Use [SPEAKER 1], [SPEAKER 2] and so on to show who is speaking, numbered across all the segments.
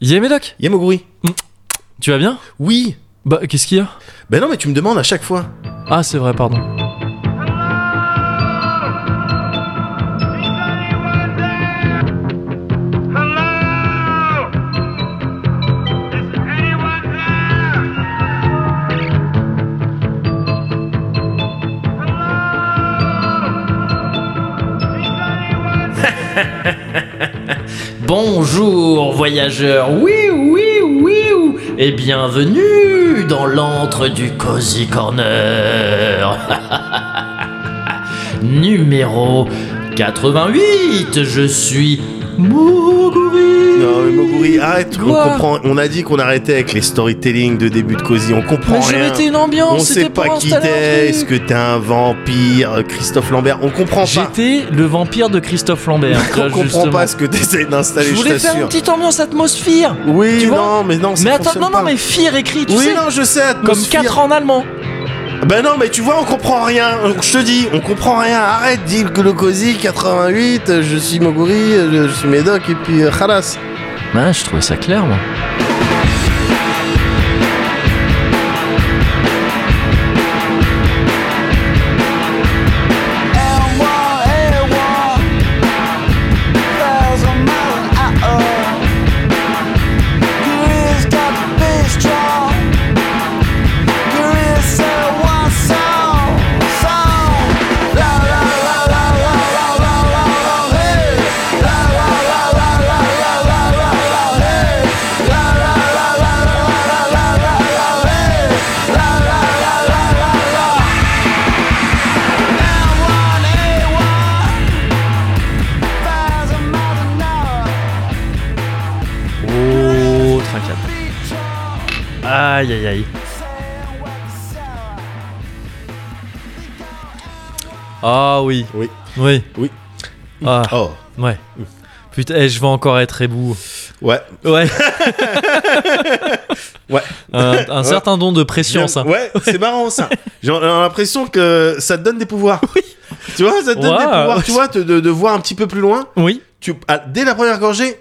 [SPEAKER 1] Yé Médoc,
[SPEAKER 2] Yamoguri
[SPEAKER 1] tu vas bien
[SPEAKER 2] Oui
[SPEAKER 1] Bah, qu'est-ce qu'il y a
[SPEAKER 2] Ben non, mais tu me demandes à chaque fois.
[SPEAKER 1] Ah, c'est vrai, pardon.
[SPEAKER 3] Bonjour voyageurs, oui oui oui ou- et bienvenue dans l'antre du Cozy Corner. Numéro 88, je suis Moguri.
[SPEAKER 2] Non, mais Moguri, arrête, on
[SPEAKER 3] Quoi
[SPEAKER 2] comprend. On a dit qu'on arrêtait avec les storytelling de début de Cozy, on comprend
[SPEAKER 3] Mais je
[SPEAKER 2] rien.
[SPEAKER 3] mettais une
[SPEAKER 2] On
[SPEAKER 3] ambiance,
[SPEAKER 2] sait
[SPEAKER 3] c'était pour
[SPEAKER 2] pas qui t'es,
[SPEAKER 3] installer un
[SPEAKER 2] est-ce
[SPEAKER 3] truc.
[SPEAKER 2] que t'es un vampire, euh, Christophe Lambert, on comprend pas.
[SPEAKER 1] J'étais le vampire de Christophe Lambert.
[SPEAKER 2] On
[SPEAKER 1] là,
[SPEAKER 2] comprend
[SPEAKER 1] justement.
[SPEAKER 2] pas ce que t'essayes d'installer, je,
[SPEAKER 3] Je voulais faire une
[SPEAKER 2] t'assure.
[SPEAKER 3] petite ambiance atmosphère.
[SPEAKER 2] Oui,
[SPEAKER 3] tu vois
[SPEAKER 2] non, mais non, ça
[SPEAKER 3] Mais attends,
[SPEAKER 2] fonctionne
[SPEAKER 3] non non
[SPEAKER 2] pas.
[SPEAKER 3] mais fier écrit, tu
[SPEAKER 2] oui,
[SPEAKER 3] sais,
[SPEAKER 2] non, je sais,
[SPEAKER 3] comme
[SPEAKER 2] atmosphère.
[SPEAKER 3] 4 en allemand.
[SPEAKER 2] Ben non, mais tu vois, on comprend rien. Donc, Je te dis, on comprend rien. Arrête, dis que le Cozy 88, euh, je suis Moguri, euh, je suis Médoc, et puis euh, Khalas.
[SPEAKER 1] Ah, je trouvais ça clair, moi. Oh, trincade. Aïe, aïe, aïe. Ah oui.
[SPEAKER 2] Oui.
[SPEAKER 1] Oui.
[SPEAKER 2] Oui.
[SPEAKER 1] Ah,
[SPEAKER 2] Oh,
[SPEAKER 1] ouais. Putain, eh, je vais encore être ébou.
[SPEAKER 2] ouais.
[SPEAKER 1] Ouais.
[SPEAKER 2] Ouais.
[SPEAKER 1] Un, un certain don de hein. pression,
[SPEAKER 2] J'aime-
[SPEAKER 1] ça.
[SPEAKER 2] Ouais, c'est marrant ça. J'ai j'ai l'impression que ça te donne des pouvoirs. Oui. Tu vois, ça te donne des
[SPEAKER 1] Waouh.
[SPEAKER 2] pouvoirs. Tu vois, te- de, de voir un petit peu plus loin.
[SPEAKER 1] Oui.
[SPEAKER 2] Tu, ah, dès la première gorgée,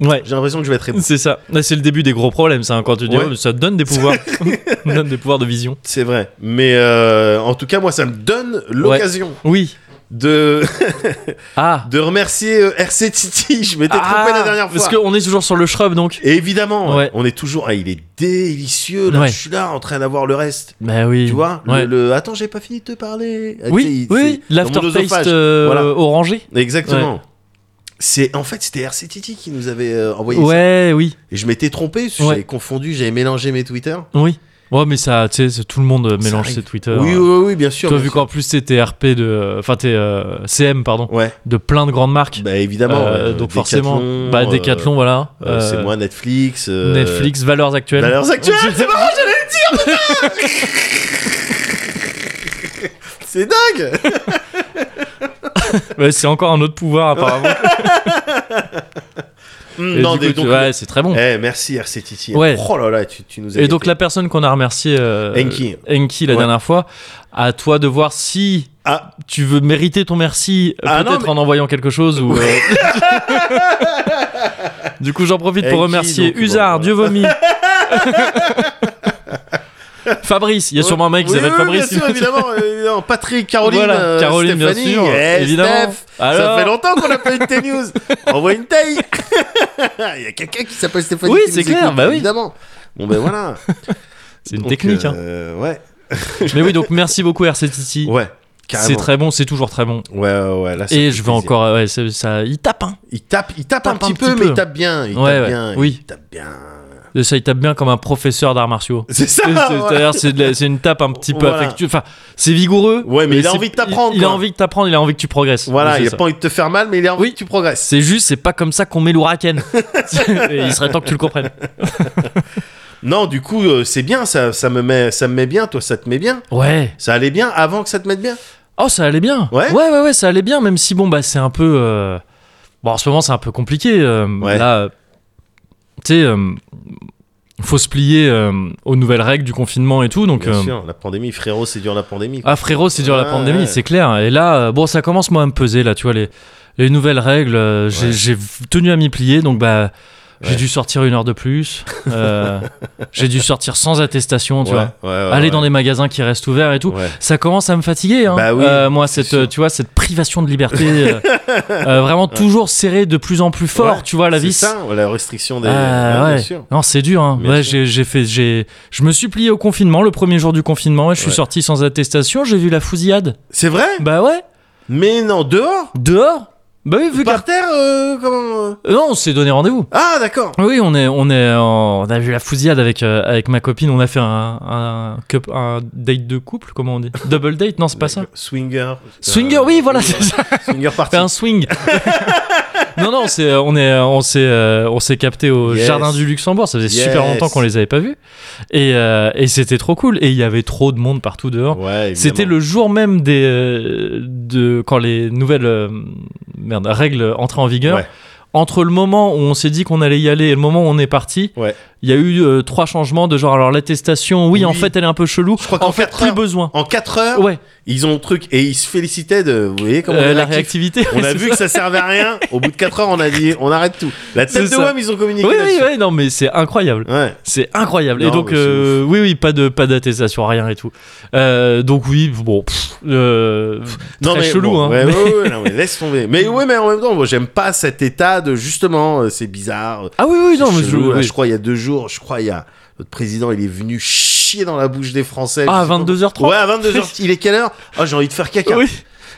[SPEAKER 1] Ouais.
[SPEAKER 2] j'ai l'impression que je vais être ébou.
[SPEAKER 1] C'est ça. Là, C'est le début des gros problèmes, ça. hein, Quand tu dis,
[SPEAKER 2] Ouais.
[SPEAKER 1] oh, ça te donne des pouvoirs. Ça te donne des pouvoirs de vision.
[SPEAKER 2] C'est vrai. Mais euh, en tout cas, moi, ça me donne l'occasion
[SPEAKER 1] Oui.
[SPEAKER 2] de,
[SPEAKER 1] Ah.
[SPEAKER 2] de remercier euh, RC Titi. Je m'étais
[SPEAKER 1] Ah,
[SPEAKER 2] trompé la dernière fois.
[SPEAKER 1] Parce qu'on est toujours sur le shrub, donc.
[SPEAKER 2] Et évidemment,
[SPEAKER 1] Ouais.
[SPEAKER 2] on est toujours. Ah, il est délicieux. Là,
[SPEAKER 1] Ouais.
[SPEAKER 2] je suis là en train d'avoir le reste.
[SPEAKER 1] Bah oui.
[SPEAKER 2] Tu vois le-
[SPEAKER 1] Ouais.
[SPEAKER 2] le, Attends, j'ai pas fini de te parler. Ah, tu sais,
[SPEAKER 1] Oui,
[SPEAKER 2] il-
[SPEAKER 1] oui,
[SPEAKER 2] c'est dans mon
[SPEAKER 1] l'aftertaste
[SPEAKER 2] oesophage.
[SPEAKER 1] euh,
[SPEAKER 2] Voilà.
[SPEAKER 1] orangé.
[SPEAKER 2] Exactement. C'est en fait c'était RC Titi qui nous avait euh, envoyé ça.
[SPEAKER 1] Ouais, oui,
[SPEAKER 2] Et je m'étais trompé, parce que
[SPEAKER 1] Ouais.
[SPEAKER 2] j'avais confondu, j'avais mélangé mes Twitter.
[SPEAKER 1] oui. Ouais, mais ça, tu sais, c'est- tout le monde euh,
[SPEAKER 2] Ça
[SPEAKER 1] mélange
[SPEAKER 2] arrive.
[SPEAKER 1] ses Twitter.
[SPEAKER 2] oui, oui, oui, bien sûr.
[SPEAKER 1] Toi,
[SPEAKER 2] bien
[SPEAKER 1] vu
[SPEAKER 2] sûr.
[SPEAKER 1] qu'en plus t'es t'es RP de. Enfin, t'es euh, CM, pardon,
[SPEAKER 2] Ouais,
[SPEAKER 1] de plein de grandes marques.
[SPEAKER 2] bah
[SPEAKER 1] Euh,
[SPEAKER 2] évidemment. ouais.
[SPEAKER 1] donc,
[SPEAKER 2] Decathlon,
[SPEAKER 1] forcément, bah,
[SPEAKER 2] euh,
[SPEAKER 1] Decathlon, voilà.
[SPEAKER 2] euh, c'est
[SPEAKER 1] Euh,
[SPEAKER 2] moi, Netflix. euh,
[SPEAKER 1] Netflix, valeurs actuelles.
[SPEAKER 2] Valeurs actuelles, c'est marrant, j'allais le dire, putain C'est dingue
[SPEAKER 1] Ouais, c'est encore un autre pouvoir, apparemment. Et
[SPEAKER 2] Non,
[SPEAKER 1] du
[SPEAKER 2] des-
[SPEAKER 1] coup, tu-
[SPEAKER 2] donc,
[SPEAKER 1] ouais, c'est très bon.
[SPEAKER 2] Eh, merci RC Titi.
[SPEAKER 1] Ouais.
[SPEAKER 2] Oh là là, tu, tu nous as
[SPEAKER 1] Et donc
[SPEAKER 2] gâtés.
[SPEAKER 1] la personne qu'on a remerciée, euh,
[SPEAKER 2] Enki.
[SPEAKER 1] Enki, la
[SPEAKER 2] Ouais.
[SPEAKER 1] dernière fois, à toi de voir si
[SPEAKER 2] Ah.
[SPEAKER 1] tu veux mériter ton merci, euh,
[SPEAKER 2] Ah, non,
[SPEAKER 1] peut-être
[SPEAKER 2] mais-
[SPEAKER 1] en envoyant quelque chose ou. euh, du coup, j'en profite pour
[SPEAKER 2] Enki,
[SPEAKER 1] remercier
[SPEAKER 2] donc,
[SPEAKER 1] Usard,
[SPEAKER 2] bon,
[SPEAKER 1] Dieu vomi. Fabrice, il y a sûrement un mec qui
[SPEAKER 2] Oui,
[SPEAKER 1] s'appelle
[SPEAKER 2] oui,
[SPEAKER 1] Fabrice.
[SPEAKER 2] Bien sûr, évidemment, euh, évidemment. Patrick, Caroline,
[SPEAKER 1] voilà,
[SPEAKER 2] euh,
[SPEAKER 1] Caroline, bien
[SPEAKER 2] Stéphanie.
[SPEAKER 1] sûr,
[SPEAKER 2] Eh,
[SPEAKER 1] évidemment.
[SPEAKER 2] Steph,
[SPEAKER 1] Alors,
[SPEAKER 2] Ça fait longtemps qu'on n'a pas eu de T-News. Envoie une taille. Il y a quelqu'un qui s'appelle Stéphanie.
[SPEAKER 1] Oui,
[SPEAKER 2] qui
[SPEAKER 1] c'est
[SPEAKER 2] nous
[SPEAKER 1] clair,
[SPEAKER 2] écoute,
[SPEAKER 1] bah oui.
[SPEAKER 2] Évidemment. Bon, ben voilà.
[SPEAKER 1] c'est une
[SPEAKER 2] Donc,
[SPEAKER 1] technique. hein.
[SPEAKER 2] euh, ouais.
[SPEAKER 1] Mais oui, donc merci beaucoup RC Titi.
[SPEAKER 2] Ouais. Carrément.
[SPEAKER 1] c'est très bon, c'est toujours très bon.
[SPEAKER 2] Ouais, ouais, ouais. Là, ça
[SPEAKER 1] Et
[SPEAKER 2] fait
[SPEAKER 1] je veux
[SPEAKER 2] plaisir.
[SPEAKER 1] encore, euh, ouais, c'est- ça, il tape. Hein.
[SPEAKER 2] Il tape, il tape,
[SPEAKER 1] Tape
[SPEAKER 2] un, petit, peu, mais il tape bien. Il
[SPEAKER 1] Ouais,
[SPEAKER 2] tape
[SPEAKER 1] ouais.
[SPEAKER 2] bien.
[SPEAKER 1] Oui.
[SPEAKER 2] Il tape bien.
[SPEAKER 1] Ça, il tape bien comme un professeur d'arts martiaux.
[SPEAKER 2] C'est ça.
[SPEAKER 1] C'est- c'est-
[SPEAKER 2] voilà.
[SPEAKER 1] C'est-à-dire, c'est de la- c'est une tape un petit peu
[SPEAKER 2] Voilà.
[SPEAKER 1] affectueuse. Enfin, c'est vigoureux.
[SPEAKER 2] Ouais, mais il a
[SPEAKER 1] c'est-
[SPEAKER 2] envie de t'apprendre,
[SPEAKER 1] Il, il a
[SPEAKER 2] quoi.
[SPEAKER 1] envie de t'apprendre, il a envie que tu progresses.
[SPEAKER 2] Voilà,
[SPEAKER 1] C'est
[SPEAKER 2] il a
[SPEAKER 1] ça.
[SPEAKER 2] pas envie de te faire mal, mais il a envie
[SPEAKER 1] Oui.
[SPEAKER 2] que tu progresses.
[SPEAKER 1] C'est juste, c'est pas comme ça qu'on met l'ouraken. Et il serait temps que tu le comprennes.
[SPEAKER 2] Non, du coup, euh, c'est bien, ça, ça, me met, ça me met bien, toi, ça te met bien.
[SPEAKER 1] Ouais.
[SPEAKER 2] Ça allait bien avant que ça te mette bien.
[SPEAKER 1] Oh, ça allait bien.
[SPEAKER 2] Ouais.
[SPEAKER 1] ouais, ouais, ouais, ça allait bien, même si bon, bah, c'est un peu. euh, Bon, en ce moment, c'est un peu compliqué. euh,
[SPEAKER 2] Ouais.
[SPEAKER 1] Là, euh, tu sais, euh, faut se plier euh, aux nouvelles règles du confinement et tout. Donc,
[SPEAKER 2] Bien
[SPEAKER 1] euh,
[SPEAKER 2] sûr, la pandémie, frérot, c'est dur la pandémie. quoi.
[SPEAKER 1] Ah frérot, c'est dur la
[SPEAKER 2] Ouais,
[SPEAKER 1] pandémie,
[SPEAKER 2] ouais.
[SPEAKER 1] c'est clair. Et là, euh, bon, ça commence moi à me peser là, tu vois les les nouvelles règles. euh, j'ai-
[SPEAKER 2] Ouais.
[SPEAKER 1] J'ai tenu à m'y plier, donc bah J'ai dû sortir une heure de plus. euh, j'ai dû sortir sans attestation, ah, tu
[SPEAKER 2] Ouais,
[SPEAKER 1] vois.
[SPEAKER 2] ouais, ouais,
[SPEAKER 1] Aller
[SPEAKER 2] ouais.
[SPEAKER 1] dans des magasins qui restent ouverts et tout.
[SPEAKER 2] Ouais.
[SPEAKER 1] Ça commence à me fatiguer, hein.
[SPEAKER 2] Bah oui,
[SPEAKER 1] Euh, moi, cette,
[SPEAKER 2] sûr.
[SPEAKER 1] euh, tu vois, cette privation de liberté, euh, euh, vraiment toujours serrée de plus en plus fort,
[SPEAKER 2] Ouais,
[SPEAKER 1] tu vois, la
[SPEAKER 2] C'est
[SPEAKER 1] vis.
[SPEAKER 2] ça, la restriction des.
[SPEAKER 1] Ah,
[SPEAKER 2] Ouais,
[SPEAKER 1] ouais.
[SPEAKER 2] bien sûr.
[SPEAKER 1] Non, c'est dur. Hein.
[SPEAKER 2] Bien
[SPEAKER 1] Ouais,
[SPEAKER 2] sûr.
[SPEAKER 1] j'ai j'ai fait, j'ai, je me suis plié au confinement, le premier jour du confinement, et je suis
[SPEAKER 2] Ouais.
[SPEAKER 1] sorti sans attestation. J'ai vu la fusillade.
[SPEAKER 2] C'est vrai
[SPEAKER 1] Bah ouais,
[SPEAKER 2] Mais non, dehors
[SPEAKER 1] dehors. Bah oui, vu que
[SPEAKER 2] Par terre euh, comment...
[SPEAKER 1] non, on s'est donné rendez-vous.
[SPEAKER 2] Ah, d'accord
[SPEAKER 1] Oui, on est, on est, en- on a vu la fusillade avec euh, avec ma copine. On a fait un un, cup- un date de couple, comment on dit Double date Non, c'est pas ça.
[SPEAKER 2] D'accord. Swinger.
[SPEAKER 1] Swinger,
[SPEAKER 2] Euh,
[SPEAKER 1] oui, voilà, c'est ça.
[SPEAKER 2] Swinger party.
[SPEAKER 1] Fait un swing. non, non, c'est, on est, on s'est, euh, on s'est capté au
[SPEAKER 2] Yes.
[SPEAKER 1] jardin du Luxembourg. Ça faisait super
[SPEAKER 2] Yes.
[SPEAKER 1] longtemps qu'on les avait pas vus, et, euh, et c'était trop cool. Et il y avait trop de monde partout dehors.
[SPEAKER 2] Ouais,
[SPEAKER 1] C'était
[SPEAKER 2] évidemment.
[SPEAKER 1] le jour même des, euh, de quand les nouvelles euh, merde, règles entraient en vigueur.
[SPEAKER 2] Ouais.
[SPEAKER 1] Entre le moment où on s'est dit qu'on allait y aller et le moment où on est parti, il
[SPEAKER 2] Ouais.
[SPEAKER 1] y a eu euh, trois changements de genre. Alors l'attestation, oui,
[SPEAKER 2] Oui.
[SPEAKER 1] en fait, elle est un peu chelou.
[SPEAKER 2] Je crois
[SPEAKER 1] en
[SPEAKER 2] qu'en
[SPEAKER 1] fait,
[SPEAKER 2] quatre
[SPEAKER 1] plus
[SPEAKER 2] heures-
[SPEAKER 1] besoin.
[SPEAKER 2] En 4 heures,
[SPEAKER 1] Ouais,
[SPEAKER 2] ils ont le truc et ils se félicitaient de. Vous voyez comment on
[SPEAKER 1] euh,
[SPEAKER 2] est
[SPEAKER 1] la
[SPEAKER 2] réactif.
[SPEAKER 1] réactivité.
[SPEAKER 2] On a
[SPEAKER 1] c'est
[SPEAKER 2] vu
[SPEAKER 1] ça.
[SPEAKER 2] que ça servait à rien. Au bout de 4 heures, on a dit on arrête tout. La
[SPEAKER 1] C'est
[SPEAKER 2] tête de
[SPEAKER 1] ça.
[SPEAKER 2] WAM, ils ont communiqué.
[SPEAKER 1] Oui, oui,
[SPEAKER 2] là-dessus.
[SPEAKER 1] oui, non, mais c'est incroyable.
[SPEAKER 2] Ouais.
[SPEAKER 1] C'est incroyable. et
[SPEAKER 2] Non,
[SPEAKER 1] donc,
[SPEAKER 2] mais c'est
[SPEAKER 1] euh, oui, oui, pas de pas d'attestation, rien et tout. Euh, donc oui, bon, pff, euh,
[SPEAKER 2] Non,
[SPEAKER 1] Très
[SPEAKER 2] mais
[SPEAKER 1] chelou,
[SPEAKER 2] bon,
[SPEAKER 1] hein.
[SPEAKER 2] Ouais, ouais, ouais, non, mais laisse tomber. Mais ouais, mais en même temps, moi, j'aime pas cet état de justement, euh, c'est bizarre.
[SPEAKER 1] ah oui, oui, non, mais
[SPEAKER 2] C'est chelou,
[SPEAKER 1] je,
[SPEAKER 2] là,
[SPEAKER 1] oui.
[SPEAKER 2] je crois il y a deux jours, je crois il y a notre président, il est venu chier dans la bouche des Français.
[SPEAKER 1] ah
[SPEAKER 2] Je sais pas-
[SPEAKER 1] 22h30.
[SPEAKER 2] Ouais, à 22h, il est quelle heure Ah, j'ai envie de faire caca.
[SPEAKER 1] Oui.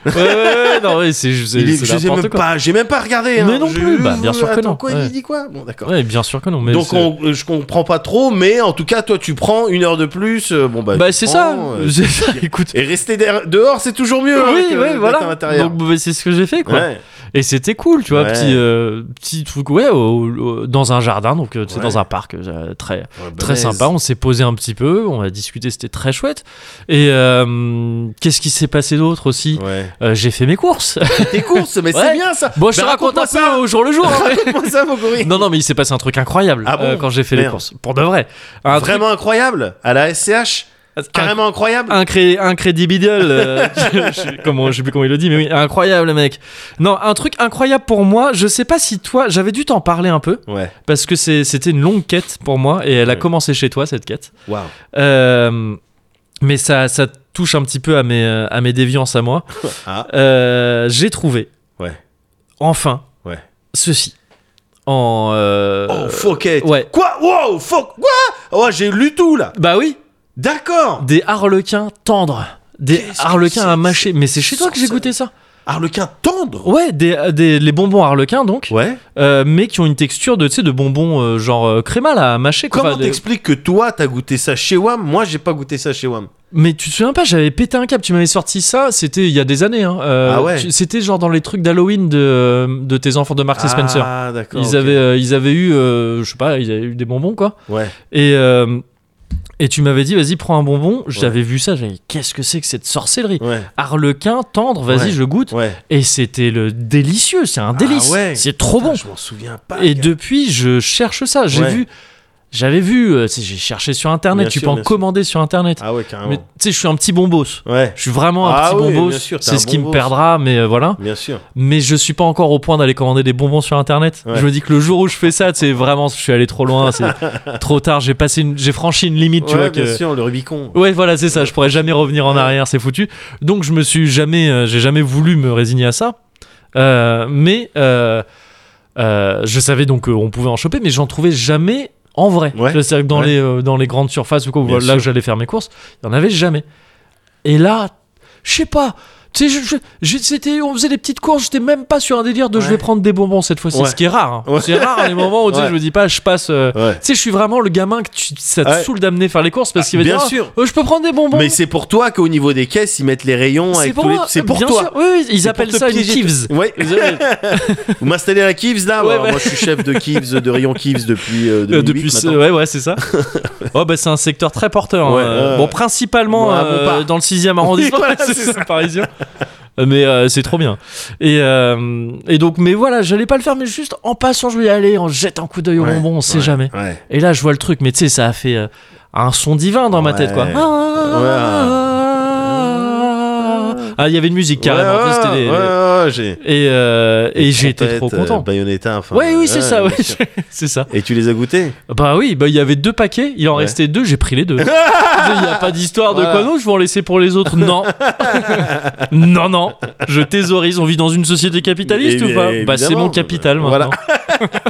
[SPEAKER 1] ouais, ouais, ouais, non, ouais, c'est c'est-
[SPEAKER 2] Il est-
[SPEAKER 1] c'est
[SPEAKER 2] je sais
[SPEAKER 1] n'importe
[SPEAKER 2] même
[SPEAKER 1] quoi.
[SPEAKER 2] pas, j'ai même pas regardé.
[SPEAKER 1] Mais
[SPEAKER 2] hein.
[SPEAKER 1] non
[SPEAKER 2] Je-
[SPEAKER 1] plus, bah, bien sûr que
[SPEAKER 2] attends,
[SPEAKER 1] non,
[SPEAKER 2] quoi,
[SPEAKER 1] ouais.
[SPEAKER 2] Il dit quoi Bon, d'accord.
[SPEAKER 1] Ouais, bien sûr que non. Mais
[SPEAKER 2] Donc
[SPEAKER 1] c'est-
[SPEAKER 2] on- euh, je comprends pas trop, mais en tout cas, toi, tu prends une heure de plus. euh, Bon bah,
[SPEAKER 1] bah
[SPEAKER 2] tu
[SPEAKER 1] c'est
[SPEAKER 2] prends,
[SPEAKER 1] ça.
[SPEAKER 2] euh,
[SPEAKER 1] c'est ça. Écoute.
[SPEAKER 2] et rester der- dehors, c'est toujours mieux. hein,
[SPEAKER 1] oui,
[SPEAKER 2] que
[SPEAKER 1] oui,
[SPEAKER 2] d'être à
[SPEAKER 1] voilà.
[SPEAKER 2] l'intérieur.
[SPEAKER 1] Donc bah, c'est ce que j'ai fait, quoi.
[SPEAKER 2] Ouais.
[SPEAKER 1] Et c'était cool, tu vois,
[SPEAKER 2] Ouais.
[SPEAKER 1] petit euh, petit truc, ouais, au- au- dans un jardin, donc euh, c'est
[SPEAKER 2] Ouais.
[SPEAKER 1] dans un parc euh, très
[SPEAKER 2] Ouais, bah,
[SPEAKER 1] Très
[SPEAKER 2] mais-
[SPEAKER 1] sympa, on s'est posé un petit peu, on a discuté, c'était très chouette. Et euh, qu'est-ce qui s'est passé d'autre aussi
[SPEAKER 2] Ouais.
[SPEAKER 1] Euh, J'ai fait mes courses.
[SPEAKER 2] Tes courses, mais
[SPEAKER 1] Ouais.
[SPEAKER 2] c'est bien ça.
[SPEAKER 1] bon, je te
[SPEAKER 2] Bah,
[SPEAKER 1] raconte un
[SPEAKER 2] raconte-moi ça.
[SPEAKER 1] peu au jour le jour. hein, mais-
[SPEAKER 2] Comment ça, Moguri
[SPEAKER 1] non, non, mais il s'est passé un truc incroyable euh,
[SPEAKER 2] Ah bon
[SPEAKER 1] quand j'ai fait les
[SPEAKER 2] Merde.
[SPEAKER 1] courses. Pour de vrai. Un truc
[SPEAKER 2] Vraiment incroyable à la SCH. Carrément incroyable.
[SPEAKER 1] Incré incrédibidiole, euh, je, sais- comment, je sais plus comment il le dit, mais oui, incroyable mec. Non, un truc incroyable pour moi, je sais pas si toi, j'avais dû t'en parler un peu,
[SPEAKER 2] Ouais.
[SPEAKER 1] parce que c'est- c'était une longue quête pour moi, et elle a
[SPEAKER 2] Ouais.
[SPEAKER 1] commencé chez toi cette quête.
[SPEAKER 2] Waouh.
[SPEAKER 1] Euh, mais ça, ça touche un petit peu à mes, euh, à mes déviances à moi.
[SPEAKER 2] Ah.
[SPEAKER 1] Euh, J'ai trouvé.
[SPEAKER 2] Ouais.
[SPEAKER 1] Enfin.
[SPEAKER 2] Ouais.
[SPEAKER 1] Ceci. En. euh,
[SPEAKER 2] Oh, fuck it.
[SPEAKER 1] ouais.
[SPEAKER 2] Quoi Wow, fuck. Quoi Oh, j'ai lu tout là.
[SPEAKER 1] Bah oui.
[SPEAKER 2] D'accord.
[SPEAKER 1] Des harlequins tendres. Des
[SPEAKER 2] Qu'est-ce que
[SPEAKER 1] harlequins
[SPEAKER 2] c'est
[SPEAKER 1] à mâcher. Mais c'est chez toi que j'ai
[SPEAKER 2] Ça-
[SPEAKER 1] goûté ça.
[SPEAKER 2] Arlequin tendre.
[SPEAKER 1] Ouais, des, euh, des- les bonbons harlequins donc.
[SPEAKER 2] Ouais.
[SPEAKER 1] euh, mais qui ont une texture de, tu sais, de bonbons euh, genre euh, créma là à mâcher. quoi.
[SPEAKER 2] Comment
[SPEAKER 1] Enfin, des-
[SPEAKER 2] t'expliques que toi t'as goûté ça chez Wam Moi j'ai pas goûté ça chez Wam.
[SPEAKER 1] Mais tu te souviens pas, j'avais pété un câble, tu m'avais sorti ça, c'était il y a des années. Hein. Euh,
[SPEAKER 2] Ah ouais.
[SPEAKER 1] tu- C'était genre dans les trucs d'Halloween de, de tes enfants de Marks et Spencer.
[SPEAKER 2] Ah d'accord.
[SPEAKER 1] Ils,
[SPEAKER 2] ok.
[SPEAKER 1] avaient, euh, ils avaient eu, euh, je sais pas, ils avaient eu des bonbons quoi.
[SPEAKER 2] Ouais.
[SPEAKER 1] Et, euh, et tu m'avais dit, vas-y, prends un bonbon. J'avais vu ça, j'avais dit, qu'est-ce que c'est que cette sorcellerie
[SPEAKER 2] Ouais.
[SPEAKER 1] Harlequin, tendre, vas-y,
[SPEAKER 2] Ouais.
[SPEAKER 1] je goûte.
[SPEAKER 2] Ouais.
[SPEAKER 1] Et c'était le délicieux, c'est un délice.
[SPEAKER 2] ouais.
[SPEAKER 1] C'est trop
[SPEAKER 2] Putain,
[SPEAKER 1] bon.
[SPEAKER 2] Je m'en souviens pas.
[SPEAKER 1] Et
[SPEAKER 2] gars.
[SPEAKER 1] depuis, je cherche ça. J'ai
[SPEAKER 2] Ouais.
[SPEAKER 1] vu, j'avais vu, euh, tu sais, j'ai cherché sur internet,
[SPEAKER 2] Bien
[SPEAKER 1] tu
[SPEAKER 2] sûr,
[SPEAKER 1] peux en
[SPEAKER 2] bien sûr.
[SPEAKER 1] commander sur internet.
[SPEAKER 2] Ah ouais
[SPEAKER 1] Mais tu
[SPEAKER 2] carrément.
[SPEAKER 1] sais, je suis un petit bon boss.
[SPEAKER 2] Ouais.
[SPEAKER 1] Je suis vraiment un
[SPEAKER 2] Ah
[SPEAKER 1] petit
[SPEAKER 2] oui,
[SPEAKER 1] bonbon.
[SPEAKER 2] bien sûr, t'es
[SPEAKER 1] C'est
[SPEAKER 2] un
[SPEAKER 1] ce qui
[SPEAKER 2] bon
[SPEAKER 1] me
[SPEAKER 2] boss.
[SPEAKER 1] perdra, mais euh, voilà.
[SPEAKER 2] Bien sûr.
[SPEAKER 1] Mais je suis pas encore au point d'aller commander des bonbons sur internet.
[SPEAKER 2] Ouais.
[SPEAKER 1] Je me dis que le jour où je fais ça, c'est vraiment, je suis allé trop loin, c'est trop tard. J'ai passé, une- j'ai franchi une limite, tu
[SPEAKER 2] ouais,
[SPEAKER 1] vois
[SPEAKER 2] bien
[SPEAKER 1] que.
[SPEAKER 2] sûr le Rubicon.
[SPEAKER 1] Ouais, voilà, c'est ça. Je pourrais jamais revenir en
[SPEAKER 2] Ouais.
[SPEAKER 1] arrière, c'est foutu. Donc je me suis jamais, euh, j'ai jamais voulu me résigner à ça. Euh, mais euh, euh, je savais donc qu'on pouvait en choper, mais j'en trouvais jamais en vrai.
[SPEAKER 2] Ouais.
[SPEAKER 1] C'est-à-dire que dans
[SPEAKER 2] Ouais.
[SPEAKER 1] les euh, dans les grandes surfaces ou quoi, où
[SPEAKER 2] Bien
[SPEAKER 1] là
[SPEAKER 2] sûr.
[SPEAKER 1] où j'allais faire mes courses, il y en avait jamais. Et là, je sais pas. Tu sais, je- je- j'ai- c'était, on faisait des petites courses, j'étais même pas sur un délire de je
[SPEAKER 2] Ouais.
[SPEAKER 1] vais prendre des bonbons cette fois-ci,
[SPEAKER 2] Ouais.
[SPEAKER 1] ce qui est rare. hein.
[SPEAKER 2] Ouais.
[SPEAKER 1] C'est rare les moments où tu sais,
[SPEAKER 2] Ouais.
[SPEAKER 1] je me dis pas, je passe. euh,
[SPEAKER 2] Ouais.
[SPEAKER 1] tu sais, je suis vraiment le gamin que tu, ça te
[SPEAKER 2] Ouais.
[SPEAKER 1] saoule d'amener faire les courses parce qu'il va
[SPEAKER 2] bien
[SPEAKER 1] dire,
[SPEAKER 2] sûr.
[SPEAKER 1] Oh, euh, je peux prendre des bonbons.
[SPEAKER 2] Mais c'est pour toi qu'au niveau des caisses ils mettent les rayons
[SPEAKER 1] c'est
[SPEAKER 2] avec
[SPEAKER 1] pour
[SPEAKER 2] tous les-
[SPEAKER 1] moi.
[SPEAKER 2] C'est pour
[SPEAKER 1] Bien
[SPEAKER 2] toi.
[SPEAKER 1] sûr. Oui, oui, ils
[SPEAKER 2] C'est
[SPEAKER 1] appellent
[SPEAKER 2] pour te
[SPEAKER 1] ça une
[SPEAKER 2] piéger.
[SPEAKER 1] kivs.
[SPEAKER 2] Ouais.
[SPEAKER 1] Euh,
[SPEAKER 2] Vous m'installez à la Kivs là
[SPEAKER 1] Ouais,
[SPEAKER 2] Voilà,
[SPEAKER 1] ouais.
[SPEAKER 2] Moi je suis chef de Kivs, de rayon Kivs depuis. euh, 2008,
[SPEAKER 1] Depuis, ce-
[SPEAKER 2] maintenant.
[SPEAKER 1] ouais, ouais, c'est ça. oh, bah, c'est un secteur très porteur. hein.
[SPEAKER 2] Ouais,
[SPEAKER 1] Euh,
[SPEAKER 2] ouais,
[SPEAKER 1] bon,
[SPEAKER 2] ouais.
[SPEAKER 1] principalement
[SPEAKER 2] Ouais, à
[SPEAKER 1] euh,
[SPEAKER 2] Montparnasse.
[SPEAKER 1] dans le 6e arrondissement,
[SPEAKER 2] Oui, voilà,
[SPEAKER 1] c'est
[SPEAKER 2] c'est
[SPEAKER 1] ça, parisien. Mais euh, c'est trop bien. Et, euh, et donc, mais voilà, j'allais pas le faire, mais juste en passant, je vais y aller, on jette un coup d'œil au
[SPEAKER 2] Ouais,
[SPEAKER 1] bonbon, on sait
[SPEAKER 2] ouais,
[SPEAKER 1] jamais.
[SPEAKER 2] Ouais.
[SPEAKER 1] Et là, je vois le truc, mais tu sais, ça a fait euh, un son divin dans ma tête, quoi.
[SPEAKER 2] Ouais.
[SPEAKER 1] Ah, Ah, il y avait une musique
[SPEAKER 2] Ouais,
[SPEAKER 1] carrément. tu sais, c'était
[SPEAKER 2] ouais,
[SPEAKER 1] des-
[SPEAKER 2] ouais, ouais, j'ai.
[SPEAKER 1] Et, euh, et j'ai été trop
[SPEAKER 2] Trompette, euh,
[SPEAKER 1] content.
[SPEAKER 2] Bayonetta, enfin.
[SPEAKER 1] ouais, oui, c'est
[SPEAKER 2] ouais,
[SPEAKER 1] ça,
[SPEAKER 2] bien
[SPEAKER 1] ouais,
[SPEAKER 2] sûr.
[SPEAKER 1] c'est ça.
[SPEAKER 2] Et tu les as goûtés
[SPEAKER 1] Bah oui, bah il y avait deux paquets, il en
[SPEAKER 2] Ouais.
[SPEAKER 1] restait deux, j'ai pris les deux. Il n'y a pas d'histoire de
[SPEAKER 2] Voilà.
[SPEAKER 1] quoi non, je vais en laisser pour les autres. Non, non, non, je thésaurise. On vit dans une société capitaliste
[SPEAKER 2] Eh
[SPEAKER 1] ou pas
[SPEAKER 2] bien,
[SPEAKER 1] Bah c'est
[SPEAKER 2] évidemment.
[SPEAKER 1] mon capital maintenant.
[SPEAKER 2] Voilà.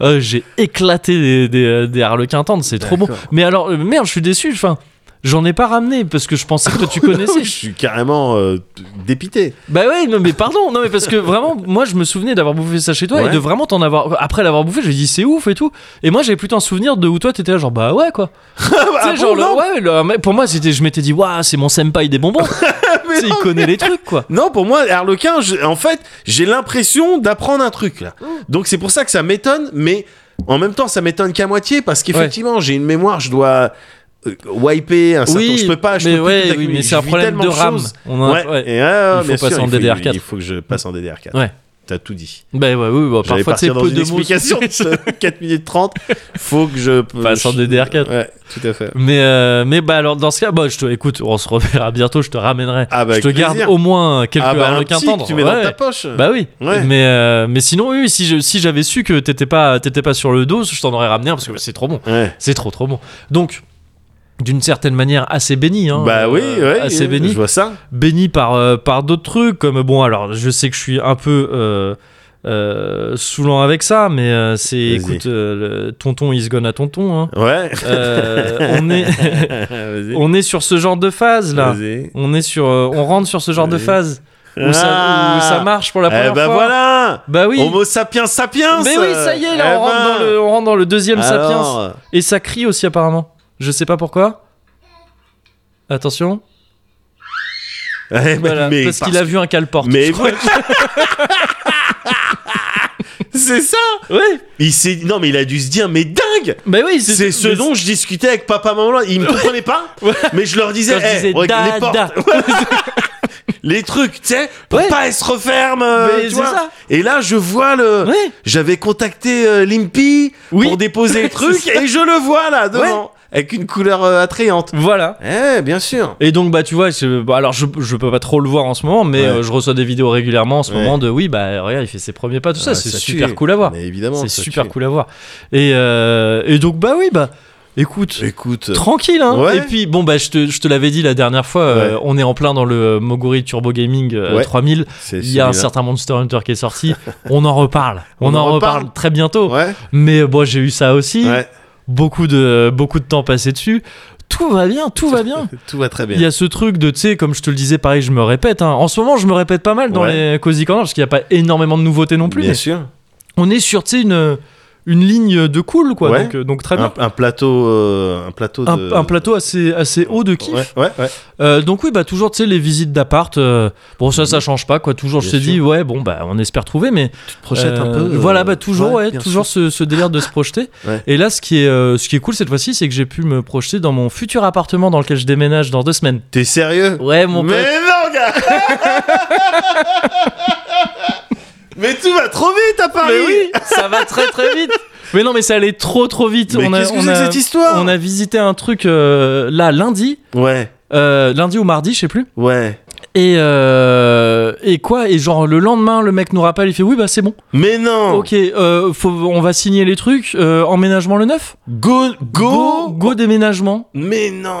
[SPEAKER 1] Euh, j'ai éclaté des, des, euh, des harlequins tendres, c'est trop bon.
[SPEAKER 2] D'accord.
[SPEAKER 1] Mais alors, euh, merde, je suis déçu. Enfin, j'en ai pas ramené parce que je pensais que toi, tu connaissais.
[SPEAKER 2] Je suis carrément euh, dépité.
[SPEAKER 1] Bah ouais, non mais pardon, non mais parce que vraiment, moi je me souvenais d'avoir bouffé ça chez toi et
[SPEAKER 2] Ouais.
[SPEAKER 1] de vraiment t'en avoir. Après l'avoir bouffé, j'ai dit c'est ouf et tout. Et moi j'avais plutôt un souvenir de où toi t'étais là genre bah ouais quoi. tu sais, genre
[SPEAKER 2] Ah bon,
[SPEAKER 1] le-
[SPEAKER 2] non
[SPEAKER 1] ouais, le- mais pour moi c'était, je m'étais dit waouh c'est mon senpai des bonbons. Tu sais, il connaît les trucs quoi.
[SPEAKER 2] Non, pour moi, Harlequin, je- en fait, j'ai l'impression d'apprendre un truc là.
[SPEAKER 1] Mmh.
[SPEAKER 2] Donc c'est pour ça que ça m'étonne, mais en même temps, ça m'étonne qu'à moitié parce qu'effectivement, j'ai une mémoire, je dois euh, wiper un certain.
[SPEAKER 1] Oui,
[SPEAKER 2] je peux pas. Je
[SPEAKER 1] mais
[SPEAKER 2] peux plus
[SPEAKER 1] ouais,
[SPEAKER 2] tout accumuler.
[SPEAKER 1] oui, mais c'est
[SPEAKER 2] Je
[SPEAKER 1] un
[SPEAKER 2] vis
[SPEAKER 1] problème
[SPEAKER 2] tellement
[SPEAKER 1] de RAM.
[SPEAKER 2] choses.
[SPEAKER 1] On a-
[SPEAKER 2] ouais.
[SPEAKER 1] ouais.
[SPEAKER 2] et ouais,
[SPEAKER 1] Il
[SPEAKER 2] bien
[SPEAKER 1] faut passer
[SPEAKER 2] sûr,
[SPEAKER 1] en
[SPEAKER 2] il faut-
[SPEAKER 1] DDR4.
[SPEAKER 2] Il faut que je passe en DDR4.
[SPEAKER 1] Ouais.
[SPEAKER 2] T'as tout dit.
[SPEAKER 1] Bah ouais, oui, bah,
[SPEAKER 2] J'allais
[SPEAKER 1] parfois c'est
[SPEAKER 2] partir
[SPEAKER 1] peu
[SPEAKER 2] dans une
[SPEAKER 1] de mots.
[SPEAKER 2] explication de 4 minutes 30. Faut que je
[SPEAKER 1] Passe en DDR4.
[SPEAKER 2] Ouais, tout à fait.
[SPEAKER 1] Mais euh, mais bah alors dans ce cas, bah je te écoute, on se reverra bientôt, je te ramènerai.
[SPEAKER 2] Ah bah,
[SPEAKER 1] je te
[SPEAKER 2] avec
[SPEAKER 1] garde
[SPEAKER 2] plaisir.
[SPEAKER 1] au moins quelques
[SPEAKER 2] ah bah, un
[SPEAKER 1] harlequins
[SPEAKER 2] petit
[SPEAKER 1] tendres.
[SPEAKER 2] que tu mets
[SPEAKER 1] Ouais.
[SPEAKER 2] dans ta poche.
[SPEAKER 1] Bah oui.
[SPEAKER 2] Ouais.
[SPEAKER 1] Mais, euh, mais sinon, oui, si je- si j'avais su que t'étais pas, t'étais pas sur le dos, je t'en aurais ramené un parce que c'est trop bon.
[SPEAKER 2] Ouais.
[SPEAKER 1] C'est trop, trop bon. Donc, d'une certaine manière, assez béni. Hein,
[SPEAKER 2] bah
[SPEAKER 1] euh,
[SPEAKER 2] oui, ouais,
[SPEAKER 1] Assez
[SPEAKER 2] euh,
[SPEAKER 1] béni.
[SPEAKER 2] Je vois ça.
[SPEAKER 1] Béni par, euh, par d'autres trucs, comme bon, alors je sais que je suis un peu. euh, euh, saoulant avec ça, mais euh, c'est
[SPEAKER 2] Vas-y.
[SPEAKER 1] écoute, euh, le tonton is gone à tonton. hein.
[SPEAKER 2] Ouais.
[SPEAKER 1] Euh, on, est,
[SPEAKER 2] Vas-y.
[SPEAKER 1] on est sur ce genre de phase là.
[SPEAKER 2] Vas-y.
[SPEAKER 1] On est sur, euh, on rentre sur ce genre de
[SPEAKER 2] Vas-y.
[SPEAKER 1] phase où, ça,
[SPEAKER 2] Ah
[SPEAKER 1] où ça marche pour la
[SPEAKER 2] Eh
[SPEAKER 1] première
[SPEAKER 2] ben
[SPEAKER 1] fois.
[SPEAKER 2] voilà
[SPEAKER 1] Bah oui.
[SPEAKER 2] Homo sapiens sapiens
[SPEAKER 1] Mais oui, ça y est, là,
[SPEAKER 2] Eh
[SPEAKER 1] on, rentre
[SPEAKER 2] ben.
[SPEAKER 1] dans le, on rentre dans le deuxième sapiens.
[SPEAKER 2] Alors,
[SPEAKER 1] Et ça crie aussi, apparemment. Je sais pas pourquoi. Attention.
[SPEAKER 2] eh ben,
[SPEAKER 1] Voilà,
[SPEAKER 2] mais
[SPEAKER 1] parce
[SPEAKER 2] parce-
[SPEAKER 1] qu'il a vu un cale-porte.
[SPEAKER 2] mais-
[SPEAKER 1] je crois.
[SPEAKER 2] C'est ça
[SPEAKER 1] Ouais,
[SPEAKER 2] il s'est... Non mais il a dû se dire, mais dingue
[SPEAKER 1] mais oui,
[SPEAKER 2] c'est ce
[SPEAKER 1] mais-
[SPEAKER 2] dont je discutais avec papa maman. là. Ils me comprenaient pas,
[SPEAKER 1] Ouais.
[SPEAKER 2] mais je leur disais,
[SPEAKER 1] Quand je
[SPEAKER 2] eh,
[SPEAKER 1] disais
[SPEAKER 2] regarde, les portes,
[SPEAKER 1] dada.
[SPEAKER 2] les trucs, tu sais, pour
[SPEAKER 1] Ouais.
[SPEAKER 2] pas elles se referment. euh,
[SPEAKER 1] Mais
[SPEAKER 2] tu
[SPEAKER 1] c'est
[SPEAKER 2] vois.
[SPEAKER 1] ça.
[SPEAKER 2] Et là, je vois le.
[SPEAKER 1] Ouais.
[SPEAKER 2] J'avais contacté euh, Limpy
[SPEAKER 1] Oui.
[SPEAKER 2] pour déposer le truc
[SPEAKER 1] C'est ça.
[SPEAKER 2] et je le vois là devant avec une couleur euh, attrayante.
[SPEAKER 1] Voilà.
[SPEAKER 2] Eh, bien sûr.
[SPEAKER 1] Et donc, bah, tu vois, je- bah, alors je, je peux pas trop le voir en ce moment, mais
[SPEAKER 2] Ouais.
[SPEAKER 1] euh, je reçois des vidéos régulièrement en ce
[SPEAKER 2] Ouais.
[SPEAKER 1] moment de oui, bah, regarde, il fait ses premiers pas, tout ça,
[SPEAKER 2] Ah,
[SPEAKER 1] c'est
[SPEAKER 2] ça
[SPEAKER 1] super
[SPEAKER 2] tue.
[SPEAKER 1] cool à voir.
[SPEAKER 2] Mais évidemment,
[SPEAKER 1] C'est
[SPEAKER 2] ça
[SPEAKER 1] super
[SPEAKER 2] tue.
[SPEAKER 1] cool à voir. Et, euh, et donc, bah oui, bah, écoute.
[SPEAKER 2] Écoute,
[SPEAKER 1] Tranquille, hein.
[SPEAKER 2] Ouais.
[SPEAKER 1] Et puis, bon, bah, je te, je te l'avais dit la dernière fois, euh,
[SPEAKER 2] Ouais.
[SPEAKER 1] on est en plein dans le euh, Moguri Turbo Gaming euh,
[SPEAKER 2] Ouais.
[SPEAKER 1] 3000.
[SPEAKER 2] c'est
[SPEAKER 1] Il y a un
[SPEAKER 2] celui-là.
[SPEAKER 1] certain Monster Hunter qui est sorti. on en reparle. On, en reparle, très bientôt.
[SPEAKER 2] Ouais.
[SPEAKER 1] Mais euh, bon, j'ai eu ça aussi.
[SPEAKER 2] ouais.
[SPEAKER 1] Beaucoup, de, beaucoup de temps passé dessus. Tout va bien, tout va bien.
[SPEAKER 2] Tout va très bien.
[SPEAKER 1] Il y a ce truc de, tu sais, comme je te le disais, pareil, je me répète. hein. En ce moment, je me répète pas mal dans
[SPEAKER 2] Ouais.
[SPEAKER 1] les Cozy Corner parce qu'il n'y a pas énormément de nouveautés non plus.
[SPEAKER 2] Bien
[SPEAKER 1] mais
[SPEAKER 2] sûr.
[SPEAKER 1] on est sur, tu sais, une, une ligne de cool, quoi.
[SPEAKER 2] Ouais.
[SPEAKER 1] Donc, euh, donc très bien.
[SPEAKER 2] Un, un plateau, euh, un plateau.
[SPEAKER 1] Un,
[SPEAKER 2] de...
[SPEAKER 1] un plateau assez, assez haut de kiff.
[SPEAKER 2] Ouais, ouais, ouais.
[SPEAKER 1] Euh, donc oui, bah toujours tu sais les visites d'appart. euh, bon ça ça change pas quoi. Toujours je
[SPEAKER 2] Mm. Bien
[SPEAKER 1] t'ai dit
[SPEAKER 2] sûr.
[SPEAKER 1] ouais bon bah on espère trouver mais
[SPEAKER 2] Tu te projettes un
[SPEAKER 1] euh,
[SPEAKER 2] peu. euh,
[SPEAKER 1] voilà bah toujours ouais,
[SPEAKER 2] bien
[SPEAKER 1] toujours ce,
[SPEAKER 2] sûr.
[SPEAKER 1] ce délire de se projeter.
[SPEAKER 2] Ouais.
[SPEAKER 1] Et là ce qui est euh, ce qui est cool cette fois-ci c'est que j'ai pu me projeter dans mon futur appartement dans lequel je déménage dans deux semaines.
[SPEAKER 2] T'es sérieux
[SPEAKER 1] Ouais mon pote.
[SPEAKER 2] Mais non, gars Mais tout va trop vite à Paris
[SPEAKER 1] Mais oui ça va très très vite. Mais non mais ça allait trop trop vite.
[SPEAKER 2] Mais
[SPEAKER 1] on a,
[SPEAKER 2] qu'est-ce que
[SPEAKER 1] on
[SPEAKER 2] c'est que
[SPEAKER 1] a-
[SPEAKER 2] cette histoire
[SPEAKER 1] On a visité un truc euh, là lundi
[SPEAKER 2] Ouais,
[SPEAKER 1] euh, lundi ou mardi je sais plus.
[SPEAKER 2] ouais.
[SPEAKER 1] Et euh, et quoi et genre le lendemain le mec nous rappelle il fait oui bah c'est bon.
[SPEAKER 2] Mais non
[SPEAKER 1] Ok, euh, faut- on va signer les trucs. euh, emménagement le 9
[SPEAKER 2] Go,
[SPEAKER 1] go,
[SPEAKER 2] go
[SPEAKER 1] go déménagement.
[SPEAKER 2] Mais non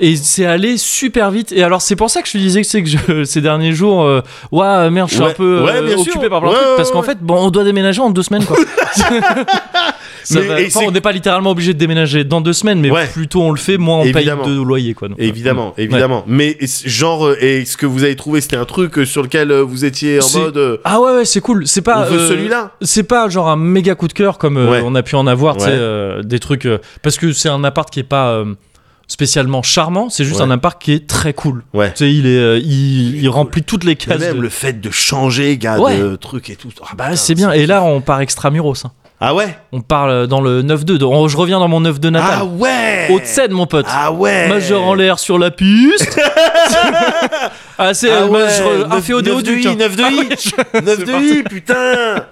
[SPEAKER 1] Et c'est allé super vite. Et alors, c'est pour ça que je te disais que, c'est que je- ces derniers jours, euh, ouah, merde, je suis
[SPEAKER 2] Ouais.
[SPEAKER 1] un peu
[SPEAKER 2] Ouais,
[SPEAKER 1] euh,
[SPEAKER 2] bien sûr.
[SPEAKER 1] occupé par plein de
[SPEAKER 2] Ouais,
[SPEAKER 1] trucs.
[SPEAKER 2] ouais,
[SPEAKER 1] parce qu'en
[SPEAKER 2] ouais.
[SPEAKER 1] fait, bon, on doit déménager en deux semaines, quoi. Ça
[SPEAKER 2] Mais-
[SPEAKER 1] va-
[SPEAKER 2] et
[SPEAKER 1] enfin,
[SPEAKER 2] c'est-
[SPEAKER 1] on n'est pas littéralement obligé de déménager dans deux semaines, mais
[SPEAKER 2] Ouais.
[SPEAKER 1] plutôt on le fait, moins on
[SPEAKER 2] Évidemment.
[SPEAKER 1] paye de loyer, quoi. Donc, euh.
[SPEAKER 2] Évidemment, évidemment. Mais est-ce- genre, euh, et ce que vous avez trouvé, c'était un truc euh, sur lequel euh, vous étiez en
[SPEAKER 1] C'est-
[SPEAKER 2] mode. euh,
[SPEAKER 1] Ah ouais, ouais, c'est cool. C'est
[SPEAKER 2] on
[SPEAKER 1] pas
[SPEAKER 2] veut
[SPEAKER 1] euh,
[SPEAKER 2] celui-là
[SPEAKER 1] C'est pas genre un méga coup de cœur comme euh,
[SPEAKER 2] Ouais.
[SPEAKER 1] on a pu en avoir, tu sais,
[SPEAKER 2] Ouais.
[SPEAKER 1] euh, des trucs. euh, parce que c'est un appart qui est pas euh, spécialement charmant, c'est juste
[SPEAKER 2] Ouais.
[SPEAKER 1] un appart qui est très cool.
[SPEAKER 2] Ouais.
[SPEAKER 1] Tu sais, il est, euh, il, il
[SPEAKER 2] cool.
[SPEAKER 1] remplit toutes les
[SPEAKER 2] Mais
[SPEAKER 1] cases.
[SPEAKER 2] même
[SPEAKER 1] de-
[SPEAKER 2] le fait de changer, gars,
[SPEAKER 1] Ouais.
[SPEAKER 2] de trucs et tout. Ah
[SPEAKER 1] Bah,
[SPEAKER 2] putain,
[SPEAKER 1] c'est bien. Et là, on part extramuros. hein.
[SPEAKER 2] Ah ouais
[SPEAKER 1] On parle euh, dans le 9-2. Donc, on- Je reviens dans mon 9-2
[SPEAKER 2] Ah
[SPEAKER 1] natal.
[SPEAKER 2] ouais
[SPEAKER 1] haute scène mon pote.
[SPEAKER 2] Ah ouais
[SPEAKER 1] Majeur en l'air sur la piste. ah, c'est
[SPEAKER 2] Ah
[SPEAKER 1] euh,
[SPEAKER 2] ouais,
[SPEAKER 1] majeur- un
[SPEAKER 2] neuf-
[SPEAKER 1] féodé au
[SPEAKER 2] neuf de
[SPEAKER 1] duc,
[SPEAKER 2] i,
[SPEAKER 1] hein.
[SPEAKER 2] neuf de
[SPEAKER 1] Ah
[SPEAKER 2] i.
[SPEAKER 1] oui, je-
[SPEAKER 2] 9 de i, putain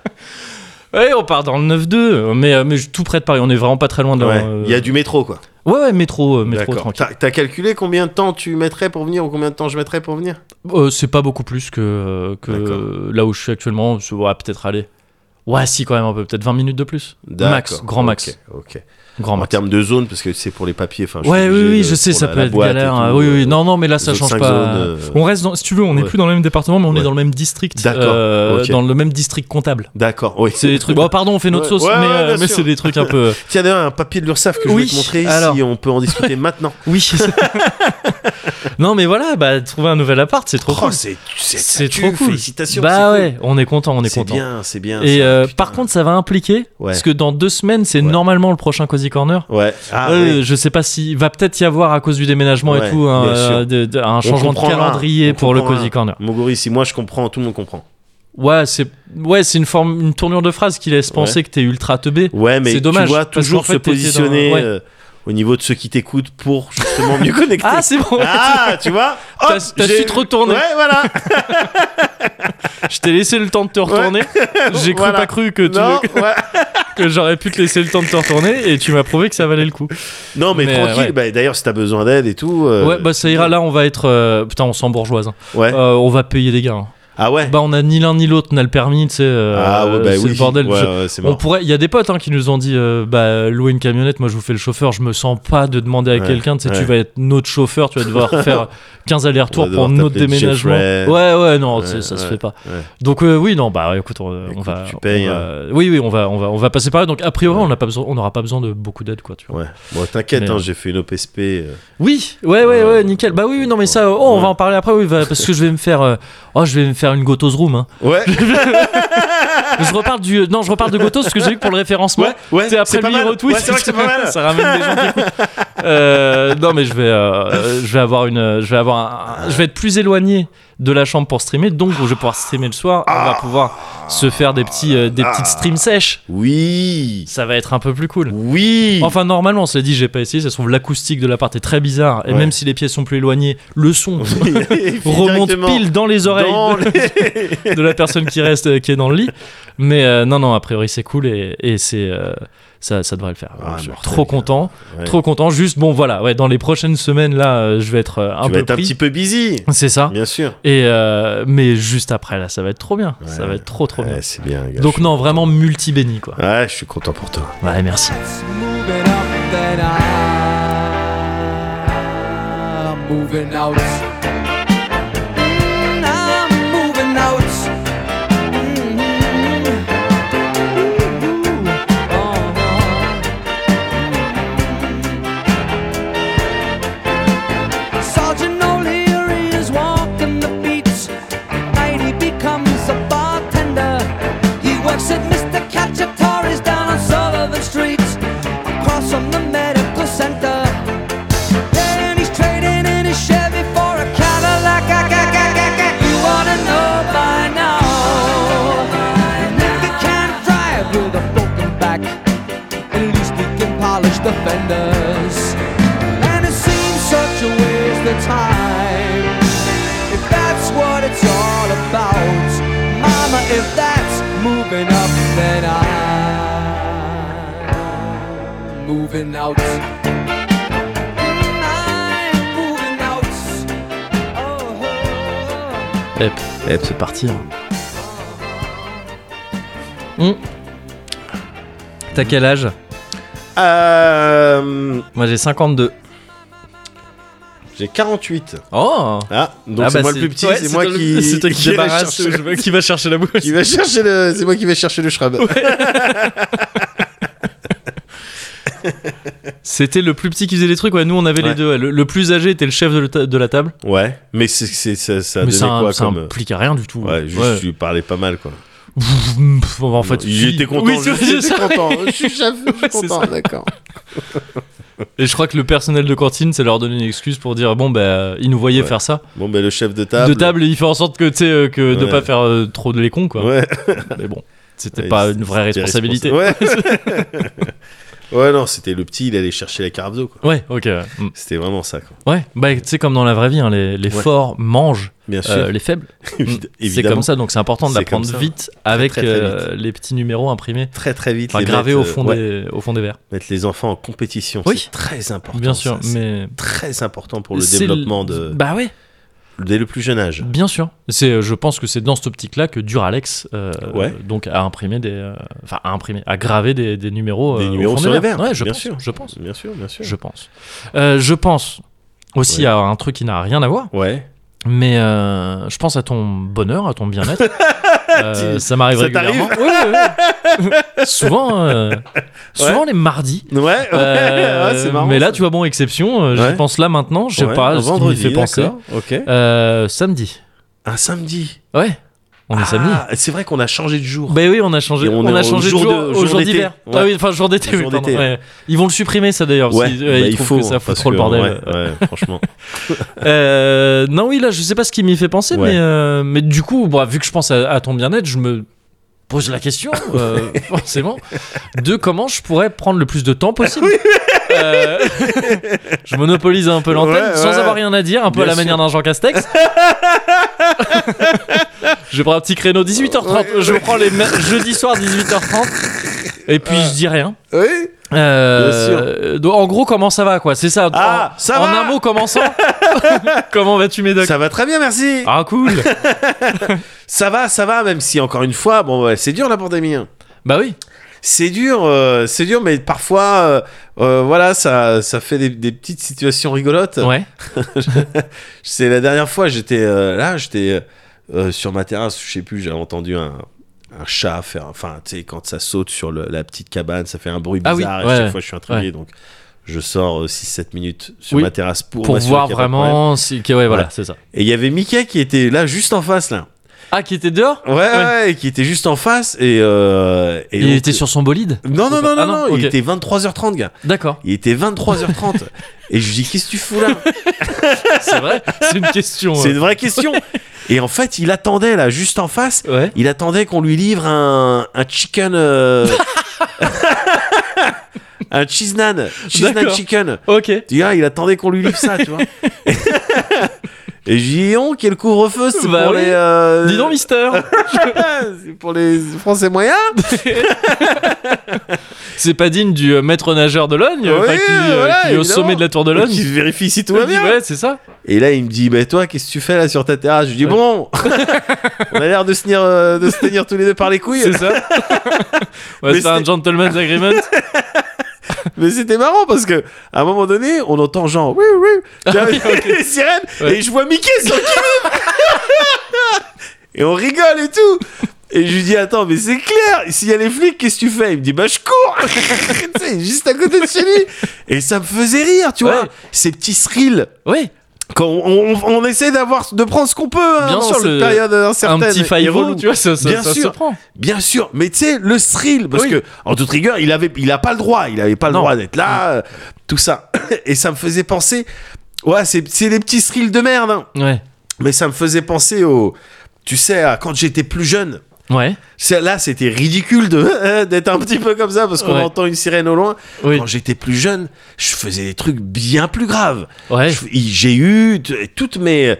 [SPEAKER 1] Ouais, on part dans le 9-2, mais, euh, mais je- tout près de Paris, on est vraiment pas très loin de
[SPEAKER 2] Ouais.
[SPEAKER 1] euh,
[SPEAKER 2] Il y a du métro, quoi.
[SPEAKER 1] Ouais, ouais, métro, euh, métro
[SPEAKER 2] D'accord.
[SPEAKER 1] tranquille.
[SPEAKER 2] T'as t'as calculé combien de temps tu mettrais pour venir ou combien de temps je mettrais pour venir
[SPEAKER 1] Euh, c'est pas beaucoup plus que, euh, que
[SPEAKER 2] D'accord.
[SPEAKER 1] là où je suis actuellement, je vois peut-être aller. Ouais, si, quand même, un peu, peut-être 20 minutes de plus. Max,
[SPEAKER 2] D'accord.
[SPEAKER 1] grand max.
[SPEAKER 2] Ok, ok.
[SPEAKER 1] Grand
[SPEAKER 2] En
[SPEAKER 1] max.
[SPEAKER 2] termes de zone, parce que c'est pour les papiers. Enfin, je suis
[SPEAKER 1] Ouais, oui,
[SPEAKER 2] obligé
[SPEAKER 1] oui,
[SPEAKER 2] de-
[SPEAKER 1] je sais,
[SPEAKER 2] pour
[SPEAKER 1] ça
[SPEAKER 2] la-
[SPEAKER 1] peut
[SPEAKER 2] la
[SPEAKER 1] être
[SPEAKER 2] boîte et
[SPEAKER 1] galère.
[SPEAKER 2] tout,
[SPEAKER 1] hein. oui, oui,
[SPEAKER 2] euh,
[SPEAKER 1] non, non, mais là,
[SPEAKER 2] les
[SPEAKER 1] ça
[SPEAKER 2] autres
[SPEAKER 1] change
[SPEAKER 2] cinq
[SPEAKER 1] pas.
[SPEAKER 2] zones, euh,
[SPEAKER 1] On reste dans, si tu veux, on n'est
[SPEAKER 2] ouais.
[SPEAKER 1] plus dans le même département, mais on est
[SPEAKER 2] Ouais.
[SPEAKER 1] dans le même district.
[SPEAKER 2] D'accord,
[SPEAKER 1] euh,
[SPEAKER 2] ok.
[SPEAKER 1] Dans le même district comptable.
[SPEAKER 2] D'accord, oui.
[SPEAKER 1] C'est des trucs. Bon, pardon, on fait notre
[SPEAKER 2] Ouais.
[SPEAKER 1] sauce,
[SPEAKER 2] Ouais,
[SPEAKER 1] mais,
[SPEAKER 2] ouais,
[SPEAKER 1] euh,
[SPEAKER 2] bien
[SPEAKER 1] mais
[SPEAKER 2] sûr.
[SPEAKER 1] c'est des trucs un peu.
[SPEAKER 2] Tiens, d'ailleurs, un papier de l'URSAF que
[SPEAKER 1] Oui,
[SPEAKER 2] je vais te montrer
[SPEAKER 1] alors.
[SPEAKER 2] si on peut en discuter maintenant.
[SPEAKER 1] Oui. non, mais voilà, bah, trouver un nouvel appart, c'est trop
[SPEAKER 2] Oh,
[SPEAKER 1] cool.
[SPEAKER 2] c'est c'est- ça
[SPEAKER 1] C'est
[SPEAKER 2] tue,
[SPEAKER 1] trop cool.
[SPEAKER 2] Félicitations.
[SPEAKER 1] Bah
[SPEAKER 2] c'est cool.
[SPEAKER 1] ouais, on est content, on est,
[SPEAKER 2] C'est
[SPEAKER 1] content.
[SPEAKER 2] bien, c'est bien.
[SPEAKER 1] Et
[SPEAKER 2] ça,
[SPEAKER 1] euh,
[SPEAKER 2] putain.
[SPEAKER 1] par contre, ça va impliquer
[SPEAKER 2] Ouais.
[SPEAKER 1] parce que dans deux semaines, c'est
[SPEAKER 2] Ouais.
[SPEAKER 1] normalement le prochain cozy corner.
[SPEAKER 2] ouais. Ah,
[SPEAKER 1] Euh,
[SPEAKER 2] ouais.
[SPEAKER 1] Je sais pas si va peut-être y avoir à cause du déménagement et
[SPEAKER 2] Ouais,
[SPEAKER 1] tout un,
[SPEAKER 2] bien sûr.
[SPEAKER 1] euh, de- de- un changement de
[SPEAKER 2] comprendra,
[SPEAKER 1] calendrier
[SPEAKER 2] on
[SPEAKER 1] pour le
[SPEAKER 2] comprendra.
[SPEAKER 1] cozy corner.
[SPEAKER 2] Mogori, si moi je comprends, tout le monde comprend.
[SPEAKER 1] Ouais, c'est ouais, c'est une forme, une tournure de phrase qui laisse penser que t'es ultra teubé.
[SPEAKER 2] Ouais, mais
[SPEAKER 1] C'est dommage,
[SPEAKER 2] tu dois
[SPEAKER 1] parce qu'en
[SPEAKER 2] toujours
[SPEAKER 1] fait,
[SPEAKER 2] se
[SPEAKER 1] t'étais dans-
[SPEAKER 2] positionner
[SPEAKER 1] ouais.
[SPEAKER 2] euh, au niveau de ceux qui t'écoutent pour justement mieux connecter.
[SPEAKER 1] Ah, c'est bon.
[SPEAKER 2] Ah, tu vois Hop,
[SPEAKER 1] T'as- t'as
[SPEAKER 2] j'ai-
[SPEAKER 1] su te retourner.
[SPEAKER 2] Ouais, voilà.
[SPEAKER 1] Je t'ai laissé le temps de te retourner. J'ai cru
[SPEAKER 2] Voilà.
[SPEAKER 1] pas cru que tu
[SPEAKER 2] non, ouais.
[SPEAKER 1] que j'aurais pu te laisser le temps de te retourner et tu m'as prouvé que ça valait le coup.
[SPEAKER 2] Non, mais,
[SPEAKER 1] Mais,
[SPEAKER 2] tranquille.
[SPEAKER 1] ouais.
[SPEAKER 2] Bah, D'ailleurs, si t'as besoin d'aide et tout. euh,
[SPEAKER 1] ouais, bah ça ira là, on va être euh, putain, on s'en bourgeoise. hein.
[SPEAKER 2] Ouais.
[SPEAKER 1] Euh, on va payer des gars. hein.
[SPEAKER 2] Ah ouais
[SPEAKER 1] Bah on a ni l'un ni l'autre, on a le permis, tu sais. euh,
[SPEAKER 2] Ah ouais, bah
[SPEAKER 1] c'est
[SPEAKER 2] oui.
[SPEAKER 1] le bordel.
[SPEAKER 2] Ouais,
[SPEAKER 1] Je-
[SPEAKER 2] ouais, c'est
[SPEAKER 1] on
[SPEAKER 2] marrant.
[SPEAKER 1] pourrait, il y a des potes hein, qui nous ont dit, euh, bah louer une camionnette, moi je vous fais le chauffeur, je me sens pas de demander à
[SPEAKER 2] Ouais,
[SPEAKER 1] quelqu'un, tu sais, tu
[SPEAKER 2] ouais.
[SPEAKER 1] vas être notre chauffeur, tu vas devoir faire 15 allers-retours
[SPEAKER 2] On va
[SPEAKER 1] pour
[SPEAKER 2] devoir
[SPEAKER 1] notre
[SPEAKER 2] t'appeler
[SPEAKER 1] déménagement.
[SPEAKER 2] Jeffrey.
[SPEAKER 1] Ouais, ouais, non, tu
[SPEAKER 2] Ouais,
[SPEAKER 1] sais, ça se
[SPEAKER 2] ouais,
[SPEAKER 1] fait pas.
[SPEAKER 2] ouais.
[SPEAKER 1] Donc euh, oui, non, bah écoute, on, on
[SPEAKER 2] Écoute,
[SPEAKER 1] va,
[SPEAKER 2] tu payes, hein.
[SPEAKER 1] on va- oui, oui, on va, on va, on va passer par là. Donc a priori,
[SPEAKER 2] Ouais.
[SPEAKER 1] on n'a pas besoin, on n'aura pas besoin de beaucoup d'aide, quoi, tu vois.
[SPEAKER 2] Ouais. Bon, t'inquiète,
[SPEAKER 1] Mais-
[SPEAKER 2] hein, j'ai fait une OPSP. euh,
[SPEAKER 1] Oui, ouais, ouais,
[SPEAKER 2] Euh,
[SPEAKER 1] ouais, nickel. Bah oui, oui, non, mais ça, oh, on
[SPEAKER 2] ouais.
[SPEAKER 1] va en parler après, oui, va- parce que je vais me faire, euh, oh, je vais me faire une Gotos Room. hein.
[SPEAKER 2] Ouais,
[SPEAKER 1] Je reparle du, non, je reparle de Gotos parce que j'ai vu que pour le référencement,
[SPEAKER 2] ouais, ouais.
[SPEAKER 1] c'est après
[SPEAKER 2] pas
[SPEAKER 1] lui
[SPEAKER 2] mal.
[SPEAKER 1] il retweet,
[SPEAKER 2] Ouais, c'est vrai que c'est pas mal.
[SPEAKER 1] ça ramène des gens. qui écoutent. Euh, non, mais je vais, euh, euh, je vais avoir une, euh, je vais avoir, un- un- je vais être plus éloigné de la chambre pour streamer, donc je vais pouvoir streamer le soir. On
[SPEAKER 2] Ah.
[SPEAKER 1] va pouvoir se faire des petits, euh, des petites streams sèches.
[SPEAKER 2] Oui.
[SPEAKER 1] Ça va être un peu plus cool.
[SPEAKER 2] Oui.
[SPEAKER 1] Enfin, normalement, cela dit, j'ai pas essayé. Ça se trouve, l'acoustique de l'appart est très bizarre. Et
[SPEAKER 2] Ouais.
[SPEAKER 1] même si les pièces sont plus éloignées, le son remonte
[SPEAKER 2] remonte
[SPEAKER 1] pile dans les oreilles
[SPEAKER 2] Dans
[SPEAKER 1] de, de la personne qui reste, euh, qui est dans le lit. Mais euh, non, non, a priori, c'est cool et, et c'est. euh, ça, ça devrait le faire.
[SPEAKER 2] Ah,
[SPEAKER 1] je suis
[SPEAKER 2] mortel,
[SPEAKER 1] trop
[SPEAKER 2] gars.
[SPEAKER 1] content,
[SPEAKER 2] Ouais.
[SPEAKER 1] trop content. Juste, bon, voilà, ouais, dans les prochaines semaines, là, euh, je vais être euh, un
[SPEAKER 2] Tu
[SPEAKER 1] peu
[SPEAKER 2] vas être un
[SPEAKER 1] pris.
[SPEAKER 2] petit peu busy.
[SPEAKER 1] C'est ça.
[SPEAKER 2] Bien sûr.
[SPEAKER 1] Et euh, mais juste après, là, ça va être trop bien. Ça
[SPEAKER 2] Ouais.
[SPEAKER 1] va être trop, trop
[SPEAKER 2] Ouais,
[SPEAKER 1] bien.
[SPEAKER 2] Eh, c'est bien, gars.
[SPEAKER 1] Donc
[SPEAKER 2] Je-
[SPEAKER 1] non, vraiment multi béni, quoi.
[SPEAKER 2] Ouais, je suis content pour toi.
[SPEAKER 1] Ouais, merci.
[SPEAKER 4] It's moving up that I'm moving out. Mm, I'm moving out. Mhm. Ooh, uh-huh. Sergeant O'Leary is walking the beats. Night he becomes a bartender. He works at Mr. Cacciatore's down on Sullivan Street, across from the medical center. Then he's trading in his Chevy for a Cadillac. Ah, ah, ah, ah, ah. You wanna know by now? If you can't drive with a broken back, at least he can polish the fenders. And it seems such a waste of time if that's what it's all about. Mama, if that's moving up, then I'm moving out. I'm moving out. Oh.
[SPEAKER 1] Hep, hep, c'est parti.
[SPEAKER 2] hein.
[SPEAKER 1] Hmm. T'as quel âge
[SPEAKER 2] Euh,
[SPEAKER 1] Moi j'ai 52.
[SPEAKER 2] j'ai 48.
[SPEAKER 1] Oh
[SPEAKER 2] Ah, donc c'est moi le plus petit, c'est moi qui.
[SPEAKER 1] C'est toi qui,
[SPEAKER 2] qui va
[SPEAKER 1] débarrasse,
[SPEAKER 2] chercher-
[SPEAKER 1] je- qui va chercher la bouche.
[SPEAKER 2] qui va chercher le. C'est moi qui vais chercher le shrub.
[SPEAKER 1] C'était le plus petit qui faisait les trucs, ouais, nous on avait les
[SPEAKER 2] Ouais.
[SPEAKER 1] deux. ouais. Le, le plus âgé était le chef de, la ta- de la table.
[SPEAKER 2] Ouais, mais c'est, c'est, ça, ça a
[SPEAKER 1] mais
[SPEAKER 2] donné
[SPEAKER 1] ça,
[SPEAKER 2] quoi
[SPEAKER 1] ça
[SPEAKER 2] comme. euh,
[SPEAKER 1] implique à rien du tout.
[SPEAKER 2] Ouais, juste
[SPEAKER 1] Ouais.
[SPEAKER 2] tu parlais pas mal quoi.
[SPEAKER 1] Pff, pff, en fait,
[SPEAKER 2] il
[SPEAKER 1] si.
[SPEAKER 2] était content.
[SPEAKER 1] Oui,
[SPEAKER 2] juste,
[SPEAKER 1] c'est-
[SPEAKER 2] il était
[SPEAKER 1] c'est ça.
[SPEAKER 2] content. Je suis chef, je suis
[SPEAKER 1] Ouais, c'est
[SPEAKER 2] content, d'accord.
[SPEAKER 1] Et je crois que le personnel de cantine, ça leur donnait une excuse pour dire bon, bah, ils nous voyaient
[SPEAKER 2] Ouais.
[SPEAKER 1] faire ça.
[SPEAKER 2] Bon, ben le chef de table.
[SPEAKER 1] De table, il fait en sorte que, tu sais, euh, que de
[SPEAKER 2] Ouais.
[SPEAKER 1] pas faire euh, trop de les cons, quoi.
[SPEAKER 2] Ouais.
[SPEAKER 1] Mais bon, c'était
[SPEAKER 2] Ouais,
[SPEAKER 1] pas
[SPEAKER 2] c'est-
[SPEAKER 1] une vraie
[SPEAKER 2] c'était
[SPEAKER 1] responsabilité.
[SPEAKER 2] responsable. Ouais, non, c'était le petit, il allait chercher la carafe d'eau, quoi.
[SPEAKER 1] Ouais, ok. ouais. Mm.
[SPEAKER 2] C'était vraiment ça, quoi.
[SPEAKER 1] Ouais, bah, tu sais, comme dans la vraie vie, hein, les, les
[SPEAKER 2] Ouais.
[SPEAKER 1] forts mangent
[SPEAKER 2] Bien sûr.
[SPEAKER 1] euh, les faibles. Mm.
[SPEAKER 2] Évid-
[SPEAKER 1] C'est
[SPEAKER 2] évidemment.
[SPEAKER 1] comme ça, donc c'est important de
[SPEAKER 2] C'est
[SPEAKER 1] l'apprendre
[SPEAKER 2] comme ça.
[SPEAKER 1] vite avec
[SPEAKER 2] très, très
[SPEAKER 1] euh, les petits numéros imprimés,
[SPEAKER 2] Très, très vite.
[SPEAKER 1] enfin
[SPEAKER 2] les
[SPEAKER 1] gravés
[SPEAKER 2] mettre,
[SPEAKER 1] au,
[SPEAKER 2] euh,
[SPEAKER 1] fond
[SPEAKER 2] ouais,
[SPEAKER 1] des, au fond des verres.
[SPEAKER 2] Mettre les enfants en compétition.
[SPEAKER 1] Oui.
[SPEAKER 2] C'est très important.
[SPEAKER 1] Bien sûr,
[SPEAKER 2] ça, c'est
[SPEAKER 1] mais.
[SPEAKER 2] Très important pour le
[SPEAKER 1] c'est
[SPEAKER 2] développement de.
[SPEAKER 1] Bah ouais,
[SPEAKER 2] Dès le plus jeune âge.
[SPEAKER 1] bien sûr. C'est, euh, je pense que c'est dans cette optique-là que Duralex euh,
[SPEAKER 2] Ouais.
[SPEAKER 1] donc a imprimé des, euh, enfin à imprimer, à graver des, des numéros,
[SPEAKER 2] Des
[SPEAKER 1] euh, au
[SPEAKER 2] numéros
[SPEAKER 1] fond
[SPEAKER 2] sur
[SPEAKER 1] des
[SPEAKER 2] les verres,
[SPEAKER 1] Ouais, je
[SPEAKER 2] bien
[SPEAKER 1] pense,
[SPEAKER 2] sûr.
[SPEAKER 1] je pense,
[SPEAKER 2] Bien sûr, bien sûr.
[SPEAKER 1] Mm. je pense. Euh, je pense aussi
[SPEAKER 2] Ouais.
[SPEAKER 1] à un truc qui n'a rien à voir,
[SPEAKER 2] Ouais.
[SPEAKER 1] mais euh, je pense à ton bonheur, à ton bien-être. Euh, ça m'arrive
[SPEAKER 2] Ça
[SPEAKER 1] régulièrement. Ouais, ouais, ouais. souvent, euh, souvent les mardis.
[SPEAKER 2] Ouais, ouais,
[SPEAKER 1] Euh,
[SPEAKER 2] ouais, c'est marrant.
[SPEAKER 1] mais là, tu vois, bon, exception, euh,
[SPEAKER 2] Ouais.
[SPEAKER 1] j'y pense là maintenant, je sais
[SPEAKER 2] Ouais,
[SPEAKER 1] pas, ce
[SPEAKER 2] un
[SPEAKER 1] qui me
[SPEAKER 2] vendredi,
[SPEAKER 1] fait penser.
[SPEAKER 2] d'accord, Ok.
[SPEAKER 1] Euh, samedi.
[SPEAKER 2] Un samedi.
[SPEAKER 1] Ouais, on est
[SPEAKER 2] Ah,
[SPEAKER 1] samedi.
[SPEAKER 2] C'est vrai qu'on a changé de jour.
[SPEAKER 1] Ben oui, on a changé,
[SPEAKER 2] Et on
[SPEAKER 1] on,
[SPEAKER 2] est
[SPEAKER 1] a
[SPEAKER 2] au
[SPEAKER 1] changé
[SPEAKER 2] jour
[SPEAKER 1] de jour
[SPEAKER 2] de-
[SPEAKER 1] au
[SPEAKER 2] jour
[SPEAKER 1] jour
[SPEAKER 2] d'été.
[SPEAKER 1] d'hiver.
[SPEAKER 2] Ouais.
[SPEAKER 1] Ah oui, enfin, jour d'été,
[SPEAKER 2] Jour
[SPEAKER 1] oui, pardon,
[SPEAKER 2] d'été.
[SPEAKER 1] ouais. Ils vont le supprimer, ça d'ailleurs, parce
[SPEAKER 2] Ouais,
[SPEAKER 1] qu'ils-
[SPEAKER 2] bah,
[SPEAKER 1] ouais, ils
[SPEAKER 2] il
[SPEAKER 1] trouvent
[SPEAKER 2] faut
[SPEAKER 1] que ça fout
[SPEAKER 2] parce
[SPEAKER 1] trop le
[SPEAKER 2] que,
[SPEAKER 1] bordel.
[SPEAKER 2] Ouais, ouais, franchement.
[SPEAKER 1] Euh, non, oui, là, je sais pas ce qui m'y fait penser,
[SPEAKER 2] Ouais.
[SPEAKER 1] mais, euh, mais du coup, bah, vu que je pense à, à ton bien-être, je me pose la question, euh, forcément, de comment je pourrais prendre le plus de temps possible. Euh, je monopolise un peu l'antenne
[SPEAKER 2] Ouais,
[SPEAKER 1] sans
[SPEAKER 2] ouais.
[SPEAKER 1] avoir rien à dire, un peu à la
[SPEAKER 2] Bien
[SPEAKER 1] manière d'un Jean Castex. je prends un petit créneau 18h30,
[SPEAKER 2] Ouais.
[SPEAKER 1] je prends les mer- jeudi soir 18h30, et puis
[SPEAKER 2] Euh.
[SPEAKER 1] je dis rien.
[SPEAKER 2] Oui.
[SPEAKER 1] Euh, donc, en gros, comment ça va, quoi C'est ça.
[SPEAKER 2] Ah,
[SPEAKER 1] en,
[SPEAKER 2] ça
[SPEAKER 1] en
[SPEAKER 2] va
[SPEAKER 1] un mot, commençant. comment vas-tu, Médoc
[SPEAKER 2] Ça va très bien, merci.
[SPEAKER 1] Ah, cool.
[SPEAKER 2] Ça va, ça va, même si encore une fois, bon, ouais, c'est dur la pandémie. hein.
[SPEAKER 1] bah oui.
[SPEAKER 2] C'est dur, euh, c'est dur, mais parfois, euh, euh, voilà, ça, ça fait des, des petites situations rigolotes.
[SPEAKER 1] Ouais.
[SPEAKER 2] C'est la dernière fois, j'étais euh, là, j'étais euh, sur ma terrasse, je sais plus, j'ai entendu un, un chat faire, enfin, tu sais, quand ça saute sur le- la petite cabane, ça fait un bruit
[SPEAKER 1] Ah oui,
[SPEAKER 2] bizarre. et
[SPEAKER 1] ouais,
[SPEAKER 2] chaque
[SPEAKER 1] ouais.
[SPEAKER 2] fois, je suis intrigué, donc je sors euh, 6-7 minutes sur
[SPEAKER 1] Oui,
[SPEAKER 2] ma terrasse pour,
[SPEAKER 1] Pour
[SPEAKER 2] m'assurer
[SPEAKER 1] voir
[SPEAKER 2] qu'il y a pas de problème.
[SPEAKER 1] vraiment. Si, que- ouais, voilà,
[SPEAKER 2] Ouais.
[SPEAKER 1] c'est ça.
[SPEAKER 2] Et il y avait Mickey qui était là, juste en face, là.
[SPEAKER 1] Ah, qui était dehors
[SPEAKER 2] Ouais, ouais, et qui était juste en face, et. euh, et
[SPEAKER 1] Il
[SPEAKER 2] donc- euh,
[SPEAKER 1] était sur son bolide
[SPEAKER 2] Non, non, non, non,
[SPEAKER 1] Ah non,
[SPEAKER 2] non, il
[SPEAKER 1] ok.
[SPEAKER 2] était 23h30, gars.
[SPEAKER 1] D'accord.
[SPEAKER 2] Il était 23h30. et je lui dis, qu'est-ce que tu fous là
[SPEAKER 1] C'est vrai. C'est une question.
[SPEAKER 2] C'est
[SPEAKER 1] euh.
[SPEAKER 2] une vraie question. et en fait, il attendait là, juste en face.
[SPEAKER 1] euh. Ouais.
[SPEAKER 2] Il attendait qu'on lui livre un, un chicken. euh, un cheese nan. Cheese nan
[SPEAKER 1] D'accord.
[SPEAKER 2] chicken.
[SPEAKER 1] Ok.
[SPEAKER 2] Tu vois, il attendait qu'on lui livre ça, tu vois. Et je dis, on, quel couvre-feu, c'est
[SPEAKER 1] Bah
[SPEAKER 2] pour
[SPEAKER 1] oui.
[SPEAKER 2] les. euh,
[SPEAKER 1] Dis donc, Mister.
[SPEAKER 2] c'est pour les Français moyens.
[SPEAKER 1] C'est pas digne du euh, maître nageur de Logne,
[SPEAKER 2] Oui,
[SPEAKER 1] enfin, qui, euh,
[SPEAKER 2] voilà,
[SPEAKER 1] qui est au
[SPEAKER 2] évidemment.
[SPEAKER 1] sommet de la tour de
[SPEAKER 2] Donc,
[SPEAKER 1] Logne.
[SPEAKER 2] Qui vérifie si tout va bien.
[SPEAKER 1] Ouais, c'est ça.
[SPEAKER 2] Et là, il me dit, bah toi, qu'est-ce que tu fais là sur ta terrasse Je lui dis,
[SPEAKER 1] Ouais.
[SPEAKER 2] bon, on a l'air de se, tenir, euh, de se tenir tous les deux par les couilles.
[SPEAKER 1] C'est ça. ouais,
[SPEAKER 2] Mais
[SPEAKER 1] c'est un
[SPEAKER 2] c'est-
[SPEAKER 1] gentleman's agreement.
[SPEAKER 2] Mais c'était marrant parce que à un moment donné, on entend genre oui oui
[SPEAKER 1] Ah oui, ok.
[SPEAKER 2] les sirènes
[SPEAKER 1] Ouais.
[SPEAKER 2] et je vois Mickey sur le qui-vive. Et on rigole et tout. Et je lui dis attends mais c'est clair, s'il y a les flics, qu'est-ce que tu fais Il me dit bah je cours. Tu sais, juste à côté de chez lui. Et ça me faisait rire, tu vois,
[SPEAKER 1] Ouais.
[SPEAKER 2] ces petits thrills
[SPEAKER 1] Ouais.
[SPEAKER 2] quand on, on- on essaie d'avoir de prendre ce qu'on peut hein,
[SPEAKER 1] Bien
[SPEAKER 2] dans
[SPEAKER 1] sûr,
[SPEAKER 2] cette
[SPEAKER 1] le-
[SPEAKER 2] période
[SPEAKER 1] Un
[SPEAKER 2] incertaine.
[SPEAKER 1] petit
[SPEAKER 2] et relou.
[SPEAKER 1] five tu vois, ça, ça,
[SPEAKER 2] Bien
[SPEAKER 1] ça se
[SPEAKER 2] sûr.
[SPEAKER 1] prend.
[SPEAKER 2] Bien sûr, mais tu sais, le thrill, parce
[SPEAKER 1] Oui.
[SPEAKER 2] que, en toute rigueur, il avait, il a pas le droit, il avait pas le
[SPEAKER 1] Non. Mm.
[SPEAKER 2] droit d'être là, euh, tout ça. Et ça me faisait penser, ouais, c'est, c'est des petits thrills de merde, hein.
[SPEAKER 1] Ouais.
[SPEAKER 2] mais ça me faisait penser au, tu sais, à quand j'étais plus jeune.
[SPEAKER 1] Ouais.
[SPEAKER 2] C'est- Là, c'était ridicule de, d'être un petit peu comme ça, parce qu'on
[SPEAKER 1] Ouais.
[SPEAKER 2] entend une sirène au loin.
[SPEAKER 1] Oui.
[SPEAKER 2] Quand j'étais plus jeune, je faisais des trucs bien plus graves.
[SPEAKER 1] Ouais.
[SPEAKER 2] Je- J'ai eu t- toutes mes,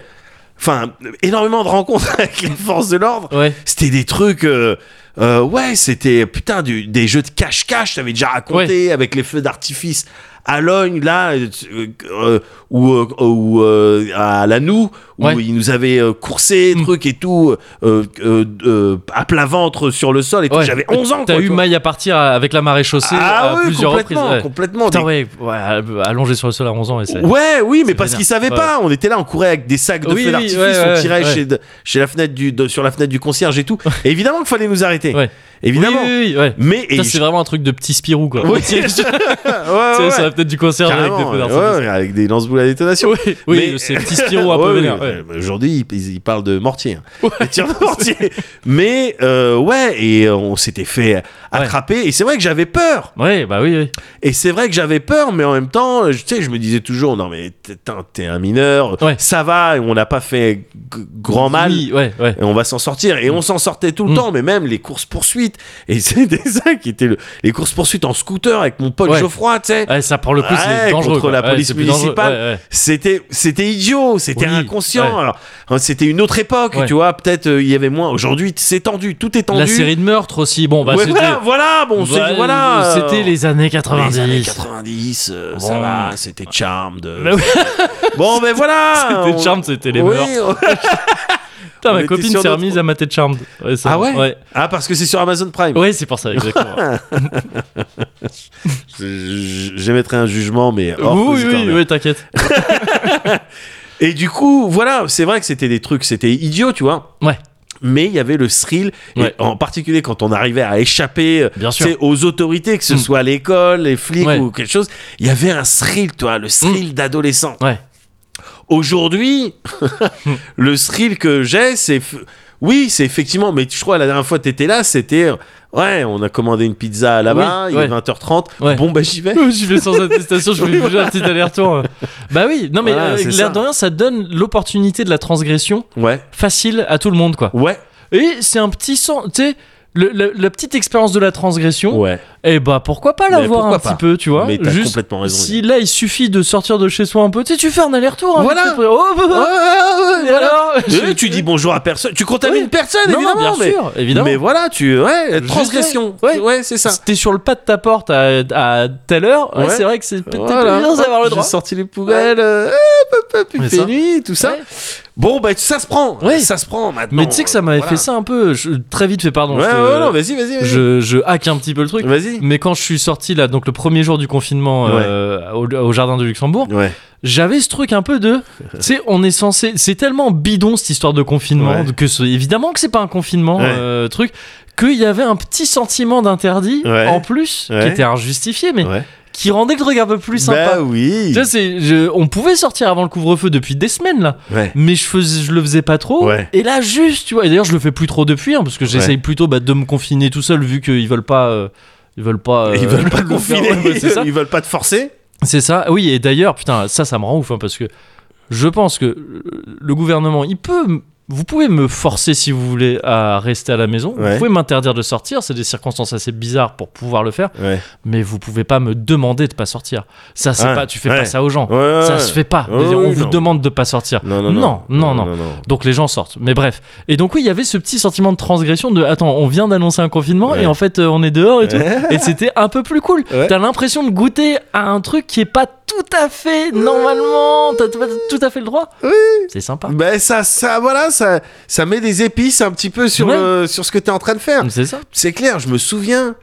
[SPEAKER 2] enfin, énormément de rencontres avec les forces de l'ordre.
[SPEAKER 1] Ouais.
[SPEAKER 2] C'était des trucs. euh, euh, ouais, c'était putain du- des jeux de cache-cache, t'avais déjà raconté avec les feux d'artifice à Logne, là, euh, euh, ou, euh, ou, euh, à la Noue, où
[SPEAKER 1] Ouais. Mm.
[SPEAKER 2] ils nous avaient euh, coursé, trucs et tout, euh, euh, euh, à plat ventre sur le sol et tout.
[SPEAKER 1] Ouais.
[SPEAKER 2] J'avais 11 ans,
[SPEAKER 1] T'as
[SPEAKER 2] quoi,
[SPEAKER 1] eu
[SPEAKER 2] tu vois.
[SPEAKER 1] maille à partir à- avec la marée chaussée
[SPEAKER 2] Ah
[SPEAKER 1] à
[SPEAKER 2] oui,
[SPEAKER 1] plusieurs
[SPEAKER 2] complètement,
[SPEAKER 1] reprises. ouais.
[SPEAKER 2] complètement.
[SPEAKER 1] Putain,
[SPEAKER 2] des-
[SPEAKER 1] ouais, ouais, allongé sur le sol à 11 ans. Et c'est-
[SPEAKER 2] Ouais, oui, mais
[SPEAKER 1] c'est
[SPEAKER 2] parce
[SPEAKER 1] vénère.
[SPEAKER 2] qu'ils savaient
[SPEAKER 1] Ouais.
[SPEAKER 2] pas. On était là, on courait avec des sacs de
[SPEAKER 1] Oui,
[SPEAKER 2] feux
[SPEAKER 1] oui,
[SPEAKER 2] d'artifice,
[SPEAKER 1] ouais,
[SPEAKER 2] on
[SPEAKER 1] ouais,
[SPEAKER 2] tirait
[SPEAKER 1] ouais.
[SPEAKER 2] Chez, de- chez la fenêtre du, de- sur la fenêtre du concierge et tout. Et évidemment qu'il fallait nous arrêter.
[SPEAKER 1] Ouais.
[SPEAKER 2] Évidemment.
[SPEAKER 1] Oui, oui, oui, ouais.
[SPEAKER 2] Mais et
[SPEAKER 1] Ça,
[SPEAKER 2] je-
[SPEAKER 1] c'est vraiment un truc de petit Spirou, quoi.
[SPEAKER 2] Oui.
[SPEAKER 1] Tu sais,
[SPEAKER 2] Ouais, ouais,
[SPEAKER 1] ça
[SPEAKER 2] ouais.
[SPEAKER 1] va tête du concert avec des
[SPEAKER 2] Carrément,
[SPEAKER 1] feux
[SPEAKER 2] ouais,
[SPEAKER 1] d'artifice.
[SPEAKER 2] ouais, avec des lance-boules à détonation.
[SPEAKER 1] Oui, oui, c'est petit Spirou un peu
[SPEAKER 2] Ouais, ouais,
[SPEAKER 1] vénère,
[SPEAKER 2] ouais.
[SPEAKER 1] ouais.
[SPEAKER 2] Mais Aujourd'hui, ils, ils parlent de mortier. hein. Des tirs de mortier. Mais euh, ouais, et euh, on s'était fait attraper. Et c'est vrai que j'avais peur.
[SPEAKER 1] Ouais, bah oui, oui.
[SPEAKER 2] Et c'est vrai que j'avais peur, mais en même temps, je- tu sais, je me disais toujours, non mais t'es- t'es un mineur,
[SPEAKER 1] Ouais.
[SPEAKER 2] ça va, on n'a pas fait g- grand mal.
[SPEAKER 1] Oui, ouais, ouais.
[SPEAKER 2] Et on va s'en sortir. Et on s'en sortait tout le
[SPEAKER 1] Mm.
[SPEAKER 2] temps, mais même les courses-poursuites. Et c'était ça qui était le... les courses-poursuites en scooter avec mon pote
[SPEAKER 1] Ouais.
[SPEAKER 2] Geoffroy, tu sais.
[SPEAKER 1] Ouais, ça pour le coup,
[SPEAKER 2] Ouais,
[SPEAKER 1] c'est dangereux.
[SPEAKER 2] contre
[SPEAKER 1] quoi.
[SPEAKER 2] la
[SPEAKER 1] Ouais,
[SPEAKER 2] police
[SPEAKER 1] c'est plus dangereux,
[SPEAKER 2] municipale.
[SPEAKER 1] ouais, ouais.
[SPEAKER 2] C'était, c'était idiot, c'était
[SPEAKER 1] Oui,
[SPEAKER 2] inconscient.
[SPEAKER 1] ouais.
[SPEAKER 2] Alors, hein, c'était une autre époque,
[SPEAKER 1] Ouais.
[SPEAKER 2] tu vois. Peut-être euh, il y avait moins. Aujourd'hui, c'est tendu, tout est tendu.
[SPEAKER 1] La série de meurtres aussi, bon, bah
[SPEAKER 2] Ouais,
[SPEAKER 1] c'était.
[SPEAKER 2] voilà, voilà, bon, c'est-
[SPEAKER 1] Bah,
[SPEAKER 2] voilà. euh,
[SPEAKER 1] C'était les années 90.
[SPEAKER 2] les années 90, euh, ça
[SPEAKER 1] Bon.
[SPEAKER 2] va, c'était Charmed. euh,
[SPEAKER 1] Bah oui.
[SPEAKER 2] Bon, mais voilà.
[SPEAKER 1] C'était
[SPEAKER 2] on-
[SPEAKER 1] Charmed, c'était les
[SPEAKER 2] Oui,
[SPEAKER 1] meilleurs.
[SPEAKER 2] on-
[SPEAKER 1] Putain,
[SPEAKER 2] on
[SPEAKER 1] ma
[SPEAKER 2] était
[SPEAKER 1] copine
[SPEAKER 2] sur
[SPEAKER 1] s'est
[SPEAKER 2] notre-
[SPEAKER 1] remise à mater Charmed. ça-
[SPEAKER 2] Ah ouais
[SPEAKER 1] Ouais,
[SPEAKER 2] Ah, parce que c'est sur Amazon Prime.
[SPEAKER 1] Ouais, c'est pour ça, exactement.
[SPEAKER 2] Je- J'émettrai un jugement, mais. hors
[SPEAKER 1] oui,
[SPEAKER 2] Cozy
[SPEAKER 1] oui, oui,
[SPEAKER 2] Corner.
[SPEAKER 1] ouais, t'inquiète.
[SPEAKER 2] Et du coup, voilà, c'est vrai que c'était des trucs, c'était idiot, tu vois.
[SPEAKER 1] Ouais.
[SPEAKER 2] Mais il y avait le thrill, et
[SPEAKER 1] Ouais.
[SPEAKER 2] en particulier quand on arrivait à échapper euh,
[SPEAKER 1] Bien
[SPEAKER 2] tu
[SPEAKER 1] sûr.
[SPEAKER 2] sais, aux autorités, que ce
[SPEAKER 1] Mm.
[SPEAKER 2] soit à l'école, les flics
[SPEAKER 1] Ouais. Mm.
[SPEAKER 2] ou quelque chose. Il y avait un thrill, toi, le thrill d'adolescent.
[SPEAKER 1] Ouais.
[SPEAKER 2] Aujourd'hui, le thrill que j'ai, c'est. f- Oui, c'est effectivement, mais je crois la dernière fois que t'étais là, c'était. euh, Ouais, on a commandé une pizza là-bas,
[SPEAKER 1] Oui,
[SPEAKER 2] il
[SPEAKER 1] ouais.
[SPEAKER 2] est 20h30.
[SPEAKER 1] Ouais. Mm.
[SPEAKER 2] Bon, bah j'y vais.
[SPEAKER 1] J'y vais sans attestation, je fais déjà un petit aller-retour. Bah oui, non mais
[SPEAKER 2] Voilà,
[SPEAKER 1] euh,
[SPEAKER 2] c'est ça.
[SPEAKER 1] l'air de rien, ça donne l'opportunité de la transgression
[SPEAKER 2] Ouais.
[SPEAKER 1] facile à tout le monde, quoi.
[SPEAKER 2] Ouais.
[SPEAKER 1] Et c'est un petit sens, tu sais, le- le- la petite expérience de la transgression,
[SPEAKER 2] Ouais.
[SPEAKER 1] et bah pourquoi pas
[SPEAKER 2] Mais
[SPEAKER 1] l'avoir
[SPEAKER 2] pourquoi
[SPEAKER 1] un
[SPEAKER 2] pas
[SPEAKER 1] petit peu, tu vois.
[SPEAKER 2] mais t'as
[SPEAKER 1] Juste,
[SPEAKER 2] complètement raison.
[SPEAKER 1] si là il suffit de sortir de chez soi un peu, tu sais, tu fais un aller-retour. hein,
[SPEAKER 2] Voilà.
[SPEAKER 1] vite fait. Oh, bah, bah, et alors
[SPEAKER 2] Euh, tu dis bonjour à personne, tu contamines
[SPEAKER 1] Oui.
[SPEAKER 2] personne,
[SPEAKER 1] Non,
[SPEAKER 2] évidemment.
[SPEAKER 1] bien
[SPEAKER 2] mais,
[SPEAKER 1] sûr, évidemment.
[SPEAKER 2] mais voilà, tu. Ouais,
[SPEAKER 1] Juste,
[SPEAKER 2] transgression.
[SPEAKER 1] ouais.
[SPEAKER 2] Ouais, c'est ça.
[SPEAKER 1] Si t'es sur le pas de ta porte à, à telle heure, ouais,
[SPEAKER 2] Ouais.
[SPEAKER 1] c'est vrai que c'est peut-être
[SPEAKER 2] Voilà.
[SPEAKER 1] bien d'avoir le
[SPEAKER 2] J'ai
[SPEAKER 1] droit.
[SPEAKER 2] sorti les poubelles, euh, hop, hop, hop, il
[SPEAKER 1] Mais
[SPEAKER 2] fait
[SPEAKER 1] ça.
[SPEAKER 2] nuit, tout ça.
[SPEAKER 1] Ouais.
[SPEAKER 2] Bon, bah, ça se prend.
[SPEAKER 1] Ouais.
[SPEAKER 2] Ça se prend maintenant.
[SPEAKER 1] Mais tu sais que ça m'avait
[SPEAKER 2] Voilà.
[SPEAKER 1] fait ça un peu, je- très vite fait, pardon.
[SPEAKER 2] Ouais,
[SPEAKER 1] je, te-
[SPEAKER 2] ouais, non, vas-y, vas-y. vas-y.
[SPEAKER 1] je, je hack un petit peu le truc.
[SPEAKER 2] Vas-y.
[SPEAKER 1] Mais quand je suis sorti là, donc le premier jour du confinement euh, au, au jardin de Luxembourg,
[SPEAKER 2] Ouais.
[SPEAKER 1] j'avais ce truc un peu de, tu sais, on est censé, c'est tellement bidon cette histoire de confinement
[SPEAKER 2] Ouais.
[SPEAKER 1] que ce- évidemment que c'est pas un confinement
[SPEAKER 2] Ouais.
[SPEAKER 1] euh, truc, qu'il y avait un petit sentiment d'interdit
[SPEAKER 2] Ouais.
[SPEAKER 1] en plus
[SPEAKER 2] Ouais.
[SPEAKER 1] qui était injustifié, mais
[SPEAKER 2] Ouais.
[SPEAKER 1] qui rendait le truc un peu plus sympa.
[SPEAKER 2] Bah oui.
[SPEAKER 1] Tu sais, c'est- je- on pouvait sortir avant le couvre-feu depuis des semaines là,
[SPEAKER 2] Ouais.
[SPEAKER 1] mais je, faisais, je le faisais pas trop.
[SPEAKER 2] Ouais.
[SPEAKER 1] Et là, juste, tu vois, et d'ailleurs, je le fais plus trop depuis, hein, parce que j'essaye plutôt bah, de me confiner tout seul, vu qu'ils veulent pas. euh, ils veulent pas. euh,
[SPEAKER 2] Ils veulent pas
[SPEAKER 1] le faire.
[SPEAKER 2] confiner,
[SPEAKER 1] Ouais, c'est ça.
[SPEAKER 2] ils veulent pas te forcer.
[SPEAKER 1] C'est ça. Oui, et d'ailleurs, putain, ça, ça me rend ouf, hein, parce que je pense que euh, le gouvernement, il peut. m- Vous pouvez me forcer si vous voulez à rester à la maison.
[SPEAKER 2] Ouais.
[SPEAKER 1] Vous pouvez m'interdire de sortir. C'est des circonstances assez bizarres pour pouvoir le faire.
[SPEAKER 2] Ouais.
[SPEAKER 1] Mais vous pouvez pas me demander de pas sortir. Ça, c'est
[SPEAKER 2] Ouais.
[SPEAKER 1] pas. Tu fais
[SPEAKER 2] Ah, Ouais.
[SPEAKER 1] pas ça aux gens.
[SPEAKER 2] Ouais,
[SPEAKER 1] Ça
[SPEAKER 2] ouais.
[SPEAKER 1] se fait pas. Je
[SPEAKER 2] Ouais,
[SPEAKER 1] veux dire,
[SPEAKER 2] ouais,
[SPEAKER 1] on vous
[SPEAKER 2] non.
[SPEAKER 1] demande de pas sortir.
[SPEAKER 2] Non, non, non.
[SPEAKER 1] non, non. Donc les gens sortent. Mais bref. Et donc oui, il y avait ce petit sentiment de transgression de attends, on vient d'annoncer un confinement
[SPEAKER 2] Ouais.
[SPEAKER 1] et en fait euh, on est dehors et tout.
[SPEAKER 2] Ouais.
[SPEAKER 1] Et c'était un peu plus cool.
[SPEAKER 2] Ouais.
[SPEAKER 1] T'as l'impression de goûter à un truc qui est pas tout à fait normalement. T'as pas tout à fait le droit.
[SPEAKER 2] Oui.
[SPEAKER 1] C'est sympa.
[SPEAKER 2] Ben ça, ça, voilà, ça, ça met des épices un petit peu sur
[SPEAKER 1] Ouais.
[SPEAKER 2] le, sur ce que t'es en train de faire.
[SPEAKER 1] C'est ça.
[SPEAKER 2] C'est clair, je me souviens,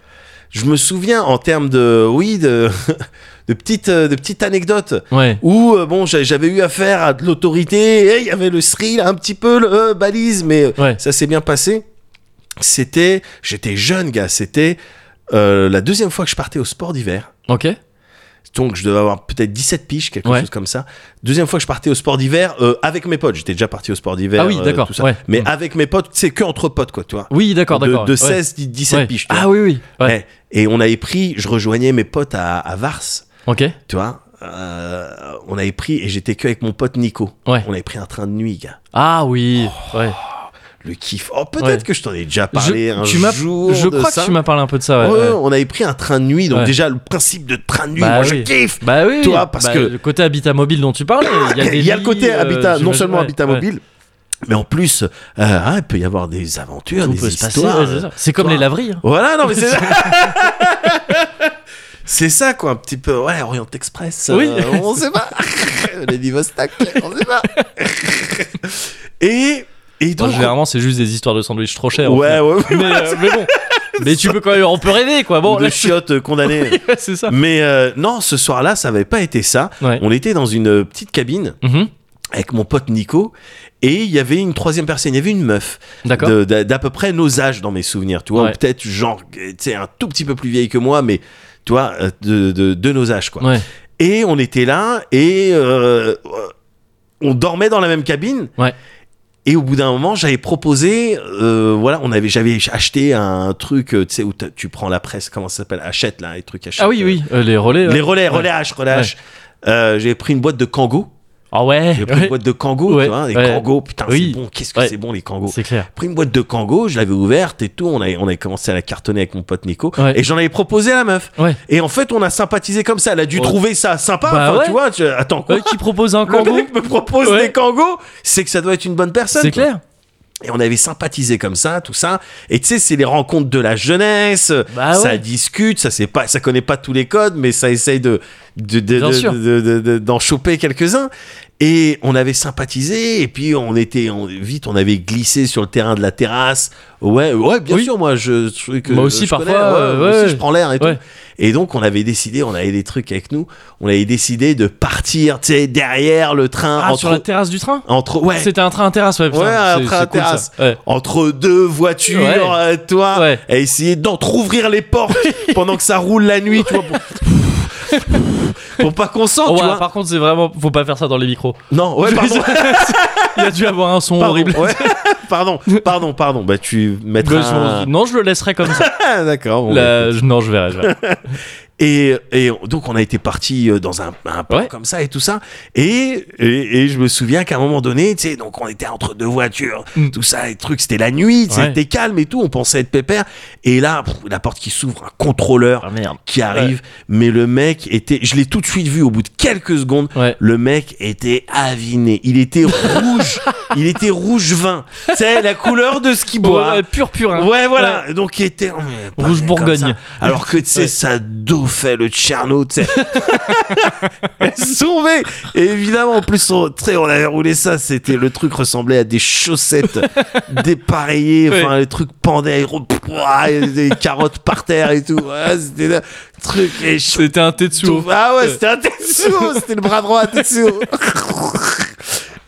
[SPEAKER 2] je me souviens en termes de, oui, de, de petites, euh, de petites anecdotes
[SPEAKER 1] Ouais.
[SPEAKER 2] où euh, bon, j'a- j'avais eu affaire à de l'autorité, et il y avait le thrill, un petit peu le euh, balise, mais euh,
[SPEAKER 1] Ouais.
[SPEAKER 2] ça s'est bien passé. C'était, j'étais jeune gars, c'était euh, la deuxième fois que je partais au sport d'hiver.
[SPEAKER 1] Ok.
[SPEAKER 2] Donc je devais avoir peut-être 17 piges, quelque
[SPEAKER 1] Ouais.
[SPEAKER 2] chose comme ça. Deuxième fois que je partais au sport d'hiver euh, avec mes potes. J'étais déjà parti au sport d'hiver.
[SPEAKER 1] Ah oui,
[SPEAKER 2] euh,
[SPEAKER 1] d'accord,
[SPEAKER 2] tout ça.
[SPEAKER 1] ouais.
[SPEAKER 2] Mais
[SPEAKER 1] Mm.
[SPEAKER 2] avec mes potes, c'est que entre potes, quoi, tu vois.
[SPEAKER 1] Oui, d'accord,
[SPEAKER 2] de,
[SPEAKER 1] d'accord.
[SPEAKER 2] de
[SPEAKER 1] ouais.
[SPEAKER 2] 16, 17
[SPEAKER 1] Ouais.
[SPEAKER 2] piges. tu vois.
[SPEAKER 1] Ah oui, oui. Ouais.
[SPEAKER 2] Ouais. Et on avait pris, je rejoignais mes potes à, à Vars,
[SPEAKER 1] Ok.
[SPEAKER 2] tu vois. Euh, on avait pris, et j'étais que avec mon pote Nico.
[SPEAKER 1] Ouais.
[SPEAKER 2] On avait pris un train de nuit, gars.
[SPEAKER 1] Ah oui.
[SPEAKER 2] Oh,
[SPEAKER 1] Ouais.
[SPEAKER 2] Le kiff. Oh, peut-être
[SPEAKER 1] Ouais.
[SPEAKER 2] que je t'en ai déjà
[SPEAKER 1] Je,
[SPEAKER 2] parlé un
[SPEAKER 1] tu m'as-
[SPEAKER 2] jour.
[SPEAKER 1] je
[SPEAKER 2] de
[SPEAKER 1] crois
[SPEAKER 2] ça.
[SPEAKER 1] que tu m'as parlé un peu de ça. ouais,
[SPEAKER 2] Ouais,
[SPEAKER 1] ouais.
[SPEAKER 2] On avait pris un train de nuit, donc
[SPEAKER 1] Ouais.
[SPEAKER 2] déjà le principe de train de nuit,
[SPEAKER 1] Bah
[SPEAKER 2] moi
[SPEAKER 1] oui.
[SPEAKER 2] je kiffe.
[SPEAKER 1] Bah oui,
[SPEAKER 2] Toi, parce
[SPEAKER 1] bah,
[SPEAKER 2] que-
[SPEAKER 1] le côté habitat mobile dont tu parlais, il y a, des
[SPEAKER 2] Il y a le
[SPEAKER 1] lits,
[SPEAKER 2] côté
[SPEAKER 1] euh,
[SPEAKER 2] habitat, non
[SPEAKER 1] j'imagine-
[SPEAKER 2] seulement
[SPEAKER 1] ouais,
[SPEAKER 2] habitat
[SPEAKER 1] ouais.
[SPEAKER 2] mobile, mais en plus, euh, ah, il peut y avoir des aventures,
[SPEAKER 1] Tout
[SPEAKER 2] des
[SPEAKER 1] peut se passer,
[SPEAKER 2] histoires. euh,
[SPEAKER 1] ouais, c'est ça. C'est comme
[SPEAKER 2] toi.
[SPEAKER 1] les laveries. hein.
[SPEAKER 2] Voilà, non mais c'est ça. c'est ça quoi, un petit peu, ouais, Orient Express. euh,
[SPEAKER 1] Oui.
[SPEAKER 2] on sait pas. Lady Vostok, on sait pas. et et
[SPEAKER 1] Bon,
[SPEAKER 2] donc.
[SPEAKER 1] généralement, c'est juste des histoires de sandwich trop chers. en
[SPEAKER 2] ouais, ouais,
[SPEAKER 1] fait.
[SPEAKER 2] ouais.
[SPEAKER 1] Mais, euh, mais bon, mais tu peux quand même, on peut rêver quoi. Bon,
[SPEAKER 2] Ou de
[SPEAKER 1] là,
[SPEAKER 2] chiottes euh, condamnées.
[SPEAKER 1] ouais, c'est ça.
[SPEAKER 2] Mais euh, non, ce soir-là, ça avait pas été ça.
[SPEAKER 1] Ouais.
[SPEAKER 2] On était dans une petite cabine
[SPEAKER 1] Mhm,
[SPEAKER 2] avec mon pote Nico et il y avait une troisième personne, il y avait une meuf.
[SPEAKER 1] D'accord.
[SPEAKER 2] de- d'a- d'à peu près nos âges dans mes souvenirs, tu vois,
[SPEAKER 1] Ouais.
[SPEAKER 2] ou peut-être genre, tu sais, un tout petit peu plus vieille que moi, mais tu vois, euh, de, de, de nos âges, quoi.
[SPEAKER 1] Ouais.
[SPEAKER 2] Et on était là et euh, on dormait dans la même cabine.
[SPEAKER 1] Ouais.
[SPEAKER 2] Et au bout d'un moment, j'avais proposé, euh, voilà, on avait, j'avais acheté un truc, euh, tu sais, où t'as- tu prends la presse, comment ça s'appelle, achète là, les trucs achète.
[SPEAKER 1] Ah oui,
[SPEAKER 2] euh,
[SPEAKER 1] oui, euh, les relais.
[SPEAKER 2] Les
[SPEAKER 1] ouais.
[SPEAKER 2] relais, relais H, relais H. Euh, j'ai pris une boîte de Kango.
[SPEAKER 1] Ah ouais,
[SPEAKER 2] J'ai pris
[SPEAKER 1] ouais,
[SPEAKER 2] une boîte de Kango,
[SPEAKER 1] Ouais,
[SPEAKER 2] tu vois, les
[SPEAKER 1] ouais.
[SPEAKER 2] Kango, putain,
[SPEAKER 1] Oui.
[SPEAKER 2] c'est bon, qu'est-ce que
[SPEAKER 1] Ouais.
[SPEAKER 2] c'est bon les Kangos.
[SPEAKER 1] c'est clair.
[SPEAKER 2] pris une boîte de Kango, je l'avais ouverte et tout, on avait, on avait commencé à la cartonner avec mon pote Nico,
[SPEAKER 1] Ouais.
[SPEAKER 2] et j'en avais proposé à la meuf.
[SPEAKER 1] Ouais.
[SPEAKER 2] Et en fait, on a sympathisé comme ça, elle a dû
[SPEAKER 1] Ouais.
[SPEAKER 2] trouver ça sympa,
[SPEAKER 1] Bah
[SPEAKER 2] enfin,
[SPEAKER 1] ouais.
[SPEAKER 2] tu vois, je- attends, quoi
[SPEAKER 1] Euh, qui propose un
[SPEAKER 2] Le
[SPEAKER 1] kango
[SPEAKER 2] mec me propose
[SPEAKER 1] Ouais.
[SPEAKER 2] des Kangos, c'est que ça doit être une bonne personne.
[SPEAKER 1] C'est
[SPEAKER 2] quoi.
[SPEAKER 1] clair.
[SPEAKER 2] Et on avait sympathisé comme ça, tout ça. Et tu sais, c'est les rencontres de la jeunesse.
[SPEAKER 1] Bah
[SPEAKER 2] ça
[SPEAKER 1] ouais.
[SPEAKER 2] discute, ça sait pas, ça connaît pas tous les codes, mais ça essaye de, de, de-
[SPEAKER 1] Bien
[SPEAKER 2] de-
[SPEAKER 1] sûr.
[SPEAKER 2] de- de- de- d'en choper quelques-uns. Et on avait sympathisé, et puis on était, on- vite, on avait glissé sur le terrain de la terrasse. Ouais, ouais, bien
[SPEAKER 1] Oui.
[SPEAKER 2] sûr, moi, je, je trouve que
[SPEAKER 1] Moi aussi,
[SPEAKER 2] je connais,
[SPEAKER 1] parfois,
[SPEAKER 2] ouais,
[SPEAKER 1] euh,
[SPEAKER 2] moi aussi,
[SPEAKER 1] ouais.
[SPEAKER 2] je prends l'air et
[SPEAKER 1] Ouais.
[SPEAKER 2] tout. Et donc, on avait décidé, on avait des trucs avec nous, on avait décidé de partir, tu sais, derrière le train,
[SPEAKER 1] Ah,
[SPEAKER 2] entre,
[SPEAKER 1] sur la terrasse du train
[SPEAKER 2] entre, ouais,
[SPEAKER 1] C'était un train à terrasse, ouais. putain,
[SPEAKER 2] Ouais, un
[SPEAKER 1] c'est-
[SPEAKER 2] train à
[SPEAKER 1] c'est cool, ça.
[SPEAKER 2] terrasse. Oh,
[SPEAKER 1] Ouais.
[SPEAKER 2] entre deux voitures,
[SPEAKER 1] Ouais.
[SPEAKER 2] euh, toi,
[SPEAKER 1] Ouais.
[SPEAKER 2] et essayer d'entrouvrir les portes pendant que ça roule la nuit, tu vois, pour, pour pas qu'on sente,
[SPEAKER 1] Oh,
[SPEAKER 2] tu
[SPEAKER 1] ouais,
[SPEAKER 2] vois.
[SPEAKER 1] par contre, c'est vraiment. Faut pas faire ça dans les micros.
[SPEAKER 2] Non, ouais, pardon,
[SPEAKER 1] Il a dû avoir un son
[SPEAKER 2] pardon,
[SPEAKER 1] horrible.
[SPEAKER 2] ouais. pardon, pardon, pardon. Bah, tu mettras.
[SPEAKER 1] Bah, je m'en-
[SPEAKER 2] un-
[SPEAKER 1] Non, je le laisserai comme ça.
[SPEAKER 2] Ah, D'accord. bon, bah,
[SPEAKER 1] Là, je- Non, je verrai. je verrai.
[SPEAKER 2] Et, et donc on a été parti euh, dans un, un port
[SPEAKER 1] Ouais.
[SPEAKER 2] comme ça et tout ça. Et, et, et je me souviens qu'à un moment donné, tu sais, donc on était entre deux voitures,
[SPEAKER 1] Mm.
[SPEAKER 2] tout ça, et truc, c'était la nuit, tu sais,
[SPEAKER 1] Ouais.
[SPEAKER 2] c'était calme et tout, on pensait être pépère. Et là, pff, la porte qui s'ouvre, un contrôleur
[SPEAKER 1] Ah merde.
[SPEAKER 2] qui arrive, mais le mec était, je l'ai tout de suite vu au bout de quelques secondes,
[SPEAKER 1] Ouais.
[SPEAKER 2] le mec était aviné, il était rouge, il était rouge vin, tu sais, la couleur de ce qu'il boit.
[SPEAKER 1] Ouais, euh, pur hein. purin.
[SPEAKER 2] Ouais, voilà. Donc, il était. on est pas
[SPEAKER 1] Rouge
[SPEAKER 2] comme
[SPEAKER 1] Bourgogne.
[SPEAKER 2] ça. Alors que, tu sais,
[SPEAKER 1] Ouais.
[SPEAKER 2] ça daufait le Tcherno, tu sais. Sauvé Et évidemment, en plus, on, tu sais, on avait roulé ça. C'était le truc ressemblait à des chaussettes dépareillées. Enfin, le truc pendait. et- et Des carottes par terre et tout. Ouais, c'était le truc. Et je-
[SPEAKER 1] C'était un Tetsuo.
[SPEAKER 2] tout- Ah ouais,
[SPEAKER 1] Ouais.
[SPEAKER 2] c'était un Tetsuo, c'était le bras droit à Tetsuo.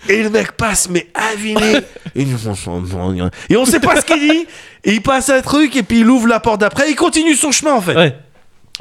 [SPEAKER 2] Et le mec passe, mais aviné. Et, nous, on s'en- on- et on sait pas ce qu'il dit. Et il passe un truc, et puis il ouvre la porte d'après. Il continue son chemin, en fait.
[SPEAKER 1] Ouais.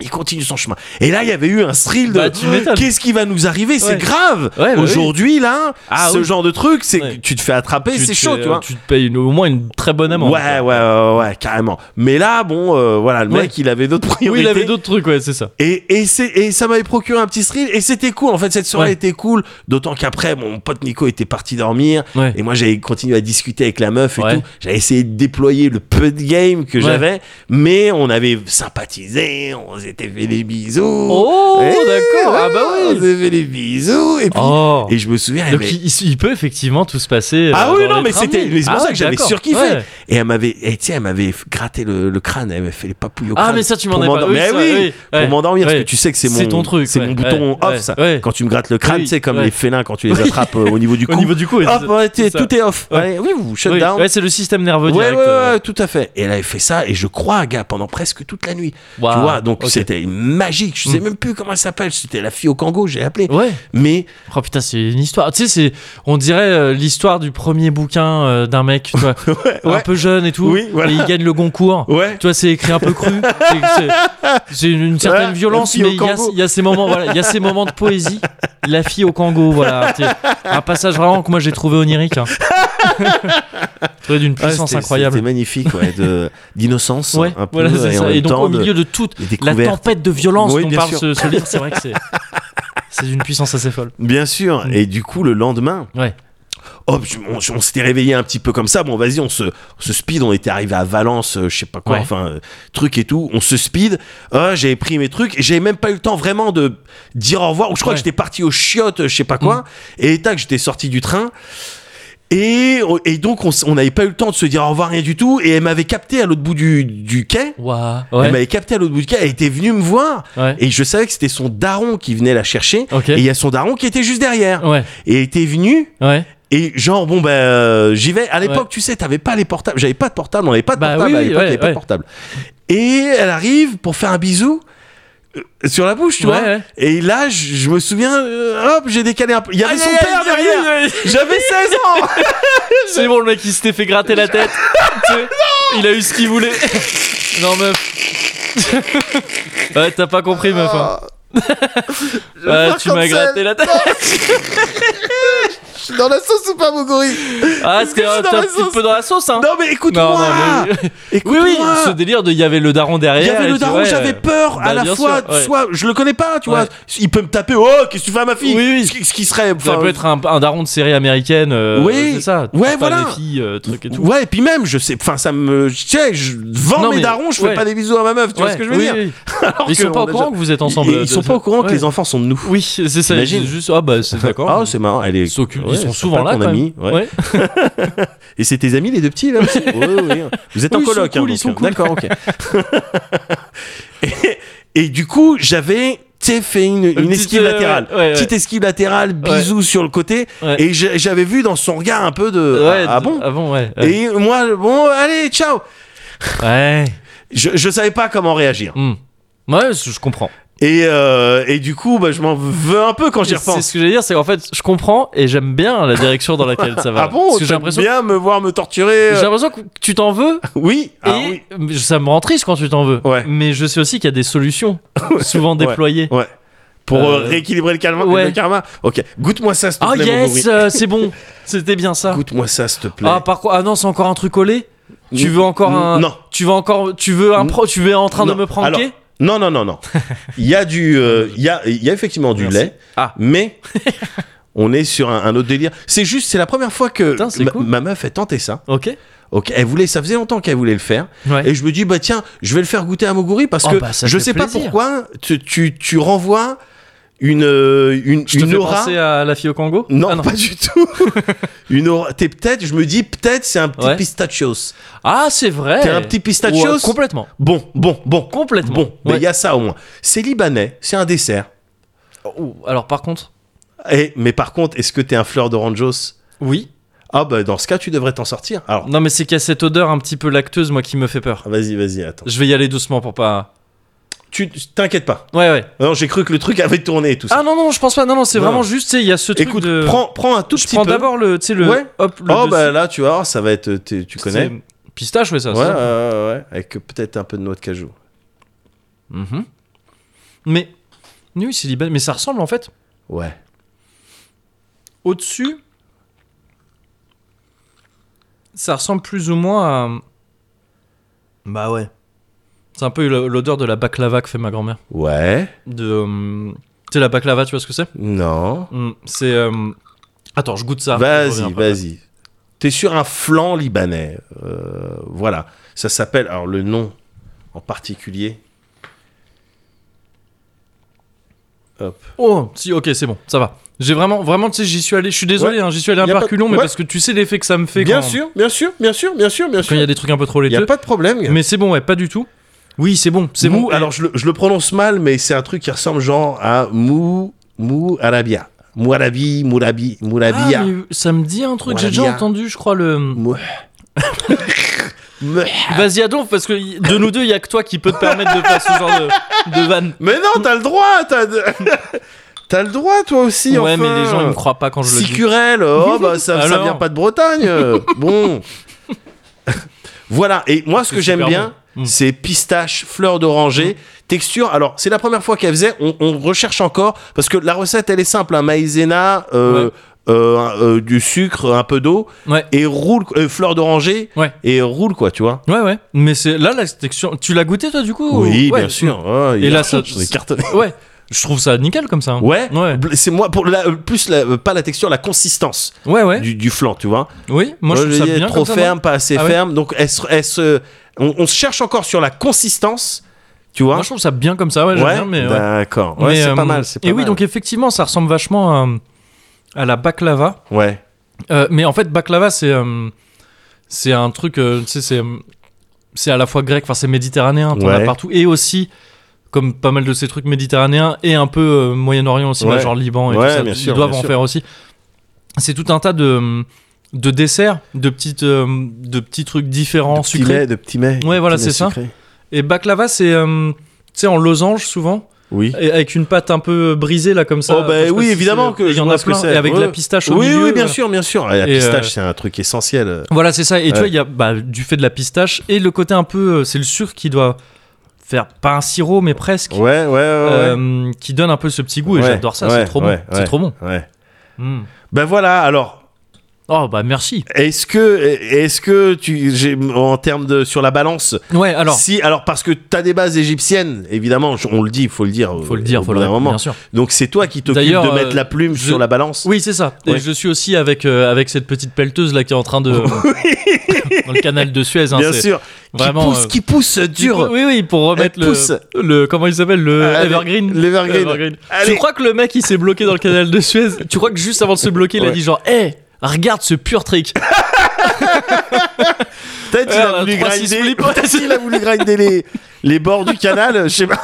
[SPEAKER 2] Il continue son chemin. Et là, il y avait eu un thrill de
[SPEAKER 1] Bah, tu m'étonnes.
[SPEAKER 2] qu'est-ce qui va nous arriver C'est
[SPEAKER 1] Ouais.
[SPEAKER 2] grave.
[SPEAKER 1] Ouais, bah oui.
[SPEAKER 2] Aujourd'hui, là,
[SPEAKER 1] Ah
[SPEAKER 2] ce
[SPEAKER 1] oui.
[SPEAKER 2] genre de truc, c'est
[SPEAKER 1] Ouais.
[SPEAKER 2] que tu te fais attraper,
[SPEAKER 1] Tu
[SPEAKER 2] c'est
[SPEAKER 1] te- euh,
[SPEAKER 2] chaud, tu vois.
[SPEAKER 1] Tu te payes une- au moins une très bonne amende.
[SPEAKER 2] Ouais, ouais,
[SPEAKER 1] quoi.
[SPEAKER 2] ouais, ouais, carrément. Mais là, bon, euh, voilà, le
[SPEAKER 1] Ouais.
[SPEAKER 2] mec, il avait d'autres
[SPEAKER 1] Oui,
[SPEAKER 2] priorités.
[SPEAKER 1] il avait d'autres trucs, ouais, c'est ça.
[SPEAKER 2] Et, et, c'est- et ça m'avait procuré un petit thrill et c'était cool en fait cette soirée
[SPEAKER 1] Ouais.
[SPEAKER 2] était cool d'autant qu'après mon pote Nico était parti dormir
[SPEAKER 1] Ouais.
[SPEAKER 2] et moi j'avais continué à discuter avec la meuf et
[SPEAKER 1] Ouais.
[SPEAKER 2] tout j'avais essayé de déployer le peu de game que
[SPEAKER 1] Ouais.
[SPEAKER 2] j'avais mais on avait sympathisé on s'était fait des bisous
[SPEAKER 1] Oh,
[SPEAKER 2] Eh,
[SPEAKER 1] d'accord.
[SPEAKER 2] ouais,
[SPEAKER 1] Ah bah
[SPEAKER 2] on
[SPEAKER 1] oui.
[SPEAKER 2] s'était fait des bisous et puis
[SPEAKER 1] Oh.
[SPEAKER 2] et je me souviens elle
[SPEAKER 1] Donc
[SPEAKER 2] m'avait-
[SPEAKER 1] il, il- il peut effectivement tout se passer. euh,
[SPEAKER 2] ah oui,
[SPEAKER 1] dans
[SPEAKER 2] non,
[SPEAKER 1] les
[SPEAKER 2] mais
[SPEAKER 1] trains
[SPEAKER 2] c'était.
[SPEAKER 1] de nuit.
[SPEAKER 2] mais C'est pour
[SPEAKER 1] Ah
[SPEAKER 2] ça
[SPEAKER 1] ouais,
[SPEAKER 2] que j'avais
[SPEAKER 1] d'accord.
[SPEAKER 2] surkiffé.
[SPEAKER 1] Ouais.
[SPEAKER 2] Et elle m'avait. Et tu sais, elle m'avait f- gratté le, le crâne, elle m'avait fait les papouilles au
[SPEAKER 1] Ah,
[SPEAKER 2] crâne
[SPEAKER 1] mais ça, tu m'en
[SPEAKER 2] pour
[SPEAKER 1] avais pas-
[SPEAKER 2] m'endormir.
[SPEAKER 1] oui, ça,
[SPEAKER 2] Mais oui,
[SPEAKER 1] oui, ouais.
[SPEAKER 2] pour m'endormir, parce
[SPEAKER 1] Ouais.
[SPEAKER 2] que tu sais que c'est mon.
[SPEAKER 1] C'est ton truc,
[SPEAKER 2] C'est
[SPEAKER 1] ouais,
[SPEAKER 2] mon bouton
[SPEAKER 1] ouais,
[SPEAKER 2] off,
[SPEAKER 1] ouais,
[SPEAKER 2] ça.
[SPEAKER 1] ouais.
[SPEAKER 2] Quand tu me grattes le crâne,
[SPEAKER 1] Oui,
[SPEAKER 2] tu sais, comme
[SPEAKER 1] ouais.
[SPEAKER 2] les félins, quand tu les attrapes euh, au niveau du cou.
[SPEAKER 1] Au niveau du coup, ouais,
[SPEAKER 2] Hop,
[SPEAKER 1] c'est-
[SPEAKER 2] ouais, t'es-
[SPEAKER 1] c'est ça.
[SPEAKER 2] tout est off.
[SPEAKER 1] Ouais.
[SPEAKER 2] Allez, oui, vous, shut
[SPEAKER 1] Oui.
[SPEAKER 2] down.
[SPEAKER 1] Ouais, c'est le système nerveux
[SPEAKER 2] Ouais,
[SPEAKER 1] direct.
[SPEAKER 2] ouais,
[SPEAKER 1] euh.
[SPEAKER 2] ouais, tout à fait. Et elle avait fait ça, et je crois, gars, pendant presque toute la nuit.
[SPEAKER 1] Waouh,
[SPEAKER 2] tu vois, donc
[SPEAKER 1] Ah, ok.
[SPEAKER 2] c'était magique. Je sais
[SPEAKER 1] Mm.
[SPEAKER 2] même plus comment elle s'appelle. C'était la fille au Kango, j'ai appelé.
[SPEAKER 1] Ouais.
[SPEAKER 2] Mais
[SPEAKER 1] Oh putain, c'est une histoire. Tu sais, c'est, on dirait euh, l'histoire du premier bouquin euh, d'un mec, tu vois, un
[SPEAKER 2] ouais.
[SPEAKER 1] peu jeune et tout.
[SPEAKER 2] Oui, voilà.
[SPEAKER 1] Et il gagne le Goncourt.
[SPEAKER 2] Ouais.
[SPEAKER 1] Tu vois, c'est écrit un peu cru. C'est- c'est- C'est une, une certaine
[SPEAKER 2] Ouais,
[SPEAKER 1] violence,
[SPEAKER 2] la fille au
[SPEAKER 1] mais il y, a-
[SPEAKER 2] Kango.
[SPEAKER 1] il y a ces moments, voilà, il y a ces moments de poésie. La fille au Kango, voilà. tu sais. Un passage vraiment que moi j'ai trouvé onirique. hein. trouvé d'une
[SPEAKER 2] Ouais,
[SPEAKER 1] puissance
[SPEAKER 2] c'était-
[SPEAKER 1] incroyable.
[SPEAKER 2] C'était magnifique, ouais, de- d'innocence.
[SPEAKER 1] Ouais,
[SPEAKER 2] un peu,
[SPEAKER 1] voilà, c'est
[SPEAKER 2] et en
[SPEAKER 1] ça.
[SPEAKER 2] même
[SPEAKER 1] Et donc
[SPEAKER 2] temps
[SPEAKER 1] au
[SPEAKER 2] de-
[SPEAKER 1] milieu de toute
[SPEAKER 2] des
[SPEAKER 1] la
[SPEAKER 2] découvertes.
[SPEAKER 1] tempête de violence
[SPEAKER 2] Oui,
[SPEAKER 1] dont
[SPEAKER 2] bien
[SPEAKER 1] parle
[SPEAKER 2] sûr.
[SPEAKER 1] ce, ce livre, c'est vrai que c'est c'est d'une puissance assez folle.
[SPEAKER 2] Bien sûr. Et du coup, le lendemain,
[SPEAKER 1] Mm. Ouais.
[SPEAKER 2] hop, je- on, on s'était réveillé un petit peu comme ça. Bon, vas-y, on se, on se speed. On était arrivé à Valence, euh, je sais pas quoi,
[SPEAKER 1] Ouais.
[SPEAKER 2] enfin, euh, truc et tout. On se speed. Ah, j'avais pris mes trucs. et J'avais même pas eu le temps vraiment de dire au revoir. Ou je crois
[SPEAKER 1] Ouais. Mm.
[SPEAKER 2] que j'étais parti au chiottes, euh, je sais pas quoi. Et tac, j'étais sorti du train. Et, et donc, on s- on n'avait pas eu le temps de se dire au revoir, rien du tout. Et elle m'avait capté à l'autre bout du, du quai.
[SPEAKER 1] Waouh.
[SPEAKER 2] Elle
[SPEAKER 1] Ouais.
[SPEAKER 2] m'avait capté à l'autre bout du quai. Elle était venue me voir.
[SPEAKER 1] Ouais.
[SPEAKER 2] Et je savais que c'était son daron qui venait la chercher.
[SPEAKER 1] Ok. Oh.
[SPEAKER 2] Et il y a son daron qui était juste derrière.
[SPEAKER 1] Ouais.
[SPEAKER 2] Et elle était venue.
[SPEAKER 1] Ouais.
[SPEAKER 2] Et genre, bon, ben, euh, j'y vais. À l'époque,
[SPEAKER 1] Ouais.
[SPEAKER 2] tu sais, t'avais pas les portables. J'avais pas de portable. On avait pas de
[SPEAKER 1] Bah
[SPEAKER 2] portable.
[SPEAKER 1] oui,
[SPEAKER 2] à
[SPEAKER 1] oui,
[SPEAKER 2] l'époque, il y avait
[SPEAKER 1] ouais,
[SPEAKER 2] pas de
[SPEAKER 1] ouais.
[SPEAKER 2] portable. Et elle arrive pour faire un bisou euh, sur la bouche, tu
[SPEAKER 1] Ouais,
[SPEAKER 2] vois.
[SPEAKER 1] ouais.
[SPEAKER 2] Et là, je, je me souviens, euh, hop, j'ai décalé un peu. Il y avait son père derrière. J'avais 16 ans.
[SPEAKER 1] C'est bon, le mec il s'était fait gratter la tête. Tu sais, il a eu ce qu'il voulait. non, meuf. ouais, t'as pas compris, meuf. hein.
[SPEAKER 2] Ah. Je vais
[SPEAKER 1] Ah,
[SPEAKER 2] faire
[SPEAKER 1] tu m'as
[SPEAKER 2] cancel.
[SPEAKER 1] gratté la tête.
[SPEAKER 2] Je suis dans la sauce ou pas, Mogori
[SPEAKER 1] Ah, c'était
[SPEAKER 2] Je suis
[SPEAKER 1] un,
[SPEAKER 2] dans
[SPEAKER 1] t'es un
[SPEAKER 2] la
[SPEAKER 1] petit
[SPEAKER 2] sauce.
[SPEAKER 1] peu dans la sauce, hein.
[SPEAKER 2] Non, mais écoute-moi
[SPEAKER 1] mais-
[SPEAKER 2] Écoute
[SPEAKER 1] Oui, oui, ce délire de il y avait le daron
[SPEAKER 2] Il y
[SPEAKER 1] derrière.
[SPEAKER 2] avait
[SPEAKER 1] et
[SPEAKER 2] le
[SPEAKER 1] tu
[SPEAKER 2] daron,
[SPEAKER 1] vois,
[SPEAKER 2] j'avais
[SPEAKER 1] euh,
[SPEAKER 2] peur
[SPEAKER 1] bah,
[SPEAKER 2] à la
[SPEAKER 1] bien
[SPEAKER 2] fois,
[SPEAKER 1] sûr, ouais.
[SPEAKER 2] soit je le connais pas, tu
[SPEAKER 1] Ouais.
[SPEAKER 2] vois, il peut me taper, oh, qu'est-ce que tu fais à ma fille
[SPEAKER 1] Oui, oui.
[SPEAKER 2] Ce, qui, ce qui serait.
[SPEAKER 1] Ça
[SPEAKER 2] enfin,
[SPEAKER 1] peut être un, un daron de série américaine. euh,
[SPEAKER 2] Oui.
[SPEAKER 1] c'est ça.
[SPEAKER 2] Ouais,
[SPEAKER 1] Pas
[SPEAKER 2] voilà.
[SPEAKER 1] Des filles, euh, truc et tout.
[SPEAKER 2] Ouais, et puis même, je sais, enfin, ça me. Tu sais, je vends
[SPEAKER 1] Non,
[SPEAKER 2] mes
[SPEAKER 1] mais-
[SPEAKER 2] darons, je
[SPEAKER 1] ouais.
[SPEAKER 2] fais pas des bisous à ma meuf, tu vois
[SPEAKER 1] Ouais,
[SPEAKER 2] ce que je veux
[SPEAKER 1] oui,
[SPEAKER 2] dire
[SPEAKER 1] oui.
[SPEAKER 2] Alors
[SPEAKER 1] Ils
[SPEAKER 2] que
[SPEAKER 1] sont pas
[SPEAKER 2] on
[SPEAKER 1] au
[SPEAKER 2] a
[SPEAKER 1] courant
[SPEAKER 2] déjà-
[SPEAKER 1] que vous êtes
[SPEAKER 2] Ils-
[SPEAKER 1] ensemble.
[SPEAKER 2] Ils,
[SPEAKER 1] euh,
[SPEAKER 2] sont
[SPEAKER 1] de-
[SPEAKER 2] pas au courant que
[SPEAKER 1] Ouais.
[SPEAKER 2] les enfants sont de nous.
[SPEAKER 1] Oui, c'est ça.
[SPEAKER 2] T'imagines
[SPEAKER 1] ils- Juste, ah bah c'est d'accord.
[SPEAKER 2] Ah, c'est marrant, elle est.
[SPEAKER 1] Ils s'occupent-
[SPEAKER 2] Ouais,
[SPEAKER 1] ils sont
[SPEAKER 2] c'est
[SPEAKER 1] souvent là
[SPEAKER 2] pas ton
[SPEAKER 1] quand
[SPEAKER 2] ami,
[SPEAKER 1] même.
[SPEAKER 2] ouais. Et c'est tes amis, les deux petits, là aussi Ouais, ouais. Vous êtes
[SPEAKER 1] Oui,
[SPEAKER 2] en
[SPEAKER 1] ils sont
[SPEAKER 2] coloc, hein,
[SPEAKER 1] cool,
[SPEAKER 2] donc,
[SPEAKER 1] ils sont
[SPEAKER 2] hein.
[SPEAKER 1] cool.
[SPEAKER 2] D'accord, ok. et, et du coup, j'avais tu sais, fait une, une
[SPEAKER 1] petite,
[SPEAKER 2] esquive
[SPEAKER 1] euh,
[SPEAKER 2] latérale.
[SPEAKER 1] ouais, ouais,
[SPEAKER 2] Petite
[SPEAKER 1] ouais.
[SPEAKER 2] esquive latérale, bisous sur le côté.
[SPEAKER 1] Ouais.
[SPEAKER 2] Et j'a- j'avais vu dans son regard un peu de.
[SPEAKER 1] Ouais,
[SPEAKER 2] ah, ah bon
[SPEAKER 1] Ah bon, ouais. ouais.
[SPEAKER 2] Et moi, bon, allez, ciao
[SPEAKER 1] Ouais.
[SPEAKER 2] Je, je savais pas comment réagir.
[SPEAKER 1] Hmm. Ouais, je je comprends.
[SPEAKER 2] Et, euh, et du coup, bah, je m'en veux un peu quand j'y
[SPEAKER 1] C'est c'est
[SPEAKER 2] repense.
[SPEAKER 1] ce que j'allais dire, c'est qu'en fait, je comprends et j'aime bien la direction dans laquelle ça va.
[SPEAKER 2] Ah bon
[SPEAKER 1] Parce que j'ai
[SPEAKER 2] J'aime
[SPEAKER 1] l'impression
[SPEAKER 2] bien me voir me torturer. euh,
[SPEAKER 1] J'ai l'impression que tu t'en veux
[SPEAKER 2] Oui, ah
[SPEAKER 1] et ça me rend triste quand tu t'en veux.
[SPEAKER 2] Ouais.
[SPEAKER 1] Mais je sais aussi qu'il y a des solutions souvent déployées.
[SPEAKER 2] oui. Ouais. Pour euh,
[SPEAKER 1] Euh,
[SPEAKER 2] rééquilibrer le, calma,
[SPEAKER 1] ouais.
[SPEAKER 2] le karma. Ok, goûte-moi ça, s'il te
[SPEAKER 1] Ah
[SPEAKER 2] plaît. mon
[SPEAKER 1] yes,
[SPEAKER 2] gorille.
[SPEAKER 1] euh, c'est bon, c'était bien ça.
[SPEAKER 2] Goûte-moi ça, s'il te plaît.
[SPEAKER 1] Ah par quoi Ah non, c'est encore un truc collé. Tu veux encore
[SPEAKER 2] N-
[SPEAKER 1] un
[SPEAKER 2] non.
[SPEAKER 1] Tu veux encore Tu veux un
[SPEAKER 2] N-
[SPEAKER 1] pro Tu veux en train
[SPEAKER 2] Non,
[SPEAKER 1] de me
[SPEAKER 2] alors,
[SPEAKER 1] pranker
[SPEAKER 2] Non, non, non, non. Il y a du, euh, il y a, il y a effectivement du
[SPEAKER 1] Merci.
[SPEAKER 2] lait,
[SPEAKER 1] Ah.
[SPEAKER 2] mais on est sur un, un autre délire. C'est juste, c'est la première fois que
[SPEAKER 1] Putain, c'est
[SPEAKER 2] ma,
[SPEAKER 1] cool.
[SPEAKER 2] ma meuf a tenté ça.
[SPEAKER 1] Ok.
[SPEAKER 2] Ok, elle voulait, ça faisait longtemps qu'elle voulait le faire.
[SPEAKER 1] Ouais.
[SPEAKER 2] Et je me dis, bah tiens, je vais le faire goûter à Moguri parce
[SPEAKER 1] Oh,
[SPEAKER 2] que
[SPEAKER 1] bah, ça
[SPEAKER 2] je
[SPEAKER 1] fait
[SPEAKER 2] sais pas
[SPEAKER 1] plaisir.
[SPEAKER 2] pourquoi tu, tu, tu renvoies une, euh, une,
[SPEAKER 1] Je te
[SPEAKER 2] une
[SPEAKER 1] fais
[SPEAKER 2] aura.
[SPEAKER 1] penser à la fille au Congo
[SPEAKER 2] Non,
[SPEAKER 1] ah, non.
[SPEAKER 2] pas du tout. une aura. T'es peut-être, je me dis, peut-être c'est un petit
[SPEAKER 1] Ouais.
[SPEAKER 2] pistachios.
[SPEAKER 1] Ah, c'est vrai.
[SPEAKER 2] T'es un petit pistachios
[SPEAKER 1] Ouais, complètement.
[SPEAKER 2] Bon, bon, bon.
[SPEAKER 1] Complètement.
[SPEAKER 2] Bon, mais il
[SPEAKER 1] Ouais.
[SPEAKER 2] y a ça au moins. C'est libanais, c'est un dessert.
[SPEAKER 1] Ouh, Alors par contre,
[SPEAKER 2] Et, mais par contre, est-ce que t'es un fleur d'orangeos
[SPEAKER 1] oui.
[SPEAKER 2] Ah bah dans ce cas, tu devrais t'en sortir. Alors,
[SPEAKER 1] Non mais c'est qu'il y a cette odeur un petit peu lacteuse moi qui me fait peur.
[SPEAKER 2] vas-y, vas-y, attends.
[SPEAKER 1] Je vais y aller doucement pour pas.
[SPEAKER 2] Tu t'inquiète pas.
[SPEAKER 1] Ouais ouais.
[SPEAKER 2] Non, j'ai cru que le truc avait tourné et tout ça.
[SPEAKER 1] Ah non non, je pense pas. Non non, c'est
[SPEAKER 2] Non.
[SPEAKER 1] vraiment juste tu sais, il y a ce truc
[SPEAKER 2] Écoute,
[SPEAKER 1] de
[SPEAKER 2] prends, prends un tout
[SPEAKER 1] je
[SPEAKER 2] petit
[SPEAKER 1] prends
[SPEAKER 2] peu.
[SPEAKER 1] d'abord le tu sais le
[SPEAKER 2] Ouais.
[SPEAKER 1] hop le
[SPEAKER 2] Oh bah
[SPEAKER 1] dessus.
[SPEAKER 2] là, tu vois, alors, ça va être, t'es- tu connais.
[SPEAKER 1] C'est pistache ouais ça.
[SPEAKER 2] Ouais,
[SPEAKER 1] c'est
[SPEAKER 2] ouais,
[SPEAKER 1] ça.
[SPEAKER 2] ouais, ouais. avec peut-être un peu de noix de cajou.
[SPEAKER 1] Mhm. Mais oui, c'est libanais, mais ça ressemble en fait
[SPEAKER 2] Ouais.
[SPEAKER 1] au-dessus ça ressemble plus ou moins à bah ouais. C'est un peu le- l'odeur de la baklava que fait ma grand-mère.
[SPEAKER 2] Ouais.
[SPEAKER 1] De hum, tu sais la baklava, tu vois ce que c'est
[SPEAKER 2] Non.
[SPEAKER 1] Hum, C'est euh, Attends, je goûte ça. Je reviens
[SPEAKER 2] Vas-y,
[SPEAKER 1] après.
[SPEAKER 2] vas-y. T'es sur un flanc libanais. Euh, voilà. Ça s'appelle. Alors, le nom en particulier. Hop.
[SPEAKER 1] Oh, si, ok, c'est bon, ça va. J'ai vraiment, vraiment, tu sais, j'y suis allé, je suis désolé, hein, j'y suis allé un
[SPEAKER 2] Y
[SPEAKER 1] peu
[SPEAKER 2] a
[SPEAKER 1] à
[SPEAKER 2] pas de-
[SPEAKER 1] reculons, mais
[SPEAKER 2] ouais.
[SPEAKER 1] parce que tu sais l'effet que ça me fait
[SPEAKER 2] Bien
[SPEAKER 1] quand,
[SPEAKER 2] sûr, bien sûr, bien sûr, bien sûr, bien
[SPEAKER 1] quand il y
[SPEAKER 2] sûr.
[SPEAKER 1] a des trucs un peu trop
[SPEAKER 2] Il n'y a
[SPEAKER 1] laiteux.
[SPEAKER 2] pas de problème.
[SPEAKER 1] Mais c'est bon, ouais, pas du tout. Oui, c'est bon, c'est
[SPEAKER 2] Mou,
[SPEAKER 1] bon.
[SPEAKER 2] Alors, je le, je le prononce mal, mais c'est un truc qui ressemble genre à Mou, Mou Arabia. Mou Arabi, Mourabi,
[SPEAKER 1] Ah,
[SPEAKER 2] Mourabia.
[SPEAKER 1] mais ça me dit un truc, j'ai déjà
[SPEAKER 2] Mourabia.
[SPEAKER 1] entendu, je crois, le.
[SPEAKER 2] Mouh. Mouh.
[SPEAKER 1] Vas-y, Adolphe, parce que y- de nous deux, il y a que toi qui peut te permettre de faire ce genre de, de vanne.
[SPEAKER 2] Mais non, t'as le droit, t'as t'as le droit toi aussi.
[SPEAKER 1] Ouais,
[SPEAKER 2] enfin.
[SPEAKER 1] mais les gens, ils me croient pas quand je le dis.
[SPEAKER 2] Sicurel, oh bah ça, ça
[SPEAKER 1] Alors
[SPEAKER 2] vient pas de Bretagne. euh, bon. voilà, et moi ce
[SPEAKER 1] C'est
[SPEAKER 2] que j'aime
[SPEAKER 1] super
[SPEAKER 2] bien,
[SPEAKER 1] bon. Mm.
[SPEAKER 2] c'est pistache, fleur d'oranger, texture. Alors c'est la première fois qu'elle faisait, on, on recherche encore, parce que la recette elle est simple, hein, maïzena, euh,
[SPEAKER 1] Ouais.
[SPEAKER 2] euh, euh, du sucre, un peu d'eau,
[SPEAKER 1] Ouais.
[SPEAKER 2] et roule, euh, fleur d'oranger,
[SPEAKER 1] Ouais.
[SPEAKER 2] et roule quoi, tu vois.
[SPEAKER 1] Ouais, ouais. Mais c'est là, la texture. Tu l'as goûté, toi, du coup
[SPEAKER 2] Oui,
[SPEAKER 1] ou- ouais, Mm.
[SPEAKER 2] bien sûr. Oh, il
[SPEAKER 1] Et
[SPEAKER 2] a-
[SPEAKER 1] là, ça-
[SPEAKER 2] j'en ai cartonné.
[SPEAKER 1] Ouais. Je trouve ça nickel comme ça. hein.
[SPEAKER 2] Ouais,
[SPEAKER 1] Ouais.
[SPEAKER 2] Bl- c'est moi pour la, euh, plus la, euh, pas la texture, la consistance
[SPEAKER 1] Ouais, ouais.
[SPEAKER 2] du, du flan, tu vois.
[SPEAKER 1] Oui, moi, je
[SPEAKER 2] Moi,
[SPEAKER 1] trouve ça
[SPEAKER 2] dis,
[SPEAKER 1] bien.
[SPEAKER 2] trop
[SPEAKER 1] comme ça, moi.
[SPEAKER 2] ferme, pas assez
[SPEAKER 1] Ah ouais.
[SPEAKER 2] ferme. Donc elle se, elle se- on, on se cherche encore sur la consistance, tu vois.
[SPEAKER 1] Moi, je trouve ça bien comme ça, ouais, j'aime
[SPEAKER 2] hein. Ouais,
[SPEAKER 1] bien, mais. ouais.
[SPEAKER 2] d'accord. Ouais,
[SPEAKER 1] Mais,
[SPEAKER 2] c'est
[SPEAKER 1] euh,
[SPEAKER 2] pas mal. c'est pas
[SPEAKER 1] et oui,
[SPEAKER 2] mal.
[SPEAKER 1] donc effectivement, ça ressemble vachement à, à la baklava.
[SPEAKER 2] ouais.
[SPEAKER 1] Euh, mais en fait, baklava, c'est euh, c'est un truc, euh, tu sais, c'est euh, c'est à la fois grec, enfin c'est méditerranéen, t'en as
[SPEAKER 2] Ouais.
[SPEAKER 1] partout, et aussi comme pas mal de ces trucs méditerranéens et un peu euh, Moyen-Orient aussi,
[SPEAKER 2] Ouais.
[SPEAKER 1] bah, genre Liban et
[SPEAKER 2] Ouais,
[SPEAKER 1] tout ça,
[SPEAKER 2] bien
[SPEAKER 1] ils
[SPEAKER 2] sûr,
[SPEAKER 1] doivent
[SPEAKER 2] bien
[SPEAKER 1] en
[SPEAKER 2] sûr.
[SPEAKER 1] faire aussi. C'est tout un tas de de desserts, de petites euh, de petits trucs différents,
[SPEAKER 2] de petits
[SPEAKER 1] sucrés.
[SPEAKER 2] mets, de petits mets.
[SPEAKER 1] Ouais,
[SPEAKER 2] de
[SPEAKER 1] voilà,
[SPEAKER 2] petits mets
[SPEAKER 1] c'est ça.
[SPEAKER 2] sucrés.
[SPEAKER 1] Et baklava, c'est euh, tu sais en losange souvent.
[SPEAKER 2] Oui.
[SPEAKER 1] Et avec une pâte un peu brisée là comme ça.
[SPEAKER 2] Oh, bah
[SPEAKER 1] Enfin, je sais pas
[SPEAKER 2] oui,
[SPEAKER 1] si
[SPEAKER 2] évidemment
[SPEAKER 1] c'est-
[SPEAKER 2] que
[SPEAKER 1] il
[SPEAKER 2] je
[SPEAKER 1] y en
[SPEAKER 2] vois
[SPEAKER 1] a
[SPEAKER 2] ce que
[SPEAKER 1] plein
[SPEAKER 2] c'est.
[SPEAKER 1] et avec de
[SPEAKER 2] Ouais.
[SPEAKER 1] la pistache au
[SPEAKER 2] Oui,
[SPEAKER 1] milieu.
[SPEAKER 2] oui, bien
[SPEAKER 1] euh.
[SPEAKER 2] sûr, bien sûr. Ah, La
[SPEAKER 1] Et,
[SPEAKER 2] pistache,
[SPEAKER 1] euh,
[SPEAKER 2] c'est un truc essentiel. euh.
[SPEAKER 1] Voilà, c'est ça. Et tu
[SPEAKER 2] Ouais.
[SPEAKER 1] vois, il y a bah, du fait de la pistache et le côté un peu, euh, c'est le sucre qui doit faire pas un sirop, mais presque.
[SPEAKER 2] Ouais, ouais, ouais. ouais.
[SPEAKER 1] euh, qui donne un peu ce petit goût et
[SPEAKER 2] Ouais,
[SPEAKER 1] j'adore ça,
[SPEAKER 2] ouais,
[SPEAKER 1] c'est trop bon.
[SPEAKER 2] ouais,
[SPEAKER 1] c'est
[SPEAKER 2] ouais,
[SPEAKER 1] trop bon.
[SPEAKER 2] ouais.
[SPEAKER 1] Mm.
[SPEAKER 2] Ben voilà, alors,
[SPEAKER 1] Oh bah merci.
[SPEAKER 2] Est-ce que, est-ce que tu, j'ai- en termes de sur la balance,
[SPEAKER 1] Ouais, alors,
[SPEAKER 2] si, alors parce que t'as des bases égyptiennes, évidemment, je- on le dit, faut le dire, euh,
[SPEAKER 1] faut le dire,
[SPEAKER 2] au
[SPEAKER 1] faut
[SPEAKER 2] bout
[SPEAKER 1] le
[SPEAKER 2] d'un
[SPEAKER 1] dire,
[SPEAKER 2] moment.
[SPEAKER 1] bien sûr.
[SPEAKER 2] Donc c'est toi qui t'occupes
[SPEAKER 1] D'ailleurs,
[SPEAKER 2] de
[SPEAKER 1] euh,
[SPEAKER 2] mettre la plume
[SPEAKER 1] je-
[SPEAKER 2] sur la balance.
[SPEAKER 1] Oui, c'est ça. Et
[SPEAKER 2] Ouais.
[SPEAKER 1] je suis aussi avec, euh, avec cette petite pelleteuse là qui est en train de. dans le canal de Suez. hein,
[SPEAKER 2] bien
[SPEAKER 1] c'est
[SPEAKER 2] sûr,
[SPEAKER 1] Vraiment.
[SPEAKER 2] qui pousse,
[SPEAKER 1] euh,
[SPEAKER 2] qui pousse dur.
[SPEAKER 1] Oui, oui, pour remettre
[SPEAKER 2] Elle
[SPEAKER 1] le,
[SPEAKER 2] pousse.
[SPEAKER 1] le- Comment il s'appelle Le
[SPEAKER 2] Allez,
[SPEAKER 1] Evergreen.
[SPEAKER 2] l'Evergreen. Allez.
[SPEAKER 1] Tu crois que le mec il s'est bloqué dans le canal de Suez Tu crois que juste avant de se bloquer, il a
[SPEAKER 2] Ouais.
[SPEAKER 1] dit genre, hé, regarde ce pur trick
[SPEAKER 2] Peut-être il
[SPEAKER 1] Euh,
[SPEAKER 2] a voulu
[SPEAKER 1] trois, six
[SPEAKER 2] grinder,
[SPEAKER 1] flips.
[SPEAKER 2] peut-être il a voulu grinder les, les bords du canal, je sais pas.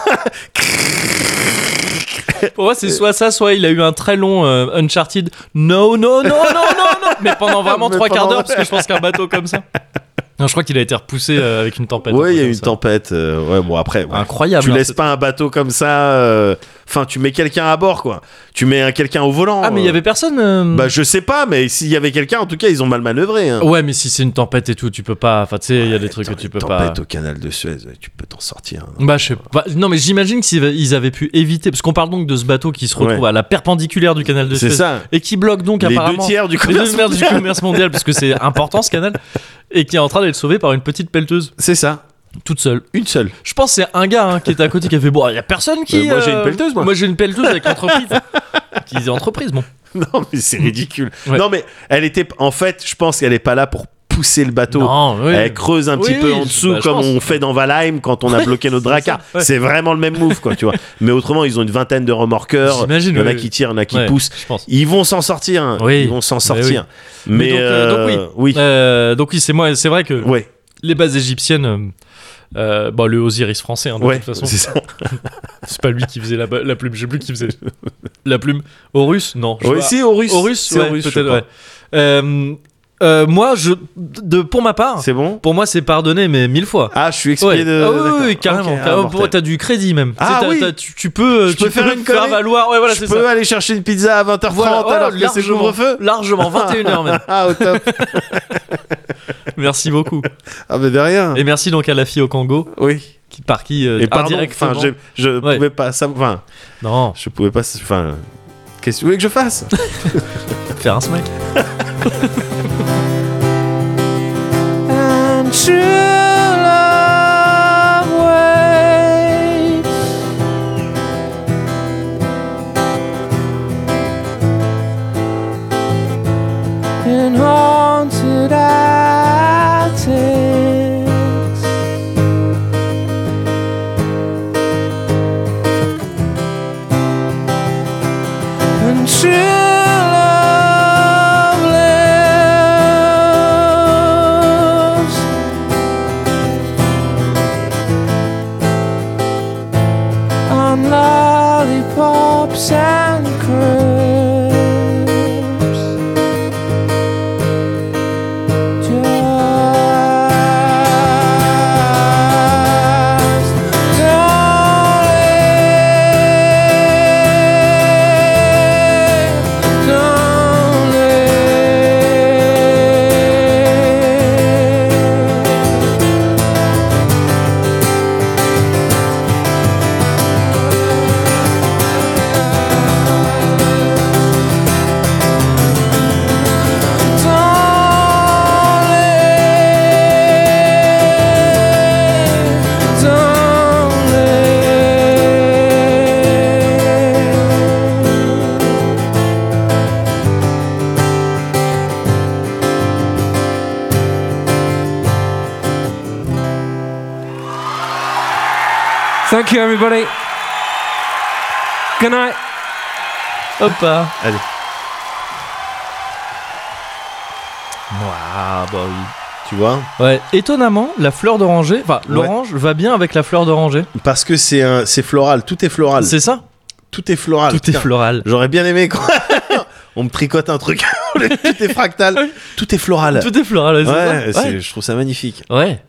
[SPEAKER 1] Pour moi, c'est soit ça, soit il a eu un très long euh, Uncharted. Non, non, non, non, non, non. Mais pendant vraiment
[SPEAKER 2] Mais
[SPEAKER 1] trois quarts
[SPEAKER 2] pendant-
[SPEAKER 1] d'heure, parce que je pense qu'un bateau comme ça. Non, je crois qu'il a été repoussé euh, avec une tempête.
[SPEAKER 2] Ouais, il y a eu
[SPEAKER 1] comme
[SPEAKER 2] une
[SPEAKER 1] ça.
[SPEAKER 2] tempête. euh, ouais, bon après. ouais.
[SPEAKER 1] Incroyable.
[SPEAKER 2] Tu
[SPEAKER 1] hein,
[SPEAKER 2] laisses
[SPEAKER 1] cette-
[SPEAKER 2] pas un bateau comme ça. euh, Enfin, tu mets quelqu'un à bord, quoi. Tu mets un- quelqu'un au volant.
[SPEAKER 1] Ah, mais il y
[SPEAKER 2] euh.
[SPEAKER 1] avait personne. euh,
[SPEAKER 2] Bah je sais pas, mais s'il y avait quelqu'un, en tout cas ils ont mal manœuvré. hein.
[SPEAKER 1] Ouais, mais si c'est une tempête et tout, tu peux pas. Enfin, tu sais, il y a des trucs que
[SPEAKER 2] Attends,
[SPEAKER 1] tu peux pas.
[SPEAKER 2] tempête au canal de Suez, ouais, tu peux t'en sortir. hein.
[SPEAKER 1] Bah, je sais pas. Non, mais j'imagine qu'ils avaient- ils avaient pu éviter. Parce qu'on parle donc de ce bateau qui se retrouve
[SPEAKER 2] Ouais.
[SPEAKER 1] à la perpendiculaire du canal de
[SPEAKER 2] C'est
[SPEAKER 1] Suez.
[SPEAKER 2] ça.
[SPEAKER 1] Et qui bloque donc
[SPEAKER 2] Les deux
[SPEAKER 1] apparemment.
[SPEAKER 2] tiers du
[SPEAKER 1] les deux
[SPEAKER 2] commerce.
[SPEAKER 1] tiers du commerce mondial, parce que c'est important ce canal. Et qui est en train d'être sauvé par une petite pelleteuse,
[SPEAKER 2] C'est ça.
[SPEAKER 1] toute seule.
[SPEAKER 2] Une seule.
[SPEAKER 1] Je pense que c'est un gars hein, qui était à côté qui a fait Bon, il y a personne qui. euh,
[SPEAKER 2] Mais Euh, moi, j'ai une pelleteuse, moi.
[SPEAKER 1] Moi, j'ai une pelleteuse avec entreprise. qui disait entreprise, bon.
[SPEAKER 2] Non mais c'est ridicule.
[SPEAKER 1] Ouais.
[SPEAKER 2] Non mais elle était, en fait, je pense qu'elle est pas là pour pousser le bateau.
[SPEAKER 1] Non, oui.
[SPEAKER 2] Elle creuse un petit
[SPEAKER 1] Oui,
[SPEAKER 2] peu
[SPEAKER 1] oui,
[SPEAKER 2] en
[SPEAKER 1] je-
[SPEAKER 2] dessous
[SPEAKER 1] bah, je
[SPEAKER 2] comme
[SPEAKER 1] pense.
[SPEAKER 2] on fait dans Valheim quand on a
[SPEAKER 1] Ouais,
[SPEAKER 2] bloqué nos
[SPEAKER 1] c'est
[SPEAKER 2] dracars.
[SPEAKER 1] ça, ouais.
[SPEAKER 2] C'est vraiment le même move quoi, tu vois. Mais autrement, ils ont une vingtaine de remorqueurs.
[SPEAKER 1] J'imagine,
[SPEAKER 2] Il y en a
[SPEAKER 1] oui,
[SPEAKER 2] qui
[SPEAKER 1] oui.
[SPEAKER 2] tirent, il y en a qui
[SPEAKER 1] Ouais,
[SPEAKER 2] poussent.
[SPEAKER 1] Je pense.
[SPEAKER 2] Ils vont s'en sortir. hein.
[SPEAKER 1] Oui.
[SPEAKER 2] Ils vont s'en
[SPEAKER 1] Mais oui.
[SPEAKER 2] sortir. Mais,
[SPEAKER 1] Mais donc, euh, donc
[SPEAKER 2] euh, oui.
[SPEAKER 1] Euh, donc, oui, c'est moi, c'est vrai que
[SPEAKER 2] Ouais,
[SPEAKER 1] les bases égyptiennes. euh, euh, bon, le Osiris français, hein, de
[SPEAKER 2] ouais,
[SPEAKER 1] toute façon.
[SPEAKER 2] c'est ça.
[SPEAKER 1] C'est pas lui qui faisait la, ba- la plume, je sais plus qui faisait la plume. Horus Non. je
[SPEAKER 2] Ouais,
[SPEAKER 1] sais
[SPEAKER 2] si, Horus.
[SPEAKER 1] pas. Horus,
[SPEAKER 2] C'est
[SPEAKER 1] ouais,
[SPEAKER 2] Horus, je
[SPEAKER 1] peut-être,
[SPEAKER 2] crois.
[SPEAKER 1] ouais. Euh, euh, moi, je, de, pour ma part,
[SPEAKER 2] C'est bon
[SPEAKER 1] pour moi, c'est pardonné, mais mille fois.
[SPEAKER 2] Ah, je suis expliqué
[SPEAKER 1] Ouais.
[SPEAKER 2] de.
[SPEAKER 1] Ah oui, oui, oui,
[SPEAKER 2] d'accord.
[SPEAKER 1] carrément.
[SPEAKER 2] Ok, ah,
[SPEAKER 1] carrément.
[SPEAKER 2] mortel.
[SPEAKER 1] Pour- t'as du crédit même.
[SPEAKER 2] Ah
[SPEAKER 1] C'est- t'as-
[SPEAKER 2] oui.
[SPEAKER 1] t'as- tu, tu peux,
[SPEAKER 2] Je
[SPEAKER 1] tu
[SPEAKER 2] peux faire une connerie.
[SPEAKER 1] valoir. Ouais, voilà,
[SPEAKER 2] je
[SPEAKER 1] c'est
[SPEAKER 2] peux
[SPEAKER 1] ça.
[SPEAKER 2] aller chercher une pizza à 20h30
[SPEAKER 1] Voilà, ouais,
[SPEAKER 2] alors que c'est
[SPEAKER 1] largement.
[SPEAKER 2] couvre-feu
[SPEAKER 1] Largement, 21h même.
[SPEAKER 2] Ah, au top.
[SPEAKER 1] Merci beaucoup.
[SPEAKER 2] Ah, mais de rien.
[SPEAKER 1] Et merci donc à la fille au Congo,
[SPEAKER 2] oui.
[SPEAKER 1] qui, par qui, euh,
[SPEAKER 2] Et pardon,
[SPEAKER 1] indirectement-
[SPEAKER 2] enfin, j'ai- je
[SPEAKER 1] Ouais.
[SPEAKER 2] pouvais pas. ça- Enfin,
[SPEAKER 1] Non,
[SPEAKER 2] je pouvais pas. Enfin, qu'est-ce que tu voulais que je fasse
[SPEAKER 1] faire un smack.
[SPEAKER 4] And true love waits. In haunted attics. And true love lives. On lollipops and crisps. Just
[SPEAKER 5] Thank you, everybody. Good night.
[SPEAKER 1] Hop là.
[SPEAKER 2] Allez.
[SPEAKER 1] Ouah, bah oui.
[SPEAKER 2] Tu vois
[SPEAKER 1] Ouais, étonnamment, la fleur d'oranger, enfin,
[SPEAKER 2] Ouais.
[SPEAKER 1] l'orange va bien avec la fleur d'oranger.
[SPEAKER 2] Parce que c'est un- c'est floral. Tout est floral.
[SPEAKER 1] C'est ça
[SPEAKER 2] Tout est floral.
[SPEAKER 1] Tout est
[SPEAKER 2] Putain,
[SPEAKER 1] floral.
[SPEAKER 2] J'aurais bien aimé quoi. On me tricote un truc. Tout est fractal. Tout est floral.
[SPEAKER 1] Tout est floral, c'est
[SPEAKER 2] Ouais,
[SPEAKER 1] ça
[SPEAKER 2] c'est- je trouve ça magnifique.
[SPEAKER 1] Ouais.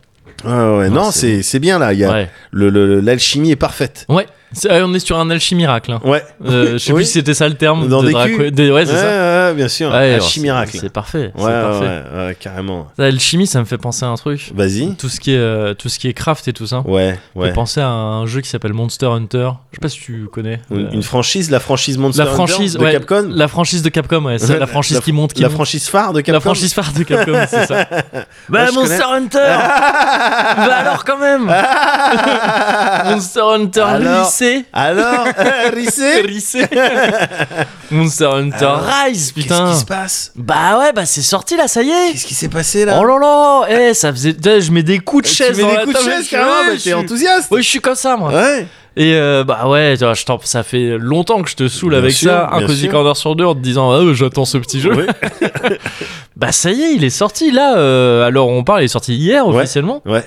[SPEAKER 2] Ouais, ouais, non,
[SPEAKER 1] c'est-
[SPEAKER 2] c'est c'est bien là. Il y a
[SPEAKER 1] Ouais.
[SPEAKER 2] le- le- le- L'alchimie est parfaite.
[SPEAKER 1] Ouais. C'est- euh, on est sur un alchimiracle. hein.
[SPEAKER 2] Ouais.
[SPEAKER 1] Euh, je sais
[SPEAKER 2] Oui.
[SPEAKER 1] plus si c'était ça le terme.
[SPEAKER 2] Dans
[SPEAKER 1] de
[SPEAKER 2] des
[SPEAKER 1] Draco-
[SPEAKER 2] culs.
[SPEAKER 1] des- Ouais,
[SPEAKER 2] Ouais,
[SPEAKER 1] c'est ça.
[SPEAKER 2] ouais, bien sûr.
[SPEAKER 1] Ouais, alors, c'est-
[SPEAKER 2] Alchimiracle.
[SPEAKER 1] C'est parfait. c'est
[SPEAKER 2] Ouais,
[SPEAKER 1] parfait.
[SPEAKER 2] ouais, ouais, ouais, carrément.
[SPEAKER 1] Ça, Alchimie, ça me fait penser à un truc.
[SPEAKER 2] Vas-y.
[SPEAKER 1] Tout ce qui est, euh, tout ce qui est craft et tout ça.
[SPEAKER 2] Ouais,
[SPEAKER 1] J'ai
[SPEAKER 2] ouais.
[SPEAKER 1] pensé à un jeu qui s'appelle Monster Hunter. Je sais pas si tu connais.
[SPEAKER 2] Une,
[SPEAKER 1] Euh,
[SPEAKER 2] une franchise, la franchise Monster
[SPEAKER 1] la franchise
[SPEAKER 2] Hunter de
[SPEAKER 1] ouais,
[SPEAKER 2] Capcom.
[SPEAKER 1] La franchise de Capcom, ouais, c'est
[SPEAKER 2] Ouais,
[SPEAKER 1] la franchise
[SPEAKER 2] la-
[SPEAKER 1] qui monte, qui
[SPEAKER 2] la
[SPEAKER 1] monte.
[SPEAKER 2] franchise phare de Capcom.
[SPEAKER 1] La franchise phare de Capcom, c'est ça.
[SPEAKER 2] Bah, je Monster
[SPEAKER 1] Hunter Bah alors quand même Monster Hunter
[SPEAKER 2] Alors
[SPEAKER 1] lycée
[SPEAKER 2] Ah. Alors, euh, Rissé
[SPEAKER 1] Lycée Monster Hunter
[SPEAKER 2] Alors,
[SPEAKER 1] Rise, putain
[SPEAKER 2] Qu'est-ce qui se passe
[SPEAKER 1] Bah ouais, bah c'est sorti là, ça y est
[SPEAKER 2] Qu'est-ce qui s'est passé là
[SPEAKER 1] Oh là là Eh, ça faisait... Putain, Je mets des coups de
[SPEAKER 2] Tu
[SPEAKER 1] chaise
[SPEAKER 2] mets
[SPEAKER 1] dans
[SPEAKER 2] des
[SPEAKER 1] la
[SPEAKER 2] coups de
[SPEAKER 1] table,
[SPEAKER 2] chaise,
[SPEAKER 1] je-
[SPEAKER 2] carrément, bah,
[SPEAKER 1] je
[SPEAKER 2] t'es
[SPEAKER 1] suis-
[SPEAKER 2] enthousiaste.
[SPEAKER 1] Ouais, je suis comme ça, moi.
[SPEAKER 2] Ouais.
[SPEAKER 1] Et euh, bah ouais, tu vois, je t'en- ça fait longtemps que je te saoule
[SPEAKER 2] Bien
[SPEAKER 1] avec
[SPEAKER 2] sûr,
[SPEAKER 1] ça, un
[SPEAKER 2] bien
[SPEAKER 1] Cozy
[SPEAKER 2] sûr.
[SPEAKER 1] Corner sur deux en te disant ah, j'attends ce petit jeu.
[SPEAKER 2] Oui.
[SPEAKER 1] bah ça y est, il est sorti là, euh, alors on parle, il est sorti hier
[SPEAKER 2] Ouais.
[SPEAKER 1] officiellement,
[SPEAKER 2] Ouais,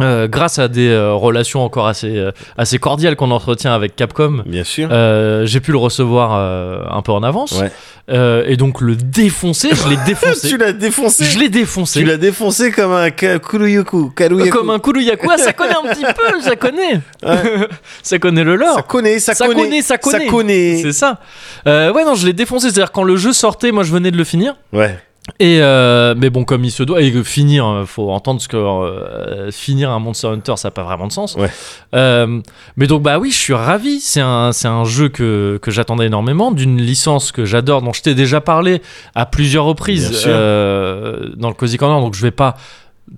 [SPEAKER 1] euh, grâce à des euh, relations encore assez, euh, assez cordiales qu'on entretient avec Capcom.
[SPEAKER 2] bien sûr.
[SPEAKER 1] Euh, j'ai pu le recevoir euh, un peu en avance
[SPEAKER 2] Ouais.
[SPEAKER 1] Euh, et donc le défoncer, je l'ai défoncé.
[SPEAKER 2] tu l'as défoncé.
[SPEAKER 1] je l'ai défoncé. Euh,
[SPEAKER 2] Tu l'as défoncé comme un ka- Kuruyuku. Karuyaku.
[SPEAKER 1] Comme un Kuruyaku, ah, ça connaît un petit peu, ça connaît. ça connaît le lore.
[SPEAKER 2] Ça connaît, ça,
[SPEAKER 1] Ça connaît, ça connaît.
[SPEAKER 2] Ça connaît.
[SPEAKER 1] C'est ça. Euh, ouais, non, je l'ai défoncé. C'est-à-dire, quand le jeu sortait, moi, je venais de le finir.
[SPEAKER 2] Ouais.
[SPEAKER 1] Et euh, mais bon, comme il se doit, et que finir, euh, faut entendre ce que euh, finir un Monster Hunter, ça n'a pas vraiment de sens.
[SPEAKER 2] Ouais.
[SPEAKER 1] Euh, mais donc bah oui, je suis ravi. C'est un, c'est un jeu que, que j'attendais énormément, d'une licence que j'adore, dont je t'ai déjà parlé à plusieurs
[SPEAKER 2] Bien
[SPEAKER 1] reprises
[SPEAKER 2] sûr.
[SPEAKER 1] euh, dans le Cozy Corner. Donc je vais pas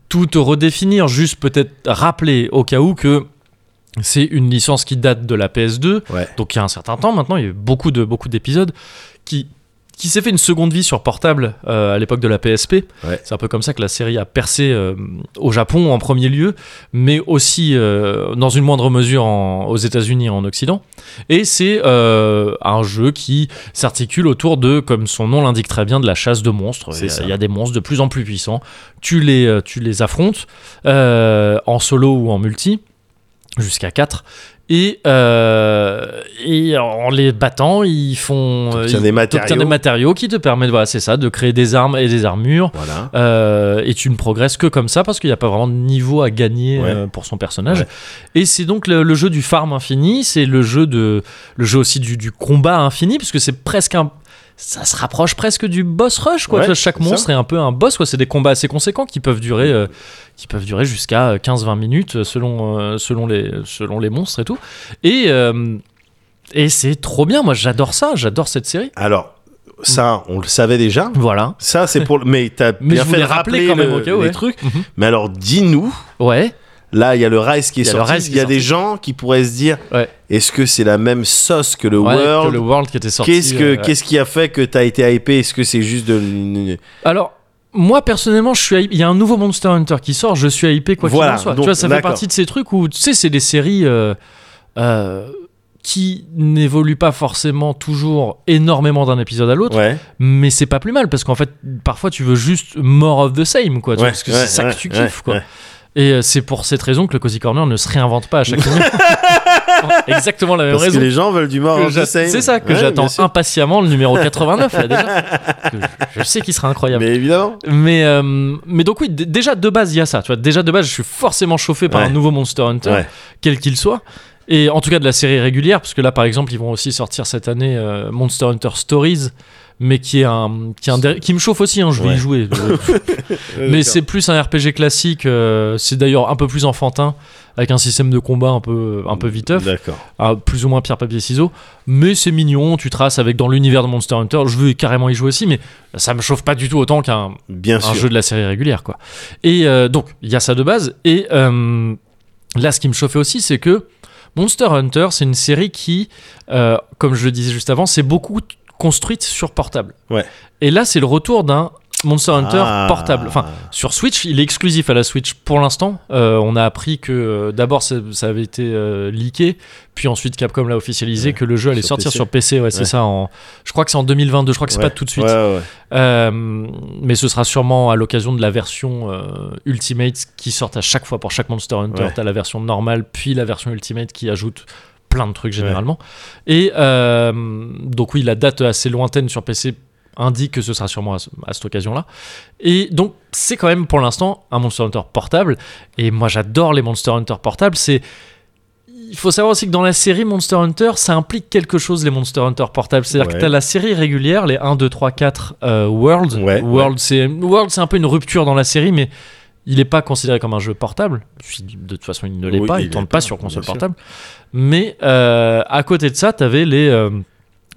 [SPEAKER 1] tout te redéfinir, juste peut-être rappeler au cas où que c'est une licence qui date de la PS2,
[SPEAKER 2] Ouais.
[SPEAKER 1] donc il y a un certain temps maintenant. Il y a eu beaucoup de beaucoup d'épisodes qui qui s'est fait une seconde vie sur portable euh, à l'époque de la PSP.
[SPEAKER 2] Ouais.
[SPEAKER 1] C'est un peu comme ça que la série a percé euh, au Japon en premier lieu, mais aussi euh, dans une moindre mesure en- aux États-Unis et en Occident. Et c'est euh, un jeu qui s'articule autour de, comme son nom l'indique très bien, de la chasse de monstres.
[SPEAKER 2] C'est
[SPEAKER 1] Il y, a,
[SPEAKER 2] ça.
[SPEAKER 1] il y a des monstres de plus en plus puissants. Tu les, euh, tu les affrontes euh, en solo ou en multi, jusqu'à 4. Et, euh, et en les battant, ils font. euh,
[SPEAKER 2] T'obtiens
[SPEAKER 1] ils- t'obtiens
[SPEAKER 2] des matériaux.
[SPEAKER 1] des matériaux qui te permettent, voilà, c'est ça, de créer des armes et des armures.
[SPEAKER 2] Voilà.
[SPEAKER 1] Euh, et tu ne progresses que comme ça parce qu'il n'y a pas vraiment de niveau à gagner
[SPEAKER 2] Ouais.
[SPEAKER 1] euh, pour son personnage.
[SPEAKER 2] Ouais.
[SPEAKER 1] Et c'est donc le, le jeu du farm infini, c'est le jeu de le jeu aussi du, du combat infini puisque c'est presque un ça se rapproche presque du boss rush quoi.
[SPEAKER 2] Ouais,
[SPEAKER 1] Tu vois, Chaque
[SPEAKER 2] c'est ça.
[SPEAKER 1] monstre est un peu un boss quoi. C'est des combats assez conséquents qui peuvent durer euh, qui peuvent durer jusqu'à euh, 15-20 minutes euh, selon euh, selon les selon les monstres et tout. Et euh, et c'est trop bien. Moi j'adore ça. J'adore cette série.
[SPEAKER 2] Alors, ça, on le savait déjà.
[SPEAKER 1] Voilà.
[SPEAKER 2] Ça, c'est pour. le- Mais t'as
[SPEAKER 1] Mais
[SPEAKER 2] bien
[SPEAKER 1] je
[SPEAKER 2] fait
[SPEAKER 1] voulais
[SPEAKER 2] de
[SPEAKER 1] rappeler
[SPEAKER 2] rappeler
[SPEAKER 1] quand même
[SPEAKER 2] le-
[SPEAKER 1] au cas où,
[SPEAKER 2] les
[SPEAKER 1] ouais.
[SPEAKER 2] trucs.
[SPEAKER 1] Mhm.
[SPEAKER 2] Mais alors, dis-nous.
[SPEAKER 1] Ouais.
[SPEAKER 2] Là, il y a le Rise qui est
[SPEAKER 1] Il y a le
[SPEAKER 2] sorti.
[SPEAKER 1] Rise qui
[SPEAKER 2] il y a
[SPEAKER 1] est
[SPEAKER 2] des
[SPEAKER 1] sorti.
[SPEAKER 2] gens qui pourraient se dire
[SPEAKER 1] Ouais.
[SPEAKER 2] est-ce que c'est la même sauce que le
[SPEAKER 1] Ouais, que
[SPEAKER 2] World
[SPEAKER 1] le World qui était sorti.
[SPEAKER 2] Qu'est-ce que
[SPEAKER 1] euh, ouais.
[SPEAKER 2] qu'est-ce qui a fait que t'as été hypé Est-ce que c'est juste de l-
[SPEAKER 1] Alors, moi personnellement, je suis hype- il y a un nouveau Monster Hunter qui sort, je suis hypé quoi
[SPEAKER 2] Voilà,
[SPEAKER 1] qu'il en soit.
[SPEAKER 2] donc,
[SPEAKER 1] tu vois, ça fait
[SPEAKER 2] d'accord.
[SPEAKER 1] partie de ces trucs où tu sais, c'est des séries euh, euh, qui n'évoluent pas forcément toujours énormément d'un épisode à l'autre,
[SPEAKER 2] ouais
[SPEAKER 1] mais c'est pas plus mal parce qu'en fait, parfois tu veux juste more of the same quoi, tu vois,
[SPEAKER 2] Ouais,
[SPEAKER 1] parce que
[SPEAKER 2] ouais,
[SPEAKER 1] c'est ça
[SPEAKER 2] ouais,
[SPEAKER 1] que tu
[SPEAKER 2] ouais,
[SPEAKER 1] kiffes quoi.
[SPEAKER 2] ouais.
[SPEAKER 1] Et euh, c'est pour cette raison que le Cozy Corner ne se réinvente pas à chaque minute. Exactement la même
[SPEAKER 2] Parce
[SPEAKER 1] raison.
[SPEAKER 2] que les gens veulent du mort
[SPEAKER 1] que
[SPEAKER 2] en
[SPEAKER 1] j'a-
[SPEAKER 2] same.
[SPEAKER 1] C'est ça que
[SPEAKER 2] Ouais,
[SPEAKER 1] j'attends
[SPEAKER 2] bien sûr.
[SPEAKER 1] impatiemment le numéro 89 là déjà. Que je, je sais qu'il sera incroyable.
[SPEAKER 2] Mais évidemment.
[SPEAKER 1] Mais, euh, mais donc oui, d- déjà de base, il y a ça. Tu vois, déjà de base, je suis forcément chauffé par
[SPEAKER 2] Ouais.
[SPEAKER 1] un nouveau Monster Hunter,
[SPEAKER 2] Ouais.
[SPEAKER 1] quel qu'il soit. Et en tout cas de la série régulière, parce que là, par exemple, ils vont aussi sortir cette année euh, Monster Hunter Stories, mais qui est un, qui, est un der- qui me chauffe aussi. hein, je vais
[SPEAKER 2] Ouais.
[SPEAKER 1] y jouer. mais c'est plus un RPG classique. euh, c'est d'ailleurs un peu plus enfantin, avec un système de combat un peu un peu viteuf.
[SPEAKER 2] D'accord.
[SPEAKER 1] Ah, plus ou moins pierre papier ciseaux mais c'est mignon tu traces avec dans l'univers de Monster Hunter je veux carrément y jouer aussi mais ça me chauffe pas du tout autant qu'un
[SPEAKER 2] Bien
[SPEAKER 1] un
[SPEAKER 2] sûr.
[SPEAKER 1] jeu de la série régulière quoi et euh, donc il y a ça de base et euh, là ce qui me chauffait aussi c'est que Monster Hunter c'est une série qui euh, comme je le disais juste avant c'est beaucoup t- construite sur portable
[SPEAKER 2] Ouais.
[SPEAKER 1] et là c'est le retour d'un Monster Hunter
[SPEAKER 2] Ah.
[SPEAKER 1] portable enfin sur Switch, il est exclusif à la Switch pour l'instant. Euh, on a appris que euh, d'abord ça, ça avait été euh, leaké, puis ensuite Capcom l'a officialisé
[SPEAKER 2] Ouais,
[SPEAKER 1] que le jeu allait
[SPEAKER 2] sur
[SPEAKER 1] sortir
[SPEAKER 2] PC.
[SPEAKER 1] sur PC. Ouais, c'est
[SPEAKER 2] Ouais.
[SPEAKER 1] ça. En, je crois que c'est en 2022. Je crois que c'est
[SPEAKER 2] Ouais,
[SPEAKER 1] pas tout de suite,
[SPEAKER 2] Ouais, ouais.
[SPEAKER 1] Euh, mais ce sera sûrement à l'occasion de la version euh, Ultimate qui sort à chaque fois pour chaque Monster Hunter.
[SPEAKER 2] Ouais.
[SPEAKER 1] T'as la version normale, puis la version Ultimate qui ajoute plein de trucs généralement. Et euh, donc oui, la date assez lointaine sur PC indique que ce sera sûrement à, ce- à cette occasion-là. Et donc, c'est quand même pour l'instant un Monster Hunter portable. Et moi, j'adore les Monster Hunter portables. C'est. il faut savoir aussi que dans la série Monster Hunter, ça implique quelque chose, les Monster Hunter portables. C'est-à-dire
[SPEAKER 2] Ouais.
[SPEAKER 1] que tu as la série régulière, les 1, 2, 3, 4 euh, World.
[SPEAKER 2] Ouais,
[SPEAKER 1] World, c'est World, c'est un peu une rupture dans la série, mais il n'est pas considéré comme un jeu portable. Si, De toute façon, il ne l'est
[SPEAKER 2] Oui,
[SPEAKER 1] pas,
[SPEAKER 2] il
[SPEAKER 1] il ne tourne
[SPEAKER 2] l'est
[SPEAKER 1] pas
[SPEAKER 2] pas,
[SPEAKER 1] sur console
[SPEAKER 2] bien sûr.
[SPEAKER 1] portable. Mais euh, à côté de ça, tu avais les. euh,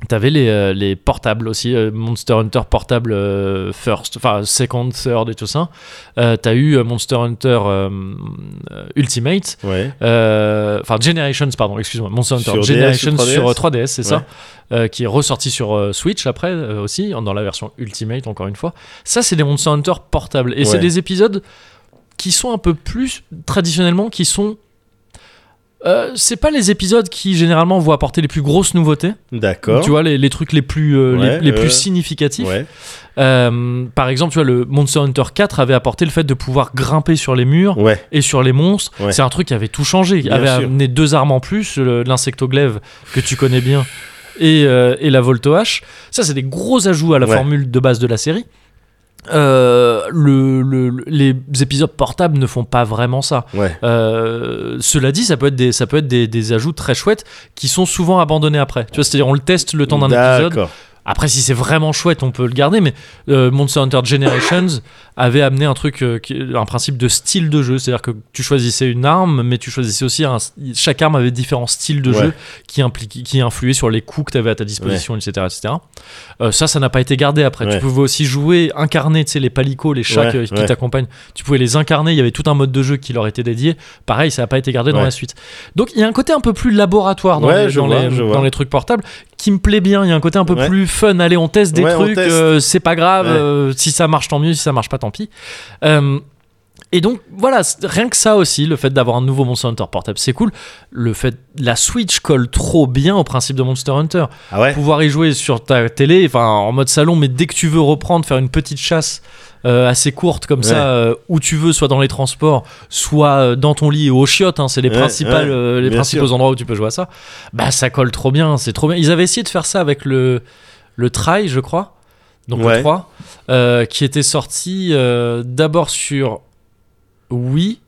[SPEAKER 1] T'avais les, euh, les portables aussi, euh, Monster Hunter portable euh, first, enfin second, third et tout ça. Euh, T'as eu euh, Monster Hunter euh, euh, Ultimate,
[SPEAKER 2] Ouais.
[SPEAKER 1] euh, enfin Generations pardon excuse-moi Monster Hunter
[SPEAKER 2] Sur DS ou
[SPEAKER 1] Generations
[SPEAKER 2] 3DS?
[SPEAKER 1] sur euh, 3DS c'est
[SPEAKER 2] Ouais.
[SPEAKER 1] ça euh, qui est ressorti sur euh, Switch après euh, aussi dans la version Ultimate encore une fois ça c'est des Monster Hunter portables et
[SPEAKER 2] Ouais.
[SPEAKER 1] c'est des épisodes qui sont un peu plus traditionnellement qui sont euh, c'est pas les épisodes qui généralement vont apporter les plus grosses nouveautés
[SPEAKER 2] D'accord.
[SPEAKER 1] tu vois les, les trucs les plus euh, les-
[SPEAKER 2] Ouais,
[SPEAKER 1] les,
[SPEAKER 2] ouais.
[SPEAKER 1] plus significatifs
[SPEAKER 2] Ouais.
[SPEAKER 1] Euh, par exemple tu vois le Monster Hunter 4 avait apporté le fait de pouvoir grimper sur les murs
[SPEAKER 2] Ouais.
[SPEAKER 1] et sur les monstres,
[SPEAKER 2] Ouais.
[SPEAKER 1] c'est un truc qui avait tout changé. Il
[SPEAKER 2] Bien
[SPEAKER 1] avait
[SPEAKER 2] sûr.
[SPEAKER 1] amené deux armes en plus, le- l'insectoglaive que tu connais bien et, euh, et la voltohache. Ça, c'est des gros ajouts à la
[SPEAKER 2] Ouais.
[SPEAKER 1] formule de base de la série. Euh, le- le- le- les épisodes portables ne font pas vraiment ça.
[SPEAKER 2] Ouais.
[SPEAKER 1] Euh, cela dit, ça peut être des, ça peut être des, des ajouts très chouettes qui sont souvent abandonnés après. Tu vois, c'est-à-dire on le teste le temps d'un épisode,
[SPEAKER 2] D'accord.
[SPEAKER 1] après, si c'est vraiment chouette, on peut le garder, mais euh, Monster Hunter Generations avait amené un truc, euh, qui- un principe de style de jeu, c'est-à-dire que tu choisissais une arme, mais tu choisissais aussi un, chaque arme avait différents styles de
[SPEAKER 2] Ouais.
[SPEAKER 1] jeu qui impliquaient, qui influaient sur les coups que tu avais à ta disposition, etc., etc. Euh, ça, ça n'a pas été gardé après.
[SPEAKER 2] Ouais.
[SPEAKER 1] Tu pouvais aussi jouer, incarner, tu sais, les palicots, les chats
[SPEAKER 2] Ouais,
[SPEAKER 1] qui- qui
[SPEAKER 2] ouais.
[SPEAKER 1] t'accompagnent. Tu pouvais les incarner. Il y avait tout un mode de jeu qui leur était dédié. Pareil, ça n'a pas été gardé dans
[SPEAKER 2] Ouais.
[SPEAKER 1] la suite. Donc, il y a un côté un peu plus laboratoire dans,
[SPEAKER 2] Ouais,
[SPEAKER 1] les,
[SPEAKER 2] je
[SPEAKER 1] dans
[SPEAKER 2] vois,
[SPEAKER 1] les-
[SPEAKER 2] je vois.
[SPEAKER 1] dans les trucs portables qui me plaît bien. Il y a un côté un peu
[SPEAKER 2] Ouais.
[SPEAKER 1] plus fun. Allez, on teste des
[SPEAKER 2] Ouais, on
[SPEAKER 1] trucs.
[SPEAKER 2] teste.
[SPEAKER 1] euh, c'est pas grave.
[SPEAKER 2] Ouais.
[SPEAKER 1] euh, si ça marche, tant mieux. Si ça marche pas, tant pis. Euh, et donc voilà, c'est- rien que ça aussi, le fait d'avoir un nouveau Monster Hunter portable, c'est cool. Le fait, la Switch colle trop bien au principe de Monster Hunter.
[SPEAKER 2] Ah ouais.
[SPEAKER 1] Pouvoir y jouer sur ta télé, enfin en mode salon, mais dès que tu veux reprendre, faire une petite chasse euh, assez courte comme
[SPEAKER 2] Ouais.
[SPEAKER 1] ça, euh, où tu veux, soit dans les transports, soit euh, dans ton lit ou au chiottes, hein, c'est les,
[SPEAKER 2] Ouais,
[SPEAKER 1] principales,
[SPEAKER 2] ouais,
[SPEAKER 1] euh, les
[SPEAKER 2] bien
[SPEAKER 1] principaux
[SPEAKER 2] sûr.
[SPEAKER 1] endroits où tu peux jouer à ça. Bah ça colle trop bien, c'est trop bien. Ils avaient essayé de faire ça avec le, le Try, je crois, donc
[SPEAKER 2] Ouais.
[SPEAKER 1] le 3, euh, qui était sorti euh, d'abord sur Wii,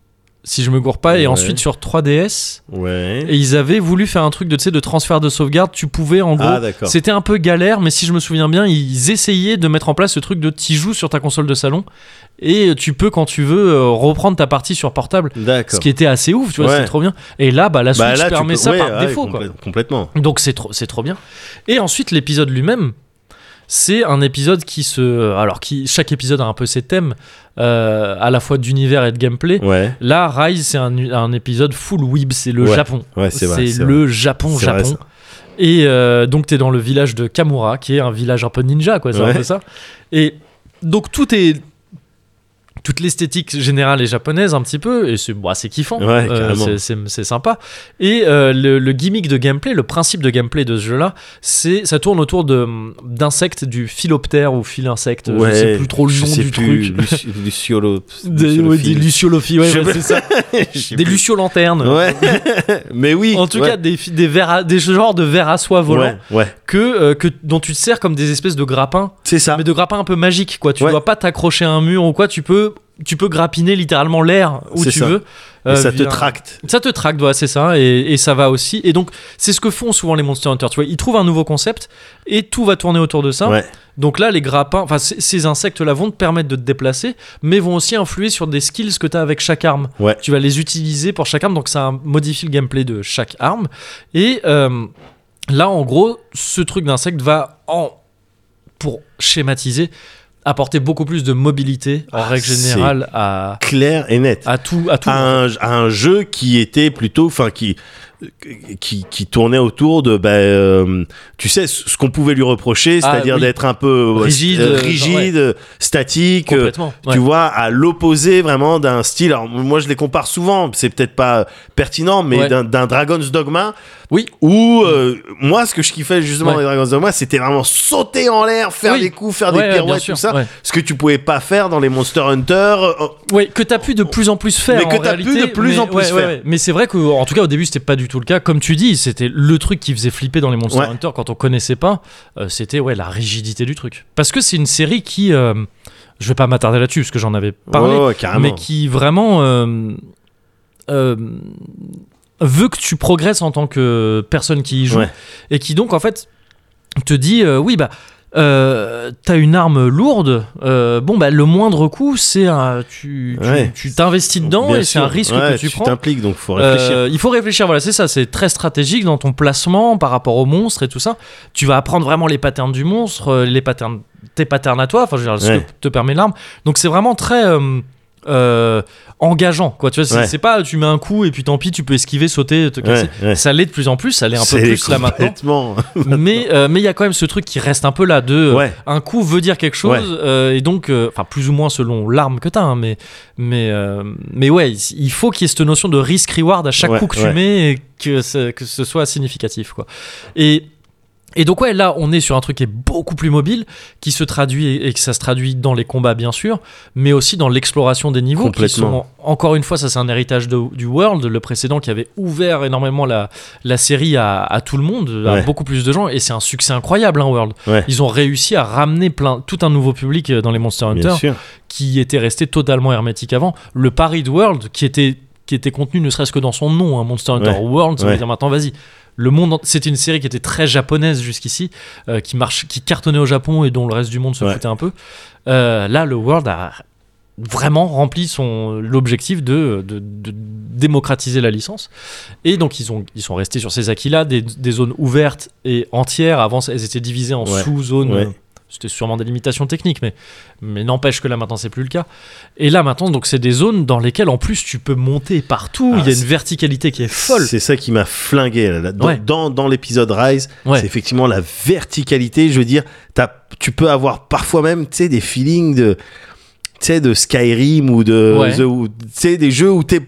[SPEAKER 1] si je me gourre pas, et
[SPEAKER 2] Ouais.
[SPEAKER 1] ensuite sur 3DS.
[SPEAKER 2] Ouais.
[SPEAKER 1] Et ils avaient voulu faire un truc de, tu sais, de transfert de sauvegarde. Tu pouvais, en gros,
[SPEAKER 2] Ah, d'accord.
[SPEAKER 1] c'était un peu galère, mais si je me souviens bien, ils essayaient de mettre en place ce truc de tu joues sur ta console de salon et tu peux, quand tu veux, euh, reprendre ta partie sur portable. Ce
[SPEAKER 2] D'accord.
[SPEAKER 1] qui était assez ouf, tu vois,
[SPEAKER 2] Ouais.
[SPEAKER 1] c'est trop bien. Et là, bah, la Switch
[SPEAKER 2] Bah là, tu
[SPEAKER 1] permet
[SPEAKER 2] peux-
[SPEAKER 1] ça
[SPEAKER 2] ouais,
[SPEAKER 1] par
[SPEAKER 2] ouais,
[SPEAKER 1] défaut, quoi.
[SPEAKER 2] complè- Complètement.
[SPEAKER 1] Donc c'est trop, c'est trop bien. Et ensuite l'épisode lui-même, c'est un épisode qui se, alors qui chaque épisode a un peu ses thèmes, euh, à la fois d'univers et de gameplay.
[SPEAKER 2] Ouais.
[SPEAKER 1] Là, Rise, c'est un, un épisode full weeb, c'est le
[SPEAKER 2] Ouais,
[SPEAKER 1] Japon.
[SPEAKER 2] Ouais, c'est vrai.
[SPEAKER 1] c'est
[SPEAKER 2] vrai.
[SPEAKER 1] le Japon,
[SPEAKER 2] C'est vrai,
[SPEAKER 1] Japon. Et euh, donc, t'es dans le village de Kamura, qui est un village un peu ninja, quoi, c'est un
[SPEAKER 2] Ouais.
[SPEAKER 1] peu ça. Et donc, tout est. Toute l'esthétique générale est japonaise, un petit peu, et c'est bah, c'est kiffant.
[SPEAKER 2] Ouais, carrément.
[SPEAKER 1] c'est- c'est c'est sympa. Et euh, le, le gimmick de gameplay, le principe de gameplay de ce jeu-là, c'est ça tourne autour de d'insectes, du philoptère ou philinsecte,
[SPEAKER 2] Ouais,
[SPEAKER 1] je sais plus trop le
[SPEAKER 2] je
[SPEAKER 1] nom
[SPEAKER 2] sais
[SPEAKER 1] du
[SPEAKER 2] plus,
[SPEAKER 1] truc.
[SPEAKER 2] Luci- Luciolo.
[SPEAKER 1] Des, ouais, des luciolophiles, ouais,
[SPEAKER 2] Je
[SPEAKER 1] ouais, c'est
[SPEAKER 2] sais
[SPEAKER 1] ça.
[SPEAKER 2] Je sais
[SPEAKER 1] Des
[SPEAKER 2] plus.
[SPEAKER 1] luciolanternes.
[SPEAKER 2] Ouais. Mais oui.
[SPEAKER 1] En tout
[SPEAKER 2] ouais.
[SPEAKER 1] cas, des, fi- des, vers à- des genres de vers à soie volants
[SPEAKER 2] Ouais, ouais.
[SPEAKER 1] que, euh, que, dont tu te sers comme des espèces de grappins,
[SPEAKER 2] C'est ça.
[SPEAKER 1] mais de grappins un peu magiques. Quoi. Tu
[SPEAKER 2] Ouais.
[SPEAKER 1] dois pas t'accrocher à un mur ou quoi, tu peux, tu peux grappiner littéralement l'air où
[SPEAKER 2] C'est
[SPEAKER 1] tu
[SPEAKER 2] ça.
[SPEAKER 1] veux.
[SPEAKER 2] Et
[SPEAKER 1] euh,
[SPEAKER 2] ça te
[SPEAKER 1] via-
[SPEAKER 2] tracte.
[SPEAKER 1] Ça te traque, ouais, c'est ça, et, et ça va aussi. Et donc, c'est ce que font souvent les Monster Hunter. Tu vois, ils trouvent un nouveau concept et tout va tourner autour de ça.
[SPEAKER 2] Ouais.
[SPEAKER 1] Donc là, les grappins, enfin, c- ces insectes-là vont te permettre de te déplacer, mais vont aussi influer sur des skills que tu as avec chaque arme.
[SPEAKER 2] Ouais.
[SPEAKER 1] Tu vas les utiliser pour chaque arme, donc ça modifie le gameplay de chaque arme. Et euh, là, en gros, ce truc d'insecte va, en, pour schématiser, apporter beaucoup plus de mobilité en
[SPEAKER 2] Ah,
[SPEAKER 1] règle
[SPEAKER 2] c'est
[SPEAKER 1] générale à,
[SPEAKER 2] Clair et net.
[SPEAKER 1] à tout. À Ah, tout
[SPEAKER 2] à un, à un jeu qui était plutôt, enfin qui, qui qui tournait autour de, bah, euh, tu sais, ce ce qu'on pouvait lui reprocher,
[SPEAKER 1] Ah,
[SPEAKER 2] c'est-à-dire
[SPEAKER 1] oui.
[SPEAKER 2] d'être un peu euh,
[SPEAKER 1] Rigide,
[SPEAKER 2] st-
[SPEAKER 1] euh,
[SPEAKER 2] rigide, statique. euh,
[SPEAKER 1] complètement.
[SPEAKER 2] Tu
[SPEAKER 1] ouais.
[SPEAKER 2] vois, à l'opposé vraiment d'un style. Alors, moi, je les compare souvent. C'est peut-être pas pertinent, mais
[SPEAKER 1] Ouais.
[SPEAKER 2] d'un- d'un Dragon's Dogma.
[SPEAKER 1] Oui.
[SPEAKER 2] Où euh, moi, ce que je kiffais justement
[SPEAKER 1] Ouais.
[SPEAKER 2] dans les Dragon's Dogma, c'était vraiment sauter en l'air, faire
[SPEAKER 1] Oui.
[SPEAKER 2] des coups, faire
[SPEAKER 1] Ouais, ouais,
[SPEAKER 2] des
[SPEAKER 1] bien
[SPEAKER 2] pirouettes,
[SPEAKER 1] sûr,
[SPEAKER 2] tout ça.
[SPEAKER 1] ouais.
[SPEAKER 2] Ce que tu pouvais pas faire dans les Monster Hunter. euh,
[SPEAKER 1] Ouais, que t'as pu de plus en plus faire.
[SPEAKER 2] Mais que
[SPEAKER 1] en
[SPEAKER 2] t'as pu
[SPEAKER 1] réalité,
[SPEAKER 2] de plus
[SPEAKER 1] mais-
[SPEAKER 2] en plus
[SPEAKER 1] ouais,
[SPEAKER 2] faire.
[SPEAKER 1] ouais, ouais. Mais c'est vrai que, en tout cas, au début, c'était pas du tout le cas. Comme tu dis, c'était le truc qui faisait flipper dans les Monster
[SPEAKER 2] Ouais.
[SPEAKER 1] Hunter quand on connaissait pas. euh, c'était ouais la rigidité du truc. Parce que c'est une série qui, euh, je vais pas m'attarder là-dessus parce que j'en avais parlé,
[SPEAKER 2] ouais, ouais, carrément.
[SPEAKER 1] mais qui vraiment euh, euh, veut que tu progresses en tant que personne qui y joue
[SPEAKER 2] Ouais.
[SPEAKER 1] et qui donc en fait te dit euh, oui bah euh, t'as une arme lourde euh, bon bah le moindre coup c'est un tu tu-
[SPEAKER 2] Ouais.
[SPEAKER 1] tu t'investis dedans
[SPEAKER 2] Bien
[SPEAKER 1] et c'est
[SPEAKER 2] sûr.
[SPEAKER 1] un risque
[SPEAKER 2] Ouais,
[SPEAKER 1] que tu, prends
[SPEAKER 2] t'impliques, donc faut réfléchir.
[SPEAKER 1] Euh, il faut réfléchir, voilà, c'est ça, c'est très stratégique dans ton placement par rapport au monstre et tout ça. Tu vas apprendre vraiment les patterns du monstre, euh, les patterns, tes patterns à toi, enfin, je veux dire, ce
[SPEAKER 2] Ouais.
[SPEAKER 1] que te permet l'arme. Donc c'est vraiment très euh, euh, engageant, quoi. Tu vois, c'est
[SPEAKER 2] Ouais.
[SPEAKER 1] c'est pas tu mets un coup et puis tant pis, tu peux esquiver, sauter, te casser.
[SPEAKER 2] Ouais, ouais.
[SPEAKER 1] Ça l'est de plus en plus, ça l'est un peu
[SPEAKER 2] C'est
[SPEAKER 1] plus là maintenant.
[SPEAKER 2] complètement-
[SPEAKER 1] Mais euh, mais il y a quand même ce truc qui reste un peu là de euh,
[SPEAKER 2] Ouais.
[SPEAKER 1] un coup veut dire quelque chose
[SPEAKER 2] Ouais.
[SPEAKER 1] euh, et donc euh, enfin plus ou moins selon l'arme que t'as hein, mais mais euh, mais ouais il- il faut qu'il y ait cette notion de risk reward à chaque
[SPEAKER 2] Ouais,
[SPEAKER 1] coup que tu
[SPEAKER 2] ouais.
[SPEAKER 1] mets et que ce, que ce soit significatif quoi et et donc ouais là on est sur un truc qui est beaucoup plus mobile qui se traduit et, et que ça se traduit dans les combats bien sûr mais aussi dans l'exploration des niveaux qui sont
[SPEAKER 2] Complètement.
[SPEAKER 1] encore une fois ça c'est un héritage de- du World le précédent qui avait ouvert énormément la, la série à, à tout le monde à
[SPEAKER 2] Ouais.
[SPEAKER 1] beaucoup plus de gens et c'est un succès incroyable hein, World
[SPEAKER 2] Ouais.
[SPEAKER 1] ils ont réussi à ramener plein, tout un nouveau public euh, dans les Monster Hunter
[SPEAKER 2] Bien sûr.
[SPEAKER 1] qui était resté totalement hermétique avant. Le Paris de World qui était, qui était contenu ne serait-ce que dans son nom, hein, Monster Hunter
[SPEAKER 2] Ouais.
[SPEAKER 1] World, ça veut
[SPEAKER 2] Ouais.
[SPEAKER 1] dire maintenant vas-y. Le monde, en- c'était une série qui était très japonaise jusqu'ici, euh, qui marche, qui cartonnait au Japon et dont le reste du monde se
[SPEAKER 2] Ouais.
[SPEAKER 1] foutait un peu. Euh, là, le World a vraiment rempli son l'objectif de, de- de démocratiser la licence. Et donc ils ont ils sont restés sur ces acquis-là, des, des zones ouvertes et entières. Avant, elles étaient divisées en
[SPEAKER 2] Ouais.
[SPEAKER 1] sous-zones.
[SPEAKER 2] Ouais.
[SPEAKER 1] C'était sûrement des limitations techniques, mais mais n'empêche que là maintenant c'est plus le cas. Et là maintenant donc c'est des zones dans lesquelles en plus tu peux monter partout.
[SPEAKER 2] Ah,
[SPEAKER 1] Il y a une
[SPEAKER 2] c'est-
[SPEAKER 1] verticalité qui est folle.
[SPEAKER 2] C'est ça qui m'a flingué. Là, là. Dans,
[SPEAKER 1] Ouais.
[SPEAKER 2] dans, dans l'épisode Rise,
[SPEAKER 1] Ouais.
[SPEAKER 2] c'est effectivement la verticalité. Je veux dire, t'as- tu peux avoir parfois même tu sais, des feelings de, tu sais, de Skyrim ou de
[SPEAKER 1] Ouais.
[SPEAKER 2] The- ou, tu sais, des jeux où t'es-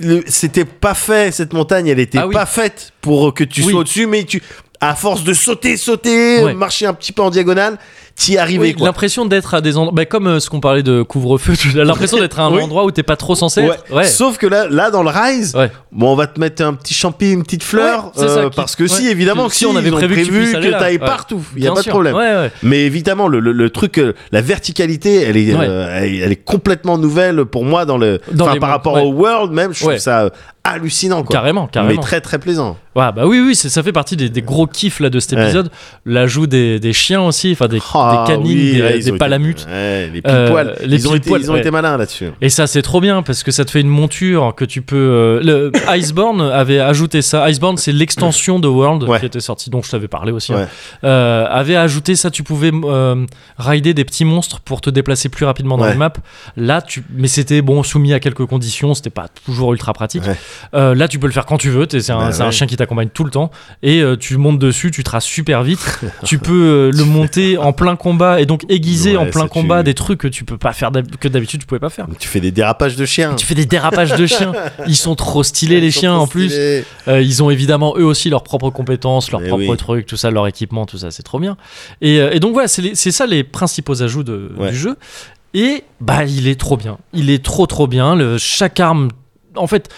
[SPEAKER 2] le- c'était pas fait, cette montagne, elle était
[SPEAKER 1] Ah oui.
[SPEAKER 2] pas faite pour que tu
[SPEAKER 1] Oui.
[SPEAKER 2] sois au-dessus, mais tu, à force de sauter, sauter,
[SPEAKER 1] Ouais.
[SPEAKER 2] marcher un petit peu en diagonale, t'y arrivais.
[SPEAKER 1] Oui,
[SPEAKER 2] quoi.
[SPEAKER 1] l'impression d'être à des endroits, bah, comme euh, ce qu'on parlait de couvre-feu, tout à l'heure, l'impression d'être à un
[SPEAKER 2] Oui.
[SPEAKER 1] endroit où t'es pas trop censé.
[SPEAKER 2] Ouais.
[SPEAKER 1] être. Ouais.
[SPEAKER 2] Sauf que là, là dans le Rise,
[SPEAKER 1] Ouais.
[SPEAKER 2] bon, on va te mettre un petit champi, une petite fleur,
[SPEAKER 1] Ouais, c'est ça,
[SPEAKER 2] euh,
[SPEAKER 1] qui-
[SPEAKER 2] parce que si,
[SPEAKER 1] ouais,
[SPEAKER 2] évidemment,
[SPEAKER 1] que
[SPEAKER 2] que
[SPEAKER 1] si, on avait
[SPEAKER 2] ils ont
[SPEAKER 1] prévu que tu puisses
[SPEAKER 2] prévu
[SPEAKER 1] aller
[SPEAKER 2] que
[SPEAKER 1] là.
[SPEAKER 2] t'ailles
[SPEAKER 1] Ouais.
[SPEAKER 2] partout, il y a
[SPEAKER 1] Bien
[SPEAKER 2] pas de
[SPEAKER 1] sûr.
[SPEAKER 2] problème.
[SPEAKER 1] Ouais, ouais.
[SPEAKER 2] Mais évidemment, le, le- le truc, euh, la verticalité, elle est, euh,
[SPEAKER 1] Ouais.
[SPEAKER 2] elle, elle est complètement nouvelle pour moi dans le,
[SPEAKER 1] Dans
[SPEAKER 2] enfin,
[SPEAKER 1] les
[SPEAKER 2] par
[SPEAKER 1] mondes,
[SPEAKER 2] rapport
[SPEAKER 1] ouais.
[SPEAKER 2] au World même. Je
[SPEAKER 1] Ouais.
[SPEAKER 2] trouve ça euh, hallucinant, quoi.
[SPEAKER 1] Carrément, carrément.
[SPEAKER 2] Mais très très plaisant.
[SPEAKER 1] Ouais, bah oui, oui, c'est- ça fait partie des, des gros kiffs là de cet
[SPEAKER 2] Ouais.
[SPEAKER 1] épisode. L'ajout des, des chiens aussi, enfin des,
[SPEAKER 2] Ah,
[SPEAKER 1] des canines,
[SPEAKER 2] oui,
[SPEAKER 1] des,
[SPEAKER 2] ouais,
[SPEAKER 1] des
[SPEAKER 2] ils ont été-
[SPEAKER 1] palamutes.
[SPEAKER 2] ouais, les
[SPEAKER 1] Euh,
[SPEAKER 2] pile-poils.
[SPEAKER 1] les
[SPEAKER 2] ils, ont été-
[SPEAKER 1] pile-poils,
[SPEAKER 2] ils ont
[SPEAKER 1] ouais.
[SPEAKER 2] été malins là-dessus.
[SPEAKER 1] Et ça, c'est trop bien parce que ça te fait une monture que tu peux. euh, le Iceborne avait ajouté ça. Iceborne, c'est l'extension de World
[SPEAKER 2] Ouais.
[SPEAKER 1] qui était sortie, dont je t'avais parlé aussi.
[SPEAKER 2] Ouais.
[SPEAKER 1] hein. Euh, avait ajouté ça. Tu pouvais euh, rider des petits monstres pour te déplacer plus rapidement dans
[SPEAKER 2] Ouais.
[SPEAKER 1] la map. Là, tu. Mais c'était bon, soumis à quelques conditions. C'était pas toujours ultra pratique.
[SPEAKER 2] Ouais.
[SPEAKER 1] Euh, là, tu peux le faire quand tu veux. t'es- C'est un,
[SPEAKER 2] Bah
[SPEAKER 1] c'est un
[SPEAKER 2] ouais.
[SPEAKER 1] chien qui t'accompagne tout le temps. Et euh, tu montes dessus, tu traces super vite. tu peux euh, le monter en plein combat et donc aiguiser
[SPEAKER 2] Ouais,
[SPEAKER 1] en plein
[SPEAKER 2] ça, tu-
[SPEAKER 1] combat des trucs que tu peux pas faire d'hab- que d'habitude tu pouvais pas faire.
[SPEAKER 2] Tu fais des dérapages de chiens.
[SPEAKER 1] Tu fais des dérapages de chiens. Ils sont trop stylés, les
[SPEAKER 2] Ils sont
[SPEAKER 1] chiens,
[SPEAKER 2] trop
[SPEAKER 1] en plus.
[SPEAKER 2] stylés.
[SPEAKER 1] Euh, ils ont évidemment, eux aussi, leurs propres compétences, leurs
[SPEAKER 2] Mais
[SPEAKER 1] propres
[SPEAKER 2] oui.
[SPEAKER 1] trucs, tout ça, leur équipement, tout ça, c'est trop bien. Et, euh, et donc, voilà, c'est les- c'est ça les principaux ajouts de-
[SPEAKER 2] Ouais.
[SPEAKER 1] du jeu. Et, bah, il est trop bien. Il est trop, trop bien. Le, chaque arme. En fait,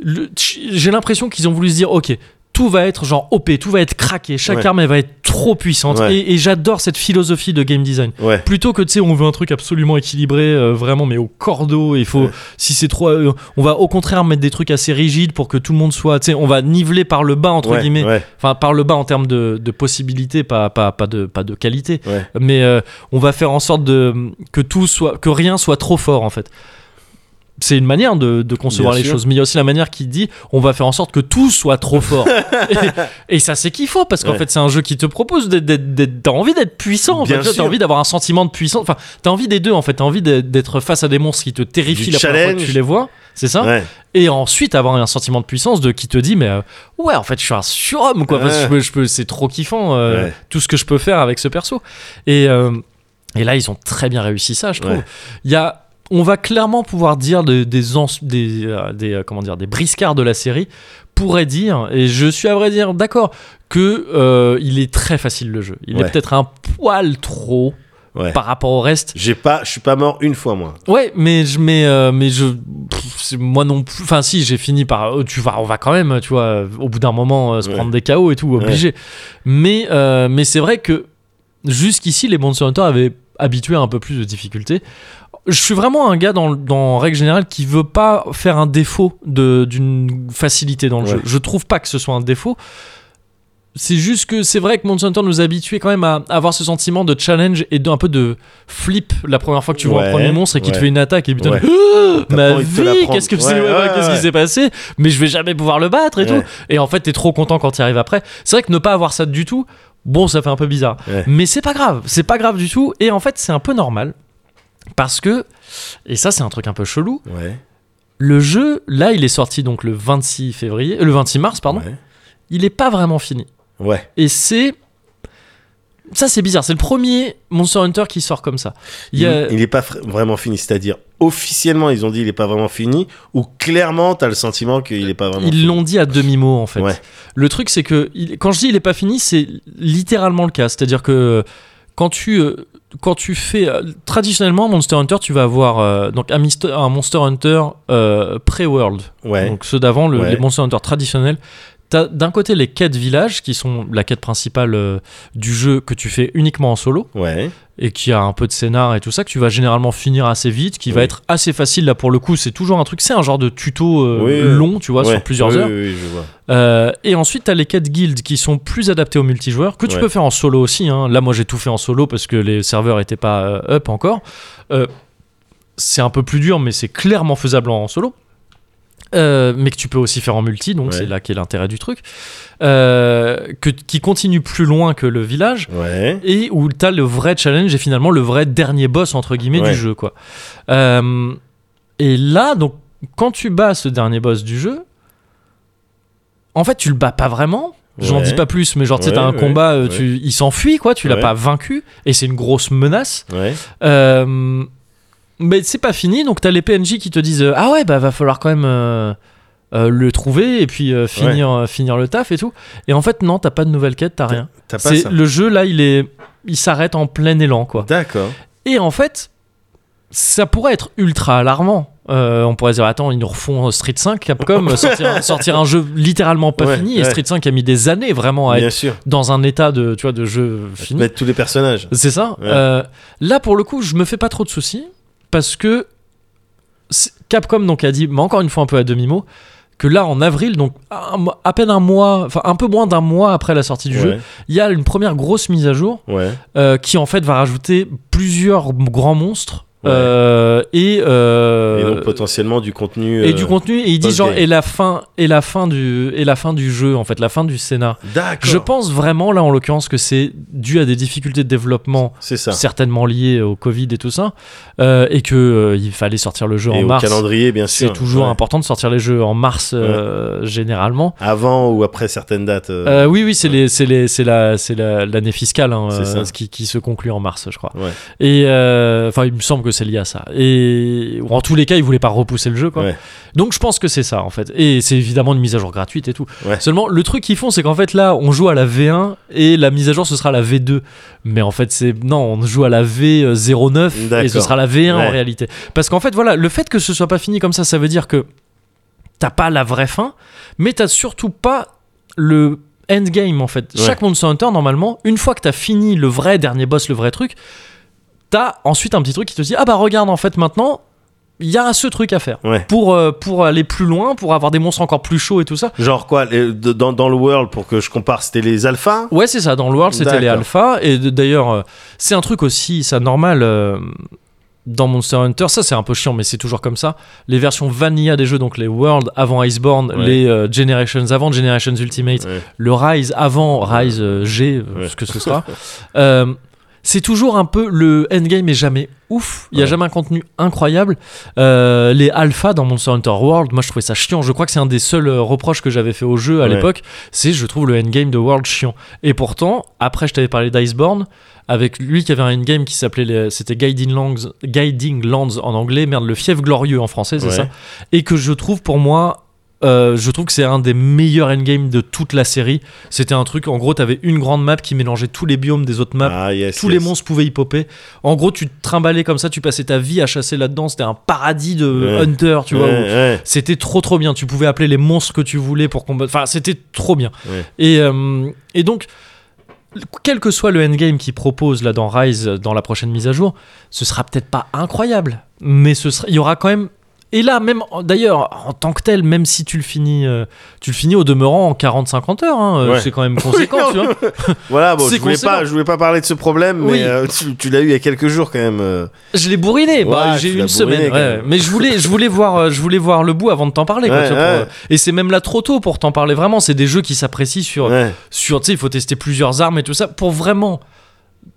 [SPEAKER 1] le- j'ai l'impression qu'ils ont voulu se dire, OK. Tout va être genre OP, tout va être craqué, chaque
[SPEAKER 2] Ouais.
[SPEAKER 1] arme elle va être trop puissante.
[SPEAKER 2] Ouais.
[SPEAKER 1] Et- et j'adore cette philosophie de game design
[SPEAKER 2] Ouais.
[SPEAKER 1] plutôt que tu sais on veut un truc absolument équilibré euh, vraiment mais au cordeau il faut
[SPEAKER 2] Ouais.
[SPEAKER 1] si c'est trop euh, on va au contraire mettre des trucs assez rigides pour que tout le monde soit tu sais on va niveler par le bas entre
[SPEAKER 2] Ouais,
[SPEAKER 1] guillemets
[SPEAKER 2] ouais.
[SPEAKER 1] enfin par le bas en termes de, de possibilités pas, pas, pas, de, pas de qualité
[SPEAKER 2] Ouais.
[SPEAKER 1] mais euh, on va faire en sorte de que tout soit que rien soit trop fort en fait c'est une manière de, de concevoir
[SPEAKER 2] Bien
[SPEAKER 1] les
[SPEAKER 2] sûr.
[SPEAKER 1] choses mais il y a aussi la manière qui dit on va faire en sorte que tout soit trop fort et, et ça c'est qu'il faut parce qu'en
[SPEAKER 2] Ouais.
[SPEAKER 1] fait c'est un jeu qui te propose d'être- d'être d'être- t'as envie d'être puissant en fait,
[SPEAKER 2] Bien
[SPEAKER 1] tu vois, t'as
[SPEAKER 2] sûr.
[SPEAKER 1] envie d'avoir un sentiment de puissance enfin t'as envie des deux en fait t'as envie d'être- d'être face à des monstres qui te terrifient
[SPEAKER 2] Du
[SPEAKER 1] la première fois que
[SPEAKER 2] challenge.
[SPEAKER 1] tu les vois c'est ça
[SPEAKER 2] Ouais.
[SPEAKER 1] et ensuite avoir un sentiment de puissance de qui te dit mais euh, ouais en fait je suis un surhomme quoi parce que
[SPEAKER 2] Ouais.
[SPEAKER 1] je peux, je peux- c'est trop kiffant euh,
[SPEAKER 2] Ouais.
[SPEAKER 1] tout ce que je peux faire avec ce perso et euh, et là ils ont très bien réussi ça je trouve
[SPEAKER 2] Ouais.
[SPEAKER 1] il y a on va clairement pouvoir dire de- des ans- des, euh, des, euh, comment dire des briscards de la série pourraient dire et je suis à vrai dire d'accord que euh, il est très facile le jeu il est
[SPEAKER 2] Ouais.
[SPEAKER 1] peut-être un poil trop
[SPEAKER 2] Ouais.
[SPEAKER 1] par rapport au reste
[SPEAKER 2] J'ai pas, je suis pas mort une fois moi.
[SPEAKER 1] Ouais, mais je mais euh, mais je pff, c'est- moi non plus. Enfin si, j'ai fini par euh, tu vas on va quand même, tu vois, euh, au bout d'un moment euh, se
[SPEAKER 2] Ouais.
[SPEAKER 1] prendre des KO et tout, obligé. Mais euh, mais c'est vrai que jusqu'ici les Monster Hunter avaient habitué à un peu plus de difficultés. Je suis vraiment un gars, dans, dans- en règle générale, qui veut pas faire un défaut de- d'une facilité dans le
[SPEAKER 2] Ouais.
[SPEAKER 1] jeu. Je trouve pas que ce soit un défaut. C'est juste que c'est vrai que Monster Hunter nous habituait quand même à avoir ce sentiment de challenge et d'un peu de flip la première fois que tu vois
[SPEAKER 2] Ouais,
[SPEAKER 1] un premier monstre et qu'il te
[SPEAKER 2] ouais.
[SPEAKER 1] fait une attaque et putain,
[SPEAKER 2] Ouais.
[SPEAKER 1] Ah,
[SPEAKER 2] T'as
[SPEAKER 1] ma
[SPEAKER 2] pas envie de te la
[SPEAKER 1] vie,
[SPEAKER 2] prendre.
[SPEAKER 1] qu'est-ce que c'est,
[SPEAKER 2] Ouais,
[SPEAKER 1] ouais,
[SPEAKER 2] ouais,
[SPEAKER 1] ouais, qu'est-ce qui
[SPEAKER 2] ouais.
[SPEAKER 1] s'est passé, mais je vais jamais pouvoir le battre et
[SPEAKER 2] Ouais.
[SPEAKER 1] tout. Et en fait, t'es trop content quand t'y arrives après. C'est vrai que ne pas avoir ça du tout, bon, ça fait un peu bizarre.
[SPEAKER 2] Ouais.
[SPEAKER 1] Mais c'est pas grave, c'est pas grave du tout. Et en fait, c'est un peu normal. Parce que, et ça, c'est un truc un peu chelou,
[SPEAKER 2] Ouais.
[SPEAKER 1] le jeu, là, il est sorti donc le 26 février, euh, le 26 mars, pardon,
[SPEAKER 2] Ouais.
[SPEAKER 1] il est pas vraiment fini.
[SPEAKER 2] Ouais.
[SPEAKER 1] Et c'est. Ça, c'est bizarre. C'est le premier Monster Hunter qui sort comme ça. Il y a-
[SPEAKER 2] Il- Il est pas fr- vraiment fini, c'est-à-dire officiellement ils ont dit il est pas vraiment fini ou clairement t'as le sentiment qu'il est pas vraiment.
[SPEAKER 1] Ils
[SPEAKER 2] fini.
[SPEAKER 1] l'ont dit à demi-mot en fait.
[SPEAKER 2] Ouais.
[SPEAKER 1] Le truc c'est que il- quand je dis il est pas fini, c'est littéralement le cas. C'est-à-dire que quand tu, euh, quand tu fais... euh, Traditionnellement, Monster Hunter, tu vas avoir euh, donc un, Mister- un Monster Hunter euh, pré-world.
[SPEAKER 2] Ouais.
[SPEAKER 1] Donc ceux d'avant, le-
[SPEAKER 2] Ouais.
[SPEAKER 1] les Monster Hunter traditionnels. T'as d'un côté les quêtes villages, qui sont la quête principale euh, du jeu que tu fais uniquement en solo
[SPEAKER 2] Ouais.
[SPEAKER 1] et qui a un peu de scénar et tout ça, que tu vas généralement finir assez vite, qui va
[SPEAKER 2] Oui.
[SPEAKER 1] être assez facile là pour le coup. C'est toujours un truc, c'est un genre de tuto euh,
[SPEAKER 2] Oui, oui.
[SPEAKER 1] long, tu vois,
[SPEAKER 2] Ouais.
[SPEAKER 1] sur plusieurs
[SPEAKER 2] Oui,
[SPEAKER 1] heures.
[SPEAKER 2] oui, oui, je vois.
[SPEAKER 1] Euh, et ensuite, t'as les quêtes guildes qui sont plus adaptées au multijoueur, que tu
[SPEAKER 2] Ouais.
[SPEAKER 1] peux faire en solo aussi. hein. Là, moi, j'ai tout fait en solo parce que les serveurs étaient pas euh, up encore. Euh, c'est un peu plus dur, mais c'est clairement faisable en, en solo. Euh, mais que tu peux aussi faire en multi, donc
[SPEAKER 2] Ouais.
[SPEAKER 1] c'est là qu'est l'intérêt du truc. Euh, que, qui continue plus loin que le village
[SPEAKER 2] Ouais.
[SPEAKER 1] et où t'as le vrai challenge et finalement le vrai dernier boss entre guillemets
[SPEAKER 2] Ouais.
[SPEAKER 1] du jeu quoi. Euh, et là donc quand tu bats ce dernier boss du jeu, en fait tu le bats pas vraiment. J'en
[SPEAKER 2] Ouais.
[SPEAKER 1] dis pas plus, mais genre tu sais,
[SPEAKER 2] Ouais,
[SPEAKER 1] t'as un
[SPEAKER 2] ouais,
[SPEAKER 1] combat, euh,
[SPEAKER 2] ouais.
[SPEAKER 1] tu, il s'enfuit quoi, tu l'as
[SPEAKER 2] Ouais.
[SPEAKER 1] pas vaincu et c'est une grosse menace.
[SPEAKER 2] Ouais.
[SPEAKER 1] Euh, mais c'est pas fini, donc t'as les PNJ qui te disent euh, ah ouais bah va falloir quand même euh, euh, le trouver et puis euh, finir euh, finir le taf et tout. Et en fait non, t'as pas de nouvelle quête, t'as rien.
[SPEAKER 2] T'as pas
[SPEAKER 1] C'est
[SPEAKER 2] ça.
[SPEAKER 1] le jeu là, il est, il s'arrête en plein élan quoi.
[SPEAKER 2] D'accord.
[SPEAKER 1] Et en fait, ça pourrait être ultra alarmant. Euh, on pourrait se dire attends, ils nous refont euh, Street 5, Capcom sortir, un- sortir un jeu littéralement pas
[SPEAKER 2] Ouais,
[SPEAKER 1] fini. Et
[SPEAKER 2] ouais.
[SPEAKER 1] Street 5 a mis des années vraiment à
[SPEAKER 2] Bien
[SPEAKER 1] être
[SPEAKER 2] sûr.
[SPEAKER 1] dans un état de tu vois de jeu fini.
[SPEAKER 2] Mettre tous les personnages.
[SPEAKER 1] C'est ça.
[SPEAKER 2] Ouais.
[SPEAKER 1] Euh, là, pour le coup, je me fais pas trop de soucis parce que c'est- Capcom donc a dit, mais encore une fois un peu à demi mot, que là en avril, donc un mois- à peine un mois, enfin un peu moins d'un mois après la sortie du
[SPEAKER 2] ouais.
[SPEAKER 1] jeu, il y a une première grosse mise à jour
[SPEAKER 2] Ouais.
[SPEAKER 1] euh, qui en fait va rajouter plusieurs m- grands monstres
[SPEAKER 2] Ouais.
[SPEAKER 1] euh, et
[SPEAKER 2] Et
[SPEAKER 1] euh,
[SPEAKER 2] donc potentiellement du contenu.
[SPEAKER 1] et
[SPEAKER 2] euh,
[SPEAKER 1] du contenu et ils disent genre
[SPEAKER 2] post-game.
[SPEAKER 1] et la fin et la fin du et la fin du jeu en fait la fin du scénar.
[SPEAKER 2] D'accord.
[SPEAKER 1] Je pense vraiment là en l'occurrence que c'est dû à des difficultés de développement
[SPEAKER 2] C'est ça.
[SPEAKER 1] certainement lié au Covid et tout ça, euh, et que euh, il fallait sortir le jeu
[SPEAKER 2] Et
[SPEAKER 1] en
[SPEAKER 2] au
[SPEAKER 1] mars.
[SPEAKER 2] calendrier, bien sûr.
[SPEAKER 1] C'est toujours
[SPEAKER 2] Ouais.
[SPEAKER 1] important de sortir les jeux en mars euh, généralement.
[SPEAKER 2] Avant ou après certaines dates.
[SPEAKER 1] Euh,
[SPEAKER 2] euh,
[SPEAKER 1] oui, oui, c'est les, c'est les, c'est la, c'est la- l'année fiscale hein,
[SPEAKER 2] C'est
[SPEAKER 1] euh,
[SPEAKER 2] ça.
[SPEAKER 1] qui, qui se conclut en mars, je crois.
[SPEAKER 2] Ouais.
[SPEAKER 1] Et euh, enfin, il me semble que c'est lié à ça. Et ou en tous les cas, ils voulaient pas repousser le jeu, quoi.
[SPEAKER 2] Ouais.
[SPEAKER 1] Donc je pense que c'est ça en fait. Et c'est évidemment une mise à jour gratuite et tout.
[SPEAKER 2] Ouais.
[SPEAKER 1] Seulement, le truc qu'ils font, c'est qu'en fait là, on joue à la V1 et la mise à jour ce sera la V2. Mais en fait, c'est non, on joue à la V09 et ce
[SPEAKER 2] D'accord.
[SPEAKER 1] sera la V1 en
[SPEAKER 2] Ouais.
[SPEAKER 1] réalité. Parce qu'en fait, voilà, le fait que ce soit pas fini comme ça, ça veut dire que t'as pas la vraie fin, mais t'as surtout pas le endgame en fait.
[SPEAKER 2] Ouais.
[SPEAKER 1] Chaque Monster Hunter, normalement, une fois que t'as fini le vrai dernier boss, le vrai truc, t'as ensuite un petit truc qui te dit Ah bah regarde, en fait, maintenant, il y a ce truc à faire.
[SPEAKER 2] Ouais.
[SPEAKER 1] Pour, euh, pour aller plus loin, pour avoir des monstres encore plus chauds et tout ça.
[SPEAKER 2] Genre quoi les- de- dans, dans le world, pour que je compare, c'était les alphas
[SPEAKER 1] Ouais, c'est ça. Dans le World, c'était les
[SPEAKER 2] D'accord.
[SPEAKER 1] alphas. Et d- d'ailleurs, euh, c'est un truc aussi, ça, normal. euh, dans Monster Hunter, ça c'est un peu chiant, mais c'est toujours comme ça. Les versions vanilla des jeux, donc les World avant Iceborne,
[SPEAKER 2] Ouais.
[SPEAKER 1] les euh, Generations avant Generations Ultimate,
[SPEAKER 2] Ouais.
[SPEAKER 1] le Rise avant Rise euh, G, euh,
[SPEAKER 2] Ouais.
[SPEAKER 1] ce que ce sera, euh, c'est toujours un peu le endgame est jamais ouf. Il y a
[SPEAKER 2] Ouais.
[SPEAKER 1] jamais un contenu incroyable. Euh, les alphas dans Monster Hunter World, moi je trouvais ça chiant. Je crois que c'est un des seuls euh, reproches que j'avais fait au jeu à
[SPEAKER 2] Ouais.
[SPEAKER 1] l'époque. C'est je trouve le endgame de World chiant. Et pourtant, après je t'avais parlé d'Iceborne avec lui qui avait un endgame qui s'appelait les- c'était Guiding Lands, Guiding Lands en anglais, merde le fief glorieux en français, c'est
[SPEAKER 2] Ouais.
[SPEAKER 1] ça et que je trouve pour moi euh, je trouve que c'est un des meilleurs endgames de toute la série. C'était un truc, en gros, t'avais une grande map qui mélangeait tous les biomes des autres maps.
[SPEAKER 2] Ah, yes,
[SPEAKER 1] tous
[SPEAKER 2] yes.
[SPEAKER 1] les monstres pouvaient y popper. En gros, tu te trimballais comme ça, tu passais ta vie à chasser là-dedans. C'était un paradis de
[SPEAKER 2] Ouais.
[SPEAKER 1] hunter, tu vois.
[SPEAKER 2] Ouais,
[SPEAKER 1] où-
[SPEAKER 2] ouais.
[SPEAKER 1] C'était trop trop bien. Tu pouvais appeler les monstres que tu voulais pour combattre. Enfin, c'était trop bien.
[SPEAKER 2] Ouais.
[SPEAKER 1] Et, euh, et donc, quel que soit le endgame qu'ils proposent là dans Rise, euh, dans la prochaine mise à jour, ce sera peut-être pas incroyable. mais ce sera- il y aura quand même. Et là, même en- d'ailleurs, en tant que tel, même si tu le finis, euh, tu le finis au demeurant en 40-50 heures, hein, euh,
[SPEAKER 2] Ouais.
[SPEAKER 1] c'est quand même conséquent,
[SPEAKER 2] non,
[SPEAKER 1] tu vois.
[SPEAKER 2] Voilà, bon,
[SPEAKER 1] C'est
[SPEAKER 2] je voulais
[SPEAKER 1] conséquent.
[SPEAKER 2] pas, je voulais pas parler de ce problème,
[SPEAKER 1] Oui.
[SPEAKER 2] mais euh, tu, tu l'as eu il y a quelques jours quand même. euh.
[SPEAKER 1] Je l'ai bourriné, bah,
[SPEAKER 2] Ouais,
[SPEAKER 1] j'ai
[SPEAKER 2] tu
[SPEAKER 1] eu
[SPEAKER 2] l'as
[SPEAKER 1] une
[SPEAKER 2] bourriné,
[SPEAKER 1] semaine.
[SPEAKER 2] quand
[SPEAKER 1] ouais.
[SPEAKER 2] même.
[SPEAKER 1] Mais je voulais, je voulais voir, euh, je voulais voir le bout avant de t'en parler. quoi,
[SPEAKER 2] Ouais,
[SPEAKER 1] tu vois, pour,
[SPEAKER 2] ouais.
[SPEAKER 1] euh, et c'est même là trop tôt pour t'en parler vraiment. C'est des jeux qui s'apprécient sur,
[SPEAKER 2] Ouais.
[SPEAKER 1] sur, tu sais, il faut tester plusieurs armes et tout ça pour vraiment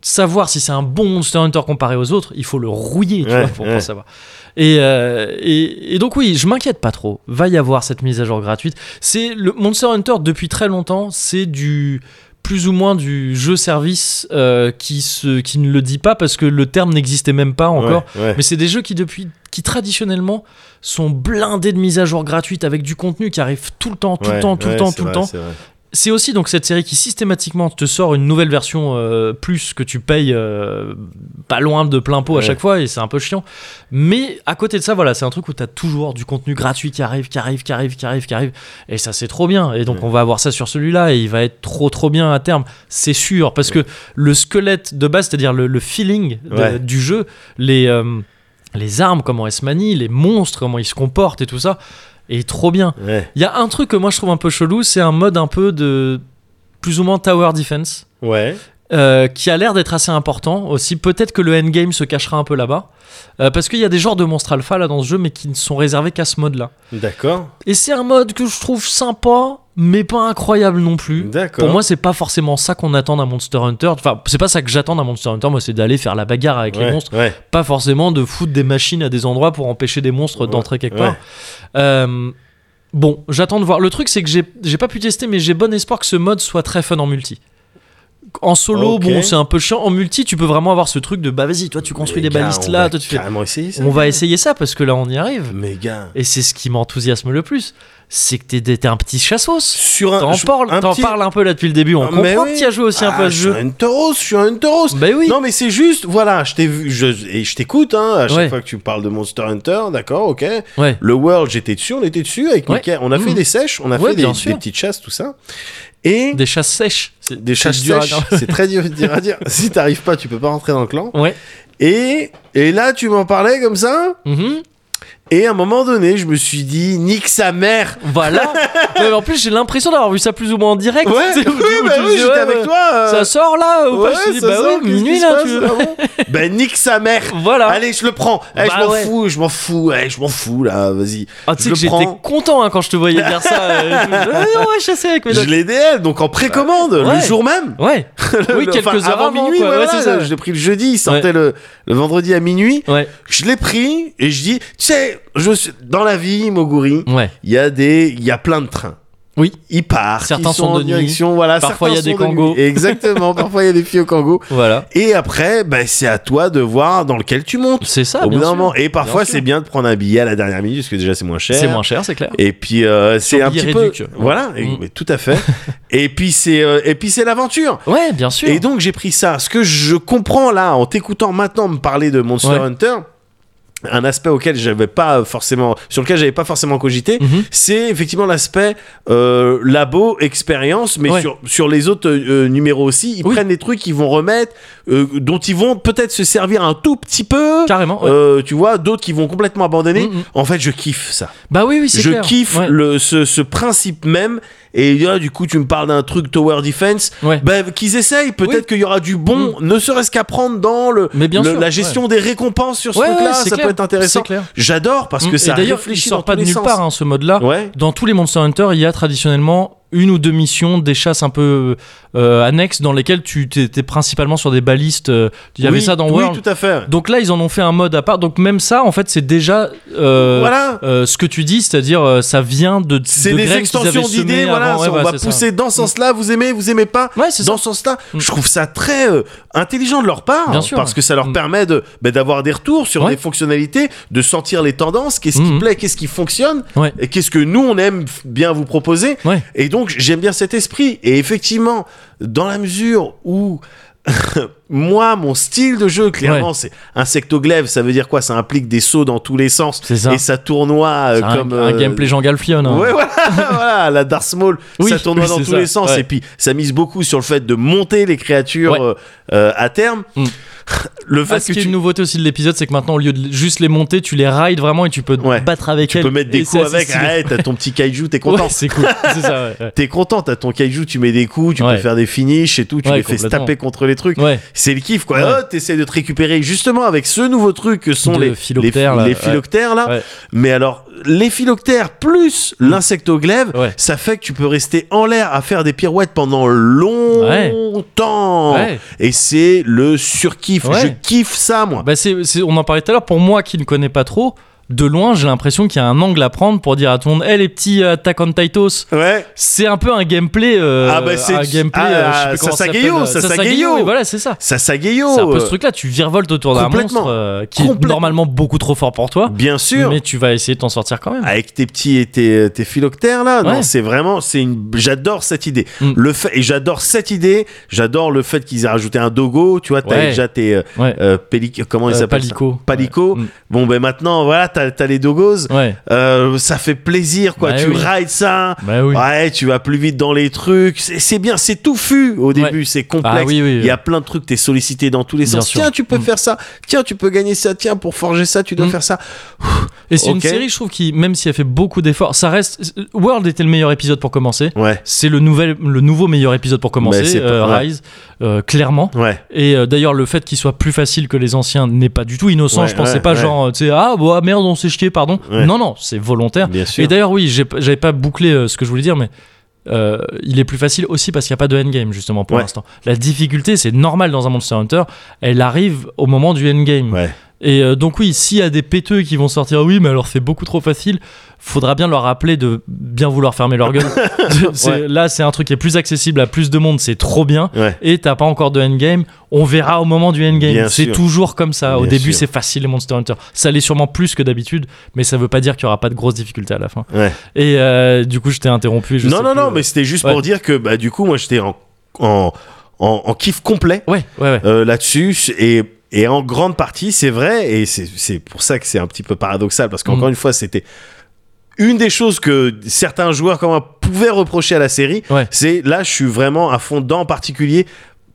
[SPEAKER 1] savoir si c'est un bon Monster Hunter comparé aux autres. Il faut le rouiller, tu
[SPEAKER 2] Ouais,
[SPEAKER 1] vois, pour, pour
[SPEAKER 2] ouais.
[SPEAKER 1] savoir. Et, euh, et, et donc oui, je m'inquiète pas trop. Va y avoir cette mise à jour gratuite. C'est le Monster Hunter depuis très longtemps. C'est du plus ou moins du jeu service euh, qui se qui ne le dit pas parce que le terme n'existait même pas encore.
[SPEAKER 2] Ouais, ouais.
[SPEAKER 1] Mais c'est des jeux qui depuis qui traditionnellement sont blindés de mises à jour gratuites avec du contenu qui arrive tout le temps, tout
[SPEAKER 2] Ouais,
[SPEAKER 1] le temps, tout
[SPEAKER 2] ouais,
[SPEAKER 1] le temps,
[SPEAKER 2] c'est
[SPEAKER 1] tout le
[SPEAKER 2] vrai,
[SPEAKER 1] temps.
[SPEAKER 2] c'est vrai.
[SPEAKER 1] C'est aussi donc cette série qui systématiquement te sort une nouvelle version euh, plus que tu payes euh, pas loin de plein pot à
[SPEAKER 2] Ouais.
[SPEAKER 1] chaque fois et c'est un peu chiant. Mais à côté de ça, voilà, c'est un truc où t'as toujours du contenu gratuit qui arrive, qui arrive, qui arrive, qui arrive, qui arrive. Et ça, c'est trop bien. Et donc, on va avoir ça sur celui-là et il va être trop, trop bien à terme. C'est sûr. Parce que le squelette de base, c'est-à-dire le, le feeling de-
[SPEAKER 2] Ouais.
[SPEAKER 1] du jeu, les, euh, les armes, comment elles se manient, les monstres, comment ils se comportent et tout ça, est trop bien.
[SPEAKER 2] Ouais,
[SPEAKER 1] Il y a un truc que moi je trouve un peu chelou, c'est un mode un peu de plus ou moins tower defense
[SPEAKER 2] ouais.
[SPEAKER 1] euh, qui a l'air d'être assez important aussi. Peut-être que le endgame se cachera un peu là-bas Euh, parce qu'il y a des genres de monstres alpha là dans ce jeu mais qui ne sont réservés qu'à ce mode-là.
[SPEAKER 2] D'accord,
[SPEAKER 1] Et c'est un mode que je trouve sympa mais pas incroyable non plus.
[SPEAKER 2] d'accord.
[SPEAKER 1] Pour moi, c'est pas forcément ça qu'on attend d'un Monster Hunter. Enfin, c'est pas ça que j'attends d'un Monster Hunter. Moi, c'est d'aller faire la bagarre avec les
[SPEAKER 2] Ouais,
[SPEAKER 1] monstres
[SPEAKER 2] ouais.
[SPEAKER 1] pas forcément de foutre des machines à des endroits pour empêcher des monstres
[SPEAKER 2] Ouais,
[SPEAKER 1] d'entrer quelque
[SPEAKER 2] ouais.
[SPEAKER 1] part. Euh, bon, j'attends de voir. Le truc, c'est que j'ai j'ai pas pu tester, mais j'ai bon espoir que ce mode soit très fun en multi. En solo,
[SPEAKER 2] Ok.
[SPEAKER 1] bon, c'est un peu chiant. En multi, tu peux vraiment avoir ce truc de bah vas-y, toi tu construis
[SPEAKER 2] Mais
[SPEAKER 1] des
[SPEAKER 2] gars,
[SPEAKER 1] balistes
[SPEAKER 2] on
[SPEAKER 1] là,
[SPEAKER 2] va
[SPEAKER 1] toi tu fais.
[SPEAKER 2] Carrément essayer ça.
[SPEAKER 1] On va essayer ça parce que là on y arrive.
[SPEAKER 2] Mais gars.
[SPEAKER 1] Et c'est ce qui m'enthousiasme le plus. C'est que t'es- t'es un petit chassos.
[SPEAKER 2] Sur un.
[SPEAKER 1] T'en
[SPEAKER 2] je-
[SPEAKER 1] parles,
[SPEAKER 2] un
[SPEAKER 1] t'en
[SPEAKER 2] petit-
[SPEAKER 1] parles un peu là depuis le début. On
[SPEAKER 2] Ah, mais
[SPEAKER 1] comprend
[SPEAKER 2] oui.
[SPEAKER 1] que t'y as joué aussi un peu
[SPEAKER 2] Ah,
[SPEAKER 1] à ce
[SPEAKER 2] Je
[SPEAKER 1] jeu.
[SPEAKER 2] suis un Bah tauros, je suis un tauros.
[SPEAKER 1] Ben oui.
[SPEAKER 2] Non, mais c'est juste, voilà, je t'ai vu, je, et je t'écoute, hein, à chaque
[SPEAKER 1] Ouais.
[SPEAKER 2] fois que tu parles de Monster Hunter, d'accord, ok.
[SPEAKER 1] Ouais.
[SPEAKER 2] Le World, j'étais dessus, on était dessus, avec
[SPEAKER 1] Ouais.
[SPEAKER 2] Mika, on a fait
[SPEAKER 1] Mhm.
[SPEAKER 2] des sèches, on a
[SPEAKER 1] Ouais,
[SPEAKER 2] fait des,
[SPEAKER 1] bien sûr.
[SPEAKER 2] des petites chasses, tout ça. Et des,
[SPEAKER 1] Des chasses sèches. C'est- c'est
[SPEAKER 2] chasses
[SPEAKER 1] dur à
[SPEAKER 2] sèches,
[SPEAKER 1] dire.
[SPEAKER 2] c'est très dur dur à dire. si t'arrives pas, tu peux pas rentrer dans le clan.
[SPEAKER 1] Ouais.
[SPEAKER 2] Et, et là, tu m'en parlais comme ça,
[SPEAKER 1] Mhm.
[SPEAKER 2] et à un moment donné, je me suis dit, nique sa mère!
[SPEAKER 1] Voilà. Non, mais en plus, j'ai l'impression d'avoir vu ça plus ou moins en direct.
[SPEAKER 2] Ouais,
[SPEAKER 1] Tu sais,
[SPEAKER 2] oui,
[SPEAKER 1] où tu- où
[SPEAKER 2] bah
[SPEAKER 1] tu
[SPEAKER 2] oui,
[SPEAKER 1] dis,
[SPEAKER 2] j'étais
[SPEAKER 1] ouais,
[SPEAKER 2] avec
[SPEAKER 1] bah,
[SPEAKER 2] toi. euh,
[SPEAKER 1] Ça sort là ou pas
[SPEAKER 2] ouais,
[SPEAKER 1] Je me dis,
[SPEAKER 2] ça
[SPEAKER 1] bah
[SPEAKER 2] sort,
[SPEAKER 1] oui,
[SPEAKER 2] qu'est-ce
[SPEAKER 1] minuit
[SPEAKER 2] qui se
[SPEAKER 1] là.
[SPEAKER 2] passe,
[SPEAKER 1] Tu
[SPEAKER 2] ah bon ben nique sa mère.
[SPEAKER 1] Voilà.
[SPEAKER 2] Allez, je le prends. Eh,
[SPEAKER 1] Bah
[SPEAKER 2] je m'en
[SPEAKER 1] ouais.
[SPEAKER 2] fous, je m'en fous, eh, je m'en fous là, vas-y.
[SPEAKER 1] Ah, tu
[SPEAKER 2] je
[SPEAKER 1] sais que
[SPEAKER 2] le
[SPEAKER 1] j'étais
[SPEAKER 2] prends.
[SPEAKER 1] content hein, quand je te voyais dire ça. euh, je- euh, non, ouais, chasser avec mes
[SPEAKER 2] Je l'ai DL, donc en précommande,
[SPEAKER 1] ouais.
[SPEAKER 2] le jour même.
[SPEAKER 1] Ouais. Oui,
[SPEAKER 2] Le-
[SPEAKER 1] quelques
[SPEAKER 2] enfin,
[SPEAKER 1] heures
[SPEAKER 2] avant, minuit,
[SPEAKER 1] quoi.
[SPEAKER 2] ouais,
[SPEAKER 1] Ouais,
[SPEAKER 2] voilà,
[SPEAKER 1] c'est ça.
[SPEAKER 2] Je l'ai pris le jeudi, il sortait le, le vendredi à minuit.
[SPEAKER 1] Ouais.
[SPEAKER 2] Je l'ai pris et je dis, tu sais, je suis- dans la vie, Moguri,
[SPEAKER 1] Ouais.
[SPEAKER 2] il y a des, il y a plein de trains.
[SPEAKER 1] Oui.
[SPEAKER 2] Ils partent.
[SPEAKER 1] Certains
[SPEAKER 2] ils sont,
[SPEAKER 1] sont
[SPEAKER 2] en
[SPEAKER 1] de nuit.
[SPEAKER 2] direction, voilà.
[SPEAKER 1] Parfois,
[SPEAKER 2] certains
[SPEAKER 1] il y a
[SPEAKER 2] sont
[SPEAKER 1] des
[SPEAKER 2] de nuit.
[SPEAKER 1] kangos.
[SPEAKER 2] Exactement. Parfois, il y a des filles au kango.
[SPEAKER 1] Voilà.
[SPEAKER 2] Et après, ben, c'est à toi de voir dans lequel tu montes.
[SPEAKER 1] C'est ça.
[SPEAKER 2] Au
[SPEAKER 1] Ah, bien
[SPEAKER 2] bout d'un
[SPEAKER 1] sûr.
[SPEAKER 2] moment. Et parfois,
[SPEAKER 1] Bien sûr.
[SPEAKER 2] c'est bien de prendre un billet à la dernière minute, parce que déjà, c'est moins cher.
[SPEAKER 1] C'est moins cher, c'est clair.
[SPEAKER 2] Et puis euh, c'est un
[SPEAKER 1] billet
[SPEAKER 2] petit peu
[SPEAKER 1] réduc.
[SPEAKER 2] voilà et-
[SPEAKER 1] Mm.
[SPEAKER 2] mais tout à fait et puis c'est euh, et puis c'est l'aventure
[SPEAKER 1] Ouais, bien sûr.
[SPEAKER 2] Euh, et donc j'ai pris ça ce que je comprends là en t'écoutant maintenant me parler de Monster
[SPEAKER 1] Ouais.
[SPEAKER 2] Hunter un aspect auquel j'avais pas forcément sur lequel j'avais pas forcément cogité
[SPEAKER 1] Mhm.
[SPEAKER 2] c'est effectivement l'aspect euh, labo expérience mais
[SPEAKER 1] Ouais.
[SPEAKER 2] sur sur les autres euh, euh, numéros aussi ils
[SPEAKER 1] Oui.
[SPEAKER 2] prennent des trucs qu'ils vont remettre euh, dont ils vont peut-être se servir un tout petit peu
[SPEAKER 1] Carrément. ouais.
[SPEAKER 2] euh, tu vois d'autres qui vont complètement abandonner
[SPEAKER 1] Mhm.
[SPEAKER 2] en fait je kiffe ça
[SPEAKER 1] bah oui, oui, c'est
[SPEAKER 2] je
[SPEAKER 1] clair.
[SPEAKER 2] kiffe
[SPEAKER 1] Ouais.
[SPEAKER 2] le, ce, ce principe même. Et là, du coup, tu me parles d'un truc Tower Defense.
[SPEAKER 1] Ouais.
[SPEAKER 2] Ben, qu'ils essayent. Peut-être
[SPEAKER 1] Oui. Mm.
[SPEAKER 2] qu'il y aura du bon, ne serait-ce qu'à prendre dans le,
[SPEAKER 1] Mais bien
[SPEAKER 2] le-
[SPEAKER 1] sûr,
[SPEAKER 2] la gestion des récompenses sur ce
[SPEAKER 1] Ouais,
[SPEAKER 2] truc-là.
[SPEAKER 1] ouais, c'est
[SPEAKER 2] ça
[SPEAKER 1] clair.
[SPEAKER 2] peut être intéressant.
[SPEAKER 1] C'est clair. Mm.
[SPEAKER 2] J'adore parce que
[SPEAKER 1] Et
[SPEAKER 2] ça
[SPEAKER 1] d'ailleurs, il
[SPEAKER 2] réfléchit dans
[SPEAKER 1] sort pas
[SPEAKER 2] tous
[SPEAKER 1] de
[SPEAKER 2] les
[SPEAKER 1] nulle
[SPEAKER 2] sens.
[SPEAKER 1] part hein, ce mode-là.
[SPEAKER 2] Ouais.
[SPEAKER 1] Dans tous les Monster Hunter, il y a traditionnellement une ou deux missions, des chasses un peu euh, annexes dans lesquelles tu étais principalement sur des balistes. euh, il y avait
[SPEAKER 2] Oui,
[SPEAKER 1] ça dans
[SPEAKER 2] oui,
[SPEAKER 1] World.
[SPEAKER 2] tout à fait.
[SPEAKER 1] Donc là, ils en ont fait un mode à part. Donc même ça, en fait, c'est déjà euh,
[SPEAKER 2] voilà.
[SPEAKER 1] euh, ce que tu dis, c'est-à-dire euh, ça vient de.
[SPEAKER 2] C'est
[SPEAKER 1] de
[SPEAKER 2] des
[SPEAKER 1] graines qu'ils
[SPEAKER 2] extensions
[SPEAKER 1] avaient semées
[SPEAKER 2] d'idées. Voilà.
[SPEAKER 1] avant. Ouais,
[SPEAKER 2] on
[SPEAKER 1] bah,
[SPEAKER 2] va
[SPEAKER 1] c'est ça.
[SPEAKER 2] pousser dans ce sens-là. Vous aimez, vous aimez pas.
[SPEAKER 1] Ouais, c'est ça.
[SPEAKER 2] dans ce sens-là,
[SPEAKER 1] Mm.
[SPEAKER 2] je trouve ça très euh, intelligent de leur part,
[SPEAKER 1] Bien sûr,
[SPEAKER 2] parce
[SPEAKER 1] ouais.
[SPEAKER 2] que ça leur
[SPEAKER 1] Mm.
[SPEAKER 2] permet de ben, d'avoir des retours sur
[SPEAKER 1] Ouais.
[SPEAKER 2] des fonctionnalités, de sentir les tendances, qu'est-ce qui
[SPEAKER 1] Mm.
[SPEAKER 2] plaît, qu'est-ce qui fonctionne,
[SPEAKER 1] Ouais.
[SPEAKER 2] et qu'est-ce que nous on aime f- bien vous proposer.
[SPEAKER 1] Ouais.
[SPEAKER 2] Et donc j'aime bien cet esprit. Et effectivement, dans la mesure où moi, mon style de jeu, clairement,
[SPEAKER 1] Ouais.
[SPEAKER 2] c'est insectoglaive. Ça veut dire quoi Ça implique des sauts dans tous les sens.
[SPEAKER 1] C'est ça.
[SPEAKER 2] Et ça tournoie euh,
[SPEAKER 1] C'est un,
[SPEAKER 2] comme.
[SPEAKER 1] un
[SPEAKER 2] euh,
[SPEAKER 1] gameplay Jean Galfion. hein.
[SPEAKER 2] Ouais, voilà, voilà, la Darth Maul,
[SPEAKER 1] Oui,
[SPEAKER 2] ça tournoie
[SPEAKER 1] oui,
[SPEAKER 2] dans
[SPEAKER 1] c'est
[SPEAKER 2] tous
[SPEAKER 1] ça,
[SPEAKER 2] les sens.
[SPEAKER 1] ouais.
[SPEAKER 2] Et puis, ça mise beaucoup sur le fait de monter les créatures
[SPEAKER 1] Ouais.
[SPEAKER 2] euh, euh, à terme.
[SPEAKER 1] Mm.
[SPEAKER 2] Le fait
[SPEAKER 1] Ah, ce
[SPEAKER 2] que
[SPEAKER 1] qui est
[SPEAKER 2] tu,
[SPEAKER 1] une nouveauté aussi de l'épisode, c'est que maintenant, au lieu de juste les monter, tu les rides vraiment et tu peux te
[SPEAKER 2] Ouais.
[SPEAKER 1] battre avec
[SPEAKER 2] tu
[SPEAKER 1] elles.
[SPEAKER 2] peux mettre
[SPEAKER 1] Et
[SPEAKER 2] des
[SPEAKER 1] c'est
[SPEAKER 2] coups
[SPEAKER 1] assez
[SPEAKER 2] avec,
[SPEAKER 1] stylé.
[SPEAKER 2] ouais, t'as ton petit kaiju, t'es
[SPEAKER 1] Ouais,
[SPEAKER 2] content.
[SPEAKER 1] c'est cool. c'est ça, ouais, ouais.
[SPEAKER 2] T'es content, t'as ton kaiju, tu mets des coups, tu
[SPEAKER 1] Ouais.
[SPEAKER 2] peux faire des finishes et tout, tu
[SPEAKER 1] Ouais,
[SPEAKER 2] les fais se
[SPEAKER 1] complètement.
[SPEAKER 2] taper contre les trucs.
[SPEAKER 1] Ouais.
[SPEAKER 2] C'est le kiff quoi.
[SPEAKER 1] Ouais.
[SPEAKER 2] Oh, t'essayes de te récupérer justement avec ce nouveau truc que sont
[SPEAKER 1] De
[SPEAKER 2] les
[SPEAKER 1] phyloctères,
[SPEAKER 2] les,
[SPEAKER 1] là,
[SPEAKER 2] les
[SPEAKER 1] ouais.
[SPEAKER 2] phyloctères là.
[SPEAKER 1] Ouais.
[SPEAKER 2] Mais alors les phyloctères plus l'insectoglève,
[SPEAKER 1] Ouais.
[SPEAKER 2] ça fait que tu peux rester en l'air à faire des pirouettes pendant longtemps.
[SPEAKER 1] Ouais.
[SPEAKER 2] Et c'est le surkiff.
[SPEAKER 1] Ouais.
[SPEAKER 2] Je kiffe ça moi.
[SPEAKER 1] Bah, c'est- c'est- on en parlait tout à l'heure. Pour moi qui ne connais pas trop, de loin, j'ai l'impression qu'il y a un angle à prendre pour dire à tout le monde Hey, les petits euh, Attack on Titos,
[SPEAKER 2] ouais.
[SPEAKER 1] c'est un peu un gameplay. euh,
[SPEAKER 2] Ah, bah, c'est
[SPEAKER 1] un
[SPEAKER 2] du-
[SPEAKER 1] gameplay.
[SPEAKER 2] ah,
[SPEAKER 1] euh, je sais
[SPEAKER 2] ah,
[SPEAKER 1] plus comment
[SPEAKER 2] Sasageyo,
[SPEAKER 1] s'appelle, euh,
[SPEAKER 2] Sasageyo.
[SPEAKER 1] Sasageyo, oui, Voilà, c'est ça.
[SPEAKER 2] Ça euh,
[SPEAKER 1] C'est un peu ce
[SPEAKER 2] Sagayo.
[SPEAKER 1] truc-là. Tu virevoltes autour d'un
[SPEAKER 2] Oh, Complètement.
[SPEAKER 1] monstre euh, qui est
[SPEAKER 2] Complètement.
[SPEAKER 1] normalement beaucoup trop fort pour toi,
[SPEAKER 2] Bien sûr. Ah,
[SPEAKER 1] mais tu vas essayer de t'en sortir quand même.
[SPEAKER 2] avec tes petits et tes, tes phyloctères là non
[SPEAKER 1] Ouais.
[SPEAKER 2] c'est vraiment c'est une j'adore cette idée
[SPEAKER 1] Mm.
[SPEAKER 2] le fait et j'adore cette idée j'adore le fait qu'ils aient rajouté un dogo tu vois t'as
[SPEAKER 1] Ouais.
[SPEAKER 2] déjà tes euh,
[SPEAKER 1] Ouais.
[SPEAKER 2] euh, pélic- comment ils
[SPEAKER 1] Euh,
[SPEAKER 2] s'appellent ça
[SPEAKER 1] Palico.
[SPEAKER 2] palico
[SPEAKER 1] Ouais. Mm.
[SPEAKER 2] bon ben maintenant voilà t'as t'as les dogos
[SPEAKER 1] Ouais.
[SPEAKER 2] Euh, ça fait plaisir quoi
[SPEAKER 1] Bah
[SPEAKER 2] tu
[SPEAKER 1] oui.
[SPEAKER 2] rides ça
[SPEAKER 1] Bah oui.
[SPEAKER 2] ouais tu vas plus vite dans les trucs c'est c'est bien c'est touffu au début c'est complexe
[SPEAKER 1] Ah oui, oui, oui.
[SPEAKER 2] il y a plein de trucs t'es sollicité dans tous les
[SPEAKER 1] Bien
[SPEAKER 2] sens
[SPEAKER 1] sûr.
[SPEAKER 2] tiens tu peux
[SPEAKER 1] Mm.
[SPEAKER 2] faire ça tiens tu peux gagner ça tiens pour forger ça tu dois
[SPEAKER 1] Mm.
[SPEAKER 2] faire ça
[SPEAKER 1] Et c'est
[SPEAKER 2] Ok.
[SPEAKER 1] une série, je trouve, qui, même si elle fait beaucoup d'efforts, ça reste. euh, World était le meilleur épisode pour commencer.
[SPEAKER 2] ouais
[SPEAKER 1] C'est le, nouvel, le nouveau meilleur épisode pour
[SPEAKER 2] Mais
[SPEAKER 1] commencer,
[SPEAKER 2] c'est pas-
[SPEAKER 1] euh,
[SPEAKER 2] ouais.
[SPEAKER 1] Rise, euh, clairement.
[SPEAKER 2] ouais
[SPEAKER 1] Et euh, d'ailleurs, le fait qu'il soit plus facile que les anciens n'est pas du tout innocent.
[SPEAKER 2] Ouais,
[SPEAKER 1] je pensais
[SPEAKER 2] ouais,
[SPEAKER 1] pas
[SPEAKER 2] ouais.
[SPEAKER 1] genre, euh, tu sais, ah bah, merde, on s'est chié, pardon.
[SPEAKER 2] Ouais.
[SPEAKER 1] Non, non, c'est volontaire.
[SPEAKER 2] bien sûr
[SPEAKER 1] Et d'ailleurs, oui, j'ai- j'avais pas bouclé euh, ce que je voulais dire, mais euh, il est plus facile aussi parce qu'il n'y a pas de endgame, justement, pour
[SPEAKER 2] Ouais.
[SPEAKER 1] l'instant. La difficulté, c'est normal dans un Monster Hunter, elle arrive au moment du endgame.
[SPEAKER 2] ouais
[SPEAKER 1] Et euh, donc, oui, s'il y a des péteux qui vont sortir, oui, mais alors c'est beaucoup trop facile, faudra bien leur rappeler de bien vouloir fermer leur gueule. C'est-
[SPEAKER 2] Ouais.
[SPEAKER 1] Là, c'est un truc qui est plus accessible à plus de monde, c'est trop bien
[SPEAKER 2] ouais
[SPEAKER 1] et t'as pas encore de endgame, on verra au moment du endgame.
[SPEAKER 2] Bien
[SPEAKER 1] C'est
[SPEAKER 2] sûr.
[SPEAKER 1] toujours comme ça. au
[SPEAKER 2] Bien
[SPEAKER 1] début,
[SPEAKER 2] sûr.
[SPEAKER 1] c'est facile les Monster Hunter. Ça l'est sûrement plus que d'habitude, mais ça veut pas dire qu'il y aura pas de grosses difficultés à la fin.
[SPEAKER 2] Ouais.
[SPEAKER 1] Et euh, du coup, je t'ai interrompu. et je
[SPEAKER 2] non,
[SPEAKER 1] sais
[SPEAKER 2] non,
[SPEAKER 1] plus,
[SPEAKER 2] non,
[SPEAKER 1] euh,
[SPEAKER 2] mais c'était juste
[SPEAKER 1] ouais.
[SPEAKER 2] pour dire que bah, du coup, moi, j'étais en, en, en, en kiff complet
[SPEAKER 1] Ouais, ouais, ouais.
[SPEAKER 2] euh, là-dessus. Et, et en grande partie, c'est vrai. Et c'est- c'est pour ça que c'est un petit peu paradoxal. Parce qu'encore
[SPEAKER 1] Mhm.
[SPEAKER 2] une fois, c'était une des choses que certains joueurs comme moi pouvaient reprocher à la série.
[SPEAKER 1] Ouais.
[SPEAKER 2] C'est là, je suis vraiment à fond dedans en particulier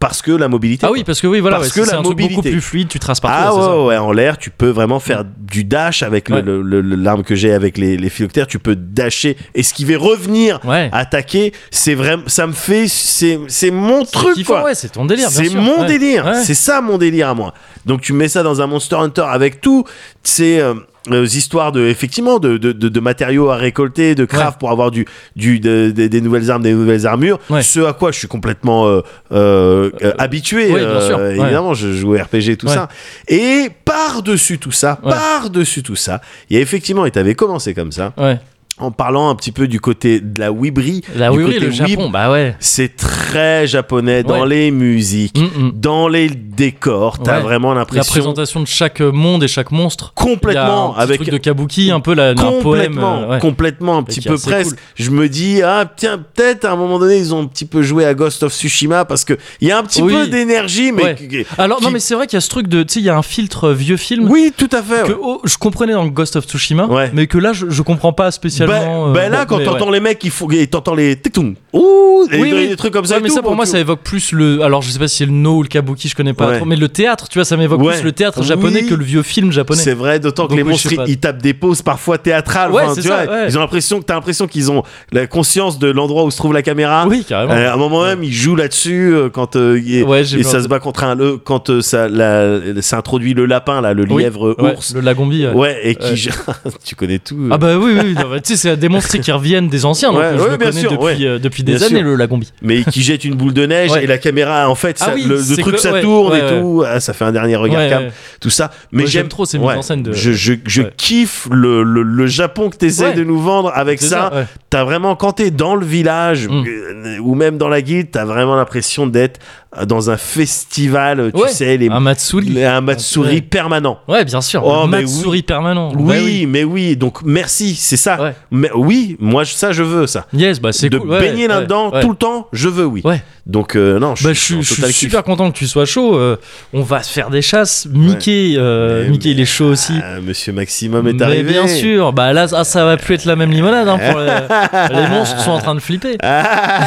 [SPEAKER 2] parce que la mobilité.
[SPEAKER 1] Ah
[SPEAKER 2] quoi.
[SPEAKER 1] oui, parce que oui, voilà,
[SPEAKER 2] Parce
[SPEAKER 1] ouais,
[SPEAKER 2] que
[SPEAKER 1] c'est
[SPEAKER 2] la
[SPEAKER 1] un truc beaucoup
[SPEAKER 2] mobilité.
[SPEAKER 1] plus fluide, tu traces
[SPEAKER 2] Ah
[SPEAKER 1] partout.
[SPEAKER 2] ouais,
[SPEAKER 1] là, c'est ça. Mm.
[SPEAKER 2] ouais, en l'air, tu peux vraiment faire du dash avec le-
[SPEAKER 1] Ouais.
[SPEAKER 2] le- le- le- l'arme que j'ai avec les, les phyloctères. Tu peux dasher, esquiver, revenir,
[SPEAKER 1] Ouais.
[SPEAKER 2] attaquer. C'est vraiment, ça me fait, c'est c'est mon
[SPEAKER 1] C'est
[SPEAKER 2] truc
[SPEAKER 1] kiffant,
[SPEAKER 2] quoi.
[SPEAKER 1] ouais, c'est ton délire. bien
[SPEAKER 2] C'est
[SPEAKER 1] sûr.
[SPEAKER 2] mon
[SPEAKER 1] Ouais.
[SPEAKER 2] délire,
[SPEAKER 1] Ouais.
[SPEAKER 2] c'est ça mon délire à moi. Donc tu mets ça dans un Monster Hunter avec tout ces euh, euh, histoires de effectivement de, de, de- de matériaux à récolter, de craft pour avoir du, du de- de- des nouvelles armes, des nouvelles armures.
[SPEAKER 1] Ouais.
[SPEAKER 2] Ce à quoi je suis complètement euh, euh, euh, habitué.
[SPEAKER 1] oui, bien sûr, ouais.
[SPEAKER 2] Évidemment, je joue au RPG tout
[SPEAKER 1] Ouais.
[SPEAKER 2] ça. Et par dessus tout ça,
[SPEAKER 1] Ouais.
[SPEAKER 2] par dessus tout ça, il y a effectivement et t'avais commencé comme ça
[SPEAKER 1] Ouais.
[SPEAKER 2] en parlant un petit peu du côté de la wibri,
[SPEAKER 1] La
[SPEAKER 2] du
[SPEAKER 1] oui, oui,
[SPEAKER 2] côté
[SPEAKER 1] le
[SPEAKER 2] wib,
[SPEAKER 1] Japon, bah ouais.
[SPEAKER 2] c'est très japonais dans
[SPEAKER 1] Ouais.
[SPEAKER 2] les musiques,
[SPEAKER 1] Mm, mm.
[SPEAKER 2] dans les décors. T'as
[SPEAKER 1] Ouais.
[SPEAKER 2] vraiment
[SPEAKER 1] La
[SPEAKER 2] l'impression
[SPEAKER 1] présentation de chaque monde et chaque monstre. Il y a un
[SPEAKER 2] complètement
[SPEAKER 1] petit
[SPEAKER 2] avec
[SPEAKER 1] truc de kabuki, un peu la, un poème.
[SPEAKER 2] complètement,
[SPEAKER 1] euh, ouais.
[SPEAKER 2] complètement un petit
[SPEAKER 1] qui est
[SPEAKER 2] peu
[SPEAKER 1] assez
[SPEAKER 2] presque. Je me dis ah tiens peut-être à un moment donné ils ont un petit peu joué à Ghost of Tsushima parce que il y a un petit
[SPEAKER 1] Oui.
[SPEAKER 2] peu d'énergie mais
[SPEAKER 1] Ouais.
[SPEAKER 2] qui-
[SPEAKER 1] Alors non,
[SPEAKER 2] qui-
[SPEAKER 1] mais c'est vrai qu'il y a ce truc de, tu sais, il y a un filtre euh, vieux film.
[SPEAKER 2] oui tout à fait.
[SPEAKER 1] que
[SPEAKER 2] ouais.
[SPEAKER 1] oh, je comprenais dans Ghost of Tsushima,
[SPEAKER 2] Ouais.
[SPEAKER 1] mais que là je, je comprends pas spécialement.
[SPEAKER 2] Ben, ben
[SPEAKER 1] euh, bon,
[SPEAKER 2] là, quand
[SPEAKER 1] mais
[SPEAKER 2] t'entends
[SPEAKER 1] ouais.
[SPEAKER 2] les mecs, il faut, et t'entends les tic-toum, ouh, et
[SPEAKER 1] Oui,
[SPEAKER 2] des-
[SPEAKER 1] oui.
[SPEAKER 2] des trucs comme ça.
[SPEAKER 1] Ouais,
[SPEAKER 2] et
[SPEAKER 1] mais
[SPEAKER 2] tout,
[SPEAKER 1] ça pour
[SPEAKER 2] bon,
[SPEAKER 1] moi
[SPEAKER 2] tu-
[SPEAKER 1] ça évoque plus le. Alors je sais pas si c'est le no ou le kabuki, je connais pas
[SPEAKER 2] Ouais.
[SPEAKER 1] trop, mais le théâtre, tu vois, ça m'évoque
[SPEAKER 2] Ouais.
[SPEAKER 1] plus le théâtre japonais
[SPEAKER 2] Oui.
[SPEAKER 1] que le vieux film japonais.
[SPEAKER 2] C'est vrai, d'autant que
[SPEAKER 1] Donc
[SPEAKER 2] les
[SPEAKER 1] oui, je
[SPEAKER 2] monstres,
[SPEAKER 1] sais pas.
[SPEAKER 2] ils tapent des pauses parfois théâtrales.
[SPEAKER 1] Ouais,
[SPEAKER 2] enfin,
[SPEAKER 1] c'est
[SPEAKER 2] tu
[SPEAKER 1] ça,
[SPEAKER 2] vois,
[SPEAKER 1] ouais.
[SPEAKER 2] Ils ont l'impression que t'as l'impression qu'ils ont la conscience de l'endroit où se trouve la caméra.
[SPEAKER 1] Oui, carrément.
[SPEAKER 2] Euh, à un moment même, ils jouent là-dessus euh, quand euh, il est-
[SPEAKER 1] Ah Ouais, j'ai
[SPEAKER 2] et
[SPEAKER 1] vu
[SPEAKER 2] ça
[SPEAKER 1] un-
[SPEAKER 2] se bat contre un le quand euh, ça la- s'introduit le lapin là, le
[SPEAKER 1] Oui.
[SPEAKER 2] lièvre
[SPEAKER 1] Ouais,
[SPEAKER 2] ours.
[SPEAKER 1] le lagombi. ouais.
[SPEAKER 2] Ouais, et qui
[SPEAKER 1] Ouais.
[SPEAKER 2] tu connais tout.
[SPEAKER 1] Ah bah oui, oui, oui, non, bah, tu sais, c'est des monstres qui reviennent des anciens, donc
[SPEAKER 2] Euh. Ouais,
[SPEAKER 1] je
[SPEAKER 2] ouais,
[SPEAKER 1] le
[SPEAKER 2] bien
[SPEAKER 1] connais
[SPEAKER 2] sûr,
[SPEAKER 1] depuis,
[SPEAKER 2] ouais.
[SPEAKER 1] euh, depuis
[SPEAKER 2] Bien
[SPEAKER 1] des années,
[SPEAKER 2] sûr.
[SPEAKER 1] le lagombi.
[SPEAKER 2] euh, Mais qui jette une boule de neige
[SPEAKER 1] Ouais.
[SPEAKER 2] et la caméra en fait
[SPEAKER 1] Ah
[SPEAKER 2] ça-
[SPEAKER 1] oui,
[SPEAKER 2] le, le
[SPEAKER 1] c'est
[SPEAKER 2] truc
[SPEAKER 1] que-
[SPEAKER 2] ça
[SPEAKER 1] ouais,
[SPEAKER 2] tourne
[SPEAKER 1] ouais,
[SPEAKER 2] et
[SPEAKER 1] ouais.
[SPEAKER 2] tout, Ah, ça fait un dernier regard
[SPEAKER 1] Ouais,
[SPEAKER 2] cam,
[SPEAKER 1] ouais.
[SPEAKER 2] tout ça. Mais
[SPEAKER 1] Moi, j'aime
[SPEAKER 2] j'aime
[SPEAKER 1] trop ces mises en scène de-
[SPEAKER 2] Je, je, je
[SPEAKER 1] Ouais.
[SPEAKER 2] kiffe le, le, le Japon que t'essayes
[SPEAKER 1] Ouais.
[SPEAKER 2] de nous vendre avec
[SPEAKER 1] C'est
[SPEAKER 2] ça.
[SPEAKER 1] ça, ouais.
[SPEAKER 2] T'as vraiment quand t'es dans le village
[SPEAKER 1] Mm.
[SPEAKER 2] euh, ou même dans la guilde, t'as vraiment l'impression d'être dans un festival, tu
[SPEAKER 1] Ouais, Ah,
[SPEAKER 2] sais, les,
[SPEAKER 1] un Matsuri.
[SPEAKER 2] les- un Matsuri
[SPEAKER 1] Ah, Ouais.
[SPEAKER 2] permanent.
[SPEAKER 1] Ouais, bien sûr.
[SPEAKER 2] Oh,
[SPEAKER 1] un
[SPEAKER 2] mais
[SPEAKER 1] Matsuri permanent.
[SPEAKER 2] Oui,
[SPEAKER 1] Bah
[SPEAKER 2] mais oui, donc merci, c'est ça.
[SPEAKER 1] Ouais.
[SPEAKER 2] Mais oui, moi je- ça je veux ça.
[SPEAKER 1] Yes, bah c'est
[SPEAKER 2] de
[SPEAKER 1] cool. ouais,
[SPEAKER 2] baigner
[SPEAKER 1] ouais,
[SPEAKER 2] là-dedans
[SPEAKER 1] ouais.
[SPEAKER 2] tout le temps, je veux oui.
[SPEAKER 1] Ouais.
[SPEAKER 2] Donc euh, non, je,
[SPEAKER 1] Bah, je
[SPEAKER 2] suis
[SPEAKER 1] suis,
[SPEAKER 2] en
[SPEAKER 1] je suis
[SPEAKER 2] total
[SPEAKER 1] super content que tu sois chaud. euh, on va se faire des chasses. Mickey, euh,
[SPEAKER 2] Mais-
[SPEAKER 1] Mickey il est chaud aussi.
[SPEAKER 2] kiff. Ah, Monsieur Maximum est
[SPEAKER 1] Mais
[SPEAKER 2] arrivé.
[SPEAKER 1] bien sûr, bah là, ah, ça va plus être la même limonade. hein, pour le- les monstres sont en train de flipper.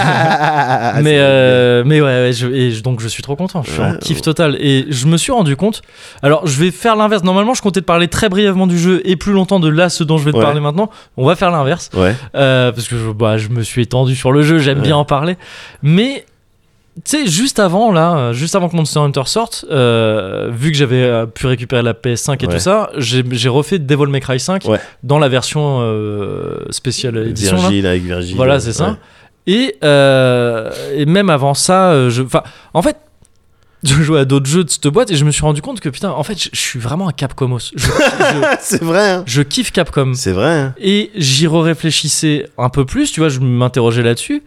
[SPEAKER 2] Ah,
[SPEAKER 1] mais,
[SPEAKER 2] c'est-
[SPEAKER 1] euh, mais ouais, ouais, je- et je- donc je suis trop content. Je suis en
[SPEAKER 2] Ouais, oh.
[SPEAKER 1] kiff total. Et je me suis rendu compte. Alors, je vais faire l'inverse. Normalement, je comptais te parler très brièvement du jeu et plus longtemps de là, ce dont je vais te
[SPEAKER 2] Ouais.
[SPEAKER 1] parler maintenant. On va faire l'inverse.
[SPEAKER 2] Ouais.
[SPEAKER 1] Euh, parce que je, bah, je me suis étendu sur le jeu, j'aime bien en parler. Mais tu sais, juste avant là, euh, juste avant que Monster Hunter sorte, euh, vu que j'avais euh, pu récupérer la PS5 et
[SPEAKER 2] Ouais.
[SPEAKER 1] tout ça, j'ai j'ai refait Devil May Cry 5
[SPEAKER 2] Ouais.
[SPEAKER 1] dans la version euh, spéciale édition. là.
[SPEAKER 2] Virgile avec Virgile.
[SPEAKER 1] Voilà, c'est ça.
[SPEAKER 2] Ouais.
[SPEAKER 1] Et, euh, et même avant ça, euh, je, enfin, en fait, je jouais à d'autres jeux de cette boîte et je me suis rendu compte que putain, en fait, je, je suis vraiment un Capcomos. Je, je-
[SPEAKER 2] Ah, c'est vrai. hein.
[SPEAKER 1] je kiffe Capcom.
[SPEAKER 2] C'est vrai. hein.
[SPEAKER 1] Et j'y réfléchissais un peu plus, tu vois, je m'interrogeais là-dessus.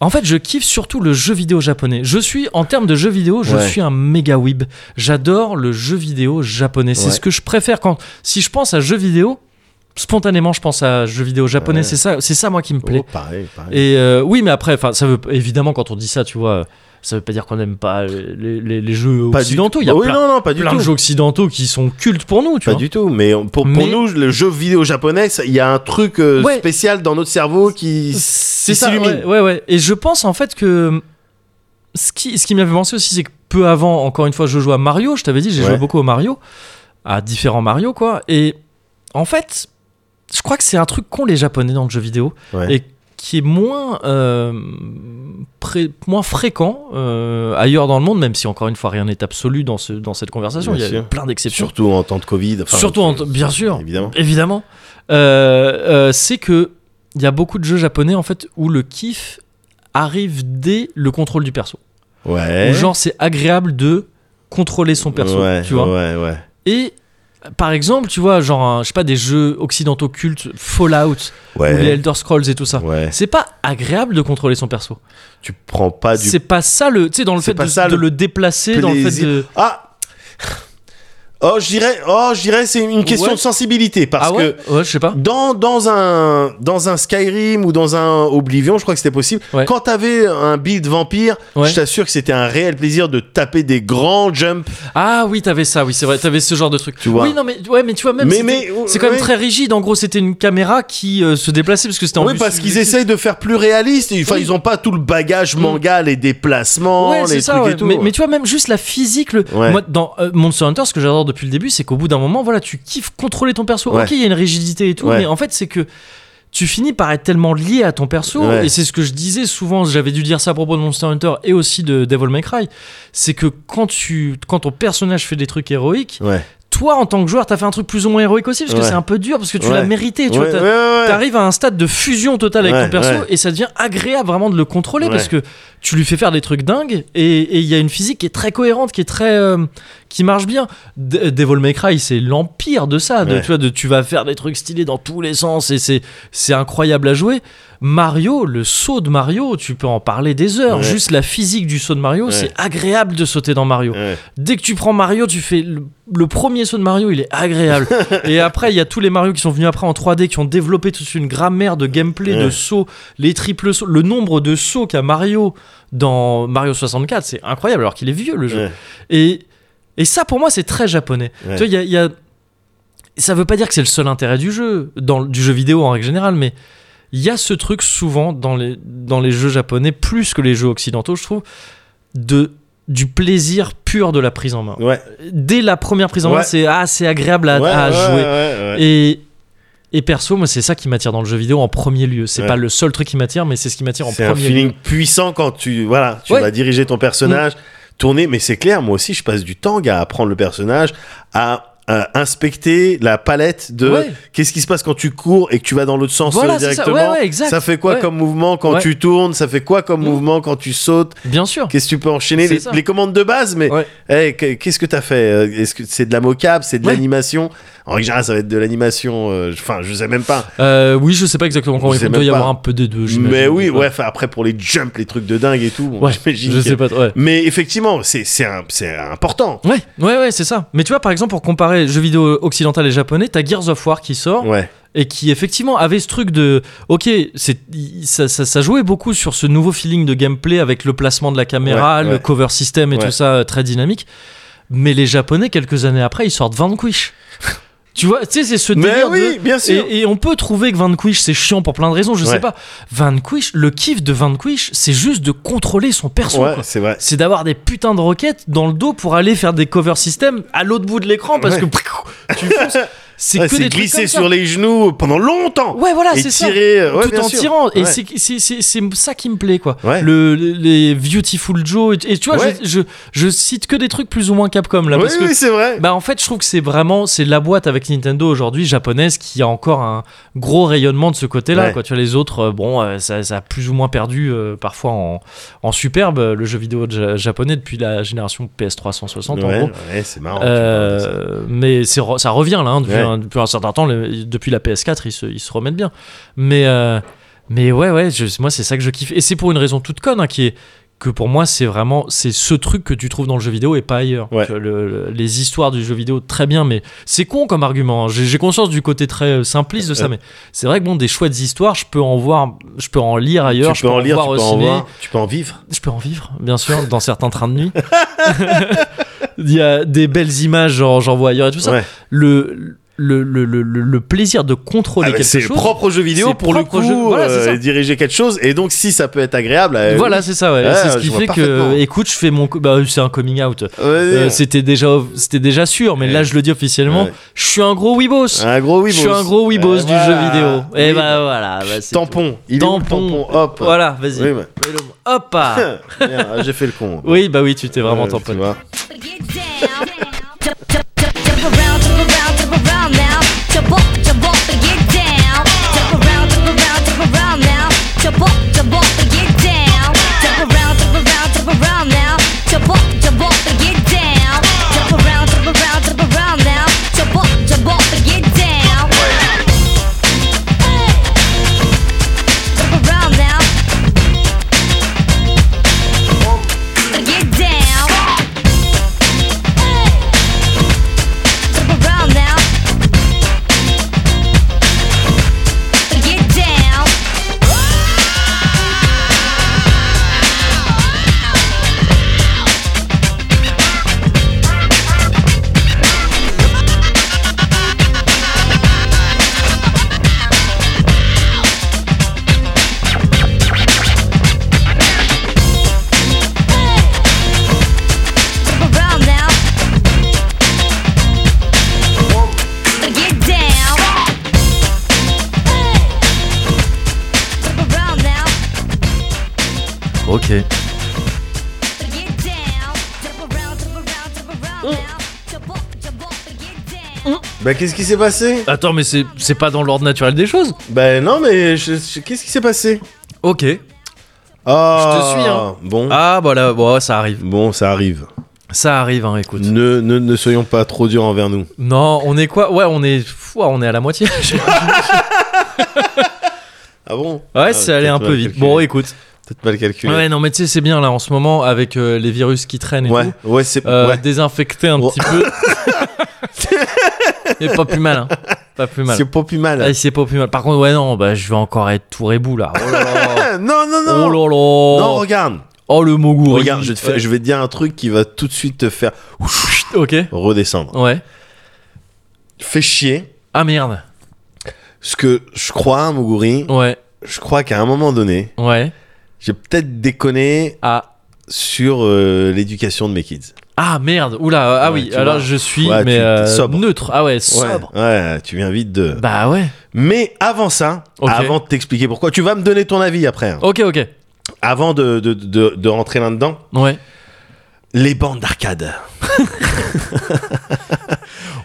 [SPEAKER 1] En fait, je kiffe surtout le jeu vidéo japonais. Je suis, en termes de jeu vidéo, je
[SPEAKER 2] Ouais.
[SPEAKER 1] suis un méga weeb. J'adore le jeu vidéo japonais. C'est
[SPEAKER 2] Ouais.
[SPEAKER 1] ce que je préfère quand. Si je pense à jeu vidéo, spontanément, je pense à jeu vidéo japonais.
[SPEAKER 2] Ouais.
[SPEAKER 1] C'est ça, c'est ça, moi, qui me plaît.
[SPEAKER 2] Oh, pareil, pareil.
[SPEAKER 1] Et euh, oui, mais après, enfin, ça veut évidemment quand on dit ça, tu vois, ça veut pas dire qu'on n'aime pas les, les- les jeux
[SPEAKER 2] Pas du
[SPEAKER 1] occidentaux.
[SPEAKER 2] tout.
[SPEAKER 1] Il y a
[SPEAKER 2] Bah oui,
[SPEAKER 1] plein,
[SPEAKER 2] non, non, pas du
[SPEAKER 1] plein
[SPEAKER 2] tout.
[SPEAKER 1] de jeux occidentaux qui sont cultes pour nous, tu
[SPEAKER 2] Pas
[SPEAKER 1] vois.
[SPEAKER 2] du tout, mais on- pour, pour
[SPEAKER 1] Mais-
[SPEAKER 2] nous, le jeu vidéo japonais, ça- il y a un truc euh,
[SPEAKER 1] Ouais.
[SPEAKER 2] spécial dans notre cerveau qui.
[SPEAKER 1] c'est
[SPEAKER 2] il
[SPEAKER 1] ça
[SPEAKER 2] s'illumine.
[SPEAKER 1] ouais, ouais ouais. et je pense en fait que hum, ce qui ce qui m'avait pensé aussi c'est que peu avant encore une fois je jouais à Mario je t'avais dit j'ai
[SPEAKER 2] Ouais.
[SPEAKER 1] joué beaucoup au Mario à différents Mario quoi et en fait je crois que c'est un truc qu'ont les japonais dans le jeu vidéo
[SPEAKER 2] Ouais.
[SPEAKER 1] et qui est moins euh, pré- moins fréquent euh, ailleurs dans le monde même si encore une fois rien n'est absolu dans ce dans cette conversation
[SPEAKER 2] Bien
[SPEAKER 1] il y a
[SPEAKER 2] sûr.
[SPEAKER 1] plein d'exceptions
[SPEAKER 2] Surtout en temps de Covid. enfin,
[SPEAKER 1] surtout en t- bien sûr
[SPEAKER 2] Évidemment.
[SPEAKER 1] évidemment, Euh, euh, c'est que il y a beaucoup de jeux japonais en fait où le kiff arrive dès le contrôle du perso.
[SPEAKER 2] Ouais.
[SPEAKER 1] Où genre c'est agréable de contrôler son perso,
[SPEAKER 2] Eh Ouais,
[SPEAKER 1] tu vois.
[SPEAKER 2] Ouais, ouais.
[SPEAKER 1] Et par exemple, tu vois, genre un- je sais pas des jeux occidentaux cultes, Fallout ou les
[SPEAKER 2] Ouais.
[SPEAKER 1] Elder Scrolls et tout ça.
[SPEAKER 2] Ouais.
[SPEAKER 1] C'est pas agréable de contrôler son perso.
[SPEAKER 2] Tu prends pas Ah, du
[SPEAKER 1] c'est pas ça le, tu sais, dans le
[SPEAKER 2] C'est
[SPEAKER 1] fait
[SPEAKER 2] pas
[SPEAKER 1] de,
[SPEAKER 2] ça
[SPEAKER 1] de
[SPEAKER 2] le
[SPEAKER 1] le déplacer, dans le fait
[SPEAKER 2] plaisir.
[SPEAKER 1] de.
[SPEAKER 2] Ah Oh, je dirais, oh, je dirais, c'est une question
[SPEAKER 1] Ouais.
[SPEAKER 2] de sensibilité parce
[SPEAKER 1] ah ouais,
[SPEAKER 2] que.
[SPEAKER 1] ouais, je sais pas.
[SPEAKER 2] Dans, dans, un, dans un Skyrim ou dans un Oblivion, je crois que c'était possible,
[SPEAKER 1] Ouais.
[SPEAKER 2] quand t'avais un build vampire,
[SPEAKER 1] Ouais.
[SPEAKER 2] je t'assure que c'était un réel plaisir de taper des grands jumps.
[SPEAKER 1] Ah oui, t'avais ça, oui, c'est vrai, t'avais ce genre de truc.
[SPEAKER 2] Tu vois.
[SPEAKER 1] Oui, non, mais, ouais, mais tu vois, même.
[SPEAKER 2] Mais-
[SPEAKER 1] c'était-
[SPEAKER 2] mais-
[SPEAKER 1] c'est quand même
[SPEAKER 2] ouais.
[SPEAKER 1] très rigide. En gros, c'était une caméra qui euh, se déplaçait parce que c'était en
[SPEAKER 2] Oui,
[SPEAKER 1] vue
[SPEAKER 2] parce qu'ils
[SPEAKER 1] subjective.
[SPEAKER 2] essayent de faire plus réaliste. Enfin,
[SPEAKER 1] Oui. Mm.
[SPEAKER 2] ils ont pas tout le bagage manga, les déplacements,
[SPEAKER 1] Ouais,
[SPEAKER 2] les
[SPEAKER 1] c'est ça,
[SPEAKER 2] trucs
[SPEAKER 1] ouais.
[SPEAKER 2] et tout.
[SPEAKER 1] mais, mais tu vois, même juste la physique. Le...
[SPEAKER 2] Ouais.
[SPEAKER 1] Moi, dans euh, Monster Hunter, ce que j'adore depuis le début, c'est qu'au bout d'un moment, voilà, tu kiffes contrôler ton perso.
[SPEAKER 2] Ouais.
[SPEAKER 1] Ok, il y a une rigidité et tout,
[SPEAKER 2] Ouais.
[SPEAKER 1] mais en fait, c'est que. Tu finis par être tellement lié à ton perso,
[SPEAKER 2] Ouais.
[SPEAKER 1] et c'est ce que je disais souvent, j'avais dû dire ça à propos de Monster Hunter et aussi de Devil May Cry, c'est que quand, tu, quand ton personnage fait des trucs héroïques,
[SPEAKER 2] Ouais.
[SPEAKER 1] toi en tant que joueur t'as fait un truc plus ou moins héroïque aussi parce que
[SPEAKER 2] Ouais.
[SPEAKER 1] c'est un peu dur parce que tu
[SPEAKER 2] Ouais.
[SPEAKER 1] l'as mérité tu
[SPEAKER 2] Ouais,
[SPEAKER 1] vois, t'as-
[SPEAKER 2] ouais, ouais, ouais.
[SPEAKER 1] t'arrives à un stade de fusion totale avec
[SPEAKER 2] Ouais,
[SPEAKER 1] ton perso
[SPEAKER 2] ouais.
[SPEAKER 1] et ça devient agréable vraiment de le contrôler
[SPEAKER 2] Ouais.
[SPEAKER 1] parce que tu lui fais faire des trucs dingues et et il y a une physique qui est très cohérente qui est très euh, qui marche bien D- Devil May Cry c'est l'empire de ça de,
[SPEAKER 2] Ouais.
[SPEAKER 1] tu vois de tu vas faire des trucs stylés dans tous les sens et c'est c'est incroyable à jouer Mario le saut de Mario tu peux en parler des heures
[SPEAKER 2] Ouais.
[SPEAKER 1] juste la physique du saut de Mario
[SPEAKER 2] Ouais.
[SPEAKER 1] c'est agréable de sauter dans Mario
[SPEAKER 2] Ouais.
[SPEAKER 1] Dès que tu prends Mario, tu fais le, le premier saut de Mario, il est agréable. et après, il y a tous les Mario qui sont venus après en 3D, qui ont développé toute une grammaire de gameplay, de
[SPEAKER 2] Ouais.
[SPEAKER 1] sauts, les triples sauts, le nombre de sauts qu'a Mario dans Mario 64, c'est incroyable, alors qu'il est vieux le jeu.
[SPEAKER 2] Ouais.
[SPEAKER 1] Et, et ça, pour moi, c'est très japonais.
[SPEAKER 2] Ouais.
[SPEAKER 1] Tu vois, il y a, il y a- ça veut pas dire que c'est le seul intérêt du jeu, dans, le- du jeu vidéo en règle générale, mais il y a ce truc souvent dans les, dans les jeux japonais, plus que les jeux occidentaux, je trouve, de du plaisir pur de la prise en main.
[SPEAKER 2] Ouais.
[SPEAKER 1] Dès la première prise en main,
[SPEAKER 2] Ouais.
[SPEAKER 1] c'est ah, c'est agréable à,
[SPEAKER 2] Ouais,
[SPEAKER 1] à
[SPEAKER 2] ouais,
[SPEAKER 1] jouer.
[SPEAKER 2] ouais, ouais.
[SPEAKER 1] Et, et perso, moi, c'est ça qui m'attire dans le jeu vidéo en premier lieu. C'est
[SPEAKER 2] Ouais.
[SPEAKER 1] pas le seul truc qui m'attire, mais c'est ce qui m'attire en
[SPEAKER 2] C'est un
[SPEAKER 1] premier
[SPEAKER 2] feeling
[SPEAKER 1] lieu.
[SPEAKER 2] puissant quand tu voilà, tu
[SPEAKER 1] Ouais. Mm.
[SPEAKER 2] vas diriger ton personnage, tourner. Mais c'est clair, moi aussi, je passe du temps gars, à apprendre le personnage, à euh, inspecter la palette de
[SPEAKER 1] Ouais.
[SPEAKER 2] qu'est-ce qui se passe quand tu cours et que tu vas dans l'autre sens
[SPEAKER 1] Voilà,
[SPEAKER 2] euh,
[SPEAKER 1] c'est ça.
[SPEAKER 2] directement.
[SPEAKER 1] Ouais, ouais, exact.
[SPEAKER 2] Ça fait quoi
[SPEAKER 1] Ouais.
[SPEAKER 2] comme mouvement quand
[SPEAKER 1] Ouais.
[SPEAKER 2] tu tournes Ça fait quoi comme
[SPEAKER 1] Mm.
[SPEAKER 2] mouvement quand tu sautes
[SPEAKER 1] Bien sûr.
[SPEAKER 2] Qu'est-ce que tu peux enchaîner
[SPEAKER 1] C'est
[SPEAKER 2] les,
[SPEAKER 1] ça.
[SPEAKER 2] les commandes de base, mais
[SPEAKER 1] Ouais.
[SPEAKER 2] hey, que- qu'est-ce que t'as fait Euh, Est-ce que c'est de la mocap C'est de
[SPEAKER 1] Ouais.
[SPEAKER 2] l'animation En règle générale, ça va être de l'animation. euh, Enfin, je sais même pas.
[SPEAKER 1] Euh, oui, je sais pas exactement comment
[SPEAKER 2] Je
[SPEAKER 1] il
[SPEAKER 2] sais
[SPEAKER 1] faut- doit y
[SPEAKER 2] même pas.
[SPEAKER 1] avoir un peu des deux. j'imagine.
[SPEAKER 2] Mais oui, ouais. Enfin, après pour les jumps, les trucs de dingue et tout. bon,
[SPEAKER 1] Ouais,
[SPEAKER 2] j'imagine
[SPEAKER 1] je
[SPEAKER 2] que-
[SPEAKER 1] sais pas. Ouais.
[SPEAKER 2] Mais effectivement, c'est c'est un- c'est important.
[SPEAKER 1] Ouais, ouais, ouais, c'est ça. Mais tu vois, par exemple, pour comparer jeux vidéo occidental et japonais, t'as Gears of War qui sort
[SPEAKER 2] Ouais.
[SPEAKER 1] et qui effectivement avait ce truc de. Ok, c'est y- ça, ça, ça jouait beaucoup sur ce nouveau feeling de gameplay avec le placement de la caméra,
[SPEAKER 2] Ouais,
[SPEAKER 1] le
[SPEAKER 2] ouais.
[SPEAKER 1] cover system et
[SPEAKER 2] Ouais.
[SPEAKER 1] tout ça euh, très dynamique. Mais les japonais, quelques années après, ils sortent Vanquish. tu vois, tu sais, c'est ce
[SPEAKER 2] Mais
[SPEAKER 1] délire de-
[SPEAKER 2] oui, bien sûr.
[SPEAKER 1] Et, et on peut trouver que Vanquish c'est chiant pour plein de raisons, je
[SPEAKER 2] Ouais.
[SPEAKER 1] sais pas. Vanquish, le kiff de Vanquish, c'est juste de contrôler son perso.
[SPEAKER 2] Ouais,
[SPEAKER 1] quoi.
[SPEAKER 2] c'est vrai.
[SPEAKER 1] C'est d'avoir des putains de roquettes dans le dos pour aller faire des cover systems à l'autre bout de l'écran parce que tu fonces. C'est
[SPEAKER 2] Ouais,
[SPEAKER 1] que
[SPEAKER 2] C'est
[SPEAKER 1] des trucs
[SPEAKER 2] glisser
[SPEAKER 1] comme ça.
[SPEAKER 2] sur les genoux pendant longtemps.
[SPEAKER 1] Ouais, voilà,
[SPEAKER 2] et
[SPEAKER 1] c'est ça.
[SPEAKER 2] tirer. euh, ouais,
[SPEAKER 1] tout
[SPEAKER 2] bien
[SPEAKER 1] en
[SPEAKER 2] sûr.
[SPEAKER 1] tirant et
[SPEAKER 2] Ouais.
[SPEAKER 1] c'est c'est- c'est- c'est ça qui me plaît quoi
[SPEAKER 2] Ouais.
[SPEAKER 1] le les beautiful Joe et, et tu vois
[SPEAKER 2] Ouais.
[SPEAKER 1] je, je je cite que des trucs plus ou moins Capcom là
[SPEAKER 2] Oui,
[SPEAKER 1] parce que
[SPEAKER 2] oui, c'est vrai.
[SPEAKER 1] bah en fait je trouve que c'est vraiment c'est la boîte avec Nintendo aujourd'hui japonaise qui a encore un gros rayonnement de ce côté-là
[SPEAKER 2] Ouais.
[SPEAKER 1] quoi. Tu vois les autres euh, bon euh, ça, ça a plus ou moins perdu euh, parfois en, en superbe euh, le jeu vidéo ja- japonais depuis la génération PS360 en
[SPEAKER 2] Ouais,
[SPEAKER 1] gros.
[SPEAKER 2] ouais, c'est marrant. tu
[SPEAKER 1] Euh,
[SPEAKER 2] parles de ça.
[SPEAKER 1] mais c'est re- ça revient là hein, depuis,
[SPEAKER 2] Ouais.
[SPEAKER 1] un, depuis un certain temps le- depuis la PS4 ils se, ils se remettent bien mais euh, mais ouais ouais je- moi c'est ça que je kiffe et c'est pour une raison toute conne hein, qui est que pour moi c'est vraiment c'est ce truc que tu trouves dans le jeu vidéo et pas ailleurs
[SPEAKER 2] Ouais.
[SPEAKER 1] Tu vois, le- le- les histoires du jeu vidéo très bien mais c'est con comme argument hein. j'ai j'ai conscience du côté très euh, simpliste de ça
[SPEAKER 2] Euh.
[SPEAKER 1] mais c'est vrai que bon des chouettes histoires je peux en voir je peux en lire ailleurs
[SPEAKER 2] tu
[SPEAKER 1] je
[SPEAKER 2] peux en lire, tu
[SPEAKER 1] voir
[SPEAKER 2] peux
[SPEAKER 1] au
[SPEAKER 2] en
[SPEAKER 1] ciné,
[SPEAKER 2] voir, tu peux en vivre.
[SPEAKER 1] je peux en vivre, bien sûr, dans certains trains de nuit. Il y a des belles images, genre j'en vois ailleurs et tout ça.
[SPEAKER 2] Ouais.
[SPEAKER 1] Le, le, le, le, le- le plaisir de contrôler
[SPEAKER 2] Ah bah,
[SPEAKER 1] Oh, quelque
[SPEAKER 2] c'est
[SPEAKER 1] chose.
[SPEAKER 2] propre au jeu vidéo
[SPEAKER 1] C'est
[SPEAKER 2] pour le
[SPEAKER 1] propre au
[SPEAKER 2] coup,
[SPEAKER 1] jeu- voilà, c'est
[SPEAKER 2] euh,
[SPEAKER 1] ça.
[SPEAKER 2] diriger quelque chose. Et donc, si ça peut être agréable, euh,
[SPEAKER 1] Voilà, c'est ça, ouais.
[SPEAKER 2] Ouais,
[SPEAKER 1] c'est ce qui
[SPEAKER 2] je vois
[SPEAKER 1] fait
[SPEAKER 2] parfaitement.
[SPEAKER 1] que, écoute, je fais mon. co- Bah, c'est un coming out.
[SPEAKER 2] oui. Ouais,
[SPEAKER 1] Euh,
[SPEAKER 2] ouais.
[SPEAKER 1] c'était déjà c'était déjà sûr mais là je le dis officiellement
[SPEAKER 2] Ouais.
[SPEAKER 1] je suis un gros weebos
[SPEAKER 2] un gros oui. Euh,
[SPEAKER 1] je suis un gros weebos du jeu vidéo et bah voilà bah, c'est
[SPEAKER 2] tampon, il est où le
[SPEAKER 1] Tampon.
[SPEAKER 2] tampon, hop.
[SPEAKER 1] tout. voilà vas-y
[SPEAKER 2] Oui, bah.
[SPEAKER 1] Mets-le-moi. hop ah.
[SPEAKER 2] Merde, ah, j'ai fait le con.
[SPEAKER 1] oui bah oui tu t'es vraiment
[SPEAKER 2] Euh, tu
[SPEAKER 1] tamponné
[SPEAKER 2] vois.
[SPEAKER 6] Get down. Jump, jump, jump, jump around, jump around, jump around now. Jump up, jump up and get down. Jump around, jump around, jump around now. Jump up, jump up and get down. Jump around, jump around, jump around now. Jump up, jump up and get down. Jump around, jump around, jump around now. Jump up, jump up and get down. Jump around now. Get down. Jump around now. Get down. Jump around now. Get down. Jump around now.
[SPEAKER 1] ok
[SPEAKER 6] Get down. Jump around, jump around, jump around now. Jump up, jump up and get down.
[SPEAKER 2] Bah, qu'est-ce qui s'est passé
[SPEAKER 1] attends mais c'est c'est pas dans l'ordre naturel des choses
[SPEAKER 2] Bah, non, mais je- je- qu'est-ce qui s'est passé
[SPEAKER 1] ok
[SPEAKER 2] Ah,
[SPEAKER 1] Je te suis, hein.
[SPEAKER 2] Bon,
[SPEAKER 1] Ah voilà, bon, ça arrive.
[SPEAKER 2] bon, ça arrive.
[SPEAKER 1] Ça arrive, hein, écoute.
[SPEAKER 2] Ne, ne, ne soyons pas trop durs envers nous.
[SPEAKER 1] Non, on est quoi Ouais, on est... Pff, ouah, on est à la moitié.
[SPEAKER 2] Ah bon
[SPEAKER 1] ouais, c'est allé
[SPEAKER 2] peut-être
[SPEAKER 1] un
[SPEAKER 2] mal
[SPEAKER 1] peu vite.
[SPEAKER 2] calculé.
[SPEAKER 1] Bon, écoute.
[SPEAKER 2] Peut-être mal calculé.
[SPEAKER 1] Ouais, non, mais tu sais, c'est bien, là, en ce moment, avec euh, les virus qui traînent et
[SPEAKER 2] ouais,
[SPEAKER 1] tout.
[SPEAKER 2] ouais, c'est.
[SPEAKER 1] euh,
[SPEAKER 2] ouais.
[SPEAKER 1] Désinfecter un
[SPEAKER 2] Oh.
[SPEAKER 1] petit peu. Mais pas plus mal, hein. Pas plus mal.
[SPEAKER 2] C'est pas plus mal.
[SPEAKER 1] Ah, c'est pas plus mal. Par contre, ouais, non, bah, je vais encore être tout rebou, là. Oh là là.
[SPEAKER 2] Ah, non, non,
[SPEAKER 1] Oh
[SPEAKER 2] non.
[SPEAKER 1] là là.
[SPEAKER 2] non, regarde.
[SPEAKER 1] Oh, le moguri.
[SPEAKER 2] Regarde, je, te fais-
[SPEAKER 1] Ouais.
[SPEAKER 2] je vais te dire un truc qui va tout de suite te faire
[SPEAKER 1] Ok.
[SPEAKER 2] redescendre.
[SPEAKER 1] Ouais.
[SPEAKER 2] Fais chier.
[SPEAKER 1] Ah, merde.
[SPEAKER 2] Ce que je crois, Muguri,
[SPEAKER 1] Ouais.
[SPEAKER 2] je crois qu'à un moment donné,
[SPEAKER 1] Ouais.
[SPEAKER 2] j'ai peut-être déconné
[SPEAKER 1] Ah...
[SPEAKER 2] sur euh, l'éducation de mes kids.
[SPEAKER 1] Ah merde, oula, euh, ah
[SPEAKER 2] Ouais,
[SPEAKER 1] oui,
[SPEAKER 2] tu
[SPEAKER 1] alors
[SPEAKER 2] vois.
[SPEAKER 1] je suis
[SPEAKER 2] Ouais,
[SPEAKER 1] mais
[SPEAKER 2] tu- t'es
[SPEAKER 1] euh,
[SPEAKER 2] sobre.
[SPEAKER 1] neutre. Ah ouais,
[SPEAKER 2] Ouais,
[SPEAKER 1] sobre.
[SPEAKER 2] ouais, tu viens vite de.
[SPEAKER 1] Bah ouais.
[SPEAKER 2] Mais avant ça,
[SPEAKER 1] Ok. Oh.
[SPEAKER 2] avant de t'expliquer pourquoi, tu vas me donner ton avis après. hein.
[SPEAKER 1] Ok, ok.
[SPEAKER 2] Avant de, de, de, de rentrer là-dedans,
[SPEAKER 1] Ouais.
[SPEAKER 2] les bandes d'arcade.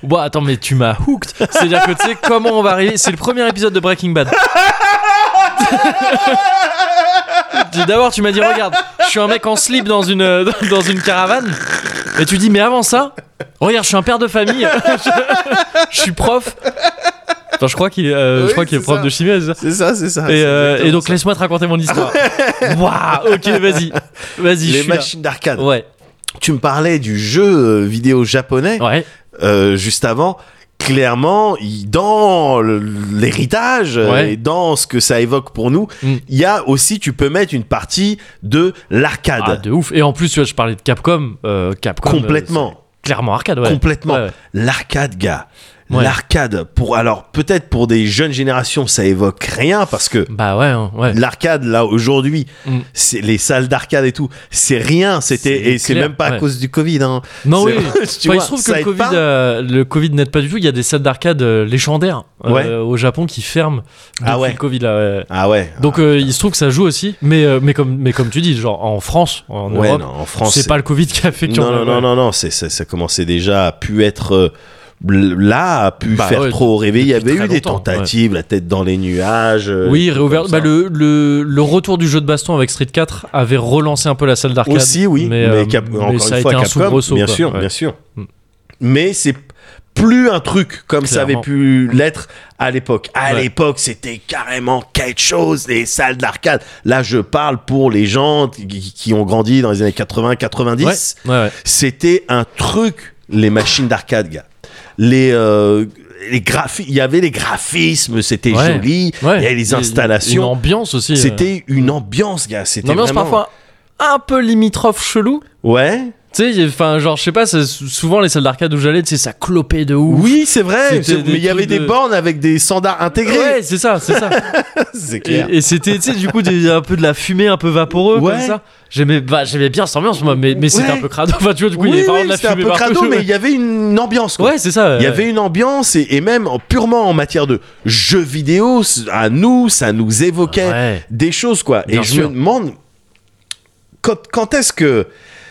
[SPEAKER 1] Bah attends, mais tu m'as hooked. C'est-à-dire que tu sais comment on va arriver. C'est le premier épisode de Breaking Bad. Tu- D'abord, tu m'as dit regarde, je suis un mec en slip dans une euh, dans une caravane. Et tu dis mais avant ça, regarde, je suis un père de famille. je, je suis prof. Attends, je crois qu'il est, euh,
[SPEAKER 2] Oui,
[SPEAKER 1] je crois qu'il est
[SPEAKER 2] c'est
[SPEAKER 1] prof
[SPEAKER 2] ça.
[SPEAKER 1] de chimie. c'est ça
[SPEAKER 2] C'est ça, c'est ça.
[SPEAKER 1] et,
[SPEAKER 2] c'est
[SPEAKER 1] euh,
[SPEAKER 2] exactement
[SPEAKER 1] et donc
[SPEAKER 2] ça.
[SPEAKER 1] laisse-moi te raconter mon histoire. Waouh, ok, vas-y, vas-y, je
[SPEAKER 2] les
[SPEAKER 1] suis là.
[SPEAKER 2] machines d'arcade.
[SPEAKER 1] Ouais,
[SPEAKER 2] Tu me parlais du jeu euh, vidéo japonais
[SPEAKER 1] ouais,
[SPEAKER 2] euh, juste avant. Clairement, il- dans le- l'héritage euh,
[SPEAKER 1] Ouais.
[SPEAKER 2] et dans ce que ça évoque pour nous, il
[SPEAKER 1] Mm.
[SPEAKER 2] y a aussi, tu peux mettre une partie de l'arcade.
[SPEAKER 1] ah, de ouf. Et en plus, tu vois, je parlais de Capcom, euh, Capcom,
[SPEAKER 2] Complètement.
[SPEAKER 1] euh, c'est clairement arcade, ouais.
[SPEAKER 2] Complètement.
[SPEAKER 1] Ouais, ouais.
[SPEAKER 2] L'arcade, gars.
[SPEAKER 1] Ouais.
[SPEAKER 2] L'arcade, pour alors peut-être pour des jeunes générations, ça évoque rien parce que
[SPEAKER 1] Bah ouais, hein, ouais.
[SPEAKER 2] l'arcade là aujourd'hui,
[SPEAKER 1] Mm.
[SPEAKER 2] c'est les salles d'arcade et tout, c'est rien. C'était
[SPEAKER 1] C'est
[SPEAKER 2] et c'est
[SPEAKER 1] clair,
[SPEAKER 2] même pas à
[SPEAKER 1] ouais.
[SPEAKER 2] cause du Covid. Hein.
[SPEAKER 1] Non, oui.
[SPEAKER 2] C'est- tu
[SPEAKER 1] Enfin, il
[SPEAKER 2] vois,
[SPEAKER 1] se trouve que
[SPEAKER 2] ça
[SPEAKER 1] le
[SPEAKER 2] aide
[SPEAKER 1] COVID,
[SPEAKER 2] pas.
[SPEAKER 1] euh, le Covid n'aide pas du tout. Il y a des salles d'arcade euh, légendaires euh,
[SPEAKER 2] Ouais.
[SPEAKER 1] au Japon qui ferment depuis
[SPEAKER 2] Ah ouais.
[SPEAKER 1] le Covid. là, ouais.
[SPEAKER 2] Ah ouais.
[SPEAKER 1] Donc euh, il se trouve que ça joue aussi, mais, euh, mais, comme, mais comme tu dis, genre en France, en
[SPEAKER 2] ouais,
[SPEAKER 1] Europe,
[SPEAKER 2] non, en France,
[SPEAKER 1] c'est pas le Covid qui a fait qu'il y en
[SPEAKER 2] Non,
[SPEAKER 1] a-
[SPEAKER 2] non, non,
[SPEAKER 1] ouais.
[SPEAKER 2] non, non, c'est- ça, ça commençait déjà à pu être euh, là, a pu
[SPEAKER 1] Bah
[SPEAKER 2] faire
[SPEAKER 1] ouais,
[SPEAKER 2] trop rêver. Il y
[SPEAKER 1] depuis
[SPEAKER 2] avait eu
[SPEAKER 1] très
[SPEAKER 2] des
[SPEAKER 1] longtemps, ouais.
[SPEAKER 2] tentatives, la tête dans les nuages. euh,
[SPEAKER 1] Oui,
[SPEAKER 2] des trucs
[SPEAKER 1] réouvert.
[SPEAKER 2] comme
[SPEAKER 1] Bah,
[SPEAKER 2] ça.
[SPEAKER 1] le, le, le retour du jeu de baston avec Street 4 avait relancé un peu la salle d'arcade.
[SPEAKER 2] Aussi, oui. Mais,
[SPEAKER 1] euh,
[SPEAKER 2] Cap-
[SPEAKER 1] mais
[SPEAKER 2] encore une
[SPEAKER 1] ça a
[SPEAKER 2] fois,
[SPEAKER 1] été un
[SPEAKER 2] Capcom,
[SPEAKER 1] soubresaut.
[SPEAKER 2] Bien
[SPEAKER 1] quoi.
[SPEAKER 2] sûr,
[SPEAKER 1] Ouais.
[SPEAKER 2] bien sûr.
[SPEAKER 1] Mm.
[SPEAKER 2] Mais c'est plus un truc comme ça avait
[SPEAKER 1] Clairement.
[SPEAKER 2] pu l'être à l'époque. À
[SPEAKER 1] Ouais.
[SPEAKER 2] l'époque, c'était carrément quelque chose, les salles d'arcade. Là, je parle pour les gens qui, qui ont grandi dans les années 80, 90.
[SPEAKER 1] Ouais, ouais, ouais.
[SPEAKER 2] C'était un truc, les machines d'arcade, gars. Les, euh, les graphi- il y avait les graphismes, c'était
[SPEAKER 1] Ouais.
[SPEAKER 2] joli. Il
[SPEAKER 1] Ouais.
[SPEAKER 2] y avait les
[SPEAKER 1] Une
[SPEAKER 2] installations.
[SPEAKER 1] ambiance aussi. euh.
[SPEAKER 2] C'était une ambiance, gars. C'était
[SPEAKER 1] une ambiance
[SPEAKER 2] vraiment-
[SPEAKER 1] parfois un peu limitrophe chelou.
[SPEAKER 2] Ouais.
[SPEAKER 1] Tu sais, enfin, genre, je sais pas, c'est sou- souvent les salles d'arcade où j'allais, tu sais, ça clopait de ouf.
[SPEAKER 2] Oui, c'est vrai.
[SPEAKER 1] C'était
[SPEAKER 2] c'est-
[SPEAKER 1] des
[SPEAKER 2] Mais il y avait
[SPEAKER 1] trucs
[SPEAKER 2] des
[SPEAKER 1] de-
[SPEAKER 2] bornes avec des standards intégrés.
[SPEAKER 1] Ouais, c'est ça, c'est ça.
[SPEAKER 2] c'est clair.
[SPEAKER 1] et et c'était, tu sais, du coup, des- un peu de la fumée, un peu vaporeux,
[SPEAKER 2] Ouais.
[SPEAKER 1] comme ça. J'aimais bah, j'aimais bien cette ambiance, moi, mais, mais c'était
[SPEAKER 2] Ouais.
[SPEAKER 1] un peu crado. Enfin, tu vois, du coup,
[SPEAKER 2] oui,
[SPEAKER 1] il y avait vraiment
[SPEAKER 2] oui,
[SPEAKER 1] de la
[SPEAKER 2] c'était un
[SPEAKER 1] fumée
[SPEAKER 2] peu crado,
[SPEAKER 1] partout.
[SPEAKER 2] mais il y avait une ambiance. Quoi.
[SPEAKER 1] Ouais, c'est ça.
[SPEAKER 2] il y
[SPEAKER 1] ouais.
[SPEAKER 2] avait une ambiance et, et même en- purement en matière de jeux vidéo, c- à nous, ça nous évoquait
[SPEAKER 1] Ouais.
[SPEAKER 2] des choses, quoi.
[SPEAKER 1] Bien
[SPEAKER 2] et je
[SPEAKER 1] sûr.
[SPEAKER 2] me demande quand, quand est-ce que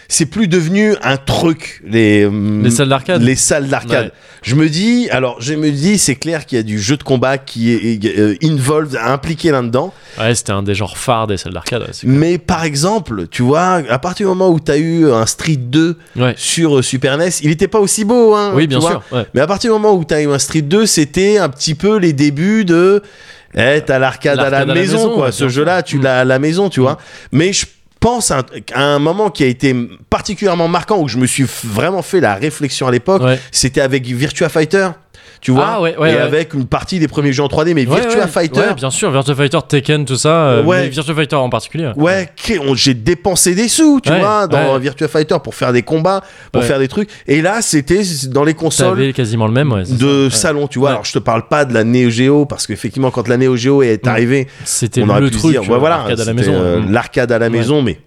[SPEAKER 2] c'est plus devenu un truc les hum,
[SPEAKER 1] Les salles d'arcade.
[SPEAKER 2] les salles d'arcade.
[SPEAKER 1] Ouais.
[SPEAKER 2] Je me dis, alors je me dis, c'est clair qu'il y a du jeu de combat qui est euh, involved, impliqué là-dedans.
[SPEAKER 1] Ouais, c'était un des genres phares des salles d'arcade. ouais, c'est-
[SPEAKER 2] Mais par exemple, tu vois, à partir du moment où tu as eu un Street 2
[SPEAKER 1] Ouais.
[SPEAKER 2] sur euh, Super NES, il était pas aussi beau, hein.
[SPEAKER 1] Oui,
[SPEAKER 2] tu
[SPEAKER 1] bien
[SPEAKER 2] vois.
[SPEAKER 1] sûr. ouais.
[SPEAKER 2] Mais à partir du moment où tu as eu un Street 2, c'était un petit peu les débuts de. Eh, t'as l'arcade à, la
[SPEAKER 1] L'arcade à la
[SPEAKER 2] maison,
[SPEAKER 1] maison,
[SPEAKER 2] quoi.
[SPEAKER 1] ouais,
[SPEAKER 2] Ce
[SPEAKER 1] bien
[SPEAKER 2] jeu-là,
[SPEAKER 1] sûr.
[SPEAKER 2] tu
[SPEAKER 1] Mm.
[SPEAKER 2] l'as à la maison, tu vois. Mais je pense à un, à un moment qui a été particulièrement marquant, où je me suis f- vraiment fait la réflexion à l'époque.
[SPEAKER 1] Ouais.
[SPEAKER 2] C'était avec Virtua Fighter, tu vois.
[SPEAKER 1] Ah, ouais, ouais,
[SPEAKER 2] et
[SPEAKER 1] ouais.
[SPEAKER 2] avec une partie des premiers jeux en 3D, mais
[SPEAKER 1] Ouais,
[SPEAKER 2] Virtua
[SPEAKER 1] ouais,
[SPEAKER 2] Fighter.
[SPEAKER 1] ouais, bien sûr, Virtua Fighter, Tekken, tout ça. euh,
[SPEAKER 2] Ouais.
[SPEAKER 1] mais Virtua Fighter en particulier.
[SPEAKER 2] Ouais, que- on- j'ai dépensé des sous, tu
[SPEAKER 1] Ouais,
[SPEAKER 2] vois, dans
[SPEAKER 1] ouais.
[SPEAKER 2] Virtua Fighter pour faire des combats, pour
[SPEAKER 1] Ouais.
[SPEAKER 2] faire des trucs. Et là, c'était dans les consoles
[SPEAKER 1] T'avais quasiment le même, ouais. c'est
[SPEAKER 2] de
[SPEAKER 1] ça, ouais.
[SPEAKER 2] salon, tu vois.
[SPEAKER 1] Ouais.
[SPEAKER 2] Alors, je te parle pas de la Neo Geo parce qu'effectivement, quand la Neo Geo est
[SPEAKER 1] Mm.
[SPEAKER 2] arrivée,
[SPEAKER 1] C'était
[SPEAKER 2] on aurait
[SPEAKER 1] le
[SPEAKER 2] pu se
[SPEAKER 1] truc.
[SPEAKER 2] dire,
[SPEAKER 1] euh,
[SPEAKER 2] ouais, voilà,
[SPEAKER 1] l'arcade à la
[SPEAKER 2] c'était,
[SPEAKER 1] maison. hein.
[SPEAKER 2] euh,
[SPEAKER 1] ouais.
[SPEAKER 2] l'arcade à la
[SPEAKER 1] Ouais.
[SPEAKER 2] maison, mais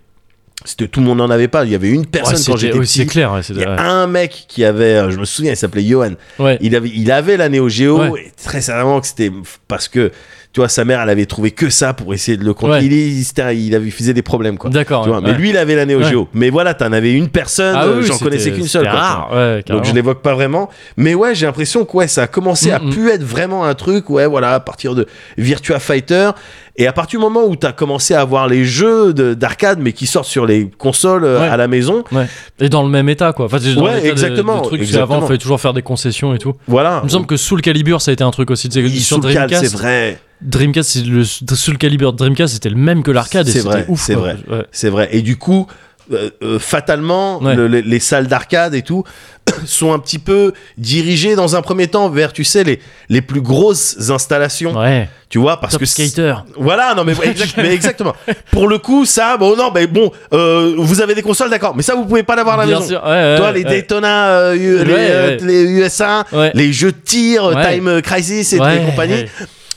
[SPEAKER 2] c'était tout le monde en avait pas. Il y avait une personne
[SPEAKER 1] Ouais,
[SPEAKER 2] quand
[SPEAKER 1] c'était-
[SPEAKER 2] j'étais
[SPEAKER 1] oui, C'est
[SPEAKER 2] petit.
[SPEAKER 1] clair, ouais, c'est-
[SPEAKER 2] Il y a
[SPEAKER 1] ouais.
[SPEAKER 2] un mec qui avait, euh, je me souviens, il s'appelait Johan.
[SPEAKER 1] Ouais.
[SPEAKER 2] Il avait, il avait la Neo Geo
[SPEAKER 1] Ouais.
[SPEAKER 2] et très certainement que c'était parce que, tu vois, sa mère, elle avait trouvé que ça pour essayer de le contrôler.
[SPEAKER 1] Ouais.
[SPEAKER 2] Il, il- c'était- il avait, il faisait des problèmes, quoi.
[SPEAKER 1] D'accord.
[SPEAKER 2] Tu vois,
[SPEAKER 1] ouais.
[SPEAKER 2] Mais lui, il avait la Neo
[SPEAKER 1] Ouais.
[SPEAKER 2] Geo. Mais voilà, t'en avais une personne,
[SPEAKER 1] Ah oui,
[SPEAKER 2] euh,
[SPEAKER 1] oui,
[SPEAKER 2] j'en
[SPEAKER 1] c'était-
[SPEAKER 2] connaissais qu'une seule.
[SPEAKER 1] c'était
[SPEAKER 2] quoi.
[SPEAKER 1] rare, ouais,
[SPEAKER 2] Donc je
[SPEAKER 1] carrément.
[SPEAKER 2] l'évoque pas vraiment. Mais ouais, j'ai l'impression que ouais, ça a commencé à
[SPEAKER 1] Mm, mm.
[SPEAKER 2] pu être vraiment un truc, ouais, voilà, à partir de Virtua Fighter. Et à partir du moment où t'as commencé à avoir les jeux de- d'arcade, mais qui sortent sur les consoles euh,
[SPEAKER 1] Ouais.
[SPEAKER 2] à la maison,
[SPEAKER 1] Ouais. Et dans le même état, quoi. Enfin, c'est dans
[SPEAKER 2] Ouais,
[SPEAKER 1] l'état de-
[SPEAKER 2] exactement,
[SPEAKER 1] de trucs, parce
[SPEAKER 2] exactement.
[SPEAKER 1] qu'avant, il fallait toujours faire des concessions et tout.
[SPEAKER 2] voilà.
[SPEAKER 1] Il me semble que Soul Calibur, ça a été un truc aussi. tu sais,
[SPEAKER 2] Il
[SPEAKER 1] sur
[SPEAKER 2] sous le câble,
[SPEAKER 1] Dreamcast,
[SPEAKER 2] c'est vrai.
[SPEAKER 1] Dreamcast, c'est le Soul Calibur de Dreamcast, c'était le même que l'arcade. et
[SPEAKER 2] C'est
[SPEAKER 1] c'était
[SPEAKER 2] vrai,
[SPEAKER 1] ouf,
[SPEAKER 2] c'est
[SPEAKER 1] quoi.
[SPEAKER 2] vrai.
[SPEAKER 1] Ouais.
[SPEAKER 2] C'est vrai. Et du coup, euh, euh, fatalement,
[SPEAKER 1] Ouais.
[SPEAKER 2] le- les, les salles d'arcade et tout sont un petit peu dirigées dans un premier temps vers, tu sais, les, les plus grosses installations.
[SPEAKER 1] Ouais.
[SPEAKER 2] Tu vois, parce
[SPEAKER 1] Top
[SPEAKER 2] que c-
[SPEAKER 1] Skater.
[SPEAKER 2] Voilà, non mais, exact- mais exactement. Pour le coup, ça, bon, non, mais bon, euh, vous avez des consoles, d'accord, mais ça, vous pouvez pas l'avoir à la
[SPEAKER 1] Bien
[SPEAKER 2] maison.
[SPEAKER 1] sûr, ouais, ouais,
[SPEAKER 2] Toi,
[SPEAKER 1] ouais,
[SPEAKER 2] les
[SPEAKER 1] ouais.
[SPEAKER 2] Daytona, euh, U-
[SPEAKER 1] Ouais,
[SPEAKER 2] les, euh,
[SPEAKER 1] ouais.
[SPEAKER 2] les USA,
[SPEAKER 1] Ouais.
[SPEAKER 2] les jeux de tir, euh,
[SPEAKER 1] Ouais.
[SPEAKER 2] Time Crisis et
[SPEAKER 1] Ouais,
[SPEAKER 2] les compagnies,
[SPEAKER 1] ouais.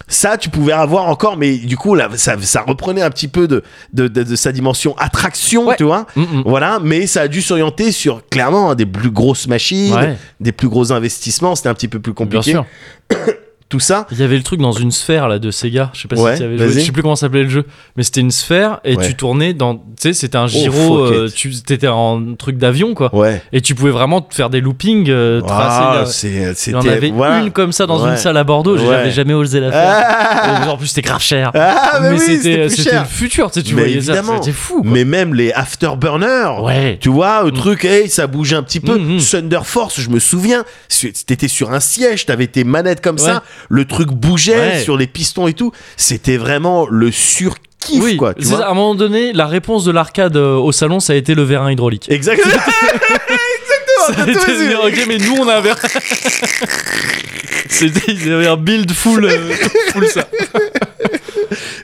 [SPEAKER 2] ça, tu pouvais avoir encore, mais du coup, là, ça, ça reprenait un petit peu de, de, de- de sa dimension attraction,
[SPEAKER 1] Ouais.
[SPEAKER 2] tu vois.
[SPEAKER 1] Mm, mm.
[SPEAKER 2] Voilà, mais ça a dû s'orienter sur clairement des plus grosses machines,
[SPEAKER 1] Ouais.
[SPEAKER 2] des plus gros investissements, c'était un petit peu plus
[SPEAKER 1] Bien
[SPEAKER 2] compliqué
[SPEAKER 1] sûr.
[SPEAKER 2] tout ça.
[SPEAKER 1] Il y avait le truc dans une sphère là de Sega, je sais pas
[SPEAKER 2] Ouais,
[SPEAKER 1] si tu y avais joué,
[SPEAKER 2] vas-y.
[SPEAKER 1] je sais plus comment s'appelait le jeu, mais c'était une sphère et
[SPEAKER 2] Ouais. Oh,
[SPEAKER 1] tu tournais dans, tu sais, c'était un gyro,
[SPEAKER 2] fuck
[SPEAKER 1] euh,
[SPEAKER 2] it.
[SPEAKER 1] tu t'étais en truc d'avion quoi,
[SPEAKER 2] Ouais.
[SPEAKER 1] et tu pouvais vraiment te faire des loopings, euh, tracer.
[SPEAKER 2] Ah,
[SPEAKER 1] là.
[SPEAKER 2] c'est-
[SPEAKER 1] Il y en
[SPEAKER 2] c'était-
[SPEAKER 1] avait
[SPEAKER 2] voilà.
[SPEAKER 1] une comme ça dans
[SPEAKER 2] Ouais.
[SPEAKER 1] une salle à Bordeaux,
[SPEAKER 2] Ouais.
[SPEAKER 1] j'avais jamais osé la faire.
[SPEAKER 2] Ah,
[SPEAKER 1] Et en plus c'était grave cher.
[SPEAKER 2] Ah, mais, oui,
[SPEAKER 1] c'était
[SPEAKER 2] c'était plus
[SPEAKER 1] c'était le
[SPEAKER 2] cher.
[SPEAKER 1] futur, tu sais, tu
[SPEAKER 2] Mais
[SPEAKER 1] voyais ça,
[SPEAKER 2] évidemment.
[SPEAKER 1] c'était fou. quoi.
[SPEAKER 2] Mais même les afterburners.
[SPEAKER 1] Ouais.
[SPEAKER 2] Tu vois, le
[SPEAKER 1] Mm.
[SPEAKER 2] truc, hey, ça bouge un petit peu.
[SPEAKER 1] Mm, mm.
[SPEAKER 2] Thunder Force, je me souviens, su- t'étais sur un siège, t'avais tes manettes comme
[SPEAKER 1] Ouais.
[SPEAKER 2] ça, le truc bougeait
[SPEAKER 1] Ouais.
[SPEAKER 2] sur les pistons et tout. C'était vraiment le surkiff,
[SPEAKER 1] oui,
[SPEAKER 2] quoi. Tu
[SPEAKER 1] c'est
[SPEAKER 2] vois
[SPEAKER 1] ça, à un moment donné, la réponse de l'arcade euh, au salon, ça a été le vérin hydraulique.
[SPEAKER 2] Exactement.
[SPEAKER 1] Ça a
[SPEAKER 2] Exactement. t'as
[SPEAKER 1] été
[SPEAKER 2] tout
[SPEAKER 1] de
[SPEAKER 2] résumé.
[SPEAKER 1] dire, ok, mais nous on a un C'était ils avaient un build full, euh, full ça.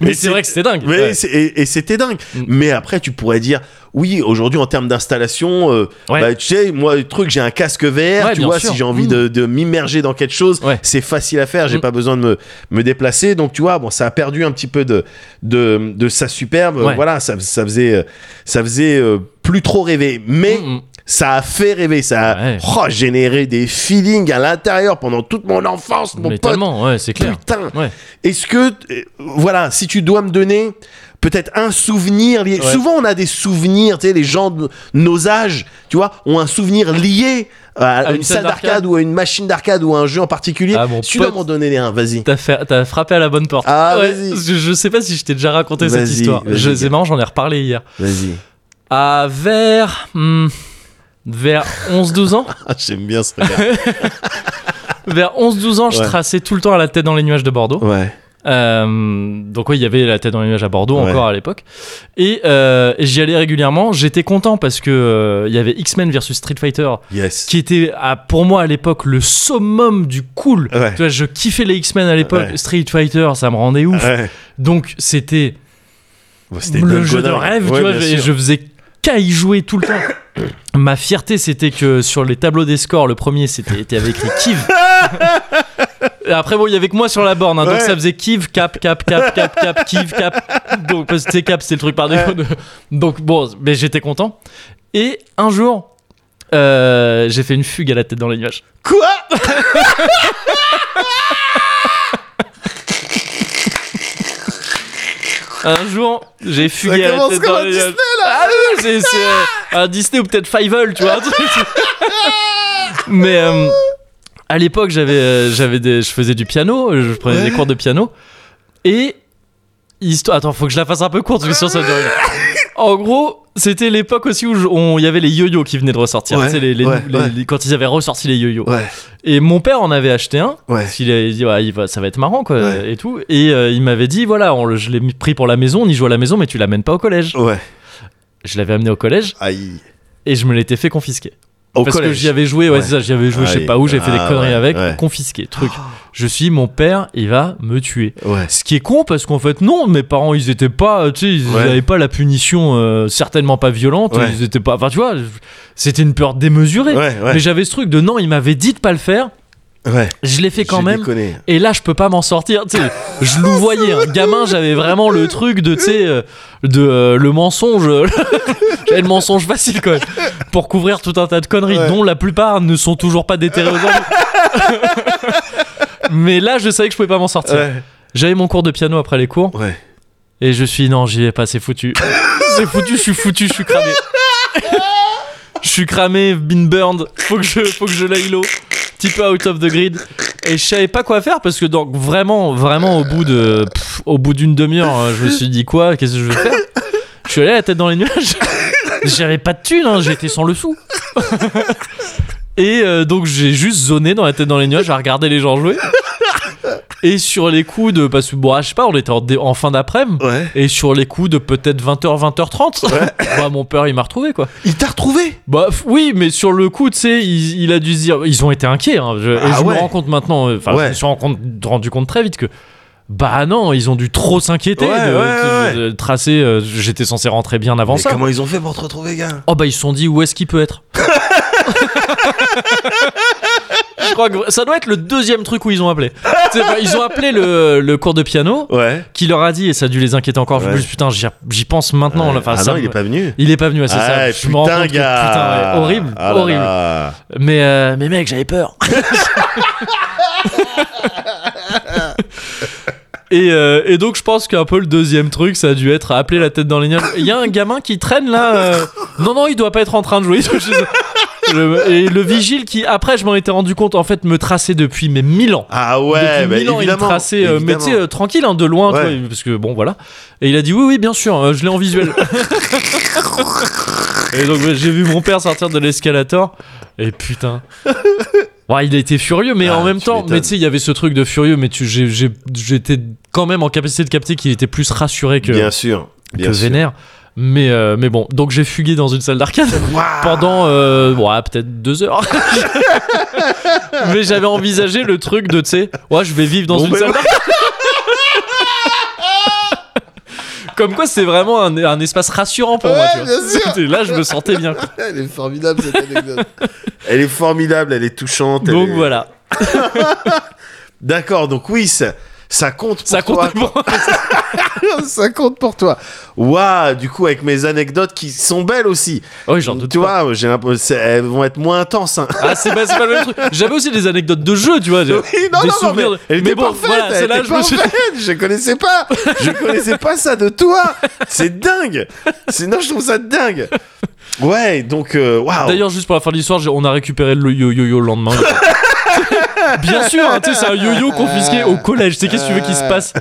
[SPEAKER 1] Mais
[SPEAKER 2] Mais
[SPEAKER 1] c'est
[SPEAKER 2] c'est-
[SPEAKER 1] vrai que c'était dingue.
[SPEAKER 2] Mais
[SPEAKER 1] ouais.
[SPEAKER 2] c'est- et, et c'était dingue.
[SPEAKER 1] Mm.
[SPEAKER 2] Mais après, tu pourrais dire, oui, aujourd'hui en termes d'installation, euh,
[SPEAKER 1] Ouais.
[SPEAKER 2] bah, tu sais, moi, le truc, j'ai un casque VR,
[SPEAKER 1] Ouais,
[SPEAKER 2] tu
[SPEAKER 1] bien
[SPEAKER 2] vois,
[SPEAKER 1] sûr.
[SPEAKER 2] si j'ai envie
[SPEAKER 1] Mm.
[SPEAKER 2] de, de m'immerger dans quelque chose,
[SPEAKER 1] Ouais.
[SPEAKER 2] c'est facile à faire, j'ai
[SPEAKER 1] Mm.
[SPEAKER 2] pas besoin de me, me déplacer. Donc, tu vois, bon, ça a perdu un petit peu de, de, de sa superbe.
[SPEAKER 1] Ouais.
[SPEAKER 2] Voilà, ça, ça faisait, euh, ça faisait euh, plus trop rêver. Mais.
[SPEAKER 1] Mm, mm.
[SPEAKER 2] Ça a fait rêver, ça a
[SPEAKER 1] Ouais.
[SPEAKER 2] oh, généré des feelings à l'intérieur pendant toute mon enfance, mon
[SPEAKER 1] Mais
[SPEAKER 2] pote.
[SPEAKER 1] tellement, ouais, c'est clair.
[SPEAKER 2] Putain,
[SPEAKER 1] Ouais.
[SPEAKER 2] est-ce que, euh, voilà, si tu dois me donner peut-être un souvenir lié.
[SPEAKER 1] Ouais.
[SPEAKER 2] Souvent, on a des souvenirs, tu sais, les gens de nos âges, tu vois, ont un souvenir lié à, une, salle d'arcade ou à une machine d'arcade ou à un jeu en particulier.
[SPEAKER 1] Ah, mon
[SPEAKER 2] si tu dois
[SPEAKER 1] pote.
[SPEAKER 2] m'en donner un, vas-y.
[SPEAKER 1] T'as, fait- t'as frappé à la bonne porte.
[SPEAKER 2] Ah,
[SPEAKER 1] Ouais,
[SPEAKER 2] vas-y.
[SPEAKER 1] parce que je sais pas si je t'ai déjà raconté cette
[SPEAKER 2] Vas-y,
[SPEAKER 1] histoire.
[SPEAKER 2] vas-y,
[SPEAKER 1] Je-
[SPEAKER 2] gars.
[SPEAKER 1] c'est marrant, j'en ai reparlé hier.
[SPEAKER 2] Vas-y.
[SPEAKER 1] À vers. hmm, vers 11-12 ans
[SPEAKER 2] Ah, j'aime bien ce regard.
[SPEAKER 1] Vers 11-12 ans, je
[SPEAKER 2] Ouais.
[SPEAKER 1] traçais tout le temps à la tête dans les nuages de Bordeaux.
[SPEAKER 2] ouais.
[SPEAKER 1] Euh, donc oui, il y avait la tête dans les nuages à Bordeaux
[SPEAKER 2] Ouais.
[SPEAKER 1] encore à l'époque. Et euh, j'y allais régulièrement. J'étais content parce que euh, il y avait X-Men versus Street Fighter
[SPEAKER 2] Yes.
[SPEAKER 1] qui était à- pour moi à l'époque le summum du cool.
[SPEAKER 2] Ouais.
[SPEAKER 1] Tu vois, je kiffais les X-Men à l'époque.
[SPEAKER 2] Ouais.
[SPEAKER 1] Street Fighter, ça me rendait ouf.
[SPEAKER 2] Ouais.
[SPEAKER 1] Donc c'était
[SPEAKER 2] Bon, c'était
[SPEAKER 1] le
[SPEAKER 2] dingue,
[SPEAKER 1] jeu de
[SPEAKER 2] dingue.
[SPEAKER 1] rêve.
[SPEAKER 2] Ouais,
[SPEAKER 1] tu vois,
[SPEAKER 2] bien
[SPEAKER 1] et
[SPEAKER 2] sûr.
[SPEAKER 1] je faisais qu'à y jouer tout le temps. Ma fierté, c'était que sur les tableaux des scores, le premier, c'était était avec les Kiv. Et après, bon, il y avait que moi sur la borne, hein, donc
[SPEAKER 2] Ouais.
[SPEAKER 1] ça faisait Kiv, cap, cap, cap, cap, cap, Kiv, cap. Donc, parce que c'était cap, c'était le truc par défaut. de- Donc, bon, mais j'étais content. Et un jour, euh, j'ai fait une fugue à la tête dans les nuages.
[SPEAKER 2] Quoi
[SPEAKER 1] Un jour, j'ai
[SPEAKER 2] Ça
[SPEAKER 1] fugué à la
[SPEAKER 2] commence
[SPEAKER 1] tête
[SPEAKER 2] comme
[SPEAKER 1] dans
[SPEAKER 2] un
[SPEAKER 1] les
[SPEAKER 2] Disney,
[SPEAKER 1] nuages. Ah oui, c'est c'est, euh, un Disney ou peut-être Fievel, tu vois. un truc. Mais euh, à l'époque, j'avais, euh, j'avais des, je faisais du piano, je prenais des cours de piano et histoire. Attends, faut que je la fasse un peu courte parce que sinon ça dure une heure. En gros, c'était l'époque aussi où je- on- il y avait les yo-yo qui venaient de ressortir.
[SPEAKER 2] Ouais,
[SPEAKER 1] Tu sais, les- les-
[SPEAKER 2] ouais,
[SPEAKER 1] les-
[SPEAKER 2] ouais.
[SPEAKER 1] les- quand ils avaient ressorti les yo-yo.
[SPEAKER 2] Ouais.
[SPEAKER 1] Et mon père en avait acheté un.
[SPEAKER 2] Ouais.
[SPEAKER 1] Parce qu'il avait dit, ouais, il va- ça va être marrant, quoi,
[SPEAKER 2] Ouais.
[SPEAKER 1] et tout. Et euh, il m'avait dit, voilà, on le- je l'ai mis- pris pour la maison, on y joue à la maison, mais tu l'amènes pas au collège.
[SPEAKER 2] Ouais.
[SPEAKER 1] Je l'avais amené au collège
[SPEAKER 2] Aïe.
[SPEAKER 1] et je me l'étais fait confisquer.
[SPEAKER 2] Au
[SPEAKER 1] parce
[SPEAKER 2] collège.
[SPEAKER 1] que j'y avais joué, ouais,
[SPEAKER 2] Ouais.
[SPEAKER 1] c'est ça, j'y avais joué, je sais
[SPEAKER 2] Aïe.
[SPEAKER 1] pas où, j'ai fait des
[SPEAKER 2] Ah,
[SPEAKER 1] conneries
[SPEAKER 2] ouais,
[SPEAKER 1] avec,
[SPEAKER 2] ouais.
[SPEAKER 1] confisqué, truc. Je suis, dit, mon père, il va me tuer.
[SPEAKER 2] Ouais.
[SPEAKER 1] Ce qui est con parce qu'en fait non, mes parents ils étaient pas, euh, tu sais, ils
[SPEAKER 2] Ouais.
[SPEAKER 1] avaient pas la punition euh, certainement pas violente,
[SPEAKER 2] Ouais.
[SPEAKER 1] ils étaient pas, enfin tu vois, c'était une peur démesurée.
[SPEAKER 2] Ouais, ouais.
[SPEAKER 1] Mais j'avais ce truc de non, il m'avait dit de pas le faire,
[SPEAKER 2] Ouais.
[SPEAKER 1] je l'ai fait quand
[SPEAKER 2] J'ai
[SPEAKER 1] même.
[SPEAKER 2] déconné.
[SPEAKER 1] Et là, je peux pas m'en sortir. Tu sais, je le voyais, hein. gamin, j'avais vraiment le truc de, tu sais, euh, de euh, le mensonge. j'avais le mensonge facile, quoi. Pour couvrir tout un tas de conneries,
[SPEAKER 2] Ouais.
[SPEAKER 1] dont la plupart ne sont toujours pas déterrées aujourd'hui. Mais là, je savais que je pouvais pas m'en sortir.
[SPEAKER 2] Ouais.
[SPEAKER 1] J'avais mon cours de piano après les cours.
[SPEAKER 2] Ouais.
[SPEAKER 1] Et je suis, non, j'y vais pas, c'est foutu. c'est foutu, je suis foutu, je suis cramé. Je suis cramé, been burned. Faut que je, faut que je l'aille low. Petit peu out of the grid. Et je savais pas quoi faire parce que donc vraiment, vraiment au bout de, pff, au bout d'une demi-heure, hein, je me suis dit quoi, qu'est-ce que je vais faire Je suis allé la tête dans les nuages. J'avais pas de thune, hein, j'étais sans le sou. Et euh, donc j'ai juste zoné dans la tête dans les nuages à regarder les gens jouer. Et sur les coups de, parce que bon, ah, je sais pas, on était en, dé- en fin d'après-midi.
[SPEAKER 2] Ouais.
[SPEAKER 1] Et sur les coups de peut-être 20h, 20h30, bah, mon père il m'a retrouvé quoi.
[SPEAKER 2] Il t'a retrouvé
[SPEAKER 1] Bah f- oui, mais sur le coup, tu sais, il, il a dû se dire. Ils ont été inquiets. hein. Je, et
[SPEAKER 2] Ah
[SPEAKER 1] je me
[SPEAKER 2] ouais.
[SPEAKER 1] rends compte maintenant. euh, Enfin, je
[SPEAKER 2] Ouais.
[SPEAKER 1] me suis rendu compte, rendu compte très vite que. Bah non, ils ont dû trop s'inquiéter
[SPEAKER 2] Ouais,
[SPEAKER 1] de,
[SPEAKER 2] ouais, ouais,
[SPEAKER 1] de- de tracer. euh, J'étais censé rentrer bien avant
[SPEAKER 2] Mais
[SPEAKER 1] ça.
[SPEAKER 2] Comment ils ont fait pour te retrouver, gars
[SPEAKER 1] Oh bah ils se sont dit où est-ce qu'il peut être. je crois que ça doit être le deuxième truc où ils ont appelé. Tu sais, bah, ils ont appelé le, le cours de piano
[SPEAKER 2] Ouais.
[SPEAKER 1] qui leur a dit et ça a dû les inquiéter encore
[SPEAKER 2] Ouais.
[SPEAKER 1] plus. Putain, j'y j'y pense maintenant. là, enfin,
[SPEAKER 2] ah
[SPEAKER 1] ça
[SPEAKER 2] non, il
[SPEAKER 1] me-
[SPEAKER 2] est pas venu.
[SPEAKER 1] il est pas venu, ouais, c'est
[SPEAKER 2] ah,
[SPEAKER 1] ça.
[SPEAKER 2] ouais,
[SPEAKER 1] Je me rends
[SPEAKER 2] putain,
[SPEAKER 1] compte que,
[SPEAKER 2] gars.
[SPEAKER 1] putain, ouais, horrible,
[SPEAKER 2] Ah là
[SPEAKER 1] horrible.
[SPEAKER 2] là.
[SPEAKER 1] Mais, euh, mais mec, j'avais peur. Et, euh, et donc je pense qu'un peu le deuxième truc, ça a dû être à appeler la tête dans les nuages. Il y a un gamin qui traîne là. euh, Non, non, il doit pas être en train de jouer. Le- et le vigile qui, après, je m'en étais rendu compte, en fait, me traçait depuis mes 1000 ans.
[SPEAKER 2] Ah ouais,
[SPEAKER 1] Depuis
[SPEAKER 2] bah,
[SPEAKER 1] mille ans, il me
[SPEAKER 2] évidemment.
[SPEAKER 1] traçait, euh, mais tu sais,
[SPEAKER 2] évidemment.
[SPEAKER 1] euh, tranquille, hein, de loin, tu
[SPEAKER 2] Ouais.
[SPEAKER 1] vois, parce que bon, voilà. Et il a dit oui, oui, bien sûr, euh, je l'ai en visuel. et donc ouais, j'ai vu mon père sortir de l'escalator, et putain. Ouais, il a été furieux, mais
[SPEAKER 2] Ah,
[SPEAKER 1] en même
[SPEAKER 2] tu
[SPEAKER 1] temps,
[SPEAKER 2] m'étonnes.
[SPEAKER 1] mais tu sais, il y avait ce truc de furieux, mais tu, j'ai- j'ai- j'étais quand même en capacité de capter qu'il était plus rassuré que,
[SPEAKER 2] bien sûr.
[SPEAKER 1] euh, que
[SPEAKER 2] Bien sûr.
[SPEAKER 1] vénère. Mais, euh, mais bon, donc j'ai fugué dans une salle d'arcade
[SPEAKER 2] Waouh.
[SPEAKER 1] pendant euh, ouais, peut-être deux heures. Mais j'avais envisagé le truc de, tu sais, ouais, je vais vivre dans
[SPEAKER 2] Bon,
[SPEAKER 1] une
[SPEAKER 2] ben
[SPEAKER 1] salle d'arcade. Comme quoi, c'est vraiment un, un espace rassurant pour moi.
[SPEAKER 7] Ouais,
[SPEAKER 1] tu vois.
[SPEAKER 7] bien sûr.
[SPEAKER 1] C'était- Là, je me sentais bien. quoi.
[SPEAKER 7] Elle est formidable cette anecdote.
[SPEAKER 2] Elle est formidable, elle est touchante. elle
[SPEAKER 1] Donc
[SPEAKER 2] est-
[SPEAKER 1] voilà,
[SPEAKER 2] D'accord, donc oui, ça, ça compte pour
[SPEAKER 1] ça compte
[SPEAKER 2] toi.
[SPEAKER 1] pour moi.
[SPEAKER 7] ça compte pour toi.
[SPEAKER 2] Waouh, du coup, avec mes anecdotes qui sont belles aussi.
[SPEAKER 1] Oui, j'en doute
[SPEAKER 2] tu
[SPEAKER 1] pas.
[SPEAKER 2] vois, j'ai l'impression- c'est- elles vont être moins intenses. hein.
[SPEAKER 1] Ah, c'est pas, c'est pas le même truc. J'avais aussi des anecdotes de jeux, tu vois. des-
[SPEAKER 2] Oui, non,
[SPEAKER 1] des
[SPEAKER 2] non, non, mais
[SPEAKER 1] souvenirs. de-
[SPEAKER 2] elle était
[SPEAKER 1] bon,
[SPEAKER 2] parfaite,
[SPEAKER 1] voilà, c'est
[SPEAKER 2] elle
[SPEAKER 1] là
[SPEAKER 2] était
[SPEAKER 1] je me suis dit,
[SPEAKER 2] parfaite, je connaissais pas, je connaissais pas ça de toi, c'est dingue, sinon je trouve ça dingue. Ouais, donc, euh, waouh.
[SPEAKER 1] D'ailleurs, juste pour la fin de l'histoire, j'ai- on a récupéré le yo-yo le lendemain. Bien sûr, hein, tu sais, c'est un yo-yo confisqué au collège. C'est qu'est-ce que tu veux qu'il se passe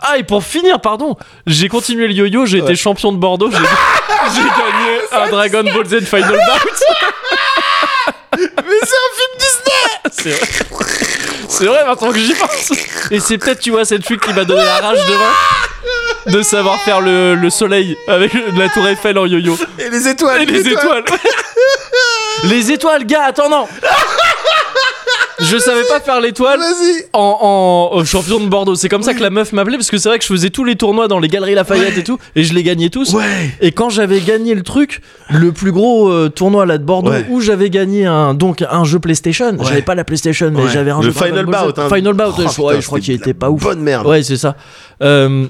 [SPEAKER 1] Ah, et pour finir, pardon, j'ai continué le yo-yo, j'ai été champion de Bordeaux, j'ai j'ai gagné un Dragon Ball Z Final Bout. Mais c'est un film Disney C'est vrai. C'est vrai, maintenant que j'y pense. Et c'est peut-être, tu vois, cette fuite qui m'a donné la rage demain de savoir faire le, le soleil avec la tour Eiffel en yo-yo.
[SPEAKER 2] Et les étoiles,
[SPEAKER 1] Et les étoiles Les étoiles, gars, attends, non Je savais pas faire l'étoile
[SPEAKER 2] Vas-y.
[SPEAKER 1] en, en- au champion de Bordeaux. C'est comme ça que la meuf m'appelait, parce que c'est vrai que je faisais tous les tournois dans les galeries Lafayette et tout, et je les gagnais tous.
[SPEAKER 2] Ouais.
[SPEAKER 1] Et quand j'avais gagné le truc, le plus gros euh, tournoi là de Bordeaux,
[SPEAKER 2] Ouais.
[SPEAKER 1] où j'avais gagné un, donc un jeu PlayStation, j'avais pas la PlayStation, mais
[SPEAKER 2] Ouais.
[SPEAKER 1] j'avais un
[SPEAKER 2] Le
[SPEAKER 1] jeu Dragon
[SPEAKER 2] Final
[SPEAKER 1] Ball Z.
[SPEAKER 2] Bout, hein.
[SPEAKER 1] Final Bout,
[SPEAKER 2] Oh,
[SPEAKER 1] ouais, je, ouais,
[SPEAKER 2] putain,
[SPEAKER 1] je crois
[SPEAKER 2] c'était
[SPEAKER 1] qu'il était
[SPEAKER 2] de la
[SPEAKER 1] pas ouf.
[SPEAKER 2] bonne merde.
[SPEAKER 1] Ouais, c'est ça. Euh,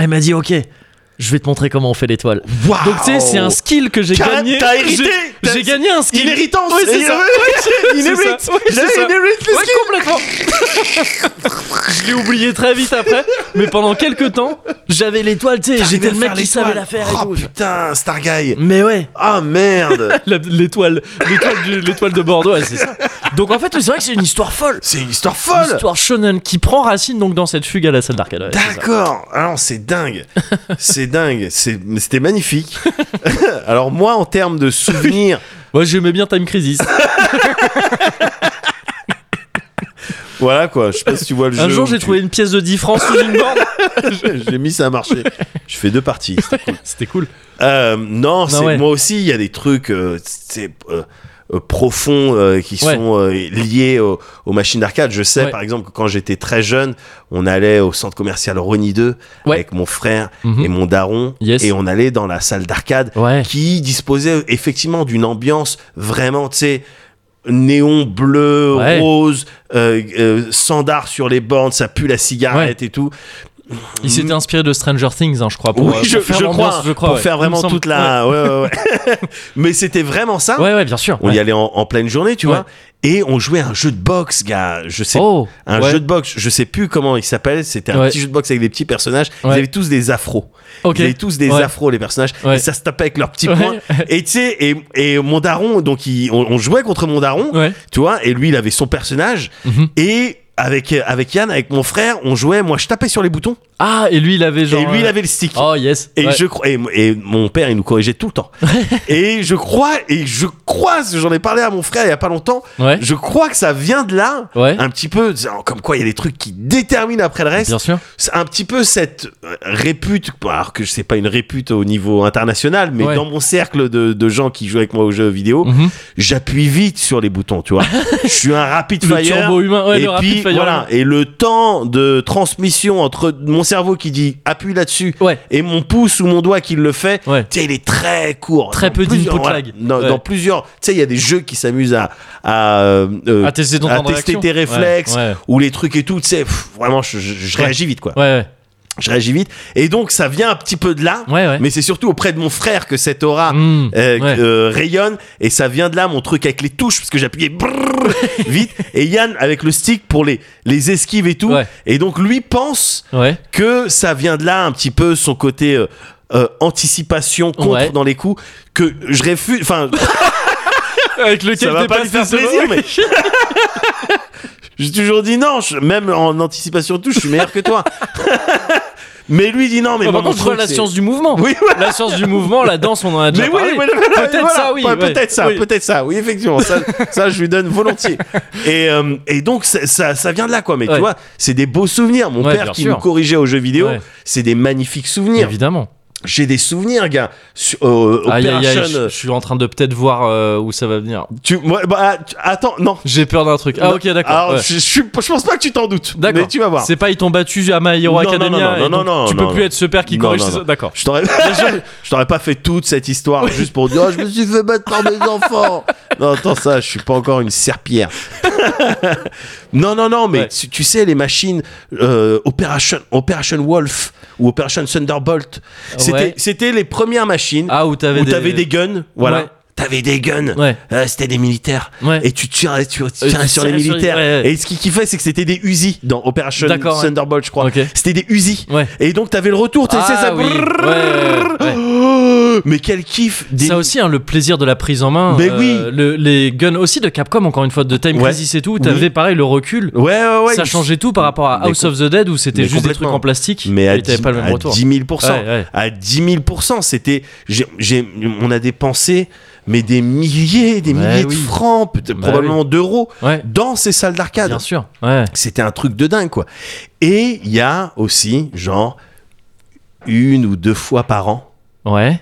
[SPEAKER 1] elle m'a dit, ok, je vais te montrer comment on fait l'étoile.
[SPEAKER 2] Waouh.
[SPEAKER 1] Donc tu sais, c'est un skill que j'ai
[SPEAKER 2] T'as-
[SPEAKER 1] gagné.
[SPEAKER 2] t'as hérité.
[SPEAKER 1] J'ai-
[SPEAKER 2] T'as-
[SPEAKER 1] J'ai gagné un skill.
[SPEAKER 2] Il hérite
[SPEAKER 1] Ouais, c'est ça.
[SPEAKER 2] Il
[SPEAKER 1] C'est
[SPEAKER 2] hérite.
[SPEAKER 1] ça. Ouais,
[SPEAKER 2] Il
[SPEAKER 1] c'est ça.
[SPEAKER 2] hérite les
[SPEAKER 1] Ouais, complètement. je l'ai oublié très vite après, mais pendant quelques temps, j'avais l'étoile, tu sais, j'étais le mec qui savait la faire et tout.
[SPEAKER 2] Oh putain, Star Guy.
[SPEAKER 1] Mais ouais,
[SPEAKER 2] Ah merde.
[SPEAKER 1] la- l'étoile, l'étoile, du- l'étoile de Bordeaux, ouais, c'est ça. Donc en fait, c'est vrai que c'est une histoire folle.
[SPEAKER 2] C'est une histoire
[SPEAKER 1] Une
[SPEAKER 2] folle.
[SPEAKER 1] histoire shonen qui prend racine donc dans cette fugue à la salle d'arcade. ouais, c'est ça.
[SPEAKER 2] D'accord. Alors c'est dingue. c'est dingue. C'est- mais C'était magnifique. Alors moi, en termes de souvenirs,
[SPEAKER 1] Moi j'aimais bien Time Crisis.
[SPEAKER 2] voilà quoi. Je sais pas si tu vois le
[SPEAKER 1] Un
[SPEAKER 2] jeu.
[SPEAKER 1] jour
[SPEAKER 2] où
[SPEAKER 1] j'ai
[SPEAKER 2] tu-
[SPEAKER 1] trouvé une pièce de 10 francs sous une borne.
[SPEAKER 2] J'ai mis ça à marcher. Je fais deux parties. c'était cool.
[SPEAKER 1] C'était cool.
[SPEAKER 2] Euh, non, c'est
[SPEAKER 1] ouais.
[SPEAKER 2] moi aussi. Il y a des trucs euh, c'est, euh, euh, profonds euh, qui
[SPEAKER 1] Ouais.
[SPEAKER 2] sont euh, liés au- aux machines d'arcade. Je sais,
[SPEAKER 1] Ouais.
[SPEAKER 2] par exemple, que quand j'étais très jeune, on allait au centre commercial Rony 2
[SPEAKER 1] Ouais.
[SPEAKER 2] avec mon frère
[SPEAKER 1] Mhm.
[SPEAKER 2] et mon daron,
[SPEAKER 1] Yes.
[SPEAKER 2] et on allait dans la salle d'arcade
[SPEAKER 1] Ouais.
[SPEAKER 2] qui disposait effectivement d'une ambiance vraiment, tu sais. Néon bleu,
[SPEAKER 1] Ouais.
[SPEAKER 2] rose, euh, euh, sandar sur les bornes, ça pue la cigarette et tout.
[SPEAKER 1] Il s'était inspiré de Stranger Things, hein, je crois, pour,
[SPEAKER 2] Mhm. oui,
[SPEAKER 1] euh, pour
[SPEAKER 2] je,
[SPEAKER 1] faire
[SPEAKER 2] je
[SPEAKER 1] l'ambiance,
[SPEAKER 2] crois,
[SPEAKER 1] je crois,
[SPEAKER 2] pour
[SPEAKER 1] ouais.
[SPEAKER 2] faire
[SPEAKER 1] Il me
[SPEAKER 2] vraiment
[SPEAKER 1] semble.
[SPEAKER 2] toute la. ouais, ouais, ouais. Mais c'était vraiment ça.
[SPEAKER 1] Ouais, ouais, ouais, bien sûr.
[SPEAKER 2] On
[SPEAKER 1] ouais.
[SPEAKER 2] y allait en, en pleine journée, tu
[SPEAKER 1] Ouais.
[SPEAKER 2] vois, et on jouait à un jeu de boxe, gars. Je sais,
[SPEAKER 1] Oh,
[SPEAKER 2] un
[SPEAKER 1] ouais.
[SPEAKER 2] jeu de boxe. Je sais plus comment il s'appelle. C'était un
[SPEAKER 1] Ouais.
[SPEAKER 2] petit jeu de boxe avec des petits personnages. Ils
[SPEAKER 1] Ouais.
[SPEAKER 2] avaient tous des afros.
[SPEAKER 1] Ok.
[SPEAKER 2] Ils avaient tous des
[SPEAKER 1] Ouais.
[SPEAKER 2] afros les personnages.
[SPEAKER 1] Ouais.
[SPEAKER 2] Et ça se tapait avec leurs petits
[SPEAKER 1] Ouais.
[SPEAKER 2] poings. Et tu sais, et, et mon daron, donc il- on, on jouait contre mon daron,
[SPEAKER 1] Ouais.
[SPEAKER 2] tu vois, et lui il avait son personnage
[SPEAKER 1] Mhm.
[SPEAKER 2] et avec, avec Yann, avec mon frère, on jouait. Moi, je tapais sur les boutons
[SPEAKER 1] Ah, et lui, il avait genre.
[SPEAKER 2] et lui, il
[SPEAKER 1] euh,
[SPEAKER 2] avait le stick.
[SPEAKER 1] Oh, yes.
[SPEAKER 2] Et
[SPEAKER 1] Ouais.
[SPEAKER 2] je crois, et, et mon père, il nous corrigeait tout le temps. et je crois, et je crois, j'en ai parlé à mon frère il y a pas longtemps.
[SPEAKER 1] Ouais.
[SPEAKER 2] Je crois que ça vient de là,
[SPEAKER 1] Ouais.
[SPEAKER 2] un petit peu, genre, comme quoi il y a des trucs qui déterminent après le reste.
[SPEAKER 1] Bien sûr.
[SPEAKER 2] C'est un petit peu cette euh, répute, bon, alors que je sais pas une répute au niveau international, mais
[SPEAKER 1] Ouais.
[SPEAKER 2] dans mon cercle de, de gens qui jouent avec moi aux jeux vidéo,
[SPEAKER 1] Mhm.
[SPEAKER 2] j'appuie vite sur les boutons, tu vois. je suis un rapid
[SPEAKER 1] Le
[SPEAKER 2] fire.
[SPEAKER 1] turbo humain, ouais,
[SPEAKER 2] et
[SPEAKER 1] le rapid
[SPEAKER 2] puis
[SPEAKER 1] fire.
[SPEAKER 2] voilà, et le temps de transmission entre mon cerveau qui dit appuie là-dessus
[SPEAKER 1] Ouais.
[SPEAKER 2] et mon pouce ou mon doigt qui le fait,
[SPEAKER 1] Ouais.
[SPEAKER 2] tu sais, il est très court.
[SPEAKER 1] Très
[SPEAKER 2] Dans
[SPEAKER 1] peu
[SPEAKER 2] plusieurs-
[SPEAKER 1] d'input
[SPEAKER 2] voilà,
[SPEAKER 1] lag.
[SPEAKER 2] Dans,
[SPEAKER 1] Ouais.
[SPEAKER 2] dans plusieurs, tu sais, il y a des jeux qui s'amusent à, à, euh,
[SPEAKER 1] À tester ton
[SPEAKER 2] à
[SPEAKER 1] temps de
[SPEAKER 2] tester
[SPEAKER 1] réaction.
[SPEAKER 2] tes réflexes
[SPEAKER 1] Ouais, ouais.
[SPEAKER 2] ou les trucs et tout. Tu sais, pff, vraiment, je, je- je
[SPEAKER 1] Ouais.
[SPEAKER 2] réagis vite quoi.
[SPEAKER 1] Ouais, ouais.
[SPEAKER 2] Je réagis vite. Et donc, ça vient un petit peu de là.
[SPEAKER 1] Ouais, ouais.
[SPEAKER 2] Mais c'est surtout auprès de mon frère que cette aura
[SPEAKER 1] Mm,
[SPEAKER 2] euh,
[SPEAKER 1] ouais.
[SPEAKER 2] euh, rayonne. Et ça vient de là, mon truc avec les touches, parce que j'appuyais brrr vite. Et Yann avec le stick pour les, les esquives et tout.
[SPEAKER 1] Ouais.
[SPEAKER 2] Et donc, lui pense
[SPEAKER 1] Ouais.
[SPEAKER 2] que ça vient de là un petit peu son côté euh, euh, anticipation contre
[SPEAKER 1] Ouais.
[SPEAKER 2] dans les coups que je réfute. Enfin,
[SPEAKER 1] Avec lequel
[SPEAKER 2] ça va
[SPEAKER 1] t'es
[SPEAKER 2] pas lui
[SPEAKER 1] passé
[SPEAKER 2] faire
[SPEAKER 1] solo,
[SPEAKER 2] plaisir,
[SPEAKER 1] ouais.
[SPEAKER 2] mais. J'ai toujours dit non, je- même en anticipation de tout, je suis meilleur que toi. mais lui dit non, mais
[SPEAKER 1] Ah, par
[SPEAKER 2] moi, mon
[SPEAKER 1] contre, je vois
[SPEAKER 2] truc,
[SPEAKER 1] la
[SPEAKER 2] c'est-
[SPEAKER 1] science du mouvement.
[SPEAKER 2] Oui, voilà.
[SPEAKER 1] La science du mouvement, la danse, on en a déjà
[SPEAKER 2] Mais oui,
[SPEAKER 1] parlé.
[SPEAKER 2] oui, voilà,
[SPEAKER 1] peut-être
[SPEAKER 2] voilà.
[SPEAKER 1] ça, oui.
[SPEAKER 2] Ouais,
[SPEAKER 1] ouais.
[SPEAKER 2] Peut-être ça,
[SPEAKER 1] Oui.
[SPEAKER 2] peut-être ça. Oui, effectivement, ça, ça je lui donne volontiers. Et, euh, et donc, ça, ça, ça vient de là, quoi. Mais
[SPEAKER 1] Ouais.
[SPEAKER 2] tu vois, c'est des beaux souvenirs. Mon
[SPEAKER 1] Ouais,
[SPEAKER 2] père
[SPEAKER 1] bien
[SPEAKER 2] qui
[SPEAKER 1] sûr.
[SPEAKER 2] nous corrigeait aux jeux vidéo,
[SPEAKER 1] Ouais.
[SPEAKER 2] c'est des magnifiques souvenirs.
[SPEAKER 1] Évidemment. Ah,
[SPEAKER 2] J'ai des souvenirs, gars. Sur- euh,
[SPEAKER 1] Aïe, aïe, aïe,
[SPEAKER 2] Operation,
[SPEAKER 1] je, je suis en train de peut-être voir euh, où ça va venir.
[SPEAKER 2] Tu, moi, bah, tu- attends, non.
[SPEAKER 1] J'ai peur d'un truc. Ah,
[SPEAKER 2] Non.
[SPEAKER 1] ok, d'accord.
[SPEAKER 2] Alors,
[SPEAKER 1] ouais.
[SPEAKER 2] je, je suis- je pense pas que tu t'en doutes.
[SPEAKER 1] D'accord.
[SPEAKER 2] Mais tu vas voir.
[SPEAKER 1] C'est pas ils t'ont battu à My Hero
[SPEAKER 2] Non, non, non,
[SPEAKER 1] Academia.
[SPEAKER 2] non,
[SPEAKER 1] et
[SPEAKER 2] non,
[SPEAKER 1] donc
[SPEAKER 2] non,
[SPEAKER 1] Tu
[SPEAKER 2] non,
[SPEAKER 1] peux plus
[SPEAKER 2] non.
[SPEAKER 1] être ce père qui
[SPEAKER 2] Non,
[SPEAKER 1] corrige.
[SPEAKER 2] non,
[SPEAKER 1] ses-
[SPEAKER 2] non.
[SPEAKER 1] D'accord.
[SPEAKER 2] Je t'aurais, je t'aurais pas fait toute cette histoire juste pour dire, oh, je me suis fait battre par mes enfants. Non, attends ça, je suis pas encore une serpillère. non, non, non, mais
[SPEAKER 1] Ouais.
[SPEAKER 2] tu, tu sais les machines euh, Operation, Operation Wolf ou Operation Thunderbolt, c'était,
[SPEAKER 1] Ouais.
[SPEAKER 2] c'était les premières machines
[SPEAKER 1] Ah, où t'avais
[SPEAKER 2] où
[SPEAKER 1] des.
[SPEAKER 2] t'avais des guns, voilà.
[SPEAKER 1] Ouais.
[SPEAKER 2] T'avais des guns,
[SPEAKER 1] Ouais.
[SPEAKER 2] Euh, c'était des militaires,
[SPEAKER 1] Ouais. Euh,
[SPEAKER 2] et tu tirais, tu tirais
[SPEAKER 1] tu
[SPEAKER 2] sur les
[SPEAKER 1] tirais sur les-
[SPEAKER 2] militaires.
[SPEAKER 1] ouais, ouais.
[SPEAKER 2] Et ce qui kiffait, c'est que c'était des Uzi dans Operation
[SPEAKER 1] D'accord, ouais.
[SPEAKER 2] Thunderbolt, je crois.
[SPEAKER 1] Ok.
[SPEAKER 2] C'était des Uzi.
[SPEAKER 1] Ouais.
[SPEAKER 2] Et donc t'avais le retour, tu sais,
[SPEAKER 1] Ah
[SPEAKER 2] ça.
[SPEAKER 1] oui, ouais, ouais,
[SPEAKER 2] Oh, Mais quel kiff des-
[SPEAKER 1] Ça aussi, hein, le plaisir de la prise en main.
[SPEAKER 2] Mais
[SPEAKER 1] euh,
[SPEAKER 2] oui.
[SPEAKER 1] le- les guns aussi de Capcom, encore une fois, de Time
[SPEAKER 2] Ouais.
[SPEAKER 1] Crisis et tout. T'avais pareil le recul.
[SPEAKER 2] Ouais, ouais, ouais.
[SPEAKER 1] ça changeait tout par rapport à
[SPEAKER 2] Mais
[SPEAKER 1] House of the Dead où c'était
[SPEAKER 2] mais
[SPEAKER 1] juste des
[SPEAKER 2] complètement.
[SPEAKER 1] trucs en plastique.
[SPEAKER 2] Mais à
[SPEAKER 1] et t'avais
[SPEAKER 2] 10,
[SPEAKER 1] pas le même
[SPEAKER 2] à
[SPEAKER 1] retour.
[SPEAKER 2] 10 000%.
[SPEAKER 1] Ouais, ouais.
[SPEAKER 2] À 10 000%. C'était. j'ai- j'ai- on a dépensé, mais des milliers, des
[SPEAKER 1] Ouais,
[SPEAKER 2] milliers
[SPEAKER 1] Bah oui.
[SPEAKER 2] de francs, peut-être
[SPEAKER 1] Bah
[SPEAKER 2] probablement d'euros,
[SPEAKER 1] Ouais.
[SPEAKER 2] dans ces salles d'arcade.
[SPEAKER 1] Bien sûr. Ouais.
[SPEAKER 2] C'était un truc de dingue, quoi. Et il y a aussi, genre, une ou deux fois par an,
[SPEAKER 1] Ouais.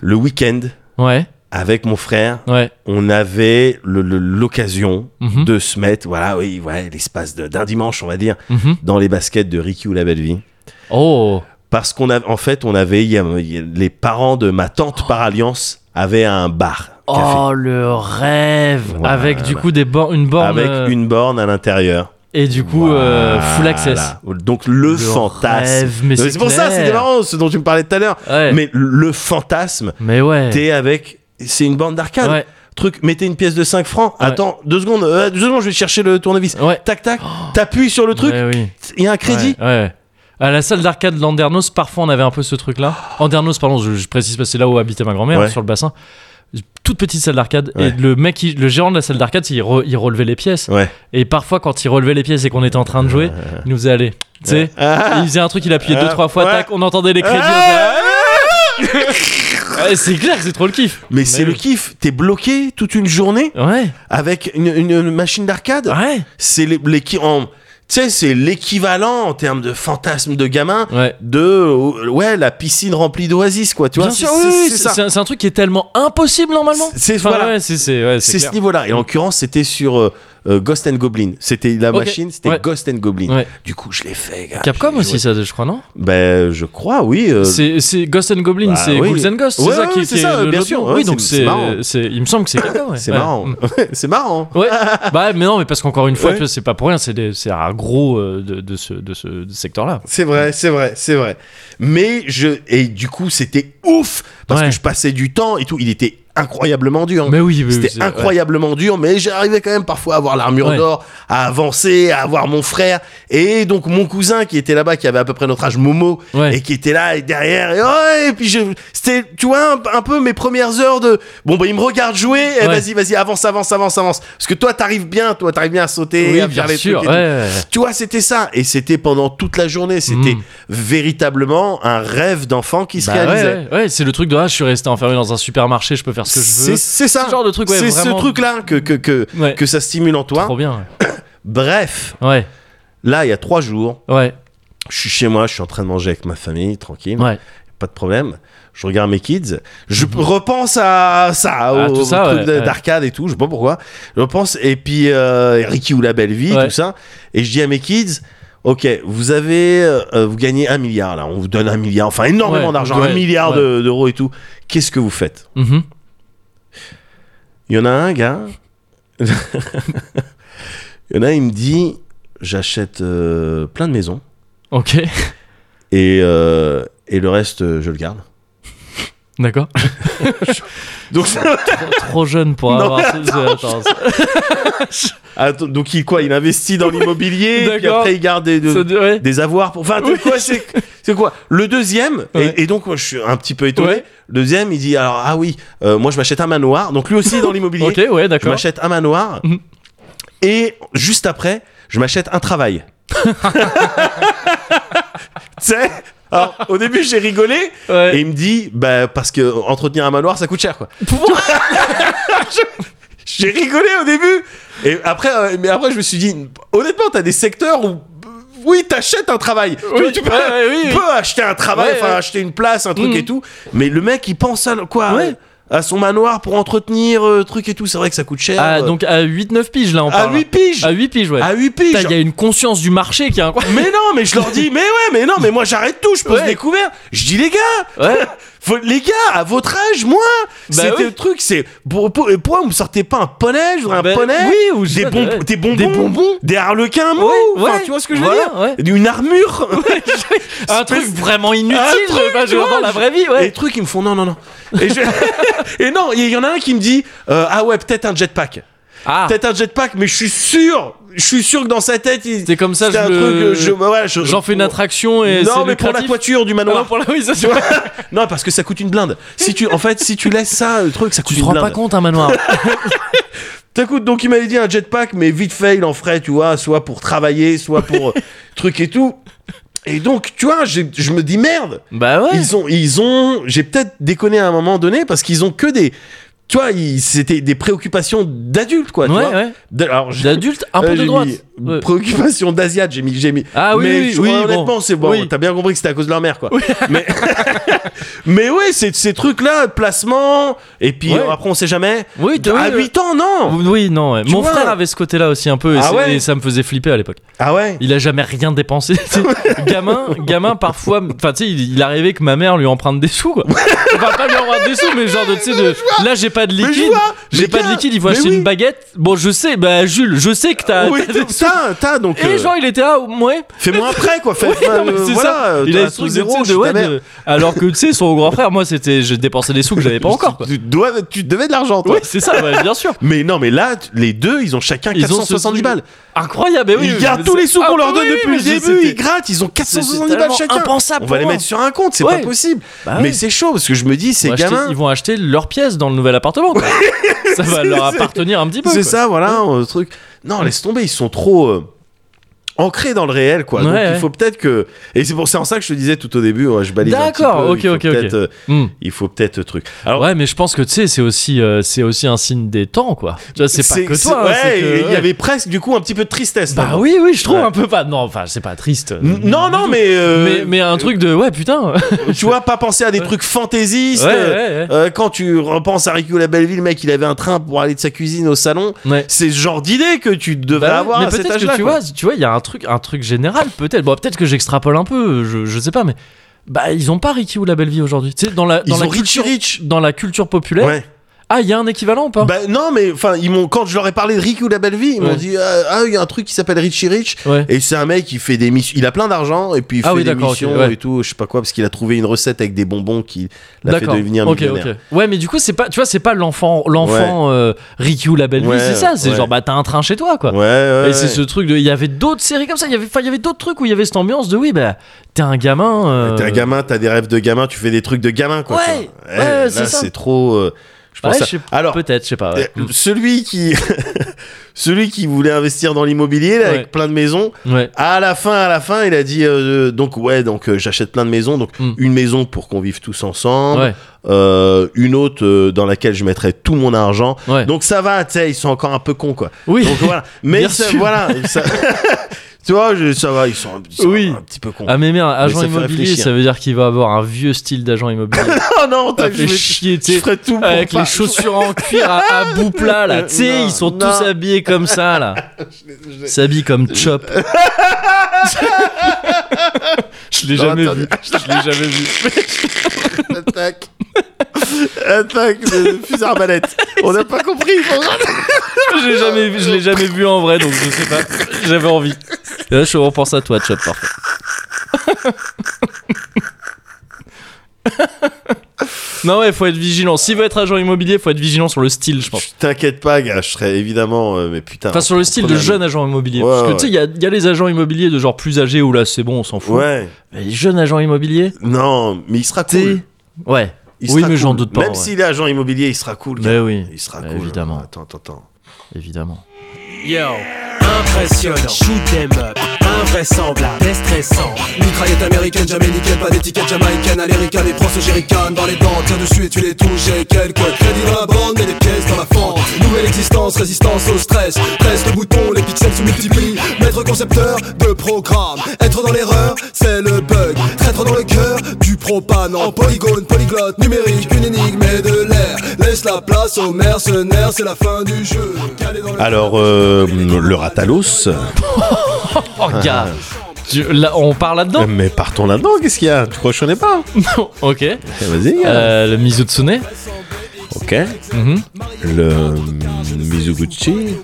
[SPEAKER 2] le week-end,
[SPEAKER 1] Ouais.
[SPEAKER 2] avec mon frère,
[SPEAKER 1] Ouais.
[SPEAKER 2] on avait le- le- l'occasion
[SPEAKER 1] Mhm.
[SPEAKER 2] de se mettre, voilà, oui, ouais, l'espace de- d'un dimanche, on va dire,
[SPEAKER 1] Mhm.
[SPEAKER 2] dans les baskets de Ricky ou la belle vie.
[SPEAKER 1] Oh.
[SPEAKER 2] Parce qu'on a, en fait, on avait, il y a- il y a- les parents de ma tante par alliance avaient un bar, café,
[SPEAKER 1] Oh le rêve
[SPEAKER 2] Voilà.
[SPEAKER 1] avec du coup des bor- une borne
[SPEAKER 2] avec
[SPEAKER 1] euh,
[SPEAKER 2] une borne à l'intérieur.
[SPEAKER 1] et du coup euh, full
[SPEAKER 2] Voilà.
[SPEAKER 1] access.
[SPEAKER 2] Donc le,
[SPEAKER 1] Le
[SPEAKER 2] fantasme.
[SPEAKER 1] rêve, mais
[SPEAKER 2] Non,
[SPEAKER 1] c'est
[SPEAKER 2] c'est pour ça,
[SPEAKER 1] clair.
[SPEAKER 2] c'était marrant, ce dont tu me parlais tout à l'heure.
[SPEAKER 1] Ouais.
[SPEAKER 2] Mais le fantasme,
[SPEAKER 1] Mais ouais.
[SPEAKER 2] t'es avec, c'est une borne d'arcade.
[SPEAKER 1] Ouais.
[SPEAKER 2] Truc, mettez une pièce de 5 francs.
[SPEAKER 1] Ouais.
[SPEAKER 2] Attends, deux secondes, euh, deux secondes, je vais chercher le tournevis.
[SPEAKER 1] Ouais.
[SPEAKER 2] Tac, tac, t'appuies sur le truc,
[SPEAKER 1] Ouais, oui.
[SPEAKER 2] il y a un crédit.
[SPEAKER 1] Ouais, ouais. À la salle d'arcade Landernos, parfois on avait un peu ce truc-là. Andernos, pardon, je, je précise parce que c'est là où habitait ma grand-mère,
[SPEAKER 2] Ouais.
[SPEAKER 1] sur le bassin. Toute petite salle d'arcade. Et
[SPEAKER 2] Ouais.
[SPEAKER 1] le mec, il- le gérant de la salle d'arcade, il, re- il relevait les pièces.
[SPEAKER 2] Ouais.
[SPEAKER 1] Et parfois, quand il relevait les pièces et qu'on était en train de jouer, il nous faisait aller. Tu sais,
[SPEAKER 2] Ah.
[SPEAKER 1] il faisait un truc, il appuyait
[SPEAKER 2] Ah.
[SPEAKER 1] deux, trois fois,
[SPEAKER 2] Ouais.
[SPEAKER 1] tac, on entendait les crédits.
[SPEAKER 2] Ah.
[SPEAKER 1] on faisait, Ouais, c'est clair que c'est trop le kiff.
[SPEAKER 2] Mais c'est le
[SPEAKER 1] oui.
[SPEAKER 2] kiff, t'es bloqué toute une journée
[SPEAKER 1] Ouais,
[SPEAKER 2] avec une, une- une machine d'arcade.
[SPEAKER 1] Ah ouais,
[SPEAKER 2] C'est l'é- l'équi- en- tu sais, c'est l'équivalent en termes de fantasme de gamin
[SPEAKER 1] ouais.
[SPEAKER 2] de euh, ouais la piscine remplie d'oasis quoi. Tu vois,
[SPEAKER 1] Bien sûr,
[SPEAKER 2] c'est-
[SPEAKER 1] oui,
[SPEAKER 2] c'est-
[SPEAKER 1] oui,
[SPEAKER 2] c'est
[SPEAKER 1] c'est
[SPEAKER 2] ça.
[SPEAKER 1] c'est un, c'est un truc qui est tellement impossible normalement.
[SPEAKER 2] C'est-
[SPEAKER 1] Enfin,
[SPEAKER 2] voilà.
[SPEAKER 1] ouais, c'est c'est- ouais, c'est
[SPEAKER 2] C'est ce
[SPEAKER 1] clair.
[SPEAKER 2] niveau-là. Et en l'occurrence, c'était sur euh, euh, Ghost and Goblin. C'était la
[SPEAKER 1] Ok.
[SPEAKER 2] machine, c'était
[SPEAKER 1] Ouais.
[SPEAKER 2] Ghost and Goblin.
[SPEAKER 1] Ouais.
[SPEAKER 2] Du coup, je l'ai fait. gars.
[SPEAKER 1] Capcom
[SPEAKER 2] J'ai
[SPEAKER 1] aussi,
[SPEAKER 2] joué.
[SPEAKER 1] ça, Ah, je crois, non
[SPEAKER 2] Ben, je crois, oui. euh,
[SPEAKER 1] C'est c'est Ghost and Goblin,
[SPEAKER 2] bah
[SPEAKER 1] c'est
[SPEAKER 2] oui.
[SPEAKER 1] Ghouls and Ghosts,
[SPEAKER 2] Ouais,
[SPEAKER 1] c'est ça
[SPEAKER 2] ouais,
[SPEAKER 1] qui,
[SPEAKER 2] c'est
[SPEAKER 1] qui
[SPEAKER 2] ça,
[SPEAKER 1] est le,
[SPEAKER 2] bien
[SPEAKER 1] le
[SPEAKER 2] sûr,
[SPEAKER 1] nom.
[SPEAKER 2] ouais,
[SPEAKER 1] oui, donc
[SPEAKER 2] c'est-
[SPEAKER 1] c'est,
[SPEAKER 2] c'est marrant.
[SPEAKER 1] c'est- il me semble que c'est Capcom. Ouais.
[SPEAKER 2] c'est
[SPEAKER 1] Ouais.
[SPEAKER 2] marrant.
[SPEAKER 1] Mm.
[SPEAKER 2] c'est marrant.
[SPEAKER 1] Ouais. bah mais non, mais parce qu'encore une fois,
[SPEAKER 2] Ouais.
[SPEAKER 1] tu vois, c'est pas pour rien, c'est des- c'est un gros euh, de, de ce, de ce de ce secteur-là.
[SPEAKER 2] C'est vrai, c'est vrai, c'est vrai. Mais je et du coup c'était ouf parce
[SPEAKER 1] Ouais.
[SPEAKER 2] que je passais du temps et tout. Il était incroyablement dur. hein.
[SPEAKER 1] Mais oui, mais oui, c'est-
[SPEAKER 2] C'était
[SPEAKER 1] ouais.
[SPEAKER 2] incroyablement dur, mais j'arrivais quand même parfois à avoir l'armure
[SPEAKER 1] Ouais.
[SPEAKER 2] d'or, à avancer, à avoir mon frère et donc mon cousin qui était là-bas, qui avait à peu près notre âge, Momo,
[SPEAKER 1] Ouais.
[SPEAKER 2] et qui était là et derrière. Et, ouais, et puis je, c'était, tu vois, un, un peu mes premières heures de bon bah il me regarde jouer. eh,
[SPEAKER 1] Ouais.
[SPEAKER 2] Vas-y, vas-y, avance, avance, avance, avance. Parce que toi t'arrives bien, toi t'arrives bien à sauter,
[SPEAKER 1] Oui,
[SPEAKER 2] à
[SPEAKER 1] bien
[SPEAKER 2] faire les
[SPEAKER 1] sûr.
[SPEAKER 2] trucs.
[SPEAKER 1] Ouais,
[SPEAKER 2] et tout.
[SPEAKER 1] ouais,
[SPEAKER 2] Tu vois, c'était ça. Et c'était pendant toute la journée. C'était
[SPEAKER 1] Mm.
[SPEAKER 2] véritablement un rêve d'enfant qui se
[SPEAKER 1] Bah ouais,
[SPEAKER 2] réalisait.
[SPEAKER 1] ouais, ouais, c'est le truc de ah, je suis resté enfermé dans un supermarché, je peux faire ce que je
[SPEAKER 2] C'est
[SPEAKER 1] veux.
[SPEAKER 2] c'est ça.
[SPEAKER 1] Ce genre de truc, ouais,
[SPEAKER 2] c'est
[SPEAKER 1] vraiment.
[SPEAKER 2] ce truc-là que, que, que,
[SPEAKER 1] Ouais.
[SPEAKER 2] que ça stimule en toi.
[SPEAKER 1] Trop bien.
[SPEAKER 2] Bref,
[SPEAKER 1] Ouais,
[SPEAKER 2] là, il y a trois jours,
[SPEAKER 1] ouais,
[SPEAKER 2] je suis chez moi, je suis en train de manger avec ma famille, tranquille,
[SPEAKER 1] ouais.
[SPEAKER 2] pas de problème. Je regarde mes kids, je repense à ça,
[SPEAKER 1] À
[SPEAKER 2] au,
[SPEAKER 1] Ah, tout
[SPEAKER 2] au
[SPEAKER 1] ça,
[SPEAKER 2] truc
[SPEAKER 1] ouais,
[SPEAKER 2] de-
[SPEAKER 1] ouais.
[SPEAKER 2] d'arcade et tout, je sais pas pourquoi. Je repense, et puis euh, Ricky ou la belle vie,
[SPEAKER 1] Ouais.
[SPEAKER 2] tout ça. Et je dis à mes kids, ok, vous avez, euh, vous gagnez un milliard là, on vous donne un milliard, enfin énormément
[SPEAKER 1] Ouais,
[SPEAKER 2] d'argent,
[SPEAKER 1] ouais,
[SPEAKER 2] un milliard
[SPEAKER 1] ouais.
[SPEAKER 2] de- d'euros et tout. Qu'est-ce que vous faites
[SPEAKER 1] Mhm.
[SPEAKER 2] Il y en a un gars. il y en a, il me dit j'achète euh, plein de maisons.
[SPEAKER 1] Ok,
[SPEAKER 2] et, euh, et le reste, euh, je le garde.
[SPEAKER 1] d'accord.
[SPEAKER 2] Donc,
[SPEAKER 1] Trop jeune pour
[SPEAKER 2] Non,
[SPEAKER 1] avoir.
[SPEAKER 2] mais
[SPEAKER 1] ce- ce- attends, ça-
[SPEAKER 2] Attends, Ah, donc il, quoi, il investit dans l'immobilier, puis
[SPEAKER 1] D'accord.
[SPEAKER 2] après il garde des, de-
[SPEAKER 1] ça- ouais.
[SPEAKER 2] des avoirs pour. Enfin, attends, quoi, c'est c'est quoi Le deuxième, et-
[SPEAKER 1] Ouais.
[SPEAKER 2] et, donc moi, je suis un petit peu étonné.
[SPEAKER 1] Ouais.
[SPEAKER 2] Le deuxième, il dit alors, ah oui, euh, moi je m'achète un manoir. Donc lui aussi dans l'immobilier.
[SPEAKER 1] Ok, ouais,
[SPEAKER 2] Je
[SPEAKER 1] d'accord.
[SPEAKER 2] m'achète un manoir.
[SPEAKER 1] Mhm.
[SPEAKER 2] Et juste après, je m'achète un travail. tu sais alors, au début, j'ai rigolé
[SPEAKER 1] Ouais.
[SPEAKER 2] et il me dit bah parce que entretenir un manoir, ça coûte cher quoi. Je- j'ai rigolé au début et après euh, mais après je me suis dit honnêtement, t'as des secteurs où oui, t'achètes un travail. Tu vois, tu peux,
[SPEAKER 1] ouais, ouais, oui, oui.
[SPEAKER 2] peux acheter un travail,
[SPEAKER 1] Ouais,
[SPEAKER 2] enfin
[SPEAKER 1] ouais.
[SPEAKER 2] acheter une place, un truc
[SPEAKER 1] Mhm.
[SPEAKER 2] et tout. Mais le mec, il pense à quoi
[SPEAKER 1] Ouais.
[SPEAKER 2] À son manoir pour entretenir euh, truc et tout. C'est vrai que ça coûte cher.
[SPEAKER 1] Ah,
[SPEAKER 2] euh.
[SPEAKER 1] donc à 8-9 piges là, on
[SPEAKER 2] à
[SPEAKER 1] parle.
[SPEAKER 2] 8 piges.
[SPEAKER 1] À 8 piges, ouais.
[SPEAKER 2] À 8
[SPEAKER 1] Putain,
[SPEAKER 2] piges.
[SPEAKER 1] Il y a une conscience du marché qui est incroyable.
[SPEAKER 2] Mais non, mais je leur dis, mais ouais, mais non, mais moi j'arrête tout, je pose
[SPEAKER 1] Ouais.
[SPEAKER 2] découvert. Je dis les gars,
[SPEAKER 1] Ouais.
[SPEAKER 2] faut- les gars, à votre âge, moi,
[SPEAKER 1] Bah
[SPEAKER 2] c'était
[SPEAKER 1] oui.
[SPEAKER 2] le truc, c'est pour- pour- et pourquoi vous me sortez pas un poney, je voudrais un
[SPEAKER 1] Ben,
[SPEAKER 2] poney,
[SPEAKER 1] oui, ou je-
[SPEAKER 2] des, bon-
[SPEAKER 1] ouais.
[SPEAKER 2] des bonbons,
[SPEAKER 1] Des bonbons.
[SPEAKER 2] des harlequins, mous,
[SPEAKER 1] Ouais,
[SPEAKER 2] enfin,
[SPEAKER 1] ouais.
[SPEAKER 2] tu vois ce que je
[SPEAKER 1] Voilà,
[SPEAKER 2] veux dire, une armure,
[SPEAKER 1] Un truc vraiment inutile,
[SPEAKER 2] Un truc,
[SPEAKER 1] je- bah, je
[SPEAKER 2] tu
[SPEAKER 1] vois,
[SPEAKER 2] vois,
[SPEAKER 1] dans la
[SPEAKER 2] je-
[SPEAKER 1] vraie vie,
[SPEAKER 2] Et les
[SPEAKER 1] ouais.
[SPEAKER 2] trucs, ils me font non, non, non. Et, je- et non, il y en a un qui me dit euh, ah ouais, peut-être un jetpack,
[SPEAKER 1] Ah,
[SPEAKER 2] peut-être un jetpack, mais je suis sûr, je suis sûr que dans sa tête, il...
[SPEAKER 1] c'est comme ça,
[SPEAKER 2] c'était un
[SPEAKER 1] je le-
[SPEAKER 2] truc, euh, je- ouais, je-
[SPEAKER 1] j'en fais une attraction et c'est
[SPEAKER 2] non, mais pour la
[SPEAKER 1] lucratif.
[SPEAKER 2] toiture du
[SPEAKER 1] Ah non,
[SPEAKER 2] manoir.
[SPEAKER 1] pour la oui, ça,
[SPEAKER 2] Tu
[SPEAKER 1] c'est
[SPEAKER 2] vois non, parce que ça coûte une blinde. Si tu, en fait, si tu laisses ça, le truc, ça coûte
[SPEAKER 1] Tu te
[SPEAKER 2] une
[SPEAKER 1] rends
[SPEAKER 2] blinde.
[SPEAKER 1] pas compte, un manoir.
[SPEAKER 2] Ça coûte- donc il m'avait dit un jetpack, mais vite fait, il en ferait, tu vois, soit pour travailler, soit pour euh, truc et tout. Et donc, tu vois, j'ai- je me dis merde.
[SPEAKER 1] bah ouais.
[SPEAKER 2] Ils ont, ils ont, j'ai peut-être déconné à un moment donné parce qu'ils ont que des, tu vois, ils- c'était des préoccupations d'adultes, quoi. tu
[SPEAKER 1] ouais,
[SPEAKER 2] vois.
[SPEAKER 1] ouais.
[SPEAKER 2] D- Alors, j'ai-
[SPEAKER 1] D'adulte, un
[SPEAKER 2] euh,
[SPEAKER 1] peu de
[SPEAKER 2] j'ai
[SPEAKER 1] droite.
[SPEAKER 2] mis
[SPEAKER 1] Ouais.
[SPEAKER 2] Préoccupation d'asiate, j'ai mis, j'ai mis.
[SPEAKER 1] Ah oui,
[SPEAKER 2] mais
[SPEAKER 1] oui,
[SPEAKER 2] je-
[SPEAKER 1] oui,
[SPEAKER 2] honnêtement,
[SPEAKER 1] bon.
[SPEAKER 2] c'est bon.
[SPEAKER 1] Oui.
[SPEAKER 2] T'as bien compris que c'était à cause de leur mère, quoi. Mais, mais ouais, c'est ces trucs-là, placement, et puis
[SPEAKER 1] Ouais.
[SPEAKER 2] euh, après on sait jamais.
[SPEAKER 1] Oui, t'as-
[SPEAKER 2] à
[SPEAKER 1] oui,
[SPEAKER 2] 8 ans, non.
[SPEAKER 1] Oui, non. ouais.
[SPEAKER 2] Tu
[SPEAKER 1] Mon
[SPEAKER 2] vois.
[SPEAKER 1] frère avait ce côté-là aussi un peu et,
[SPEAKER 2] Ah
[SPEAKER 1] c'est-
[SPEAKER 2] ouais.
[SPEAKER 1] et ça me faisait flipper à l'époque.
[SPEAKER 2] Ah ouais.
[SPEAKER 1] Il a jamais rien dépensé. tu sais. gamin, gamin parfois, enfin tu sais, il, il arrivait que ma mère lui emprunte des sous. Quoi. enfin pas lui emprunte des sous, mais genre de, tu sais, de, là j'ai pas de
[SPEAKER 2] Mais je
[SPEAKER 1] liquide,
[SPEAKER 2] vois,
[SPEAKER 1] j'ai
[SPEAKER 2] mais
[SPEAKER 1] pas de
[SPEAKER 2] gars,
[SPEAKER 1] liquide, il faut
[SPEAKER 2] mais
[SPEAKER 1] acheter
[SPEAKER 2] oui.
[SPEAKER 1] une baguette. Bon, je sais, bah Jules, je sais que t'as.
[SPEAKER 2] Oui,
[SPEAKER 1] t'as des sous.
[SPEAKER 2] t'as, t'as donc. euh,
[SPEAKER 1] Et genre il était là, ouais.
[SPEAKER 2] Fais-moi un prêt, quoi. Fais,
[SPEAKER 1] Ouais, non, mais
[SPEAKER 2] euh,
[SPEAKER 1] c'est
[SPEAKER 2] voilà,
[SPEAKER 1] ça.
[SPEAKER 2] euh,
[SPEAKER 1] Il
[SPEAKER 2] t'as
[SPEAKER 1] a
[SPEAKER 2] un
[SPEAKER 1] ce truc de,
[SPEAKER 2] zéro,
[SPEAKER 1] tu sais,
[SPEAKER 2] je
[SPEAKER 1] de,
[SPEAKER 2] suis
[SPEAKER 1] ouais,
[SPEAKER 2] ta mère.
[SPEAKER 1] de- alors que tu sais son grand frère, moi c'était, j'ai dépensé des sous que j'avais pas encore. Quoi.
[SPEAKER 2] Tu, tu dois, tu devais de l'argent, toi.
[SPEAKER 1] Oui, c'est ça, ouais, bien sûr.
[SPEAKER 2] Mais non, mais là, t- les deux, ils ont chacun
[SPEAKER 1] Ils ont ce
[SPEAKER 2] 470
[SPEAKER 1] truc-
[SPEAKER 2] balles.
[SPEAKER 1] Incroyable, mais oui.
[SPEAKER 2] ils
[SPEAKER 1] oui,
[SPEAKER 2] gardent
[SPEAKER 1] mais
[SPEAKER 2] tous
[SPEAKER 1] c'est-
[SPEAKER 2] les sous qu'on
[SPEAKER 1] Ah,
[SPEAKER 2] leur
[SPEAKER 1] oui,
[SPEAKER 2] donne
[SPEAKER 1] oui,
[SPEAKER 2] depuis
[SPEAKER 1] mais
[SPEAKER 2] le
[SPEAKER 1] c'est-
[SPEAKER 2] début,
[SPEAKER 1] c'était-
[SPEAKER 2] ils grattent, ils ont
[SPEAKER 1] c'est
[SPEAKER 2] 470 balles
[SPEAKER 1] tellement
[SPEAKER 2] chacun.
[SPEAKER 1] impensable
[SPEAKER 2] On
[SPEAKER 1] pour
[SPEAKER 2] va les
[SPEAKER 1] moi.
[SPEAKER 2] mettre sur un compte, c'est
[SPEAKER 1] Ouais.
[SPEAKER 2] pas possible.
[SPEAKER 1] Bah
[SPEAKER 2] mais
[SPEAKER 1] oui.
[SPEAKER 2] c'est chaud parce que je me dis, ces
[SPEAKER 1] vont acheter-
[SPEAKER 2] gamins.
[SPEAKER 1] ils vont acheter leur pièce dans le nouvel appartement. quoi. ça va leur
[SPEAKER 2] c'est-
[SPEAKER 1] appartenir un petit peu.
[SPEAKER 2] C'est
[SPEAKER 1] quoi.
[SPEAKER 2] ça, voilà, euh, truc. Non, laisse tomber, ils sont trop euh, ancrés dans le réel, quoi. Donc
[SPEAKER 1] Ouais, ouais.
[SPEAKER 2] il faut peut-être que. Et c'est pour c'est en ça que je te disais tout au début, ouais, je balise. un petit
[SPEAKER 1] D'accord,
[SPEAKER 2] peu,
[SPEAKER 1] ok,
[SPEAKER 2] il faut
[SPEAKER 1] ok, ok.
[SPEAKER 2] peut-être, euh,
[SPEAKER 1] Hmm.
[SPEAKER 2] Il faut peut-être euh, truc. Alors,
[SPEAKER 1] ouais, mais je pense que tu sais, c'est aussi, euh, c'est aussi un signe des temps, quoi. Tu vois, c'est pas que
[SPEAKER 2] c'est-
[SPEAKER 1] toi. hein,
[SPEAKER 2] Ouais,
[SPEAKER 1] c'est que-
[SPEAKER 2] il y
[SPEAKER 1] ouais.
[SPEAKER 2] avait presque du coup un petit peu de tristesse.
[SPEAKER 1] Bah
[SPEAKER 2] là-dedans.
[SPEAKER 1] oui, oui, je trouve
[SPEAKER 2] Ouais.
[SPEAKER 1] un peu pas. Non, enfin, c'est pas triste.
[SPEAKER 2] N- Non, non, mais, euh,
[SPEAKER 1] mais, mais un truc de ouais, putain.
[SPEAKER 2] tu vois, pas penser à des trucs fantaisistes.
[SPEAKER 1] ouais, ouais,
[SPEAKER 2] euh,
[SPEAKER 1] ouais.
[SPEAKER 2] Euh, quand tu repenses à Ricky la Belleville, le mec, il avait un train pour aller de sa cuisine au salon.
[SPEAKER 1] Ouais.
[SPEAKER 2] C'est ce genre d'idée que tu devais
[SPEAKER 1] Bah ouais,
[SPEAKER 2] avoir
[SPEAKER 1] mais
[SPEAKER 2] à cet
[SPEAKER 1] peut-être
[SPEAKER 2] âge-là.
[SPEAKER 1] que tu
[SPEAKER 2] quoi.
[SPEAKER 1] vois, tu vois, il y a un truc, un truc général peut-être. Bon, peut-être que j'extrapole un peu, je, je sais pas, mais bah ils ont pas Ricky ou la belle vie aujourd'hui. Tu sais, dans la dans
[SPEAKER 2] ils
[SPEAKER 1] la
[SPEAKER 2] ont Richie
[SPEAKER 1] culture,
[SPEAKER 2] Rich.
[SPEAKER 1] dans la culture populaire.
[SPEAKER 2] Ouais.
[SPEAKER 1] Ah, il y a un équivalent ou pas
[SPEAKER 2] Bah non, mais enfin, ils m'ont quand je leur ai parlé de Ricky ou la Belleville, ils m'ont
[SPEAKER 1] Ouais.
[SPEAKER 2] dit euh, ah il y a un truc qui s'appelle Richie Rich.
[SPEAKER 1] Ouais.
[SPEAKER 2] Et c'est un mec qui fait des missions. Il a plein d'argent et puis il
[SPEAKER 1] Ah
[SPEAKER 2] fait
[SPEAKER 1] oui,
[SPEAKER 2] des
[SPEAKER 1] d'accord, ok,
[SPEAKER 2] missions
[SPEAKER 1] ouais.
[SPEAKER 2] et tout, je sais pas quoi, parce qu'il a trouvé une recette avec des bonbons qui l'a fait
[SPEAKER 1] D'accord.
[SPEAKER 2] devenir
[SPEAKER 1] Ok,
[SPEAKER 2] millionnaire.
[SPEAKER 1] ok. Ouais, mais du coup, c'est pas, tu vois, c'est pas l'enfant, l'enfant euh, Ricky ou la belle vie,
[SPEAKER 2] Ouais,
[SPEAKER 1] c'est ça. C'est
[SPEAKER 2] ouais.
[SPEAKER 1] genre, bah, t'as un train chez toi, quoi.
[SPEAKER 2] Ouais, ouais.
[SPEAKER 1] Et c'est
[SPEAKER 2] ouais.
[SPEAKER 1] ce truc de, il y avait d'autres séries comme ça. Il y avait, enfin, il y avait d'autres trucs où il y avait cette ambiance de, oui, bah, t'es un gamin. euh,
[SPEAKER 2] T'es un gamin, t'as des rêves de gamin, tu fais des trucs de gamin quoi.
[SPEAKER 1] Ouais,
[SPEAKER 2] tu vois. Eh,
[SPEAKER 1] ouais,
[SPEAKER 2] là,
[SPEAKER 1] c'est ça.
[SPEAKER 2] c'est trop. euh, je
[SPEAKER 1] Ouais,
[SPEAKER 2] pense. à-
[SPEAKER 1] je sais-
[SPEAKER 2] Alors,
[SPEAKER 1] peut-être, je sais pas. Ouais.
[SPEAKER 2] Euh, celui qui celui qui voulait investir dans l'immobilier là,
[SPEAKER 1] Ouais.
[SPEAKER 2] avec plein de maisons
[SPEAKER 1] Ouais.
[SPEAKER 2] à la fin à la fin il a dit euh, euh, donc ouais donc euh, j'achète plein de maisons donc
[SPEAKER 1] Mm.
[SPEAKER 2] une maison pour qu'on vive tous ensemble
[SPEAKER 1] Ouais.
[SPEAKER 2] euh, une autre euh, dans laquelle je mettrai tout mon argent
[SPEAKER 1] Ouais.
[SPEAKER 2] donc ça va tu sais ils sont encore un peu cons quoi
[SPEAKER 1] oui.
[SPEAKER 2] donc voilà mais
[SPEAKER 1] Bien
[SPEAKER 2] ça-
[SPEAKER 1] sûr.
[SPEAKER 2] voilà ça- tu vois je- ça va ils sont, ils sont
[SPEAKER 1] Oui.
[SPEAKER 2] un petit peu cons
[SPEAKER 1] Ah mais merde, agent
[SPEAKER 2] ça fait
[SPEAKER 1] immobilier,
[SPEAKER 2] réfléchir.
[SPEAKER 1] ça veut dire qu'il va avoir un vieux style d'agent immobilier.
[SPEAKER 2] oh non
[SPEAKER 1] Ça
[SPEAKER 2] t'as je,
[SPEAKER 1] fait
[SPEAKER 2] vais-
[SPEAKER 1] chier, tu
[SPEAKER 2] je
[SPEAKER 1] sais.
[SPEAKER 2] ferai tout pour
[SPEAKER 1] ah, Avec
[SPEAKER 2] pas-
[SPEAKER 1] les chaussures en cuir à, à bout plat là, tu sais,
[SPEAKER 2] Non,
[SPEAKER 1] ils sont
[SPEAKER 2] non.
[SPEAKER 1] tous habillés comme ça là. S'habillent comme Chop. Je l'ai jamais
[SPEAKER 7] attendez.
[SPEAKER 1] vu. Je l'ai jamais vu.
[SPEAKER 7] Attaque.
[SPEAKER 2] attaque de fusil à arbalète on n'a pas compris ils sont-
[SPEAKER 1] Je l'ai jamais vu. Je l'ai jamais vu en vrai, donc je sais pas. J'avais envie. Et là, je repense à toi, Chop. Parfait. Non, ouais, faut être vigilant. S'il veut être agent immobilier, faut être vigilant sur le style, je pense.
[SPEAKER 2] Je Oh, T'inquiète pas, gars, je serais évidemment. euh, mais putain.
[SPEAKER 1] Enfin, sur le style de
[SPEAKER 2] Première
[SPEAKER 1] jeune agent immobilier.
[SPEAKER 2] Ouais,
[SPEAKER 1] Parce que
[SPEAKER 2] ouais.
[SPEAKER 1] tu sais, il y a, il y a les agents immobiliers de genre plus âgés où là c'est bon, on s'en fout.
[SPEAKER 2] Ouais.
[SPEAKER 1] Mais les jeunes agents immobiliers,
[SPEAKER 2] Non, mais il sera cool.
[SPEAKER 1] t'es. Ouais.
[SPEAKER 2] Il
[SPEAKER 1] oui,
[SPEAKER 2] sera
[SPEAKER 1] mais j'en
[SPEAKER 2] cool.
[SPEAKER 1] doute pas.
[SPEAKER 2] Même
[SPEAKER 1] ouais.
[SPEAKER 2] s'il est agent immobilier, il sera cool.
[SPEAKER 1] Mais
[SPEAKER 2] gars.
[SPEAKER 1] oui,
[SPEAKER 2] Il sera
[SPEAKER 1] bah,
[SPEAKER 2] cool.
[SPEAKER 1] évidemment.
[SPEAKER 2] Attends, attends, attends.
[SPEAKER 1] Évidemment.
[SPEAKER 8] Yo, impressionnant, shoot them up, invraisemblable, déstressant.
[SPEAKER 9] Mitraillette américaine, jamais nickel, pas d'étiquette jamaïcaine, américaine et prends ce jerrycan dans les dents, tiens dessus et tu les touches avec elle, quoi crédit dans la bande, mets des pièces dans la fente, nouvelle existence, résistance au stress, presse le bouton, les pixels se multiplient, maître concepteur de programme, être dans l'erreur, c'est le bug, traître dans le cœur du propane, en polygone, polyglotte, numérique, une énigme et de l'air, laisse la place aux mercenaires, c'est la fin du jeu, Calé dans le-
[SPEAKER 2] Alors, euh, le Ratalos.
[SPEAKER 1] Oh, gars tu- là, On parle là-dedans
[SPEAKER 2] Mais partons là-dedans, qu'est-ce qu'il y a Tu crois que je connais pas
[SPEAKER 1] Non. Ok.
[SPEAKER 2] Eh, Vas-y. gars.
[SPEAKER 1] Euh, le Mizutsune.
[SPEAKER 2] Ok.
[SPEAKER 1] Mhm.
[SPEAKER 2] Le Mizuguchi.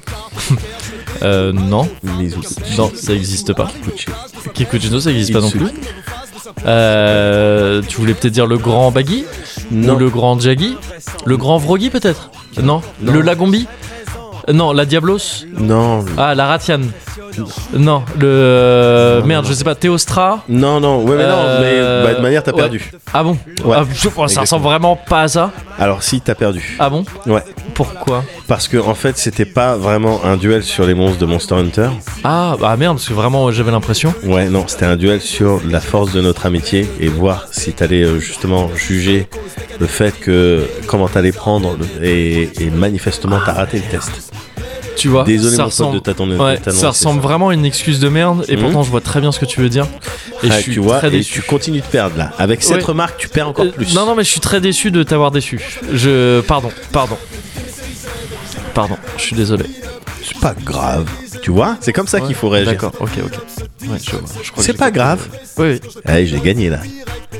[SPEAKER 1] Euh, non.
[SPEAKER 2] Mizuguchi.
[SPEAKER 1] Non, ça existe pas.
[SPEAKER 2] Gucci.
[SPEAKER 1] Kikuchino, ça existe pas non plus.
[SPEAKER 2] Itsuki.
[SPEAKER 1] Euh, tu voulais peut-être dire le grand Baggy
[SPEAKER 2] Non.
[SPEAKER 1] Ou le grand Jagi Le grand Vrogi peut-être non.
[SPEAKER 2] Non.
[SPEAKER 1] Le Lagombi Euh, Non, la Diablos
[SPEAKER 2] Non. le-
[SPEAKER 1] Ah, la Ratian Non, le. Merde, je sais pas, Théostra
[SPEAKER 2] Non, non. Ouais, mais non.
[SPEAKER 1] Euh,
[SPEAKER 2] Mais bah, de manière, t'as
[SPEAKER 1] ouais.
[SPEAKER 2] perdu.
[SPEAKER 1] Ah bon
[SPEAKER 2] Ouais.
[SPEAKER 1] Ah, je- oh, Ça
[SPEAKER 2] Exactement.
[SPEAKER 1] ressemble vraiment pas à ça
[SPEAKER 2] Alors, si, t'as perdu.
[SPEAKER 1] Ah bon
[SPEAKER 2] Ouais.
[SPEAKER 1] Pourquoi
[SPEAKER 2] Parce que, en fait, c'était pas vraiment un duel sur les monstres de Monster Hunter.
[SPEAKER 1] Ah, bah merde, parce que vraiment j'avais l'impression.
[SPEAKER 2] Ouais, non, c'était un duel sur la force de notre amitié et voir si t'allais euh, justement juger le fait que comment t'allais prendre le- et, et manifestement t'as raté le test.
[SPEAKER 1] Tu vois
[SPEAKER 2] Désolé,
[SPEAKER 1] ça
[SPEAKER 2] mon pote,
[SPEAKER 1] ressemble...
[SPEAKER 2] de t'attendre-
[SPEAKER 1] Ouais,
[SPEAKER 2] de t'annoncer
[SPEAKER 1] ça ressemble
[SPEAKER 2] ça.
[SPEAKER 1] vraiment à une excuse de merde, et
[SPEAKER 2] Mhm.
[SPEAKER 1] pourtant je vois très bien ce que tu veux dire. Et
[SPEAKER 2] Ah,
[SPEAKER 1] je suis
[SPEAKER 2] tu vois,
[SPEAKER 1] très
[SPEAKER 2] et
[SPEAKER 1] déçu.
[SPEAKER 2] tu continues de perdre là. Avec cette
[SPEAKER 1] Ouais.
[SPEAKER 2] remarque, tu perds encore
[SPEAKER 1] Euh,
[SPEAKER 2] plus.
[SPEAKER 1] Non, non, mais je suis très déçu de t'avoir déçu. Je. Pardon, pardon. Pardon, je suis désolé.
[SPEAKER 2] c'est pas grave. Tu vois, c'est comme ça qu'il faut réagir.
[SPEAKER 1] D'accord, ok, ok. Ouais, je vois, je crois que
[SPEAKER 2] C'est
[SPEAKER 1] j'ai
[SPEAKER 2] pas
[SPEAKER 1] compris.
[SPEAKER 2] grave.
[SPEAKER 1] Oui, oui.
[SPEAKER 2] Allez, j'ai gagné là.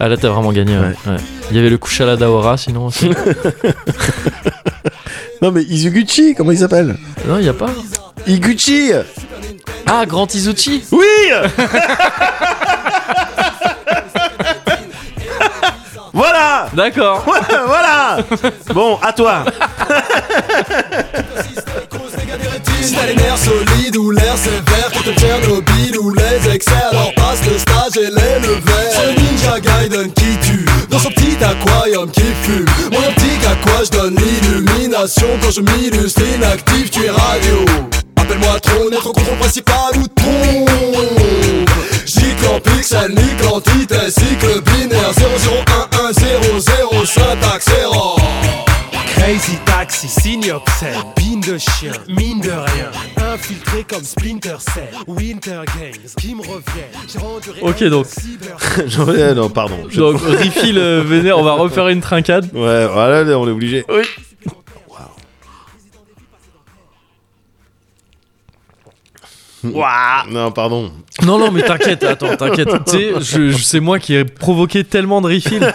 [SPEAKER 1] Ah là, t'as vraiment gagné. ouais, ouais. Il y avait le couche à la Daora, sinon aussi.
[SPEAKER 2] Non mais Izuguchi, comment il s'appelle
[SPEAKER 1] non, il y a pas.
[SPEAKER 2] Iguchi
[SPEAKER 1] Ah, Grand Izuchi
[SPEAKER 2] Oui Voilà
[SPEAKER 1] D'accord.
[SPEAKER 2] Voilà Bon, à toi
[SPEAKER 9] Si t'as les nerfs solides ou l'air sévère, que te Tchernobyl ou les excès, alors passe le stage et les levées. C'est Ninja Gaiden qui tue, dans son petit aquarium qui fume. Mon optique à quoi je donne l'illumination quand je m'illustre inactif, tu es radio. Appelle-moi Tron, être contrôle principal ou Tron. J'nique en pixel, nique l'antithèse, cycle binaire 001100 syntaxe erreur.
[SPEAKER 8] Crazy taxi, signe obscène, bine de chien, mine de rien, infiltré comme Splinter Cell, Winter Games, qui me revient, j'ai rendu
[SPEAKER 1] Ok, donc.
[SPEAKER 2] euh, non, non, pardon. je-
[SPEAKER 1] Donc, refill euh, vénère, on va refaire une trincade.
[SPEAKER 2] Ouais, voilà, on est obligé.
[SPEAKER 1] Oui.
[SPEAKER 2] Waouh. Non, pardon.
[SPEAKER 1] Non, non, mais t'inquiète, attends, t'inquiète. Tu sais, je, je- c'est moi qui ai provoqué tellement de refill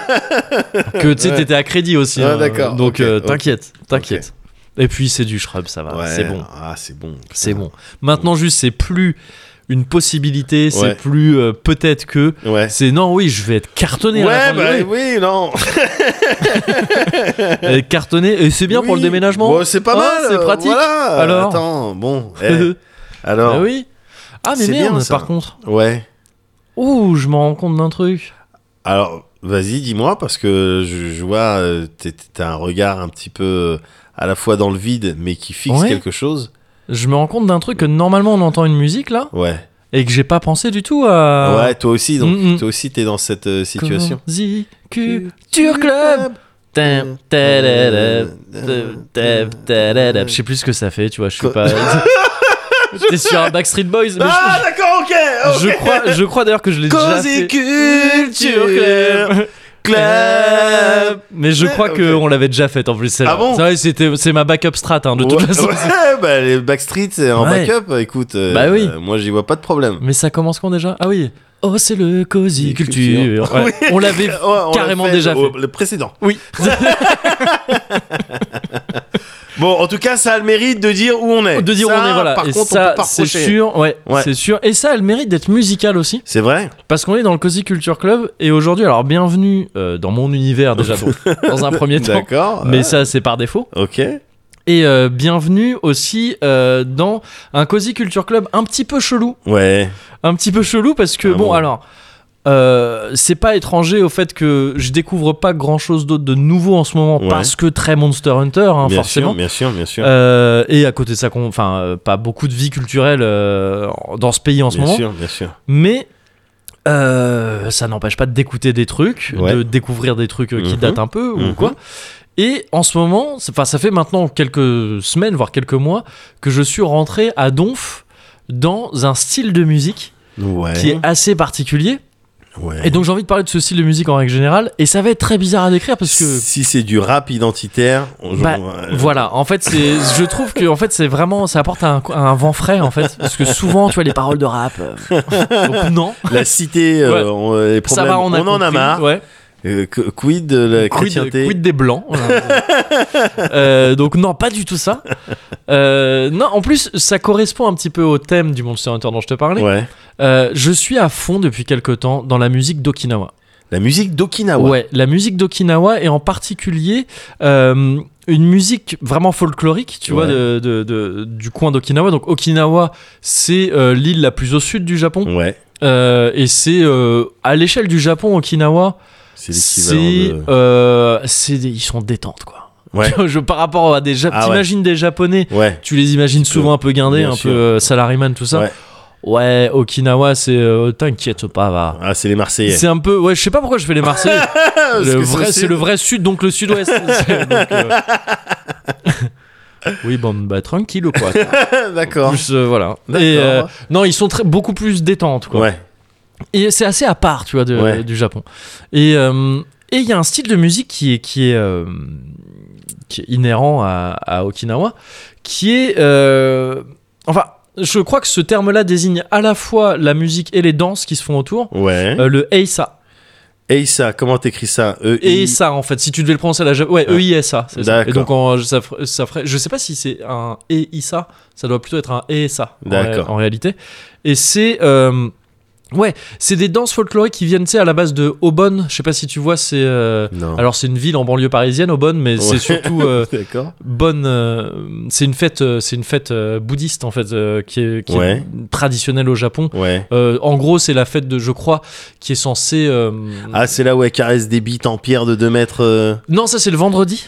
[SPEAKER 1] que tu sais, t'étais à crédit aussi.
[SPEAKER 2] Ouais,
[SPEAKER 1] hein.
[SPEAKER 2] d'accord,
[SPEAKER 1] Donc
[SPEAKER 2] ok,
[SPEAKER 1] euh,
[SPEAKER 2] ok.
[SPEAKER 1] t'inquiète, t'inquiète. Et puis c'est du shrub, ça va,
[SPEAKER 2] Ouais,
[SPEAKER 1] c'est bon,
[SPEAKER 2] Ah, c'est bon. putain.
[SPEAKER 1] c'est bon. Maintenant, juste, c'est plus une possibilité, c'est
[SPEAKER 2] Ouais.
[SPEAKER 1] plus euh, peut-être que.
[SPEAKER 2] Ouais.
[SPEAKER 1] C'est non, oui, je vais être cartonné. à la
[SPEAKER 2] Ouais,
[SPEAKER 1] fin de
[SPEAKER 2] bah
[SPEAKER 1] l'année.
[SPEAKER 2] oui, non.
[SPEAKER 1] Euh, cartonné, et c'est bien pour
[SPEAKER 2] Oui.
[SPEAKER 1] le déménagement.
[SPEAKER 2] Bon, c'est pas
[SPEAKER 1] Ah,
[SPEAKER 2] mal.
[SPEAKER 1] c'est
[SPEAKER 2] euh,
[SPEAKER 1] pratique.
[SPEAKER 2] Voilà.
[SPEAKER 1] Alors
[SPEAKER 2] Attends, bon. eh, alors.
[SPEAKER 1] Ah oui. Ah, mais
[SPEAKER 2] C'est bien,
[SPEAKER 1] merde,
[SPEAKER 2] ça.
[SPEAKER 1] par contre.
[SPEAKER 2] Ouais.
[SPEAKER 1] Ouh, je me rends compte d'un truc.
[SPEAKER 2] Alors, vas-y, dis-moi, parce que je, je vois, euh, t'es- t'as un regard un petit peu euh, à la fois dans le vide, mais qui fixe
[SPEAKER 1] Ouais.
[SPEAKER 2] quelque chose.
[SPEAKER 1] Je me rends compte d'un truc que normalement on entend une musique là.
[SPEAKER 2] Ouais.
[SPEAKER 1] et que j'ai pas pensé du tout à.
[SPEAKER 2] Ouais, toi aussi, donc,
[SPEAKER 1] Ah. Mm, mm.
[SPEAKER 2] toi aussi, t'es dans cette euh, situation.
[SPEAKER 1] Cozy Culture Club. Tam, tadadab, tam, tam, tadadab. Je sais plus ce que ça fait, tu vois, je suis pas. T'es sur un Backstreet Boys. mais
[SPEAKER 2] Ah, d'accord, ok.
[SPEAKER 1] je,
[SPEAKER 2] ok.
[SPEAKER 1] je crois, je crois d'ailleurs que je l'ai déjà
[SPEAKER 2] Cozy
[SPEAKER 1] fait.
[SPEAKER 2] Culture Club. Club.
[SPEAKER 1] Mais je crois
[SPEAKER 2] Ok.
[SPEAKER 1] qu'on l'avait déjà faite en plus. celle-là.
[SPEAKER 2] Ah bon
[SPEAKER 1] C'est vrai, c'était, c'est ma backup strat hein, de toute
[SPEAKER 2] ouais,
[SPEAKER 1] façon.
[SPEAKER 2] ouais, bah, les Backstreet c'est en
[SPEAKER 1] Ouais.
[SPEAKER 2] backup, écoute. euh,
[SPEAKER 1] Bah oui.
[SPEAKER 2] euh, moi, j'y vois pas de problème.
[SPEAKER 1] Mais ça commence quand déjà Ah oui. Oh, c'est le Cozy
[SPEAKER 2] Culture.
[SPEAKER 1] Culture. Ouais. On l'avait
[SPEAKER 2] Ouais, on l'a
[SPEAKER 1] carrément déjà
[SPEAKER 2] au-
[SPEAKER 1] fait.
[SPEAKER 2] Le précédent.
[SPEAKER 1] Oui.
[SPEAKER 2] Bon, en tout cas, ça a le mérite de dire où on est.
[SPEAKER 1] de dire
[SPEAKER 2] Ça,
[SPEAKER 1] on est voilà
[SPEAKER 2] Par
[SPEAKER 1] et
[SPEAKER 2] contre, on
[SPEAKER 1] ça
[SPEAKER 2] peut pas
[SPEAKER 1] c'est
[SPEAKER 2] reprocher.
[SPEAKER 1] sûr ouais,
[SPEAKER 2] Ouais.
[SPEAKER 1] c'est sûr et ça elle mérite d'être musicale aussi
[SPEAKER 2] C'est vrai.
[SPEAKER 1] parce qu'on est dans le Cozy Culture Club et aujourd'hui alors bienvenue euh, dans mon univers déjà donc, dans un premier temps
[SPEAKER 2] D'accord.
[SPEAKER 1] mais
[SPEAKER 2] ouais.
[SPEAKER 1] ça c'est par défaut
[SPEAKER 2] Ok.
[SPEAKER 1] et euh, bienvenue aussi euh, dans un Cozy Culture Club un petit peu chelou
[SPEAKER 2] Ouais.
[SPEAKER 1] un petit peu chelou parce que
[SPEAKER 2] Ah
[SPEAKER 1] bon,
[SPEAKER 2] bon
[SPEAKER 1] alors euh, c'est pas étranger au fait que je découvre pas grand chose d'autre de nouveau en ce moment
[SPEAKER 2] Ouais.
[SPEAKER 1] parce que très Monster Hunter hein,
[SPEAKER 2] bien
[SPEAKER 1] forcément
[SPEAKER 2] sûr, bien sûr, bien sûr.
[SPEAKER 1] Euh, et à côté de ça qu'on- enfin euh, pas beaucoup de vie culturelle euh, dans ce pays en ce
[SPEAKER 2] bien
[SPEAKER 1] moment
[SPEAKER 2] sûr, bien sûr.
[SPEAKER 1] mais euh, ça n'empêche pas d'écouter des trucs,
[SPEAKER 2] Ouais.
[SPEAKER 1] de découvrir des trucs euh, qui
[SPEAKER 2] Mhm.
[SPEAKER 1] datent un peu ou
[SPEAKER 2] Mhm.
[SPEAKER 1] quoi. Et en ce moment, c'est- enfin, ça fait maintenant quelques semaines, voire quelques mois, que je suis rentré à Donf dans un style de musique
[SPEAKER 2] Ouais.
[SPEAKER 1] qui est assez particulier.
[SPEAKER 2] ouais.
[SPEAKER 1] Et donc j'ai envie de parler de ce style de musique en règle générale. Et ça va être très bizarre à décrire parce que
[SPEAKER 2] si c'est du rap identitaire, on euh,
[SPEAKER 1] Bah,
[SPEAKER 2] ouais.
[SPEAKER 1] voilà, en fait, c'est, je trouve que en fait, c'est vraiment, ça apporte un, un vent frais en fait, parce que souvent, tu vois, les paroles de rap, euh, donc non,
[SPEAKER 2] la cité, euh,
[SPEAKER 1] Ouais.
[SPEAKER 2] on- les
[SPEAKER 1] ça
[SPEAKER 2] problèmes,
[SPEAKER 1] va, on, a
[SPEAKER 2] en a
[SPEAKER 1] compris,
[SPEAKER 2] marre.
[SPEAKER 1] ouais.
[SPEAKER 2] Euh, que- quid de la
[SPEAKER 1] quid,
[SPEAKER 2] chrétienté
[SPEAKER 1] quid des blancs. voilà. Euh, donc non, pas du tout ça. Euh, non, en plus, ça correspond un petit peu au thème du Monster Hunter dont je te parlais.
[SPEAKER 2] Ouais.
[SPEAKER 1] Euh, je suis à fond depuis quelque temps dans la musique d'Okinawa.
[SPEAKER 2] La musique d'Okinawa.
[SPEAKER 1] Ouais. la musique d'Okinawa et en particulier euh, une musique vraiment folklorique, tu vois,
[SPEAKER 2] Ouais.
[SPEAKER 1] de, de- de- du coin d'Okinawa. Donc Okinawa, c'est euh, l'île la plus au sud du Japon
[SPEAKER 2] Ouais.
[SPEAKER 1] Euh, et c'est euh, à l'échelle du Japon, Okinawa.
[SPEAKER 2] C'est
[SPEAKER 1] C'est,
[SPEAKER 2] l'équivalent de.
[SPEAKER 1] euh, c'est des- ils sont détentes quoi.
[SPEAKER 2] Ouais.
[SPEAKER 1] Je, par rapport à des Japonais,
[SPEAKER 2] Ah ouais.
[SPEAKER 1] t'imagines des Japonais,
[SPEAKER 2] Ouais.
[SPEAKER 1] tu les imagines
[SPEAKER 2] peu,
[SPEAKER 1] souvent un peu guindés,
[SPEAKER 2] bien
[SPEAKER 1] un
[SPEAKER 2] sûr.
[SPEAKER 1] peu euh, salaryman tout ça.
[SPEAKER 2] Ouais.
[SPEAKER 1] Ouais, Okinawa, c'est euh, t'inquiète pas va.
[SPEAKER 2] Ah, c'est les Marseillais.
[SPEAKER 1] C'est un peu, ouais, je sais pas pourquoi je fais les Marseillais.
[SPEAKER 2] Parce
[SPEAKER 1] le
[SPEAKER 2] que
[SPEAKER 1] vrai,
[SPEAKER 2] aussi-
[SPEAKER 1] c'est le vrai sud, donc le sud-ouest. C'est- donc, euh, oui, bon, bah tranquille quoi.
[SPEAKER 2] D'accord.
[SPEAKER 1] Plus, euh, voilà.
[SPEAKER 2] D'accord.
[SPEAKER 1] Et, euh, non, ils sont très, beaucoup plus détentes quoi.
[SPEAKER 2] Ouais.
[SPEAKER 1] Et c'est assez à part, tu vois, de-
[SPEAKER 2] Ouais.
[SPEAKER 1] du Japon. Et euh, et il y a un style de musique qui est, qui est, euh, qui est inhérent à, à Okinawa, qui est... euh, enfin, je crois que ce terme-là désigne à la fois la musique et les danses qui se font autour.
[SPEAKER 2] Ouais.
[SPEAKER 1] Euh, le Eisa.
[SPEAKER 2] Eisa, comment t'écris ça E I-
[SPEAKER 1] Eisa, en fait, si tu devais le prononcer à la japonaise. Ouais,
[SPEAKER 2] Ah.
[SPEAKER 1] E-I-S-A. c'est ça.
[SPEAKER 2] D'accord.
[SPEAKER 1] Et donc, en- ça, fer- ça ferait. Je sais pas si c'est un E-I-S-A, ça doit plutôt être un E-S-A en,
[SPEAKER 2] D'accord.
[SPEAKER 1] ré- en réalité. Et c'est. euh, ouais, c'est des danses folkloriques qui viennent, tu sais, à la base de Aubonne. Je sais pas si tu vois, c'est. euh,
[SPEAKER 2] Non.
[SPEAKER 1] alors, c'est une ville en banlieue parisienne, Aubonne, mais
[SPEAKER 2] Ouais.
[SPEAKER 1] c'est surtout. euh,
[SPEAKER 2] D'accord.
[SPEAKER 1] bonne euh, c'est une fête euh, c'est une fête euh, bouddhiste en fait euh, qui est, qui est
[SPEAKER 2] Ouais.
[SPEAKER 1] traditionnelle au Japon
[SPEAKER 2] Ouais.
[SPEAKER 1] Euh, en gros c'est la fête de je crois qui est censée euh,
[SPEAKER 2] Ah, c'est là où elle caresse des bites en pierre de 2 mètres. euh,
[SPEAKER 1] Non, ça c'est le vendredi.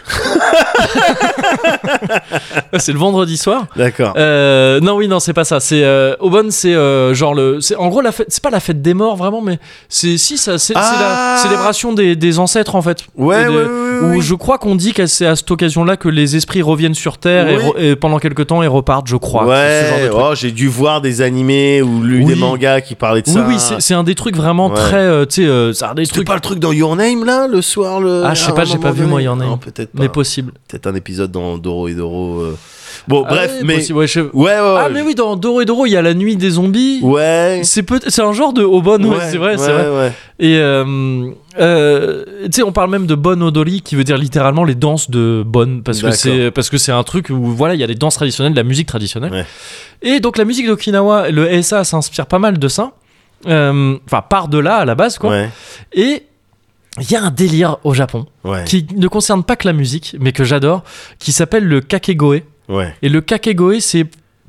[SPEAKER 1] c'est le vendredi soir.
[SPEAKER 2] D'accord.
[SPEAKER 1] Euh, non, oui, non, c'est pas ça. C'est euh, Obon, c'est euh, genre le, c'est en gros la fête. C'est pas la fête des morts vraiment, mais c'est si ça, c'est c'est
[SPEAKER 2] Ah
[SPEAKER 1] la célébration des, des ancêtres en fait.
[SPEAKER 2] Ouais,
[SPEAKER 1] Et de-
[SPEAKER 2] ouais, ouais, ouais,
[SPEAKER 1] Où
[SPEAKER 2] ouais.
[SPEAKER 1] je crois qu'on dit que c'est à cette occasion-là que les esprits reviennent sur Terre et
[SPEAKER 2] Oui.
[SPEAKER 1] re- et, pendant quelque temps et repartent, je crois. C'est ce genre de
[SPEAKER 2] ouais,
[SPEAKER 1] truc.
[SPEAKER 2] oh, j'ai dû voir des animés ou lu des
[SPEAKER 1] Oui.
[SPEAKER 2] mangas qui parlaient de
[SPEAKER 1] Oui,
[SPEAKER 2] ça.
[SPEAKER 1] oui, c'est- c'est un des trucs vraiment
[SPEAKER 2] Ouais.
[SPEAKER 1] très, euh, tu sais, euh, c'est un des
[SPEAKER 2] C'était
[SPEAKER 1] trucs,
[SPEAKER 2] pas le truc dans Your Name là, le soir le.
[SPEAKER 1] Ah, je sais
[SPEAKER 2] à
[SPEAKER 1] pas,
[SPEAKER 2] un
[SPEAKER 1] j'ai
[SPEAKER 2] moment
[SPEAKER 1] pas vu, moi, Your Name.
[SPEAKER 2] Non, peut-être pas.
[SPEAKER 1] mais possible.
[SPEAKER 2] Peut-être un épisode dans Doro et Doro. euh. Bon, bref,
[SPEAKER 1] Ah oui,
[SPEAKER 2] mais.
[SPEAKER 1] possible, ouais, je-
[SPEAKER 2] Ouais, ouais, ouais.
[SPEAKER 1] Ah, mais oui, dans Doro et Doro, il y a la nuit des zombies.
[SPEAKER 2] Ouais.
[SPEAKER 1] C'est peut c'est un genre de obon, ouais, c'est vrai, c'est
[SPEAKER 2] ouais,
[SPEAKER 1] vrai.
[SPEAKER 2] ouais.
[SPEAKER 1] Et euh, euh, tu sais, on parle même de bon odori, qui veut dire littéralement les danses de bonne, parce que
[SPEAKER 2] D'accord.
[SPEAKER 1] c'est parce que c'est un truc où voilà, il y a les danses traditionnelles, de la musique traditionnelle.
[SPEAKER 2] Ouais.
[SPEAKER 1] Et donc la musique d'Okinawa, le ESA s'inspire pas mal de ça. Euh, Enfin, part de là à la base, quoi.
[SPEAKER 2] Ouais.
[SPEAKER 1] Et il y a un délire au Japon
[SPEAKER 2] Ouais.
[SPEAKER 1] qui ne concerne pas que la musique, mais que j'adore, qui s'appelle le kakegoe.
[SPEAKER 2] Ouais.
[SPEAKER 1] Et le kakegoe, c'est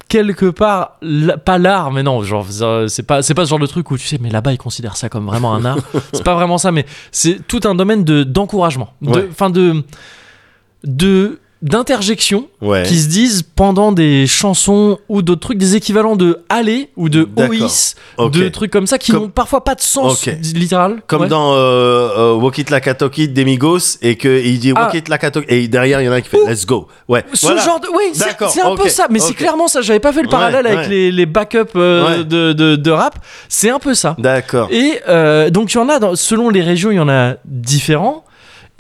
[SPEAKER 1] quelque part la- pas l'art mais non genre euh, c'est pas c'est pas ce genre de truc où tu sais mais là-bas ils considèrent ça comme vraiment un art c'est pas vraiment ça mais c'est tout un domaine de d'encouragement de
[SPEAKER 2] Ouais.
[SPEAKER 1] enfin de de d'interjections
[SPEAKER 2] Ouais.
[SPEAKER 1] qui se disent pendant des chansons ou d'autres trucs des équivalents de aller ou de
[SPEAKER 2] D'accord.
[SPEAKER 1] ois
[SPEAKER 2] Ok.
[SPEAKER 1] de trucs comme ça qui
[SPEAKER 2] Comme-
[SPEAKER 1] n'ont parfois pas de sens
[SPEAKER 2] Ok.
[SPEAKER 1] littéral
[SPEAKER 2] Comme
[SPEAKER 1] Ouais.
[SPEAKER 2] dans euh, euh, Walk It Like a Talk It des Migos et qu'il dit Walk
[SPEAKER 1] Ah.
[SPEAKER 2] It Like a Talk Et derrière, il y en a un qui fait
[SPEAKER 1] Ouh.
[SPEAKER 2] Let's go. Ouais.
[SPEAKER 1] Ce
[SPEAKER 2] Voilà.
[SPEAKER 1] genre de. Oui, c'est
[SPEAKER 2] D'accord,
[SPEAKER 1] c'est un
[SPEAKER 2] ok,
[SPEAKER 1] peu ça, mais c'est
[SPEAKER 2] ok.
[SPEAKER 1] clairement ça. J'avais pas fait le
[SPEAKER 2] Ouais,
[SPEAKER 1] parallèle avec
[SPEAKER 2] ouais.
[SPEAKER 1] les, les backups euh,
[SPEAKER 2] Ouais.
[SPEAKER 1] de, de, de rap. C'est un peu ça.
[SPEAKER 2] D'accord.
[SPEAKER 1] Et euh, donc, il y en a, dans- selon les régions, il y en a différents.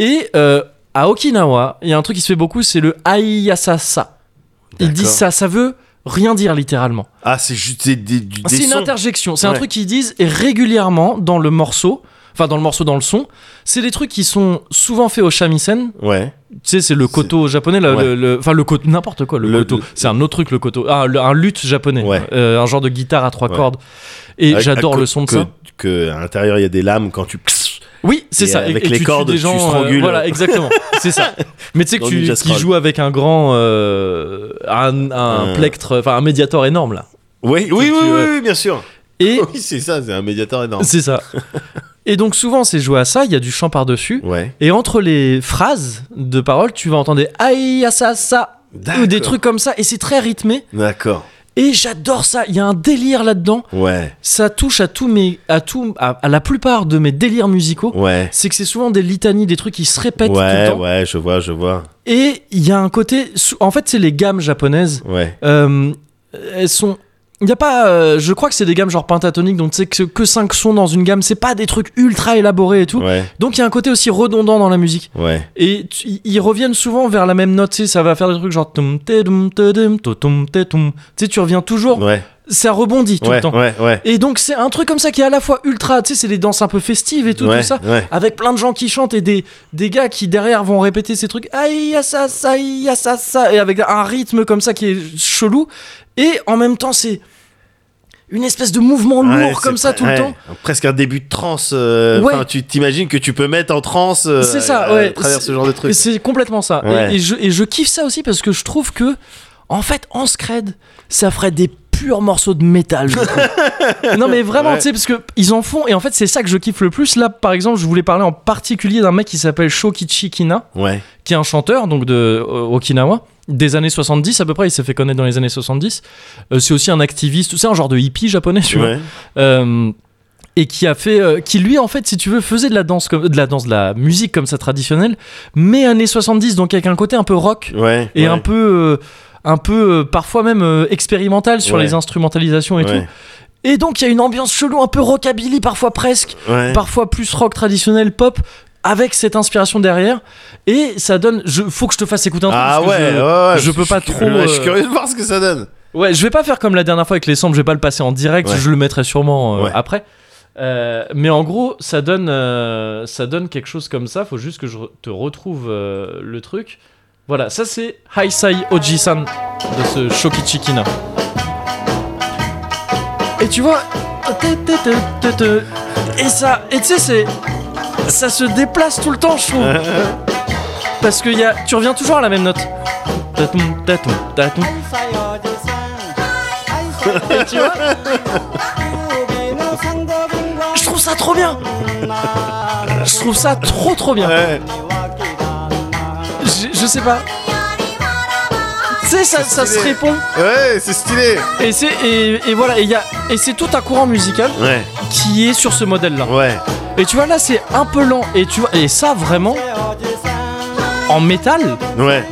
[SPEAKER 1] Et euh, à Okinawa, il y a un truc qui se fait beaucoup, c'est le aiyasasa. Il dit
[SPEAKER 2] D'accord.
[SPEAKER 1] ça, ça veut rien dire littéralement.
[SPEAKER 2] Ah, c'est juste des, des, du- des
[SPEAKER 1] C'est une
[SPEAKER 2] sons.
[SPEAKER 1] interjection. C'est un
[SPEAKER 2] Ouais.
[SPEAKER 1] truc qu'ils disent régulièrement dans le morceau. enfin dans le morceau, dans le son, c'est des trucs qui sont souvent faits au shamisen.
[SPEAKER 2] Ouais.
[SPEAKER 1] Tu sais, c'est le koto japonais, là,
[SPEAKER 2] Ouais.
[SPEAKER 1] le- le- enfin le koto, n'importe quoi, le,
[SPEAKER 2] Le-
[SPEAKER 1] koto.
[SPEAKER 2] le-
[SPEAKER 1] C'est un autre truc, le koto, Ah, le- un luth japonais,
[SPEAKER 2] Ouais.
[SPEAKER 1] Euh, un genre de guitare à trois
[SPEAKER 2] Ouais.
[SPEAKER 1] cordes. Et
[SPEAKER 2] Avec-
[SPEAKER 1] j'adore
[SPEAKER 2] que-
[SPEAKER 1] le son de
[SPEAKER 2] que-
[SPEAKER 1] ça.
[SPEAKER 2] Que à l'intérieur il y a des lames quand tu.
[SPEAKER 1] Oui, c'est
[SPEAKER 2] Et
[SPEAKER 1] ça.
[SPEAKER 2] avec
[SPEAKER 1] et, et tu
[SPEAKER 2] les
[SPEAKER 1] tues
[SPEAKER 2] cordes,
[SPEAKER 1] des
[SPEAKER 2] tu
[SPEAKER 1] gens, euh,
[SPEAKER 2] strangules.
[SPEAKER 1] voilà, exactement. c'est ça. Mais tu sais que
[SPEAKER 2] Dans
[SPEAKER 1] tu
[SPEAKER 2] Ninja
[SPEAKER 1] qui
[SPEAKER 2] Scroll.
[SPEAKER 1] joues avec un grand, euh, un, un
[SPEAKER 2] Euh.
[SPEAKER 1] plectre, enfin un médiator énorme là.
[SPEAKER 2] Oui, oui, oui,
[SPEAKER 1] tu,
[SPEAKER 2] oui,
[SPEAKER 1] euh,
[SPEAKER 2] oui, bien sûr.
[SPEAKER 1] Et
[SPEAKER 2] Oui, c'est ça, c'est un médiateur énorme.
[SPEAKER 1] c'est ça. Et donc souvent c'est joué à ça. Il y a du chant par dessus.
[SPEAKER 2] Ouais.
[SPEAKER 1] Et entre les phrases de paroles, tu vas entendre des aïe ah, ça ça ou des
[SPEAKER 2] D'accord.
[SPEAKER 1] trucs comme ça. Et c'est très rythmé.
[SPEAKER 2] D'accord.
[SPEAKER 1] Et j'adore ça. Il y a un délire là-dedans.
[SPEAKER 2] Ouais.
[SPEAKER 1] Ça touche à tous mes, à tout, à, à la plupart de mes délires musicaux.
[SPEAKER 2] Ouais.
[SPEAKER 1] C'est que c'est souvent des litanies, des trucs qui se répètent tout le
[SPEAKER 2] Ouais,
[SPEAKER 1] temps.
[SPEAKER 2] ouais, je vois, je vois.
[SPEAKER 1] Et il y a un côté. sou- En fait, c'est les gammes japonaises.
[SPEAKER 2] Ouais.
[SPEAKER 1] Euh, elles sont. Il n'y a pas. euh, je crois que c'est des gammes genre pentatoniques, donc tu sais que, que 5 sons dans une gamme, c'est pas des trucs ultra élaborés et tout.
[SPEAKER 2] Ouais.
[SPEAKER 1] Donc il y a un côté aussi redondant dans la musique.
[SPEAKER 2] Ouais.
[SPEAKER 1] Et tu- ils- ils reviennent souvent vers la même note, tu sais, ça va faire des trucs genre. tum, te, dum, te, dum, to, tum, te, tum. Tu sais, tu reviens toujours,
[SPEAKER 2] Ouais.
[SPEAKER 1] ça rebondit tout
[SPEAKER 2] Ouais.
[SPEAKER 1] le temps.
[SPEAKER 2] Ouais. Ouais.
[SPEAKER 1] Et donc c'est un truc comme ça qui est à la fois ultra, tu sais, c'est des danses un peu festives et tout,
[SPEAKER 2] ouais,
[SPEAKER 1] tout ça
[SPEAKER 2] Ouais.
[SPEAKER 1] avec plein de gens qui chantent et des, des gars qui derrière vont répéter ces trucs aïe ah, ça ça aïe ah, ça ça et avec un rythme comme ça qui est chelou et en même temps c'est une espèce de mouvement lourd
[SPEAKER 2] Ouais,
[SPEAKER 1] comme
[SPEAKER 2] c'est
[SPEAKER 1] ça
[SPEAKER 2] pre-
[SPEAKER 1] tout le
[SPEAKER 2] ouais,
[SPEAKER 1] temps
[SPEAKER 2] Presque un début de transe. euh,
[SPEAKER 1] Ouais.
[SPEAKER 2] enfin, Tu t'imagines que tu peux mettre en transe euh,
[SPEAKER 1] C'est ça,
[SPEAKER 2] à, à
[SPEAKER 1] ouais.
[SPEAKER 2] travers
[SPEAKER 1] C'est-
[SPEAKER 2] ce genre de truc.
[SPEAKER 1] Et c'est complètement ça Et-
[SPEAKER 2] Ouais.
[SPEAKER 1] et, je, et je kiffe ça aussi parce que je trouve que en fait en scred ça ferait des purs morceaux de métal je trouve. non mais vraiment
[SPEAKER 2] Ouais.
[SPEAKER 1] tu sais parce que ils en font et en fait c'est ça que je kiffe le plus là par exemple je voulais parler en particulier d'un mec qui s'appelle Shokichi Kina
[SPEAKER 2] Ouais.
[SPEAKER 1] qui est un chanteur donc de euh, Okinawa des années 70 à peu près il s'est fait connaître dans les années 70 Euh, c'est aussi un activiste c'est un genre de hippie japonais tu vois
[SPEAKER 2] Ouais.
[SPEAKER 1] Euh, et qui a fait euh, qui lui en fait si tu veux faisait de la danse comme de la danse de la musique comme ça traditionnelle mais années 70 donc avec un côté un peu rock
[SPEAKER 2] Ouais.
[SPEAKER 1] et
[SPEAKER 2] ouais,
[SPEAKER 1] un peu euh, un peu euh, parfois même euh, expérimental sur
[SPEAKER 2] Ouais.
[SPEAKER 1] les instrumentalisations et
[SPEAKER 2] ouais,
[SPEAKER 1] tout et donc il y a une ambiance chelou un peu rockabilly parfois presque
[SPEAKER 2] Ouais.
[SPEAKER 1] parfois plus rock traditionnel pop avec cette inspiration derrière et ça donne je faut que je te fasse écouter un truc
[SPEAKER 2] Ah
[SPEAKER 1] parce
[SPEAKER 2] ouais,
[SPEAKER 1] que je,
[SPEAKER 2] ouais, ouais,
[SPEAKER 1] je peux
[SPEAKER 2] suis
[SPEAKER 1] pas
[SPEAKER 2] cu-
[SPEAKER 1] trop,
[SPEAKER 2] ouais, Je suis
[SPEAKER 1] euh,
[SPEAKER 2] curieux de voir ce que ça donne.
[SPEAKER 1] ouais je vais pas faire comme la dernière fois avec les samples je vais pas le passer en direct
[SPEAKER 2] Ouais.
[SPEAKER 1] je le mettrai sûrement euh,
[SPEAKER 2] Ouais.
[SPEAKER 1] après Euh, mais en gros ça donne euh, ça donne quelque chose comme ça faut juste que je re- te retrouve euh, le truc voilà ça c'est Haisai Oji-san de ce Shokichi Kina et tu vois et ça et tu sais c'est ça se déplace tout le temps je trouve parce que y a, tu reviens toujours à la même note. Tatoum, tatoum, tatoum. Et tu vois Je trouve ça trop bien Je trouve ça trop trop bien
[SPEAKER 2] Ouais.
[SPEAKER 1] Je, je sais pas. Tu sais, ça, ça se répond.
[SPEAKER 2] Ouais, c'est stylé.
[SPEAKER 1] Et c'est et, et voilà, et, y a- et c'est tout un courant musical
[SPEAKER 2] Ouais.
[SPEAKER 1] qui est sur ce modèle-là.
[SPEAKER 2] Ouais.
[SPEAKER 1] Et tu vois, là, c'est un peu lent. Et, tu vois, et ça, vraiment, en métal,
[SPEAKER 2] Ouais.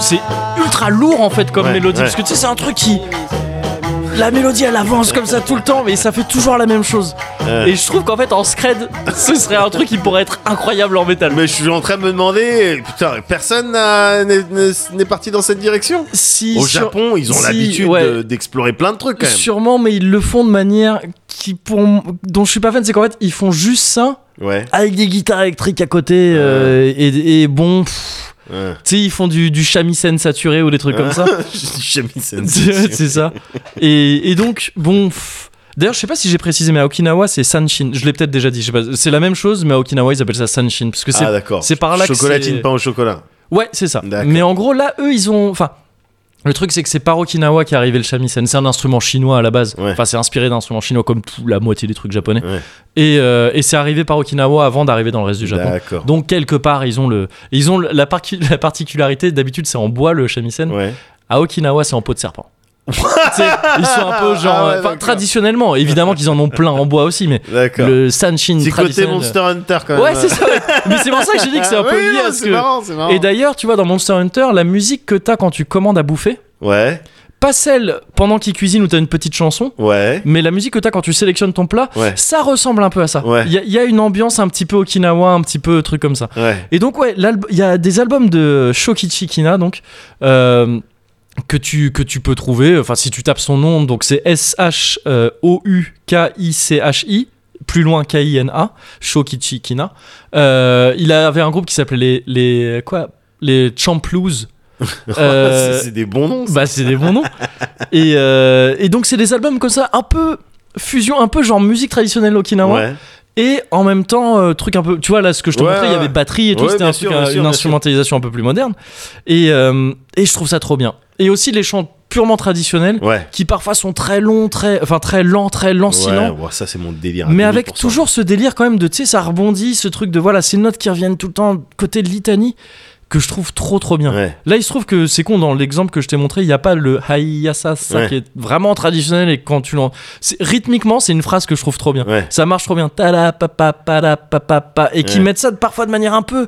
[SPEAKER 1] c'est ultra lourd en fait comme
[SPEAKER 2] Ouais,
[SPEAKER 1] mélodie
[SPEAKER 2] ouais.
[SPEAKER 1] parce que tu sais c'est un truc qui la mélodie elle avance comme ça tout le temps mais ça fait toujours la même chose
[SPEAKER 2] Ouais.
[SPEAKER 1] et je trouve qu'en fait en scred ce serait un truc qui pourrait être incroyable en métal
[SPEAKER 2] Mais je suis en train de me demander, putain, personne n'a- n'est- n'est n'est parti dans cette direction.
[SPEAKER 1] si
[SPEAKER 2] Au
[SPEAKER 1] sur-
[SPEAKER 2] Japon, ils ont
[SPEAKER 1] si,
[SPEAKER 2] l'habitude
[SPEAKER 1] ouais.
[SPEAKER 2] de- d'explorer plein de trucs quand même.
[SPEAKER 1] sûrement mais ils le font de manière qui pour m- dont je suis pas fan c'est qu'en fait ils font juste ça
[SPEAKER 2] Ouais.
[SPEAKER 1] avec des guitares électriques à côté euh, et, et bon pff,
[SPEAKER 2] ouais.
[SPEAKER 1] tu sais ils font du, du shamisen saturé ou des trucs comme ça
[SPEAKER 2] J'ai mis ça.
[SPEAKER 1] c'est ça. Et, et donc, bon. pff. D'ailleurs, je sais pas si j'ai précisé, mais à Okinawa, c'est Sanshin. Je l'ai peut-être déjà dit, je sais pas. C'est la même chose, mais à Okinawa, ils appellent ça Sanshin. Parce que c'est.
[SPEAKER 2] Ah d'accord.
[SPEAKER 1] c'est par là que c'est-
[SPEAKER 2] Chocolatine, pain au chocolat.
[SPEAKER 1] ouais, c'est ça.
[SPEAKER 2] D'accord.
[SPEAKER 1] Mais en gros, là, eux, ils ont. Enfin. Le truc, c'est que c'est par Okinawa qu'est arrivé le shamisen. C'est un instrument chinois à la base.
[SPEAKER 2] Ouais.
[SPEAKER 1] Enfin, c'est inspiré d'instruments chinois comme tout, la moitié des trucs japonais.
[SPEAKER 2] Ouais.
[SPEAKER 1] Et, euh, et c'est arrivé par Okinawa avant d'arriver dans le reste du Japon.
[SPEAKER 2] D'accord.
[SPEAKER 1] Donc, quelque part, ils ont, le, ils ont le- la, par- la particularité. D'habitude, c'est en bois le shamisen.
[SPEAKER 2] Ouais.
[SPEAKER 1] À Okinawa, c'est en peau de serpent. Tu sais, ils sont un peu genre.
[SPEAKER 2] Ah ouais,
[SPEAKER 1] euh, enfin,
[SPEAKER 2] d'accord.
[SPEAKER 1] traditionnellement, évidemment qu'ils en ont plein en bois aussi, mais
[SPEAKER 2] D'accord.
[SPEAKER 1] le Sanshin
[SPEAKER 2] C'est côté
[SPEAKER 1] traditionnel.
[SPEAKER 2] Monster Hunter quand même. Ah,
[SPEAKER 1] Ouais, c'est ça. ouais. Mais c'est pour ça que j'ai dit que c'est un peu
[SPEAKER 2] Oui,
[SPEAKER 1] lié
[SPEAKER 2] non,
[SPEAKER 1] à ce
[SPEAKER 2] c'est
[SPEAKER 1] que.
[SPEAKER 2] marrant, c'est marrant.
[SPEAKER 1] Et d'ailleurs, tu vois, dans Monster Hunter, la musique que t'as quand tu commandes à bouffer,
[SPEAKER 2] Ouais.
[SPEAKER 1] pas celle pendant qu'ils cuisinent où t'as une petite chanson,
[SPEAKER 2] Ouais.
[SPEAKER 1] mais la musique que t'as quand tu sélectionnes ton plat,
[SPEAKER 2] Ouais.
[SPEAKER 1] ça ressemble un peu à ça. Il
[SPEAKER 2] Ouais.
[SPEAKER 1] y, a- il y a une ambiance un petit peu Okinawa, un petit peu truc comme ça.
[SPEAKER 2] Ouais.
[SPEAKER 1] Et donc ouais, l'alb- il y a des albums de Shokichi Kina donc euh, que tu que tu peux trouver. Enfin si tu tapes son nom, donc c'est S H O U K I C H I plus loin K-I-N-A, Shokichi Kina. Euh, il avait un groupe qui s'appelait les, les, quoi, les Champloos.
[SPEAKER 2] C'est- c'est des bons noms, ça.
[SPEAKER 1] Bah, c'est des bons noms. et, euh, et donc, c'est des albums comme ça, un peu fusion, un peu genre musique traditionnelle okinawa.
[SPEAKER 2] Ouais.
[SPEAKER 1] Et en même temps, euh, truc un peu. Tu vois, là, ce que je te
[SPEAKER 2] Ouais,
[SPEAKER 1] montrais, il y
[SPEAKER 2] ouais.
[SPEAKER 1] avait batterie et tout,
[SPEAKER 2] Ouais,
[SPEAKER 1] c'était
[SPEAKER 2] bien
[SPEAKER 1] un truc,
[SPEAKER 2] sûr,
[SPEAKER 1] un-
[SPEAKER 2] bien sûr,
[SPEAKER 1] une
[SPEAKER 2] bien
[SPEAKER 1] instrumentalisation un peu plus moderne. Et, euh, et je trouve ça trop bien. Et aussi les chants purement traditionnels,
[SPEAKER 2] Ouais.
[SPEAKER 1] qui parfois sont très longs, très, enfin, très lents, très lancinants.
[SPEAKER 2] Ouais, ouais, ça c'est mon délire. à
[SPEAKER 1] Mais
[SPEAKER 2] 1000%.
[SPEAKER 1] avec toujours ce délire quand même de, tu sais, ça rebondit, ce truc de, voilà, ces notes qui reviennent tout le temps, côté de litanie, que je trouve trop trop bien.
[SPEAKER 2] Ouais.
[SPEAKER 1] Là, il se trouve que c'est con, dans l'exemple que je t'ai montré, il n'y a pas le Hayasa, ça
[SPEAKER 2] Ouais.
[SPEAKER 1] qui est vraiment traditionnel et quand tu l'en. c'est- Rythmiquement, c'est une phrase que je trouve trop bien.
[SPEAKER 2] Ouais.
[SPEAKER 1] Ça marche trop bien. Tala, papa, pala, papa, pa, et qui
[SPEAKER 2] Ouais.
[SPEAKER 1] mettent ça parfois de manière un peu,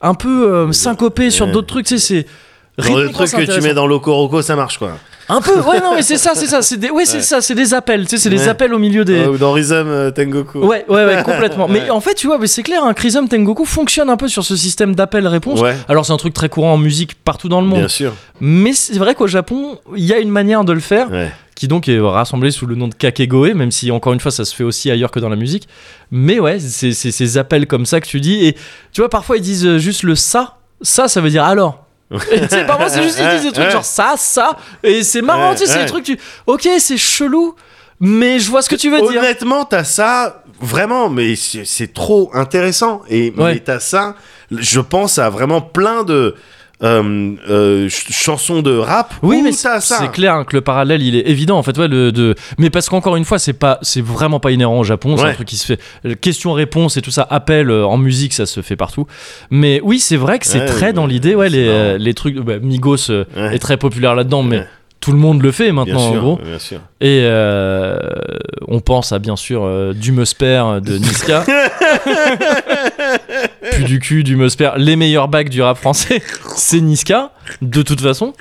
[SPEAKER 1] un peu euh, syncopée sur d'autres trucs, tu sais, c'est.
[SPEAKER 2] Genre le
[SPEAKER 1] rythmiquement,
[SPEAKER 2] truc
[SPEAKER 1] hein, c'est
[SPEAKER 2] que tu
[SPEAKER 1] intéressant.
[SPEAKER 2] mets dans l'Ocoroco, ça marche quoi.
[SPEAKER 1] Un peu, ouais, non, mais c'est ça, c'est ça, c'est des, ouais, c'est
[SPEAKER 2] Ouais.
[SPEAKER 1] ça, c'est des appels, tu sais, c'est des
[SPEAKER 2] Ouais.
[SPEAKER 1] appels au milieu des.
[SPEAKER 2] Euh, Ou dans Rhythm euh, Tengoku.
[SPEAKER 1] Ouais, ouais, ouais, complètement. Mais
[SPEAKER 2] Ouais.
[SPEAKER 1] en fait, tu vois, mais c'est clair, un Chrysum Tengoku fonctionne un peu sur ce système d'appel-réponse.
[SPEAKER 2] Ouais.
[SPEAKER 1] Alors, c'est un truc très courant en musique partout dans le monde.
[SPEAKER 2] Bien sûr.
[SPEAKER 1] Mais c'est vrai qu'au Japon, il y a une manière de le faire
[SPEAKER 2] Ouais.
[SPEAKER 1] qui donc est rassemblée sous le nom de kakegoe, même si encore une fois ça se fait aussi ailleurs que dans la musique. Mais ouais, c'est c'est ces appels comme ça que tu dis. Et tu vois, parfois ils disent euh, juste le ça. Ça, ça veut dire alors. Et tu sais, parfois c'est juste ils disent des trucs
[SPEAKER 2] Ouais.
[SPEAKER 1] genre ça, ça. Et c'est marrant,
[SPEAKER 2] Ouais,
[SPEAKER 1] tu sais, c'est
[SPEAKER 2] ouais.
[SPEAKER 1] des trucs. Tu... Ok, c'est chelou, mais je vois ce que tu veux dire.
[SPEAKER 2] Honnêtement, t'as ça vraiment, mais c'est c'est trop intéressant. Et
[SPEAKER 1] Ouais.
[SPEAKER 2] mais t'as ça, je pense à vraiment plein de euh, euh, ch- chansons de rap.
[SPEAKER 1] Oui,
[SPEAKER 2] où
[SPEAKER 1] mais
[SPEAKER 2] t'as ça.
[SPEAKER 1] C'est clair hein, que le parallèle il est évident en fait, ouais, le, de... mais parce qu'encore une fois, c'est pas, c'est vraiment pas inhérent au Japon, c'est un
[SPEAKER 2] Ouais.
[SPEAKER 1] truc qui se fait euh, question-réponse et tout ça, appel euh, en musique, ça se fait partout. Mais oui, c'est vrai que c'est
[SPEAKER 2] Ouais,
[SPEAKER 1] très
[SPEAKER 2] mais
[SPEAKER 1] dans l'idée, ouais,
[SPEAKER 2] c'est
[SPEAKER 1] les,
[SPEAKER 2] marrant.
[SPEAKER 1] les trucs, bah, Migos euh,
[SPEAKER 2] Ouais.
[SPEAKER 1] est très populaire là-dedans, mais
[SPEAKER 2] Ouais.
[SPEAKER 1] tout le monde le fait
[SPEAKER 2] Bien
[SPEAKER 1] maintenant en
[SPEAKER 2] sûr,
[SPEAKER 1] gros.
[SPEAKER 2] bien sûr.
[SPEAKER 1] Et euh, on pense à bien sûr euh, du Musper euh, de Niska. Plus du cul, du Musper. Les meilleurs bacs du rap français, c'est Niska, de toute façon.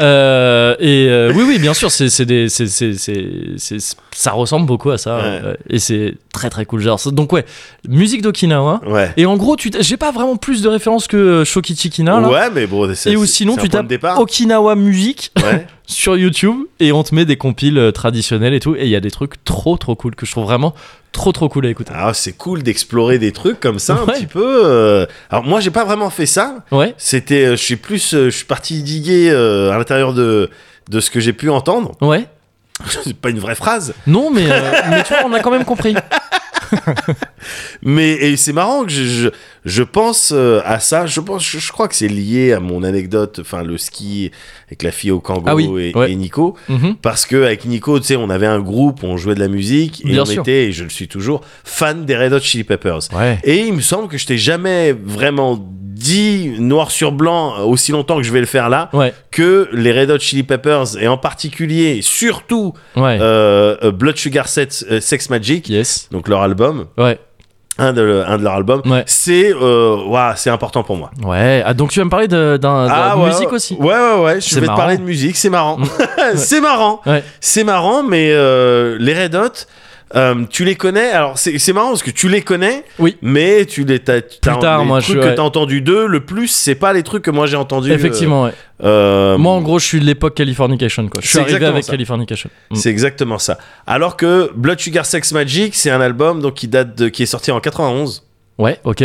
[SPEAKER 1] Euh, et euh, oui, oui, bien sûr, c'est, c'est des, c'est, c'est- c'est- c'est- ça ressemble beaucoup à ça.
[SPEAKER 2] Ouais.
[SPEAKER 1] euh, et c'est très très cool. Genre, c'est- donc, ouais, musique d'Okinawa.
[SPEAKER 2] Ouais.
[SPEAKER 1] Et en gros, tu t- j'ai pas vraiment plus de références que euh, Shokichi Kina. là.
[SPEAKER 2] ouais, mais bon, c'est
[SPEAKER 1] et ou
[SPEAKER 2] c'est-
[SPEAKER 1] sinon,
[SPEAKER 2] c'est un
[SPEAKER 1] tu
[SPEAKER 2] point de
[SPEAKER 1] tapes
[SPEAKER 2] départ.
[SPEAKER 1] Okinawa musique
[SPEAKER 2] Ouais.
[SPEAKER 1] sur YouTube et on te met des compiles euh, traditionnels et tout. Et il y a des trucs trop trop cool que je trouve vraiment trop trop cool à écouter.
[SPEAKER 2] Ah, c'est cool d'explorer des trucs comme ça un
[SPEAKER 1] Ouais.
[SPEAKER 2] petit peu. euh. Alors moi, j'ai pas vraiment fait ça.
[SPEAKER 1] Ouais,
[SPEAKER 2] C'était, euh, je suis plus, euh, je suis parti diguer euh, à l'intérieur de de ce que j'ai pu entendre.
[SPEAKER 1] ouais.
[SPEAKER 2] c'est pas une vraie phrase,
[SPEAKER 1] Non, mais, euh, mais tu vois, on a quand même compris.
[SPEAKER 2] mais et c'est marrant que je je, je pense euh, à ça. Je pense, je, je crois que c'est lié à mon anecdote, enfin le ski avec la fille au kangourou
[SPEAKER 1] Ah oui,
[SPEAKER 2] et,
[SPEAKER 1] ouais.
[SPEAKER 2] et Nico,
[SPEAKER 1] Mhm.
[SPEAKER 2] parce que avec Nico, tu sais, on avait un groupe, on jouait de la musique et
[SPEAKER 1] Bien
[SPEAKER 2] on
[SPEAKER 1] sûr.
[SPEAKER 2] était, et je le suis toujours, fan des Red Hot Chili Peppers.
[SPEAKER 1] Ouais.
[SPEAKER 2] Et il me semble que je t'ai jamais vraiment dit noir sur blanc euh, aussi longtemps que je vais le faire là
[SPEAKER 1] Ouais,
[SPEAKER 2] que les Red Hot Chili Peppers et en particulier surtout
[SPEAKER 1] ouais.
[SPEAKER 2] euh, euh, Blood Sugar Sex, euh, Sex Magic
[SPEAKER 1] Yes.
[SPEAKER 2] donc leur album
[SPEAKER 1] Ouais,
[SPEAKER 2] un de, un de leurs albums
[SPEAKER 1] Ouais.
[SPEAKER 2] c'est euh, ouah, c'est important pour moi Ah,
[SPEAKER 1] ouais. Ah, donc tu vas me parler de, d'un- de la
[SPEAKER 2] ouais,
[SPEAKER 1] musique
[SPEAKER 2] ouais.
[SPEAKER 1] aussi.
[SPEAKER 2] ouais ouais ouais je
[SPEAKER 1] C'est
[SPEAKER 2] vais
[SPEAKER 1] marrant. Mm.
[SPEAKER 2] te parler de musique c'est marrant c'est marrant
[SPEAKER 1] Ouais.
[SPEAKER 2] c'est marrant mais euh, les Red Hot euh, tu les connais alors c'est c'est marrant parce que tu les connais
[SPEAKER 1] Oui.
[SPEAKER 2] mais tu les t'as, t'as-
[SPEAKER 1] tard,
[SPEAKER 2] les
[SPEAKER 1] moi,
[SPEAKER 2] trucs
[SPEAKER 1] je-
[SPEAKER 2] que
[SPEAKER 1] ouais.
[SPEAKER 2] t'as entendu d'eux le plus c'est pas les trucs que moi j'ai entendu euh,
[SPEAKER 1] Effectivement, ouais.
[SPEAKER 2] euh,
[SPEAKER 1] Moi, en gros, je suis de l'époque Californication, quoi. Je suis
[SPEAKER 2] c'est
[SPEAKER 1] arrivé
[SPEAKER 2] exactement
[SPEAKER 1] avec
[SPEAKER 2] ça.
[SPEAKER 1] Californication. Mm.
[SPEAKER 2] C'est exactement ça. Alors que Blood Sugar Sex Magic, c'est un album donc qui date de, qui est sorti en 91
[SPEAKER 1] Ouais, ok.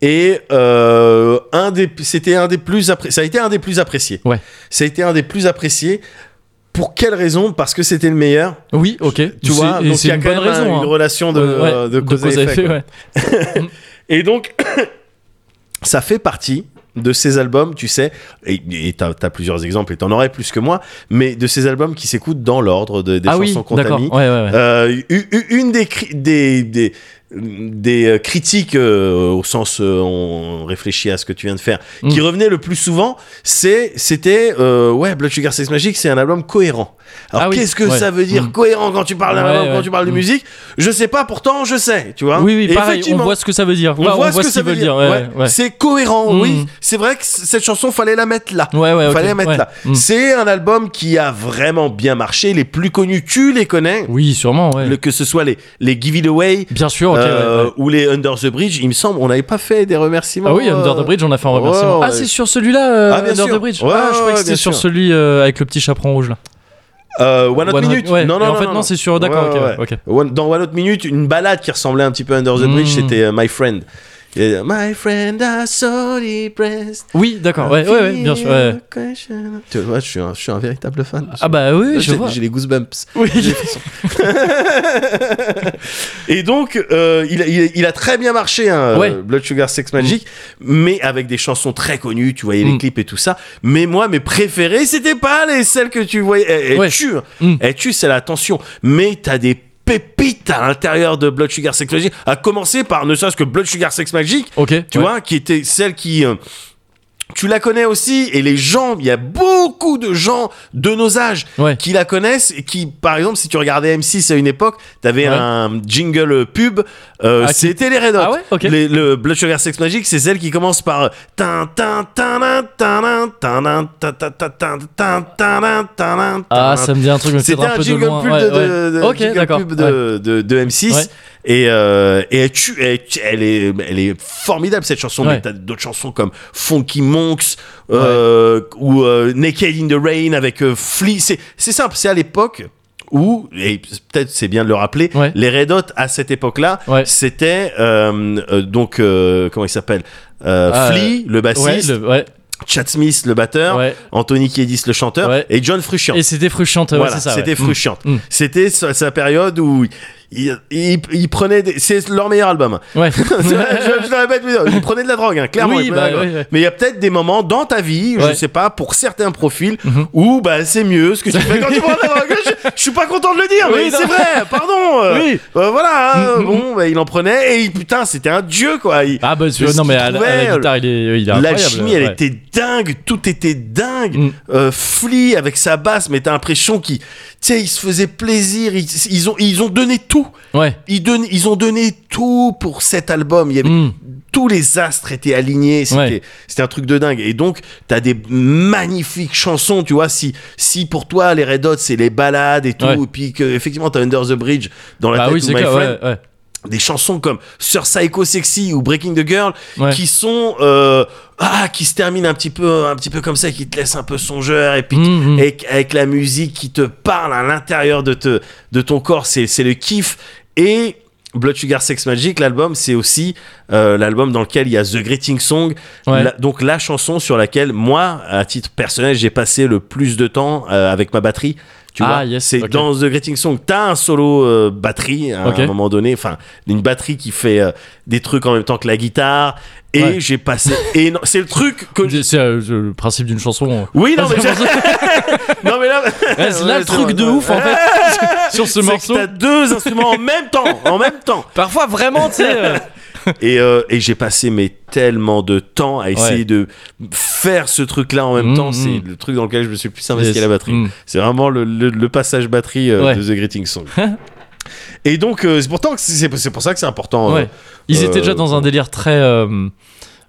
[SPEAKER 2] et euh, un des c'était un des plus appré- ça a été un des plus appréciés.
[SPEAKER 1] Ouais.
[SPEAKER 2] Ça a été un des plus appréciés. Pour quelle raison Parce que c'était le meilleur.
[SPEAKER 1] Oui, ok.
[SPEAKER 2] Tu
[SPEAKER 1] C'est-
[SPEAKER 2] vois,
[SPEAKER 1] et
[SPEAKER 2] donc il
[SPEAKER 1] c'est
[SPEAKER 2] y a
[SPEAKER 1] une
[SPEAKER 2] quand
[SPEAKER 1] bonne
[SPEAKER 2] même un-
[SPEAKER 1] raison.
[SPEAKER 2] une
[SPEAKER 1] hein.
[SPEAKER 2] relation de,
[SPEAKER 1] Ouais,
[SPEAKER 2] euh, de cause, à effet. quoi.
[SPEAKER 1] ouais.
[SPEAKER 2] Et donc, ça fait partie de ces albums, tu sais, et et t'as as plusieurs exemples, et t'en aurais plus que moi, mais de ces albums qui s'écoutent dans l'ordre de- des
[SPEAKER 1] Ah oui,
[SPEAKER 2] chansons qu'on t'a
[SPEAKER 1] d'accord.
[SPEAKER 2] mis.
[SPEAKER 1] Ouais, ouais, ouais.
[SPEAKER 2] Euh, u- u- une des, cri- des, des, des, euh, critiques, euh, au sens euh, on réfléchit à ce que tu viens de faire,
[SPEAKER 1] Mm.
[SPEAKER 2] qui revenait le plus souvent, c'est, c'était euh, Ouais, Blood Sugar Sex Magic, c'est un album cohérent. Alors
[SPEAKER 1] Ah oui,
[SPEAKER 2] qu'est-ce que
[SPEAKER 1] ouais.
[SPEAKER 2] ça veut dire
[SPEAKER 1] Mm.
[SPEAKER 2] cohérent quand tu parles d'un
[SPEAKER 1] Ouais,
[SPEAKER 2] album,
[SPEAKER 1] ouais.
[SPEAKER 2] quand tu parles de
[SPEAKER 1] Mm.
[SPEAKER 2] musique Je sais pas, pourtant je sais, tu vois.
[SPEAKER 1] Oui, oui,
[SPEAKER 2] Hein Et
[SPEAKER 1] pareil, on
[SPEAKER 2] effectivement,
[SPEAKER 1] voit ce que ça veut dire.
[SPEAKER 2] on
[SPEAKER 1] Enfin,
[SPEAKER 2] voit ce
[SPEAKER 1] voit
[SPEAKER 2] que
[SPEAKER 1] ce
[SPEAKER 2] ça
[SPEAKER 1] qu'ils
[SPEAKER 2] veut
[SPEAKER 1] veulent
[SPEAKER 2] dire.
[SPEAKER 1] dire.
[SPEAKER 2] ouais.
[SPEAKER 1] ouais, ouais.
[SPEAKER 2] C'est cohérent, oui.
[SPEAKER 1] Mm.
[SPEAKER 2] C'est vrai que c- cette chanson, fallait la mettre là.
[SPEAKER 1] Ouais, ouais, ok,
[SPEAKER 2] fallait la mettre
[SPEAKER 1] ouais.
[SPEAKER 2] là.
[SPEAKER 1] Mm.
[SPEAKER 2] C'est un album qui a vraiment bien marché. Les plus connus, tu les connais.
[SPEAKER 1] Oui, sûrement, ouais.
[SPEAKER 2] Le- que ce soit les, les Give It Away
[SPEAKER 1] Bien sûr, ok. ouais,
[SPEAKER 2] euh,
[SPEAKER 1] ouais.
[SPEAKER 2] ou les Under the Bridge, il me semble, on n'avait pas fait des remerciements.
[SPEAKER 1] Ah oui, Under the Bridge, on a fait un
[SPEAKER 2] euh, ouais,
[SPEAKER 1] remerciement.
[SPEAKER 2] ouais.
[SPEAKER 1] Ah, c'est sur celui-là, euh,
[SPEAKER 2] Ah, bien
[SPEAKER 1] Under
[SPEAKER 2] sûr.
[SPEAKER 1] the Bridge.
[SPEAKER 2] Ouais,
[SPEAKER 1] ah, je croyais
[SPEAKER 2] ouais,
[SPEAKER 1] que
[SPEAKER 2] bien
[SPEAKER 1] c'était sur
[SPEAKER 2] sûr.
[SPEAKER 1] celui euh, avec le petit chaperon rouge là.
[SPEAKER 2] Euh, One
[SPEAKER 1] One
[SPEAKER 2] Hot
[SPEAKER 1] Hot-
[SPEAKER 2] Minute
[SPEAKER 1] ouais.
[SPEAKER 2] Non,
[SPEAKER 1] Et
[SPEAKER 2] non,
[SPEAKER 1] en
[SPEAKER 2] non,
[SPEAKER 1] fait,
[SPEAKER 2] non,
[SPEAKER 1] non, c'est sur- d'accord,
[SPEAKER 2] Ouais,
[SPEAKER 1] ok,
[SPEAKER 2] ouais,
[SPEAKER 1] ouais,
[SPEAKER 2] ouais. One- Dans One Hot Minute, une balade qui ressemblait un petit peu à Under the Bridge,
[SPEAKER 1] Mm.
[SPEAKER 2] c'était euh, My Friend. Et, euh, My Friend, I saw it pressed.
[SPEAKER 1] Oui, d'accord, Ah, ouais, ouais, ouais, bien sûr. ouais.
[SPEAKER 2] Tu vois, je suis un, je suis un véritable fan.
[SPEAKER 1] Ah bah oui, je
[SPEAKER 2] J'ai-
[SPEAKER 1] vois.
[SPEAKER 2] J'ai les goosebumps.
[SPEAKER 1] Oui.
[SPEAKER 2] J'ai les frissons. Et donc, euh, il, a- il a- il a très bien marché, hein,
[SPEAKER 1] Ouais.
[SPEAKER 2] euh, Blood Sugar Sex Magic, mais avec des chansons très connues, tu voyais les
[SPEAKER 1] Mm.
[SPEAKER 2] clips et tout ça. Mais moi, mes préférées, c'était pas les celles que tu voyais. Elles, elles
[SPEAKER 1] Ouais.
[SPEAKER 2] tuent, hein.
[SPEAKER 1] Mm.
[SPEAKER 2] elles tuent, c'est la tension. Mais t'as des pépites à l'intérieur de Blood Sugar Sex Magic, à commencer par ne serait-ce que Blood Sugar Sex Magic,
[SPEAKER 1] Ok.
[SPEAKER 2] tu
[SPEAKER 1] ouais.
[SPEAKER 2] vois, qui était celle qui. euh, tu la connais aussi, et les gens, il y a beaucoup de gens de nos âges
[SPEAKER 1] Ouais.
[SPEAKER 2] qui la connaissent, et qui, par exemple, si tu regardais M6 à une époque, t'avais
[SPEAKER 1] Ouais.
[SPEAKER 2] un jingle euh, pub, euh,
[SPEAKER 1] Ah, qui-
[SPEAKER 2] c'était les Red Hot.
[SPEAKER 1] Ah ouais Ok.
[SPEAKER 2] Les- le Blood Sugar Sex Magic, c'est celle qui commence par euh, tin, tin, tin, tin, tin, tin, tin, tin, tin, tin, tin, tin, tin, tin,
[SPEAKER 1] Ah, ça me dit un truc, mais
[SPEAKER 2] c'était
[SPEAKER 1] peut-être un
[SPEAKER 2] un
[SPEAKER 1] peu de
[SPEAKER 2] jingle
[SPEAKER 1] loin.
[SPEAKER 2] pub
[SPEAKER 1] ouais,
[SPEAKER 2] de-
[SPEAKER 1] ouais.
[SPEAKER 2] de- de-
[SPEAKER 1] Ok,
[SPEAKER 2] jingle
[SPEAKER 1] d'accord.
[SPEAKER 2] pub de- de de M6
[SPEAKER 1] Ouais.
[SPEAKER 2] et euh, et elle tue- elle tue- elle est elle est formidable cette chanson mais
[SPEAKER 1] Ouais.
[SPEAKER 2] t'as d'autres chansons comme Funky Monks euh, ou euh, Naked in the Rain avec euh, Flea c'est c'est simple c'est à l'époque où et peut-être c'est bien de le rappeler
[SPEAKER 1] Ouais.
[SPEAKER 2] les Red Hot à cette époque-là
[SPEAKER 1] Ouais.
[SPEAKER 2] c'était euh, euh, donc euh, comment il s'appelle Euh,
[SPEAKER 1] Ah,
[SPEAKER 2] Flea le
[SPEAKER 1] Ouais,
[SPEAKER 2] bassiste
[SPEAKER 1] le- ouais,
[SPEAKER 2] Chad Smith le batteur
[SPEAKER 1] ouais.
[SPEAKER 2] Anthony Kiedis le chanteur
[SPEAKER 1] Ouais.
[SPEAKER 2] et John Frusciante
[SPEAKER 1] Et c'était frustrante, ouais,
[SPEAKER 2] voilà,
[SPEAKER 1] c'est ça.
[SPEAKER 2] c'était
[SPEAKER 1] ouais.
[SPEAKER 2] frustrante.
[SPEAKER 1] Mm.
[SPEAKER 2] C'était sa, sa période où il, il, il prenait des- c'est leur meilleur album.
[SPEAKER 1] Mm. Ouais.
[SPEAKER 2] je, je le répète, mais ils prenaient de la drogue, hein, clairement.
[SPEAKER 1] Oui,
[SPEAKER 2] ils prenaient de
[SPEAKER 1] bah,
[SPEAKER 2] la drogue.
[SPEAKER 1] ouais, ouais.
[SPEAKER 2] Mais il y a peut-être des moments dans ta vie, je
[SPEAKER 1] Ouais.
[SPEAKER 2] sais pas, pour certains profils,
[SPEAKER 1] Mhm.
[SPEAKER 2] où bah c'est mieux ce que tu fais quand tu prends de la drogue. Je, je suis pas content de le dire,
[SPEAKER 1] Oui,
[SPEAKER 2] mais
[SPEAKER 1] non.
[SPEAKER 2] c'est vrai. Pardon. euh,
[SPEAKER 1] Oui.
[SPEAKER 2] euh, voilà. hein,
[SPEAKER 1] Mhm.
[SPEAKER 2] bon, bah, il en prenait et il- putain, c'était un dieu quoi. Il-
[SPEAKER 1] Ah bah
[SPEAKER 2] ce
[SPEAKER 1] non mais
[SPEAKER 2] qu'il
[SPEAKER 1] à, la- à
[SPEAKER 2] trouvait,
[SPEAKER 1] la guitare il est, il est incroyable.
[SPEAKER 2] L'alchimie, elle
[SPEAKER 1] ouais.
[SPEAKER 2] était dingue, tout était dingue.
[SPEAKER 1] Mm.
[SPEAKER 2] Euh, Flea avec sa basse, mais t'as l'impression qu'ils, tu sais, ils se faisaient plaisir. Ils, ils ont, ils ont donné tout.
[SPEAKER 1] Ouais.
[SPEAKER 2] Ils, donn- ils ont donné tout pour cet album. Il y avait
[SPEAKER 1] Mm.
[SPEAKER 2] tous les astres étaient alignés. C'était,
[SPEAKER 1] Ouais.
[SPEAKER 2] c'était un truc de dingue. Et donc, t'as des magnifiques chansons, tu vois. Si, si pour toi les Red Hot c'est les balades et tout,
[SPEAKER 1] Ouais.
[SPEAKER 2] et puis que effectivement t'as Under the Bridge dans la
[SPEAKER 1] Bah
[SPEAKER 2] tête
[SPEAKER 1] oui
[SPEAKER 2] ou
[SPEAKER 1] c'est
[SPEAKER 2] My
[SPEAKER 1] clair.
[SPEAKER 2] Friend,
[SPEAKER 1] Ouais, ouais.
[SPEAKER 2] des chansons comme Sur Psycho Sexy ou Breaking the Girl
[SPEAKER 1] Ouais.
[SPEAKER 2] qui sont euh, ah qui se terminent un petit peu un petit peu comme ça et qui te laissent un peu songeur et puis
[SPEAKER 1] Mm, mm.
[SPEAKER 2] avec, avec la musique qui te parle à l'intérieur de te de ton corps c'est c'est le kiff et Blood Sugar Sex Magic, l'album, c'est aussi euh, l'album dans lequel il y a The Greeting Song,
[SPEAKER 1] Ouais.
[SPEAKER 2] la- donc la chanson sur laquelle moi, à titre personnel, j'ai passé le plus de temps euh, avec ma batterie. Tu
[SPEAKER 1] Ah,
[SPEAKER 2] vois,
[SPEAKER 1] yes,
[SPEAKER 2] c'est
[SPEAKER 1] ok.
[SPEAKER 2] dans The Greeting Song, t'as un solo euh, batterie à
[SPEAKER 1] Ok.
[SPEAKER 2] un moment donné, enfin une batterie qui fait euh, des trucs en même temps que la guitare. Et
[SPEAKER 1] Ouais.
[SPEAKER 2] j'ai passé. éno- c'est le truc que.
[SPEAKER 1] C'est c'est, euh, le principe d'une chanson.
[SPEAKER 2] Oui, non mais, j'ai- non, mais là.
[SPEAKER 1] Ouais, c'est là
[SPEAKER 2] Ouais,
[SPEAKER 1] le truc
[SPEAKER 2] vrai,
[SPEAKER 1] de
[SPEAKER 2] ouais.
[SPEAKER 1] ouf en fait sur ce
[SPEAKER 2] C'est que
[SPEAKER 1] morceau.
[SPEAKER 2] T'as deux instruments en même temps, en même temps.
[SPEAKER 1] Parfois vraiment tu sais. euh,
[SPEAKER 2] Et, euh, et j'ai passé mais tellement de temps à essayer
[SPEAKER 1] Ouais.
[SPEAKER 2] de faire ce truc-là en même
[SPEAKER 1] Mm,
[SPEAKER 2] temps. C'est
[SPEAKER 1] mm.
[SPEAKER 2] le truc dans lequel je me suis le plus investi
[SPEAKER 1] yes.
[SPEAKER 2] à la batterie.
[SPEAKER 1] Mm.
[SPEAKER 2] C'est vraiment le, le- le passage batterie euh,
[SPEAKER 1] Ouais.
[SPEAKER 2] de The Greeting Song. et donc, euh, c'est pourtant que c'est c'est pour ça que c'est important. euh,
[SPEAKER 1] Ouais. Ils étaient déjà
[SPEAKER 2] euh,
[SPEAKER 1] dans un délire très euh,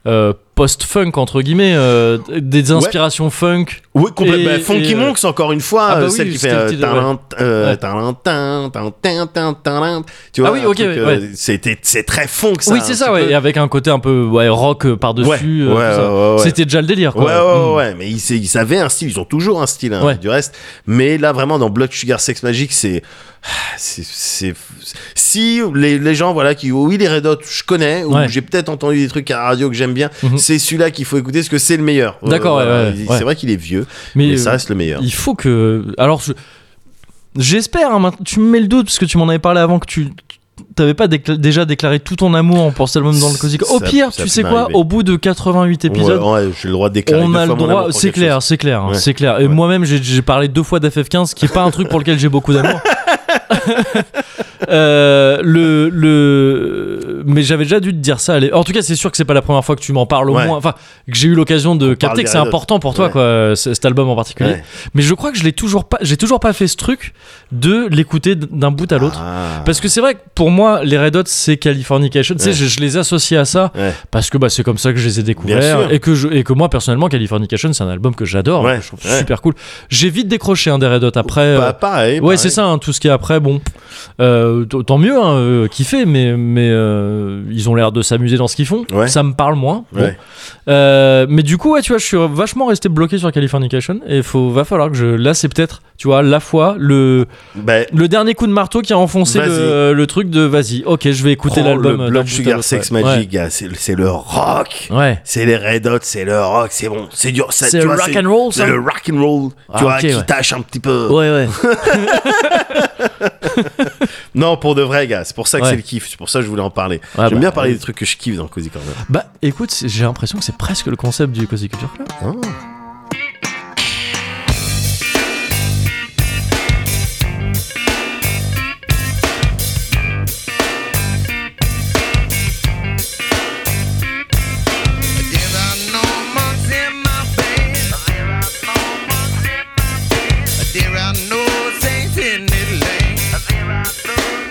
[SPEAKER 1] euh, post-funk entre guillemets, euh, des inspirations funk.
[SPEAKER 2] Oui, complètement.
[SPEAKER 1] Et-
[SPEAKER 2] Bah, Funky
[SPEAKER 1] et, euh,
[SPEAKER 2] Monks, encore une fois,
[SPEAKER 1] ah bah
[SPEAKER 2] euh,
[SPEAKER 1] oui,
[SPEAKER 2] celle qui fait.
[SPEAKER 1] c'était le
[SPEAKER 2] euh,
[SPEAKER 1] titre, ouais.
[SPEAKER 2] tarant, euh,
[SPEAKER 1] Ouais.
[SPEAKER 2] tarant, tarant, tarant, tarant, tarant. Tu vois,
[SPEAKER 1] Ah oui,
[SPEAKER 2] un
[SPEAKER 1] ok,
[SPEAKER 2] truc,
[SPEAKER 1] ouais,
[SPEAKER 2] euh,
[SPEAKER 1] ouais.
[SPEAKER 2] c'était- C'est très funk, ça.
[SPEAKER 1] oui
[SPEAKER 2] un
[SPEAKER 1] c'est ça
[SPEAKER 2] petit
[SPEAKER 1] ouais,
[SPEAKER 2] peu.
[SPEAKER 1] et avec un côté un peu ouais, rock euh, par-dessus. euh,
[SPEAKER 2] Ouais, ouais,
[SPEAKER 1] tout ça.
[SPEAKER 2] ouais, ouais, ouais.
[SPEAKER 1] C'était déjà le délire
[SPEAKER 2] Ouais,
[SPEAKER 1] quoi.
[SPEAKER 2] ouais,
[SPEAKER 1] Mm.
[SPEAKER 2] ouais, ouais, mais ils, sa- ils avaient un style, ils ont toujours un style hein,
[SPEAKER 1] Ouais.
[SPEAKER 2] du reste. Mais là, vraiment, dans Blood Sugar Sex Magic, c'est. c'est- c'est- Si les, les gens, voilà, qui. oh Oui, les Red Hot, je connais, ou
[SPEAKER 1] Ouais.
[SPEAKER 2] j'ai peut-être entendu des trucs à la radio que j'aime bien,
[SPEAKER 1] Mhm.
[SPEAKER 2] c'est celui-là qu'il faut écouter parce que c'est le meilleur. Euh,
[SPEAKER 1] D'accord, ouais,
[SPEAKER 2] voilà,
[SPEAKER 1] ouais,
[SPEAKER 2] il-
[SPEAKER 1] ouais.
[SPEAKER 2] C'est vrai qu'il est vieux,
[SPEAKER 1] Mais,
[SPEAKER 2] mais ça
[SPEAKER 1] euh,
[SPEAKER 2] reste le meilleur.
[SPEAKER 1] Il faut que. Alors, je- j'espère, hein, maintenant- tu me mets le doute, parce que tu m'en avais parlé avant que tu. T'avais pas décla- déjà déclaré tout ton amour pour cet album dans le Cozy Corner. Au
[SPEAKER 2] Ça-
[SPEAKER 1] pire,
[SPEAKER 2] ça
[SPEAKER 1] tu
[SPEAKER 2] peut
[SPEAKER 1] sais quoi
[SPEAKER 2] m'arriver.
[SPEAKER 1] Au bout de 88 épisodes,
[SPEAKER 2] Ouais, ouais, j'ai le droit de déclarer.
[SPEAKER 1] on
[SPEAKER 2] deux
[SPEAKER 1] a le
[SPEAKER 2] fois mon amour
[SPEAKER 1] droit.
[SPEAKER 2] pour
[SPEAKER 1] C'est
[SPEAKER 2] quelque
[SPEAKER 1] clair, c'est clair,
[SPEAKER 2] Ouais.
[SPEAKER 1] c'est clair. Et
[SPEAKER 2] Ouais.
[SPEAKER 1] moi-même, j'ai- j'ai parlé deux fois d'FF15, qui est pas un truc pour lequel j'ai beaucoup d'amour. Euh, le, le... Mais j'avais déjà dû te dire ça. allez. En tout cas, c'est sûr que c'est pas la première fois que tu m'en parles au
[SPEAKER 2] Ouais.
[SPEAKER 1] moins. Enfin, que j'ai eu l'occasion de
[SPEAKER 2] parle
[SPEAKER 1] capter que
[SPEAKER 2] des
[SPEAKER 1] c'est
[SPEAKER 2] Red Hot.
[SPEAKER 1] important pour toi,
[SPEAKER 2] Ouais.
[SPEAKER 1] quoi, c- cet album en particulier.
[SPEAKER 2] Ouais.
[SPEAKER 1] Mais je crois que je l'ai toujours pas, j'ai toujours pas fait ce truc de l'écouter d- d'un bout à l'autre.
[SPEAKER 2] Ah.
[SPEAKER 1] Parce que c'est vrai que pour moi, les Red Hot, c'est Californication. Tu sais,
[SPEAKER 2] Ouais.
[SPEAKER 1] je, je les associe à ça
[SPEAKER 2] Ouais.
[SPEAKER 1] parce que bah, c'est comme ça que je les ai
[SPEAKER 2] Bien
[SPEAKER 1] découverts.
[SPEAKER 2] sûr.
[SPEAKER 1] Et que, je, et que moi, personnellement, Californication, c'est un album que j'adore.
[SPEAKER 2] Ouais,
[SPEAKER 1] que je trouve
[SPEAKER 2] ouais.
[SPEAKER 1] super cool. J'ai vite décroché un des Red Hot après.
[SPEAKER 2] Bah,
[SPEAKER 1] euh,
[SPEAKER 2] pareil.
[SPEAKER 1] ouais,
[SPEAKER 2] pareil.
[SPEAKER 1] c'est ça, hein, tout ce qui est après. bon, euh, t- tant mieux, hein, euh, kiffer, mais, mais euh, ils ont l'air de s'amuser dans ce qu'ils font.
[SPEAKER 2] Ouais.
[SPEAKER 1] Ça me parle moins. Bon.
[SPEAKER 2] Ouais.
[SPEAKER 1] Euh, mais du coup, ouais, tu vois, je suis vachement resté bloqué sur Californication et faut, va falloir que je. Là, c'est peut-être, tu vois, la fois, le,
[SPEAKER 2] Ben,
[SPEAKER 1] le dernier coup de marteau qui a enfoncé le, euh,
[SPEAKER 2] Vas-y.
[SPEAKER 1] le truc de vas-y, ok, je vais écouter
[SPEAKER 2] prends
[SPEAKER 1] l'album.
[SPEAKER 2] le
[SPEAKER 1] euh, d'un
[SPEAKER 2] Blood
[SPEAKER 1] bout à
[SPEAKER 2] Sugar
[SPEAKER 1] l'autre,
[SPEAKER 2] Sex
[SPEAKER 1] ouais.
[SPEAKER 2] Magic, gars, c'est c'est le rock.
[SPEAKER 1] Ouais. Ouais.
[SPEAKER 2] C'est les Red Hot, c'est le rock, c'est bon, c'est dur. ça-
[SPEAKER 1] C'est
[SPEAKER 2] tu
[SPEAKER 1] le
[SPEAKER 2] vois,
[SPEAKER 1] rock and roll, ça
[SPEAKER 2] C'est le rock and roll,
[SPEAKER 1] Ah,
[SPEAKER 2] tu vois,
[SPEAKER 1] ok,
[SPEAKER 2] qui
[SPEAKER 1] ouais.
[SPEAKER 2] tâche un petit peu.
[SPEAKER 1] Ouais, ouais.
[SPEAKER 2] Non, pour de vrai, gars, c'est pour ça que
[SPEAKER 1] Ouais.
[SPEAKER 2] c'est le kiff, c'est pour ça que je voulais en parler.
[SPEAKER 1] Ouais,
[SPEAKER 2] J'aime
[SPEAKER 1] bah,
[SPEAKER 2] bien parler
[SPEAKER 1] ouais.
[SPEAKER 2] des trucs que je kiffe dans Cozy Corner.
[SPEAKER 1] Bah écoute, c'est- j'ai l'impression que c'est presque le concept du Cozy Culture Club.
[SPEAKER 10] There are no saints in this land. Well,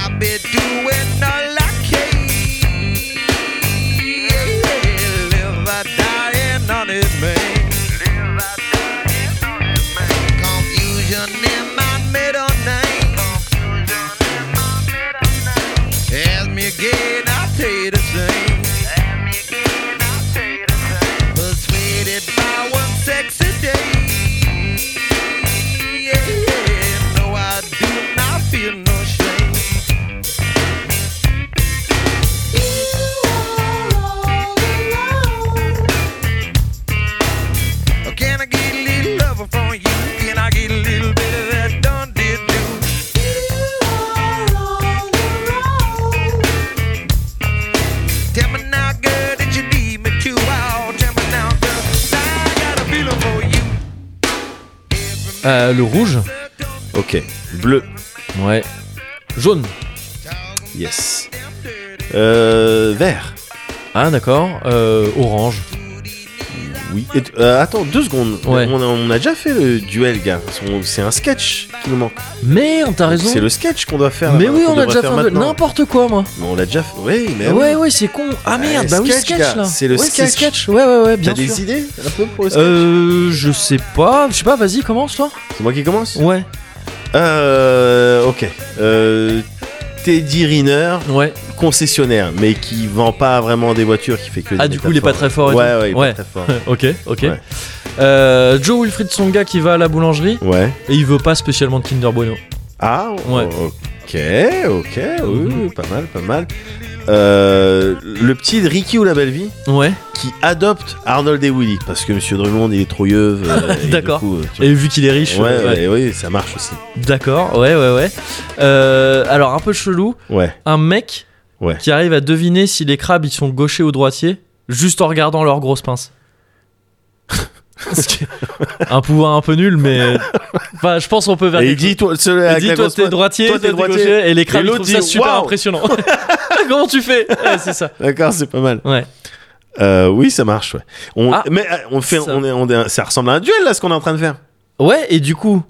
[SPEAKER 10] I've been doing all I can. Live or die an honest man. Confusion in my middle name. Ask me again, I'll tell you the same. Persuaded by one sexy day. Yeah, no, I do not feel no shame. Oh, Can I get a little lover from you? Can I get a little bit of that done did do? Tell me now, girl, that you need me too. Oh, tell me now, girl, I got a feeling for you.
[SPEAKER 1] Euh, le rouge
[SPEAKER 2] Ok, bleu,
[SPEAKER 1] Ouais. Jaune
[SPEAKER 2] yes. Euh, vert,
[SPEAKER 1] Ah d'accord. Euh, orange
[SPEAKER 2] oui. Et- euh, attends, deux secondes.
[SPEAKER 1] Ouais.
[SPEAKER 2] On, a, on a déjà fait le duel, gars. On- C'est un sketch qui nous manque.
[SPEAKER 1] Merde, t'as Ah, raison.
[SPEAKER 2] C'est le sketch qu'on doit faire.
[SPEAKER 1] Mais
[SPEAKER 2] là,
[SPEAKER 1] oui, on
[SPEAKER 2] qu'on
[SPEAKER 1] a
[SPEAKER 2] devrait
[SPEAKER 1] déjà fait
[SPEAKER 2] faire
[SPEAKER 1] un peu-
[SPEAKER 2] maintenant.
[SPEAKER 1] n'importe quoi, moi.
[SPEAKER 2] Mais on l'a déjà fait. Oui, mais.
[SPEAKER 1] ouais, ouais, c'est con. Ah
[SPEAKER 2] Ouais,
[SPEAKER 1] merde, bah oui,
[SPEAKER 2] sketch,
[SPEAKER 1] sketch
[SPEAKER 2] gars,
[SPEAKER 1] là.
[SPEAKER 2] c'est le
[SPEAKER 1] Ouais,
[SPEAKER 2] sketch.
[SPEAKER 1] sketch. Ouais, ouais, ouais, bien
[SPEAKER 2] T'as des
[SPEAKER 1] sûr.
[SPEAKER 2] idées un peu pour le sketch
[SPEAKER 1] Euh, je sais pas, je sais pas, vas-y, commence toi.
[SPEAKER 2] C'est moi qui commence
[SPEAKER 1] Ouais,
[SPEAKER 2] Euh. Ok. Euh, Teddy Riner,
[SPEAKER 1] ouais.
[SPEAKER 2] concessionnaire, mais qui vend pas vraiment des voitures, qui fait que.
[SPEAKER 1] Ah,
[SPEAKER 2] des
[SPEAKER 1] du coup, il est pas très fort et
[SPEAKER 2] Ouais, ouais, il
[SPEAKER 1] tout.
[SPEAKER 2] est
[SPEAKER 1] Ouais.
[SPEAKER 2] pas très fort.
[SPEAKER 1] ok, ok.
[SPEAKER 2] Ouais.
[SPEAKER 1] Euh, Joe Wilfried Songa qui va à la boulangerie
[SPEAKER 2] Ouais.
[SPEAKER 1] et il veut pas spécialement de Kinder Bueno.
[SPEAKER 2] Ah,
[SPEAKER 1] Ouais.
[SPEAKER 2] ok, ok, oui, oui, pas mal, pas mal. Euh, le petit de Ricky ou la belle vie
[SPEAKER 1] Ouais.
[SPEAKER 2] qui adopte Arnold et Willy parce que Monsieur Drummond il est trop yeuve. euh, et du
[SPEAKER 1] D'accord.
[SPEAKER 2] coup, euh, tu
[SPEAKER 1] Et vu qu'il est riche.
[SPEAKER 2] vois.
[SPEAKER 1] euh,
[SPEAKER 2] Ouais,
[SPEAKER 1] ouais.
[SPEAKER 2] ouais, oui, ça marche aussi.
[SPEAKER 1] D'accord, ouais, ouais, ouais. Euh, alors, un peu chelou,
[SPEAKER 2] Ouais,
[SPEAKER 1] un mec
[SPEAKER 2] Ouais.
[SPEAKER 1] qui arrive à deviner si les crabes ils sont gauchers ou droitiers juste en regardant leurs grosses pinces. Ce qui est un pouvoir un peu nul, mais. Enfin, je pense qu'on peut vers
[SPEAKER 2] Et
[SPEAKER 1] des
[SPEAKER 2] il dit toi, celui
[SPEAKER 1] Il
[SPEAKER 2] avec
[SPEAKER 1] dit
[SPEAKER 2] la
[SPEAKER 1] toi
[SPEAKER 2] grosse
[SPEAKER 1] t'es
[SPEAKER 2] pointe.
[SPEAKER 1] droitier,
[SPEAKER 2] Toi,
[SPEAKER 1] toi
[SPEAKER 2] t'es
[SPEAKER 1] t'es
[SPEAKER 2] droitier.
[SPEAKER 1] gaucher et les crabes
[SPEAKER 2] Et
[SPEAKER 1] ils
[SPEAKER 2] l'autre
[SPEAKER 1] trouvent ça
[SPEAKER 2] dit,
[SPEAKER 1] super
[SPEAKER 2] waouh.
[SPEAKER 1] impressionnant. Comment tu fais Ouais, C'est ça.
[SPEAKER 2] D'accord, c'est pas mal.
[SPEAKER 1] Ouais.
[SPEAKER 2] Euh, oui, ça marche. Ouais. On,
[SPEAKER 1] Ah.
[SPEAKER 2] mais euh, on fait,
[SPEAKER 1] Ça-
[SPEAKER 2] on est, on est- ça ressemble à un duel là, ce qu'on est en train de faire.
[SPEAKER 1] Ouais et du coup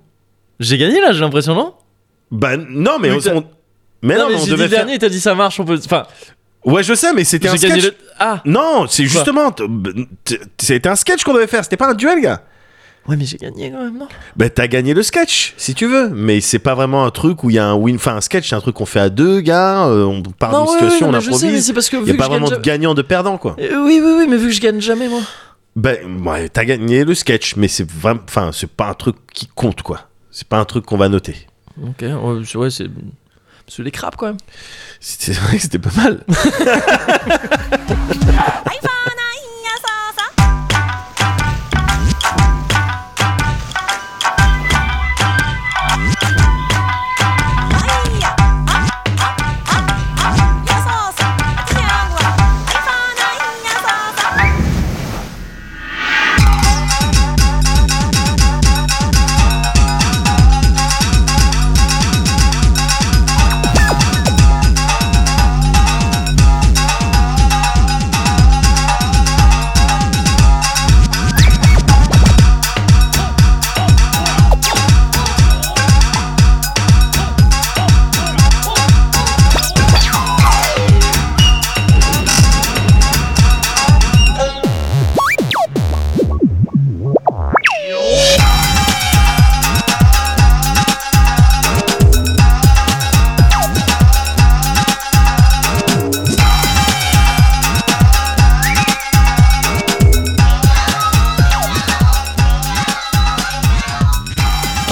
[SPEAKER 1] j'ai gagné là j'ai l'impression non
[SPEAKER 2] Bah non, mais
[SPEAKER 1] Oui,
[SPEAKER 2] on,
[SPEAKER 1] t'as-
[SPEAKER 2] on- mais non, mais on
[SPEAKER 1] j'ai dit
[SPEAKER 2] devait
[SPEAKER 1] le
[SPEAKER 2] faire.
[SPEAKER 1] dernier t'as dit ça marche on peut enfin
[SPEAKER 2] Ouais, je sais, mais c'était un
[SPEAKER 1] j'ai
[SPEAKER 2] sketch.
[SPEAKER 1] gagné le ah
[SPEAKER 2] Non, c'est justement, t- t- c'était un sketch qu'on devait faire. C'était pas un duel, gars.
[SPEAKER 1] ouais mais j'ai gagné quand même non
[SPEAKER 2] Bah t'as gagné le sketch, si tu veux, mais c'est pas vraiment un truc où il y a un win. Enfin, un sketch, c'est un truc qu'on fait à deux, gars. euh, on part d'une
[SPEAKER 1] Bah ouais, ouais,
[SPEAKER 2] situation,
[SPEAKER 1] non,
[SPEAKER 2] on
[SPEAKER 1] mais je sais, mais
[SPEAKER 2] improvise.
[SPEAKER 1] c'est parce que
[SPEAKER 2] Il y
[SPEAKER 1] vu
[SPEAKER 2] a
[SPEAKER 1] que
[SPEAKER 2] pas
[SPEAKER 1] je gagne
[SPEAKER 2] vraiment de
[SPEAKER 1] ja-
[SPEAKER 2] gagnant, de perdant, quoi.
[SPEAKER 1] Euh, oui oui oui mais vu que je gagne jamais moi
[SPEAKER 2] Ben ouais, t'as gagné le sketch, mais c'est vraiment, enfin, c'est pas un truc qui compte, quoi. C'est pas un truc qu'on va noter.
[SPEAKER 1] ok ouais, ouais c'est c'est les crabes quand même
[SPEAKER 2] C'était c'est vrai que c'était pas mal.
[SPEAKER 6] Ah,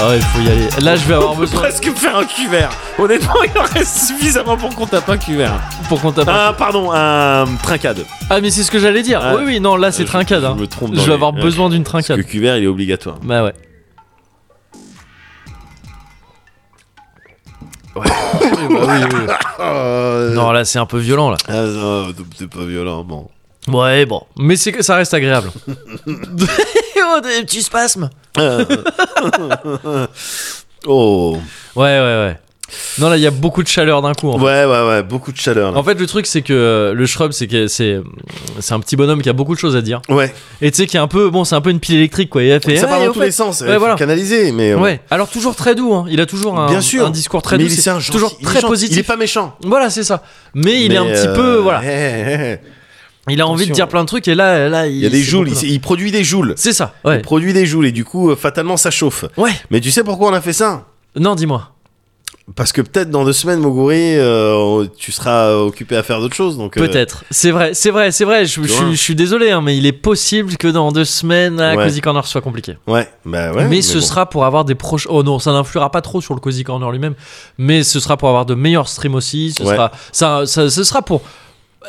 [SPEAKER 1] Ah ouais, il faut y aller. Là, je vais avoir
[SPEAKER 2] On peut
[SPEAKER 1] besoin.
[SPEAKER 2] presque faire un cuvert. Honnêtement, il en reste suffisamment pour qu'on tape un cuvert.
[SPEAKER 1] Pour qu'on tape
[SPEAKER 2] un. pardon, un trincade.
[SPEAKER 1] Ah, mais c'est ce que j'allais dire.
[SPEAKER 2] Ah.
[SPEAKER 1] oui, oui, non, là, c'est trincade. hein.
[SPEAKER 2] Je me trompe.
[SPEAKER 1] Je vais avoir besoin d'une trincade.
[SPEAKER 2] Le cuvert, il est obligatoire.
[SPEAKER 1] Bah ouais. Non, là, c'est un peu violent, là.
[SPEAKER 2] Ah, non, c'est pas violent, bon.
[SPEAKER 1] Ouais, bon. Mais c'est que ça reste agréable. oh, des petits spasmes.
[SPEAKER 2] oh.
[SPEAKER 1] Ouais, ouais, ouais. Non, là, il y a beaucoup de chaleur d'un coup. en fait.
[SPEAKER 2] Ouais, ouais, ouais, beaucoup de chaleur. là.
[SPEAKER 1] En fait, le truc, c'est que euh, le shrub, c'est que c'est c'est un petit bonhomme qui a beaucoup de choses à dire.
[SPEAKER 2] Ouais.
[SPEAKER 1] Et tu sais, qui est un peu bon, c'est un peu une pile électrique, quoi. Il a fait,
[SPEAKER 2] ça
[SPEAKER 1] eh,
[SPEAKER 2] part
[SPEAKER 1] et
[SPEAKER 2] dans
[SPEAKER 1] Oh. au
[SPEAKER 2] tous
[SPEAKER 1] fait-
[SPEAKER 2] les sens.
[SPEAKER 1] Ouais, voilà.
[SPEAKER 2] canalisé, mais. euh,
[SPEAKER 1] Ouais. Alors toujours très doux. hein. Il a toujours un,
[SPEAKER 2] Bien sûr.
[SPEAKER 1] un discours très
[SPEAKER 2] Mais
[SPEAKER 1] doux.
[SPEAKER 2] il- c'est un gentil-
[SPEAKER 1] toujours
[SPEAKER 2] il est
[SPEAKER 1] très
[SPEAKER 2] gentil.
[SPEAKER 1] positif.
[SPEAKER 2] Il est pas méchant.
[SPEAKER 1] Voilà, c'est ça. Mais il est
[SPEAKER 2] Mais,
[SPEAKER 1] un petit
[SPEAKER 2] euh,
[SPEAKER 1] peu, voilà.
[SPEAKER 2] eh, eh,
[SPEAKER 1] Il a envie de
[SPEAKER 2] attention.
[SPEAKER 1] dire plein de trucs et là, là,
[SPEAKER 2] Il y a des
[SPEAKER 1] c'est
[SPEAKER 2] joules, il,
[SPEAKER 1] beaucoup-
[SPEAKER 2] s- il produit des joules.
[SPEAKER 1] C'est ça.
[SPEAKER 2] Il
[SPEAKER 1] Ouais.
[SPEAKER 2] produit des joules et du coup, euh, fatalement, ça chauffe.
[SPEAKER 1] Ouais.
[SPEAKER 2] Mais tu sais pourquoi on a fait ça
[SPEAKER 1] Non, dis-moi.
[SPEAKER 2] Parce que peut-être dans deux semaines, Moguri, euh, on- tu seras occupé à faire d'autres choses. donc euh,
[SPEAKER 1] Peut-être. C'est vrai, c'est vrai, c'est vrai. Je, je-
[SPEAKER 2] vois.
[SPEAKER 1] je suis désolé, hein, mais il est possible que dans deux semaines, la
[SPEAKER 2] Ouais.
[SPEAKER 1] Cozy Corner soit compliqué.
[SPEAKER 2] Ouais, bah ouais.
[SPEAKER 1] mais, ce
[SPEAKER 2] bon.
[SPEAKER 1] sera pour avoir des proches. Oh non, ça n'influera pas trop sur le Cozy Corner lui-même, mais ce sera pour avoir de meilleurs streams aussi. Ce
[SPEAKER 2] Ouais.
[SPEAKER 1] sera, ça, ça- ce sera pour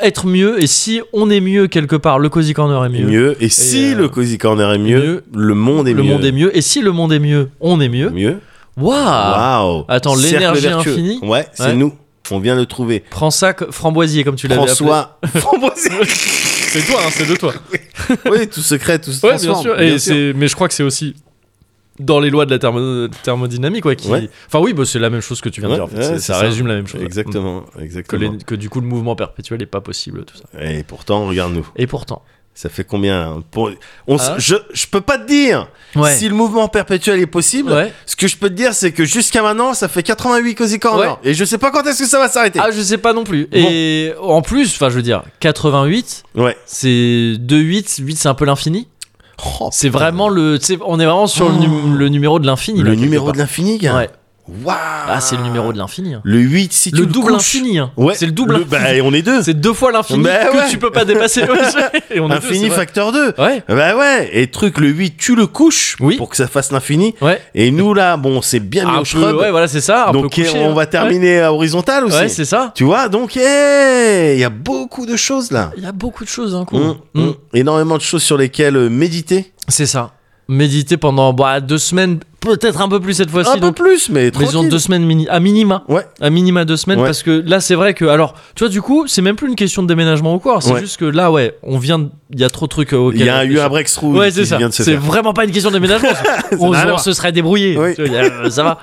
[SPEAKER 1] être mieux. Et si on est mieux quelque part, le Cozy Corner est mieux.
[SPEAKER 2] mieux. Et, si
[SPEAKER 1] euh,
[SPEAKER 2] le Cozy Corner est mieux,
[SPEAKER 1] mieux,
[SPEAKER 2] le monde est
[SPEAKER 1] le
[SPEAKER 2] mieux.
[SPEAKER 1] monde est mieux. Et si le monde est mieux, on est mieux.
[SPEAKER 2] mieux.
[SPEAKER 1] Waouh
[SPEAKER 2] Waouh.
[SPEAKER 1] Attends,
[SPEAKER 2] Cercle
[SPEAKER 1] l'énergie
[SPEAKER 2] vertueux.
[SPEAKER 1] infinie
[SPEAKER 2] Ouais, c'est
[SPEAKER 1] Ouais.
[SPEAKER 2] nous. On vient de trouver.
[SPEAKER 1] Prends ça, que- framboisier, comme tu l'avais appelé.
[SPEAKER 2] François.
[SPEAKER 1] C'est toi, hein, c'est de toi.
[SPEAKER 2] oui, tout secret, tout se
[SPEAKER 1] Ouais, bien
[SPEAKER 2] transforme.
[SPEAKER 1] sûr. Et c'est- Mais je crois que c'est aussi dans les lois de la thermo- thermodynamique, ouais, qui-
[SPEAKER 2] Ouais.
[SPEAKER 1] Enfin oui, bah, c'est la même chose que tu viens
[SPEAKER 2] Ouais,
[SPEAKER 1] de dire. en fait.
[SPEAKER 2] ouais,
[SPEAKER 1] C'est-
[SPEAKER 2] c'est
[SPEAKER 1] ça,
[SPEAKER 2] ça.
[SPEAKER 1] résume la même chose.
[SPEAKER 2] Exactement,
[SPEAKER 1] Que, les-
[SPEAKER 2] exactement.
[SPEAKER 1] que du coup le mouvement perpétuel est pas possible, tout ça.
[SPEAKER 2] Et pourtant, regarde-nous.
[SPEAKER 1] Et pourtant.
[SPEAKER 2] Ça fait combien là Pour- on s-
[SPEAKER 1] Ah.
[SPEAKER 2] je, je peux pas te dire
[SPEAKER 1] Ouais.
[SPEAKER 2] si le mouvement perpétuel est possible.
[SPEAKER 1] Ouais.
[SPEAKER 2] Ce que je peux te dire, c'est que jusqu'à maintenant, ça fait 88 Cozy Corner.
[SPEAKER 1] Ouais.
[SPEAKER 2] Et je sais pas quand est-ce que ça va s'arrêter.
[SPEAKER 1] Ah je sais pas non plus. Et en plus, enfin je veux dire, 88,
[SPEAKER 2] ouais.
[SPEAKER 1] c'est 2 8, 8 c'est un peu l'infini.
[SPEAKER 2] Oh,
[SPEAKER 1] C'est vraiment le, c'est- on est vraiment sur le, nu- le numéro de l'infini.
[SPEAKER 2] le numéro de l'infini, gars.
[SPEAKER 1] Ouais.
[SPEAKER 2] Waouh.
[SPEAKER 1] Ah c'est le numéro de l'infini. hein.
[SPEAKER 2] Le 8, si tu
[SPEAKER 1] Le double
[SPEAKER 2] couches.
[SPEAKER 1] infini. hein.
[SPEAKER 2] Ouais.
[SPEAKER 1] C'est le double.
[SPEAKER 2] Le- bah, et on est deux.
[SPEAKER 1] C'est deux fois l'infini
[SPEAKER 2] Bah
[SPEAKER 1] que
[SPEAKER 2] ouais.
[SPEAKER 1] tu peux pas dépasser. Et on est deux,
[SPEAKER 2] infini
[SPEAKER 1] c'est vrai.
[SPEAKER 2] facteur 2.
[SPEAKER 1] Ouais.
[SPEAKER 2] Bah ouais. Et truc, le 8, tu le couches
[SPEAKER 1] Oui.
[SPEAKER 2] pour que ça fasse l'infini.
[SPEAKER 1] Ouais.
[SPEAKER 2] Et nous, là, bon, c'est bien mis
[SPEAKER 1] Un
[SPEAKER 2] au
[SPEAKER 1] peu,
[SPEAKER 2] shrub.
[SPEAKER 1] ouais, voilà, c'est ça. un peu
[SPEAKER 2] donc eh,
[SPEAKER 1] couché,
[SPEAKER 2] on
[SPEAKER 1] hein.
[SPEAKER 2] va terminer à horizontal
[SPEAKER 1] Ouais,
[SPEAKER 2] aussi.
[SPEAKER 1] Ouais, c'est ça.
[SPEAKER 2] tu vois, donc, eh, il y a beaucoup de choses là.
[SPEAKER 1] Il y a beaucoup de choses, hein, coup.
[SPEAKER 2] Mm,
[SPEAKER 1] Mm.
[SPEAKER 2] mm. Énormément de choses sur lesquelles euh, méditer.
[SPEAKER 1] C'est ça. Méditer pendant bah, deux semaines, peut-être un peu plus cette fois-ci.
[SPEAKER 2] Un peu
[SPEAKER 1] donc,
[SPEAKER 2] plus, mais
[SPEAKER 1] mais disons
[SPEAKER 2] tranquille.
[SPEAKER 1] deux semaines mini, à minima.
[SPEAKER 2] Ouais.
[SPEAKER 1] À minima deux semaines,
[SPEAKER 2] Ouais.
[SPEAKER 1] parce que là, c'est vrai que. Alors, tu vois, du coup, c'est même plus une question de déménagement ou quoi. C'est
[SPEAKER 2] Ouais.
[SPEAKER 1] juste que là, ouais, on vient. de- Il y a trop de trucs. euh, auxquels
[SPEAKER 2] Il y
[SPEAKER 1] on
[SPEAKER 2] a eu un
[SPEAKER 1] réfléchit.
[SPEAKER 2] breakthrough
[SPEAKER 1] Ouais,
[SPEAKER 2] qui
[SPEAKER 1] c'est ça.
[SPEAKER 2] vient de se
[SPEAKER 1] C'est
[SPEAKER 2] faire.
[SPEAKER 1] vraiment pas une question de déménagement. on,
[SPEAKER 2] rien à
[SPEAKER 1] on
[SPEAKER 2] voir.
[SPEAKER 1] se serait débrouillé.
[SPEAKER 2] Oui.
[SPEAKER 1] Tu vois, il y a- euh, ça va.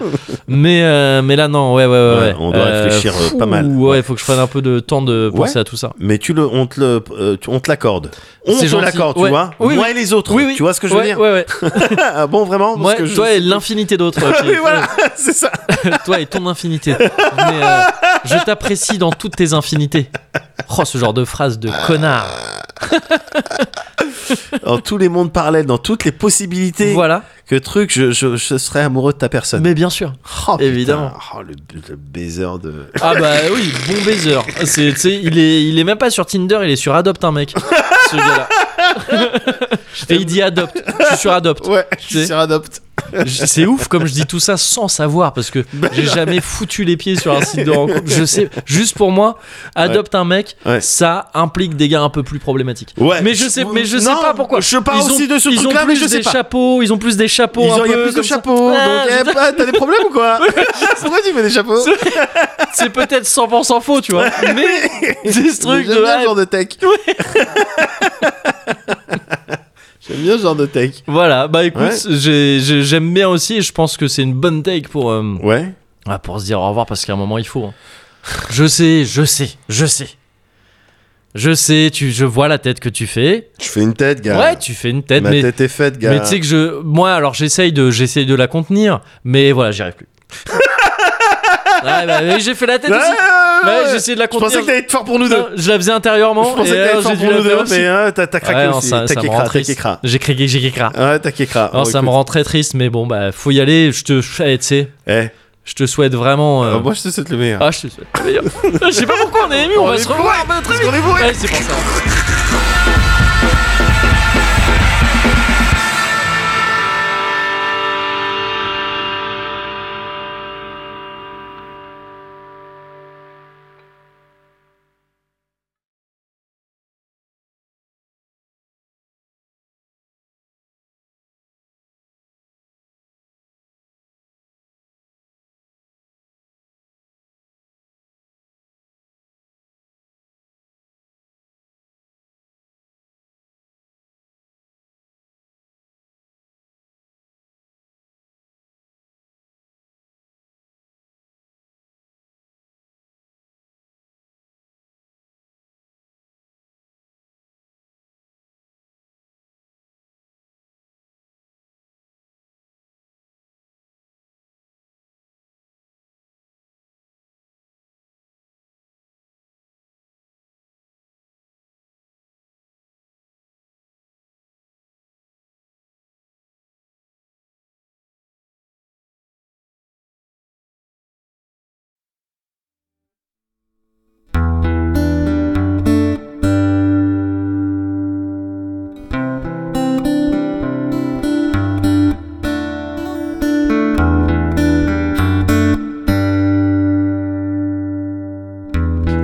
[SPEAKER 1] Mais, euh, mais là, non, ouais, ouais, ouais.
[SPEAKER 2] Ouais, on doit réfléchir, euh, pas mal.
[SPEAKER 1] Ouais, faut que je prenne un peu de temps de
[SPEAKER 2] Ouais.
[SPEAKER 1] penser à tout ça.
[SPEAKER 2] Mais tu le, on te le, euh, tu- on te l'accorde. On
[SPEAKER 1] C'est
[SPEAKER 2] te
[SPEAKER 1] gentil.
[SPEAKER 2] l'accorde,
[SPEAKER 1] Ouais.
[SPEAKER 2] tu vois.
[SPEAKER 1] Oui,
[SPEAKER 2] Moi
[SPEAKER 1] oui.
[SPEAKER 2] et les autres.
[SPEAKER 1] Oui, oui.
[SPEAKER 2] Tu vois ce que je veux
[SPEAKER 1] Ouais,
[SPEAKER 2] dire
[SPEAKER 1] Ouais, ouais.
[SPEAKER 2] Ah, Bon, vraiment. parce
[SPEAKER 1] Moi,
[SPEAKER 2] que je-
[SPEAKER 1] toi et l'infinité d'autres. Pierre.
[SPEAKER 2] Oui, voilà, c'est ça.
[SPEAKER 1] Toi et ton infinité. Mais, euh, je t'apprécie dans toutes tes infinités. Oh, ce genre de phrase de connard.
[SPEAKER 2] Dans tous les mondes parallèles, dans toutes les possibilités.
[SPEAKER 1] Voilà.
[SPEAKER 2] Que truc, je, je, je serais amoureux de ta personne.
[SPEAKER 1] Mais bien sûr.
[SPEAKER 2] Oh, putain.
[SPEAKER 1] Évidemment.
[SPEAKER 2] Oh, le, le baiser de.
[SPEAKER 1] Ah bah oui, bon baiser. C'est, tu sais, il est, il est même pas sur Tinder, il est sur Adopte un mec. Ce gars-là. Et il dit Adopte. Je suis sur Adopte.
[SPEAKER 2] Ouais,
[SPEAKER 1] Tu sais.
[SPEAKER 2] je suis adopte.
[SPEAKER 1] Je- C'est ouf comme je dis tout ça sans savoir parce que
[SPEAKER 2] Ben
[SPEAKER 1] j'ai jamais foutu les pieds sur un site de rencontre. Je sais, juste pour moi, adopte un mec,
[SPEAKER 2] Ouais.
[SPEAKER 1] ça implique des gars un peu plus problématiques.
[SPEAKER 2] Ouais.
[SPEAKER 1] Mais je sais, mais je sais
[SPEAKER 2] Non,
[SPEAKER 1] pas pourquoi.
[SPEAKER 2] je parle
[SPEAKER 1] Ils ont-
[SPEAKER 2] aussi de ce
[SPEAKER 1] ils
[SPEAKER 2] truc-là,
[SPEAKER 1] ont
[SPEAKER 2] mais
[SPEAKER 1] plus
[SPEAKER 2] je sais
[SPEAKER 1] des
[SPEAKER 2] pas.
[SPEAKER 1] chapeaux, ils ont plus des chapeaux.
[SPEAKER 2] Ils
[SPEAKER 1] un
[SPEAKER 2] ont, il y a
[SPEAKER 1] peu
[SPEAKER 2] plus de
[SPEAKER 1] comme ça. Ah,
[SPEAKER 2] chapeaux.
[SPEAKER 1] Ouais,
[SPEAKER 2] donc, eh,
[SPEAKER 1] c'est-
[SPEAKER 2] bah, t'as des problèmes ou quoi Pourquoi tu fais des chapeaux
[SPEAKER 1] c'est peut-être 100% faux, tu vois. Mais c'est ce truc
[SPEAKER 2] J'aime
[SPEAKER 1] de.
[SPEAKER 2] bien
[SPEAKER 1] ouais,
[SPEAKER 2] ce genre de tech. J'aime bien ce genre de tech.
[SPEAKER 1] Voilà, bah écoute,
[SPEAKER 2] Ouais.
[SPEAKER 1] j'ai- j'ai- j'aime bien aussi et je pense que c'est une bonne take pour, euh,
[SPEAKER 2] Ouais.
[SPEAKER 1] ah, pour se dire au revoir parce qu'à un moment il faut. hein. Je sais, je sais, je sais. Je sais, tu, je vois la tête que tu fais.
[SPEAKER 2] Je fais une tête, gars.
[SPEAKER 1] Ouais, tu fais une tête,
[SPEAKER 2] Ma
[SPEAKER 1] mais,
[SPEAKER 2] tête est faite, gars.
[SPEAKER 1] mais tu sais que je. Moi, alors j'essaye de, j'essaye de la contenir, mais voilà, j'y arrive plus. ouais, bah, mais j'ai fait la tête
[SPEAKER 2] Ouais,
[SPEAKER 1] aussi.
[SPEAKER 2] ouais, ouais.
[SPEAKER 1] Ah Ouais, j'essayais de la
[SPEAKER 2] Ah Je pensais
[SPEAKER 1] contenir.
[SPEAKER 2] que t'allais être fort pour nous deux.
[SPEAKER 1] Non, je la faisais intérieurement.
[SPEAKER 2] Je pensais
[SPEAKER 1] et,
[SPEAKER 2] que
[SPEAKER 1] euh,
[SPEAKER 2] t'allais être fort
[SPEAKER 1] j'ai dû
[SPEAKER 2] pour
[SPEAKER 1] la
[SPEAKER 2] nous deux,
[SPEAKER 1] faire aussi.
[SPEAKER 2] mais hein, t'as t'as craqué
[SPEAKER 1] Ouais, non,
[SPEAKER 2] aussi.
[SPEAKER 1] ça,
[SPEAKER 2] T'as
[SPEAKER 1] ça me rend
[SPEAKER 2] kékra, t'as
[SPEAKER 1] triste.
[SPEAKER 2] kékra.
[SPEAKER 1] J'ai crié, j'ai crié.
[SPEAKER 2] Ah, Ouais, t'as kékra.
[SPEAKER 1] Non,
[SPEAKER 2] Bon,
[SPEAKER 1] ça me
[SPEAKER 2] écoute.
[SPEAKER 1] rend très triste, mais bon, bah, faut y aller. Je te, eh, tu sais,
[SPEAKER 2] Eh,
[SPEAKER 1] je te souhaite vraiment. euh,
[SPEAKER 2] bah, moi, je te souhaite le meilleur.
[SPEAKER 1] Ah, je te souhaite. le meilleur. Je sais pas pourquoi on est ému, on,
[SPEAKER 2] On
[SPEAKER 1] va
[SPEAKER 2] est
[SPEAKER 1] se revoir bah, très
[SPEAKER 2] parce
[SPEAKER 1] vite.
[SPEAKER 2] qu'on est bourré.
[SPEAKER 1] Ouais, c'est pour ça.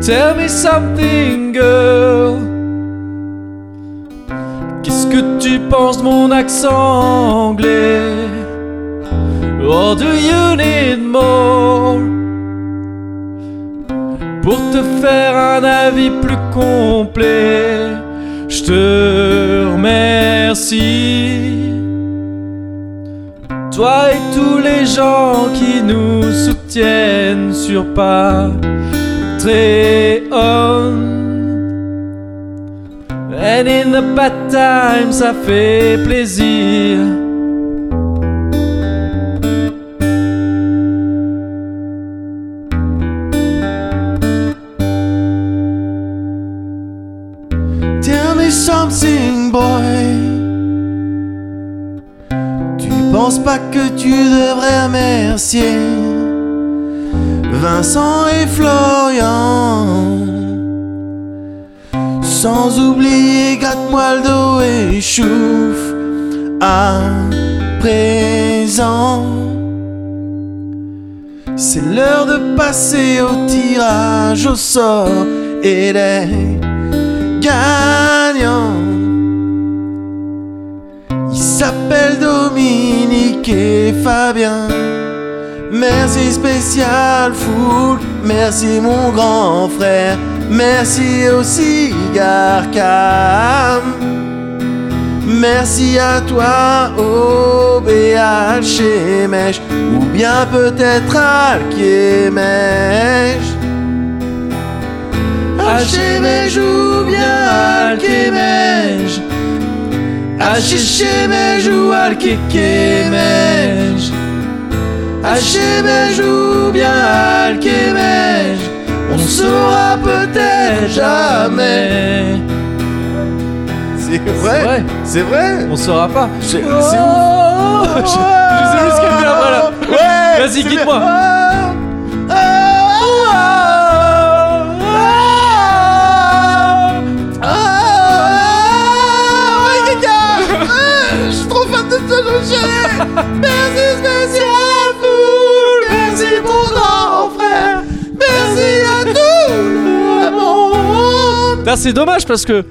[SPEAKER 1] Tell me something, girl. Qu'est-ce que tu penses de mon accent anglais? Or do you need more? Pour te faire un avis plus complet, je te remercie. Toi et tous les gens qui nous soutiennent sur Patreon. And in the bad times, ça fait plaisir.
[SPEAKER 4] Tell me something, boy. Tu penses pas que tu devrais remercier Vincent et Florian. Sans oublier, gratte-moi le dos et chouffe à présent. C'est l'heure de passer au tirage au sort et les gagnants. Ils s'appellent Dominique et Fabien. Merci spécial foule, merci mon grand frère, merci au cigare Cam. Merci à toi, au BH chez Mèche, ou bien peut-être à Alkemèche. Alchemèche ou bien Alkemèche. Alchemèche ou Alkekemèche. Alchemèche ou bien Alkemèche. On saura peut-être jamais.
[SPEAKER 2] C'est vrai, c'est vrai.
[SPEAKER 1] On saura pas.
[SPEAKER 2] C'est c'est
[SPEAKER 1] Oh,
[SPEAKER 2] ouf.
[SPEAKER 1] je, je sais plus ce qu'elle vient après là.
[SPEAKER 4] oh,
[SPEAKER 2] Ouais,
[SPEAKER 1] Vas-y, guide-moi.
[SPEAKER 4] Je suis trop fan de toi, Jean-Michel Merci spécial foule Merci mon grand frère Merci à tout le monde
[SPEAKER 1] Putain, c'est dommage parce que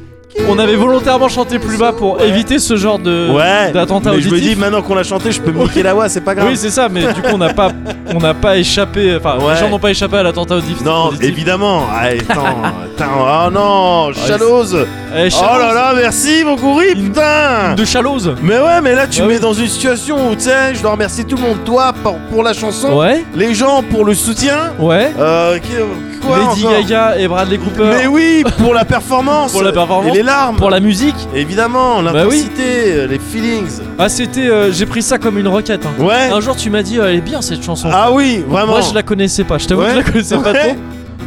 [SPEAKER 1] on avait volontairement chanté plus bas pour éviter ce genre de
[SPEAKER 2] Ouais,
[SPEAKER 1] d'attentat
[SPEAKER 2] mais je me
[SPEAKER 1] auditif.
[SPEAKER 2] dis maintenant qu'on l'a chanté, je peux me niquer la voix, c'est pas grave.
[SPEAKER 1] oui, c'est ça, mais du coup on n'a pas on n'a pas échappé enfin
[SPEAKER 2] Ouais.
[SPEAKER 1] les gens n'ont pas échappé à l'attentat audif- auditif. Ah,
[SPEAKER 2] non, évidemment. Ah, attends, attends. Oh non, Chalose.
[SPEAKER 1] Eh,
[SPEAKER 2] Oh
[SPEAKER 1] Chalose,
[SPEAKER 2] là là, merci mon courri, putain.
[SPEAKER 1] de Chalose.
[SPEAKER 2] Mais ouais, mais là tu
[SPEAKER 1] Ah
[SPEAKER 2] me mets
[SPEAKER 1] oui.
[SPEAKER 2] dans une situation où tu sais, je dois remercier tout le monde, toi pour, pour la chanson,
[SPEAKER 1] Ouais.
[SPEAKER 2] les gens pour le soutien.
[SPEAKER 1] Ouais.
[SPEAKER 2] Euh, qui- quoi
[SPEAKER 1] Lady
[SPEAKER 2] encore
[SPEAKER 1] Gaga et Bradley Cooper
[SPEAKER 2] Mais oui, pour la performance.
[SPEAKER 1] Pour la performance.
[SPEAKER 2] Et les larmes.
[SPEAKER 1] pour la musique.
[SPEAKER 2] Évidemment,
[SPEAKER 1] Bah oui.
[SPEAKER 2] l'intensité, euh, les feelings.
[SPEAKER 1] Ah, c'était euh, j'ai pris ça comme une requête hein.
[SPEAKER 2] Ouais.
[SPEAKER 1] Un jour tu m'as dit euh, elle est bien cette chanson.
[SPEAKER 2] Ah oui, vraiment.
[SPEAKER 1] Moi je la connaissais pas, je t'avoue que
[SPEAKER 2] Ouais.
[SPEAKER 1] je la connaissais pas
[SPEAKER 2] Ouais.
[SPEAKER 1] trop.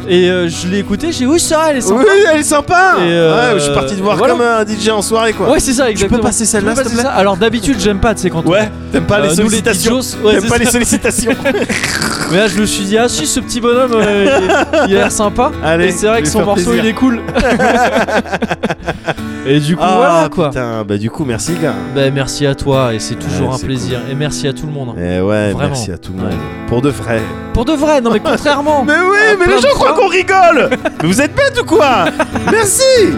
[SPEAKER 1] Et euh, je l'ai écoutée, j'ai dit oui ça elle est sympa.
[SPEAKER 2] Oui, elle est sympa.
[SPEAKER 1] Et, euh,
[SPEAKER 2] Ouais, je suis parti te voir
[SPEAKER 1] voilà.
[SPEAKER 2] comme un DJ en soirée quoi.
[SPEAKER 1] Ouais, c'est ça, exactement.
[SPEAKER 2] passer celle-là,
[SPEAKER 1] Tu peux
[SPEAKER 2] s'il te
[SPEAKER 1] passer
[SPEAKER 2] plaît
[SPEAKER 1] ça Alors d'habitude, j'aime pas, tu sais, quand on-
[SPEAKER 2] Ouais, t'aimes pas
[SPEAKER 1] Euh,
[SPEAKER 2] les
[SPEAKER 1] nous,
[SPEAKER 2] sollicitations.
[SPEAKER 1] petits Joss, ouais,
[SPEAKER 2] t'aimes
[SPEAKER 1] c'est
[SPEAKER 2] pas
[SPEAKER 1] ça.
[SPEAKER 2] les sollicitations.
[SPEAKER 1] Mais là, je me suis dit, ah si, ce petit bonhomme, euh, il est- il a l'air sympa.
[SPEAKER 2] Allez,
[SPEAKER 1] et c'est
[SPEAKER 2] je
[SPEAKER 1] vrai
[SPEAKER 2] vais
[SPEAKER 1] que son
[SPEAKER 2] faire
[SPEAKER 1] morceau,
[SPEAKER 2] plaisir.
[SPEAKER 1] il est cool. et du coup,
[SPEAKER 2] Ah
[SPEAKER 1] voilà quoi.
[SPEAKER 2] putain, bah du coup merci gars.
[SPEAKER 1] Bah, merci à toi, et c'est toujours
[SPEAKER 2] Ouais,
[SPEAKER 1] un
[SPEAKER 2] c'est
[SPEAKER 1] plaisir. Et merci à tout le monde. hein.
[SPEAKER 2] Eh ouais,
[SPEAKER 1] Vraiment.
[SPEAKER 2] merci à tout le monde. Pour de vrai.
[SPEAKER 1] Pour de vrai, non mais contrairement.
[SPEAKER 2] Mais oui,
[SPEAKER 1] Euh,
[SPEAKER 2] mais
[SPEAKER 1] plein
[SPEAKER 2] les
[SPEAKER 1] de
[SPEAKER 2] gens croient
[SPEAKER 1] fois.
[SPEAKER 2] qu'on rigole. mais vous êtes bêtes ou quoi Merci.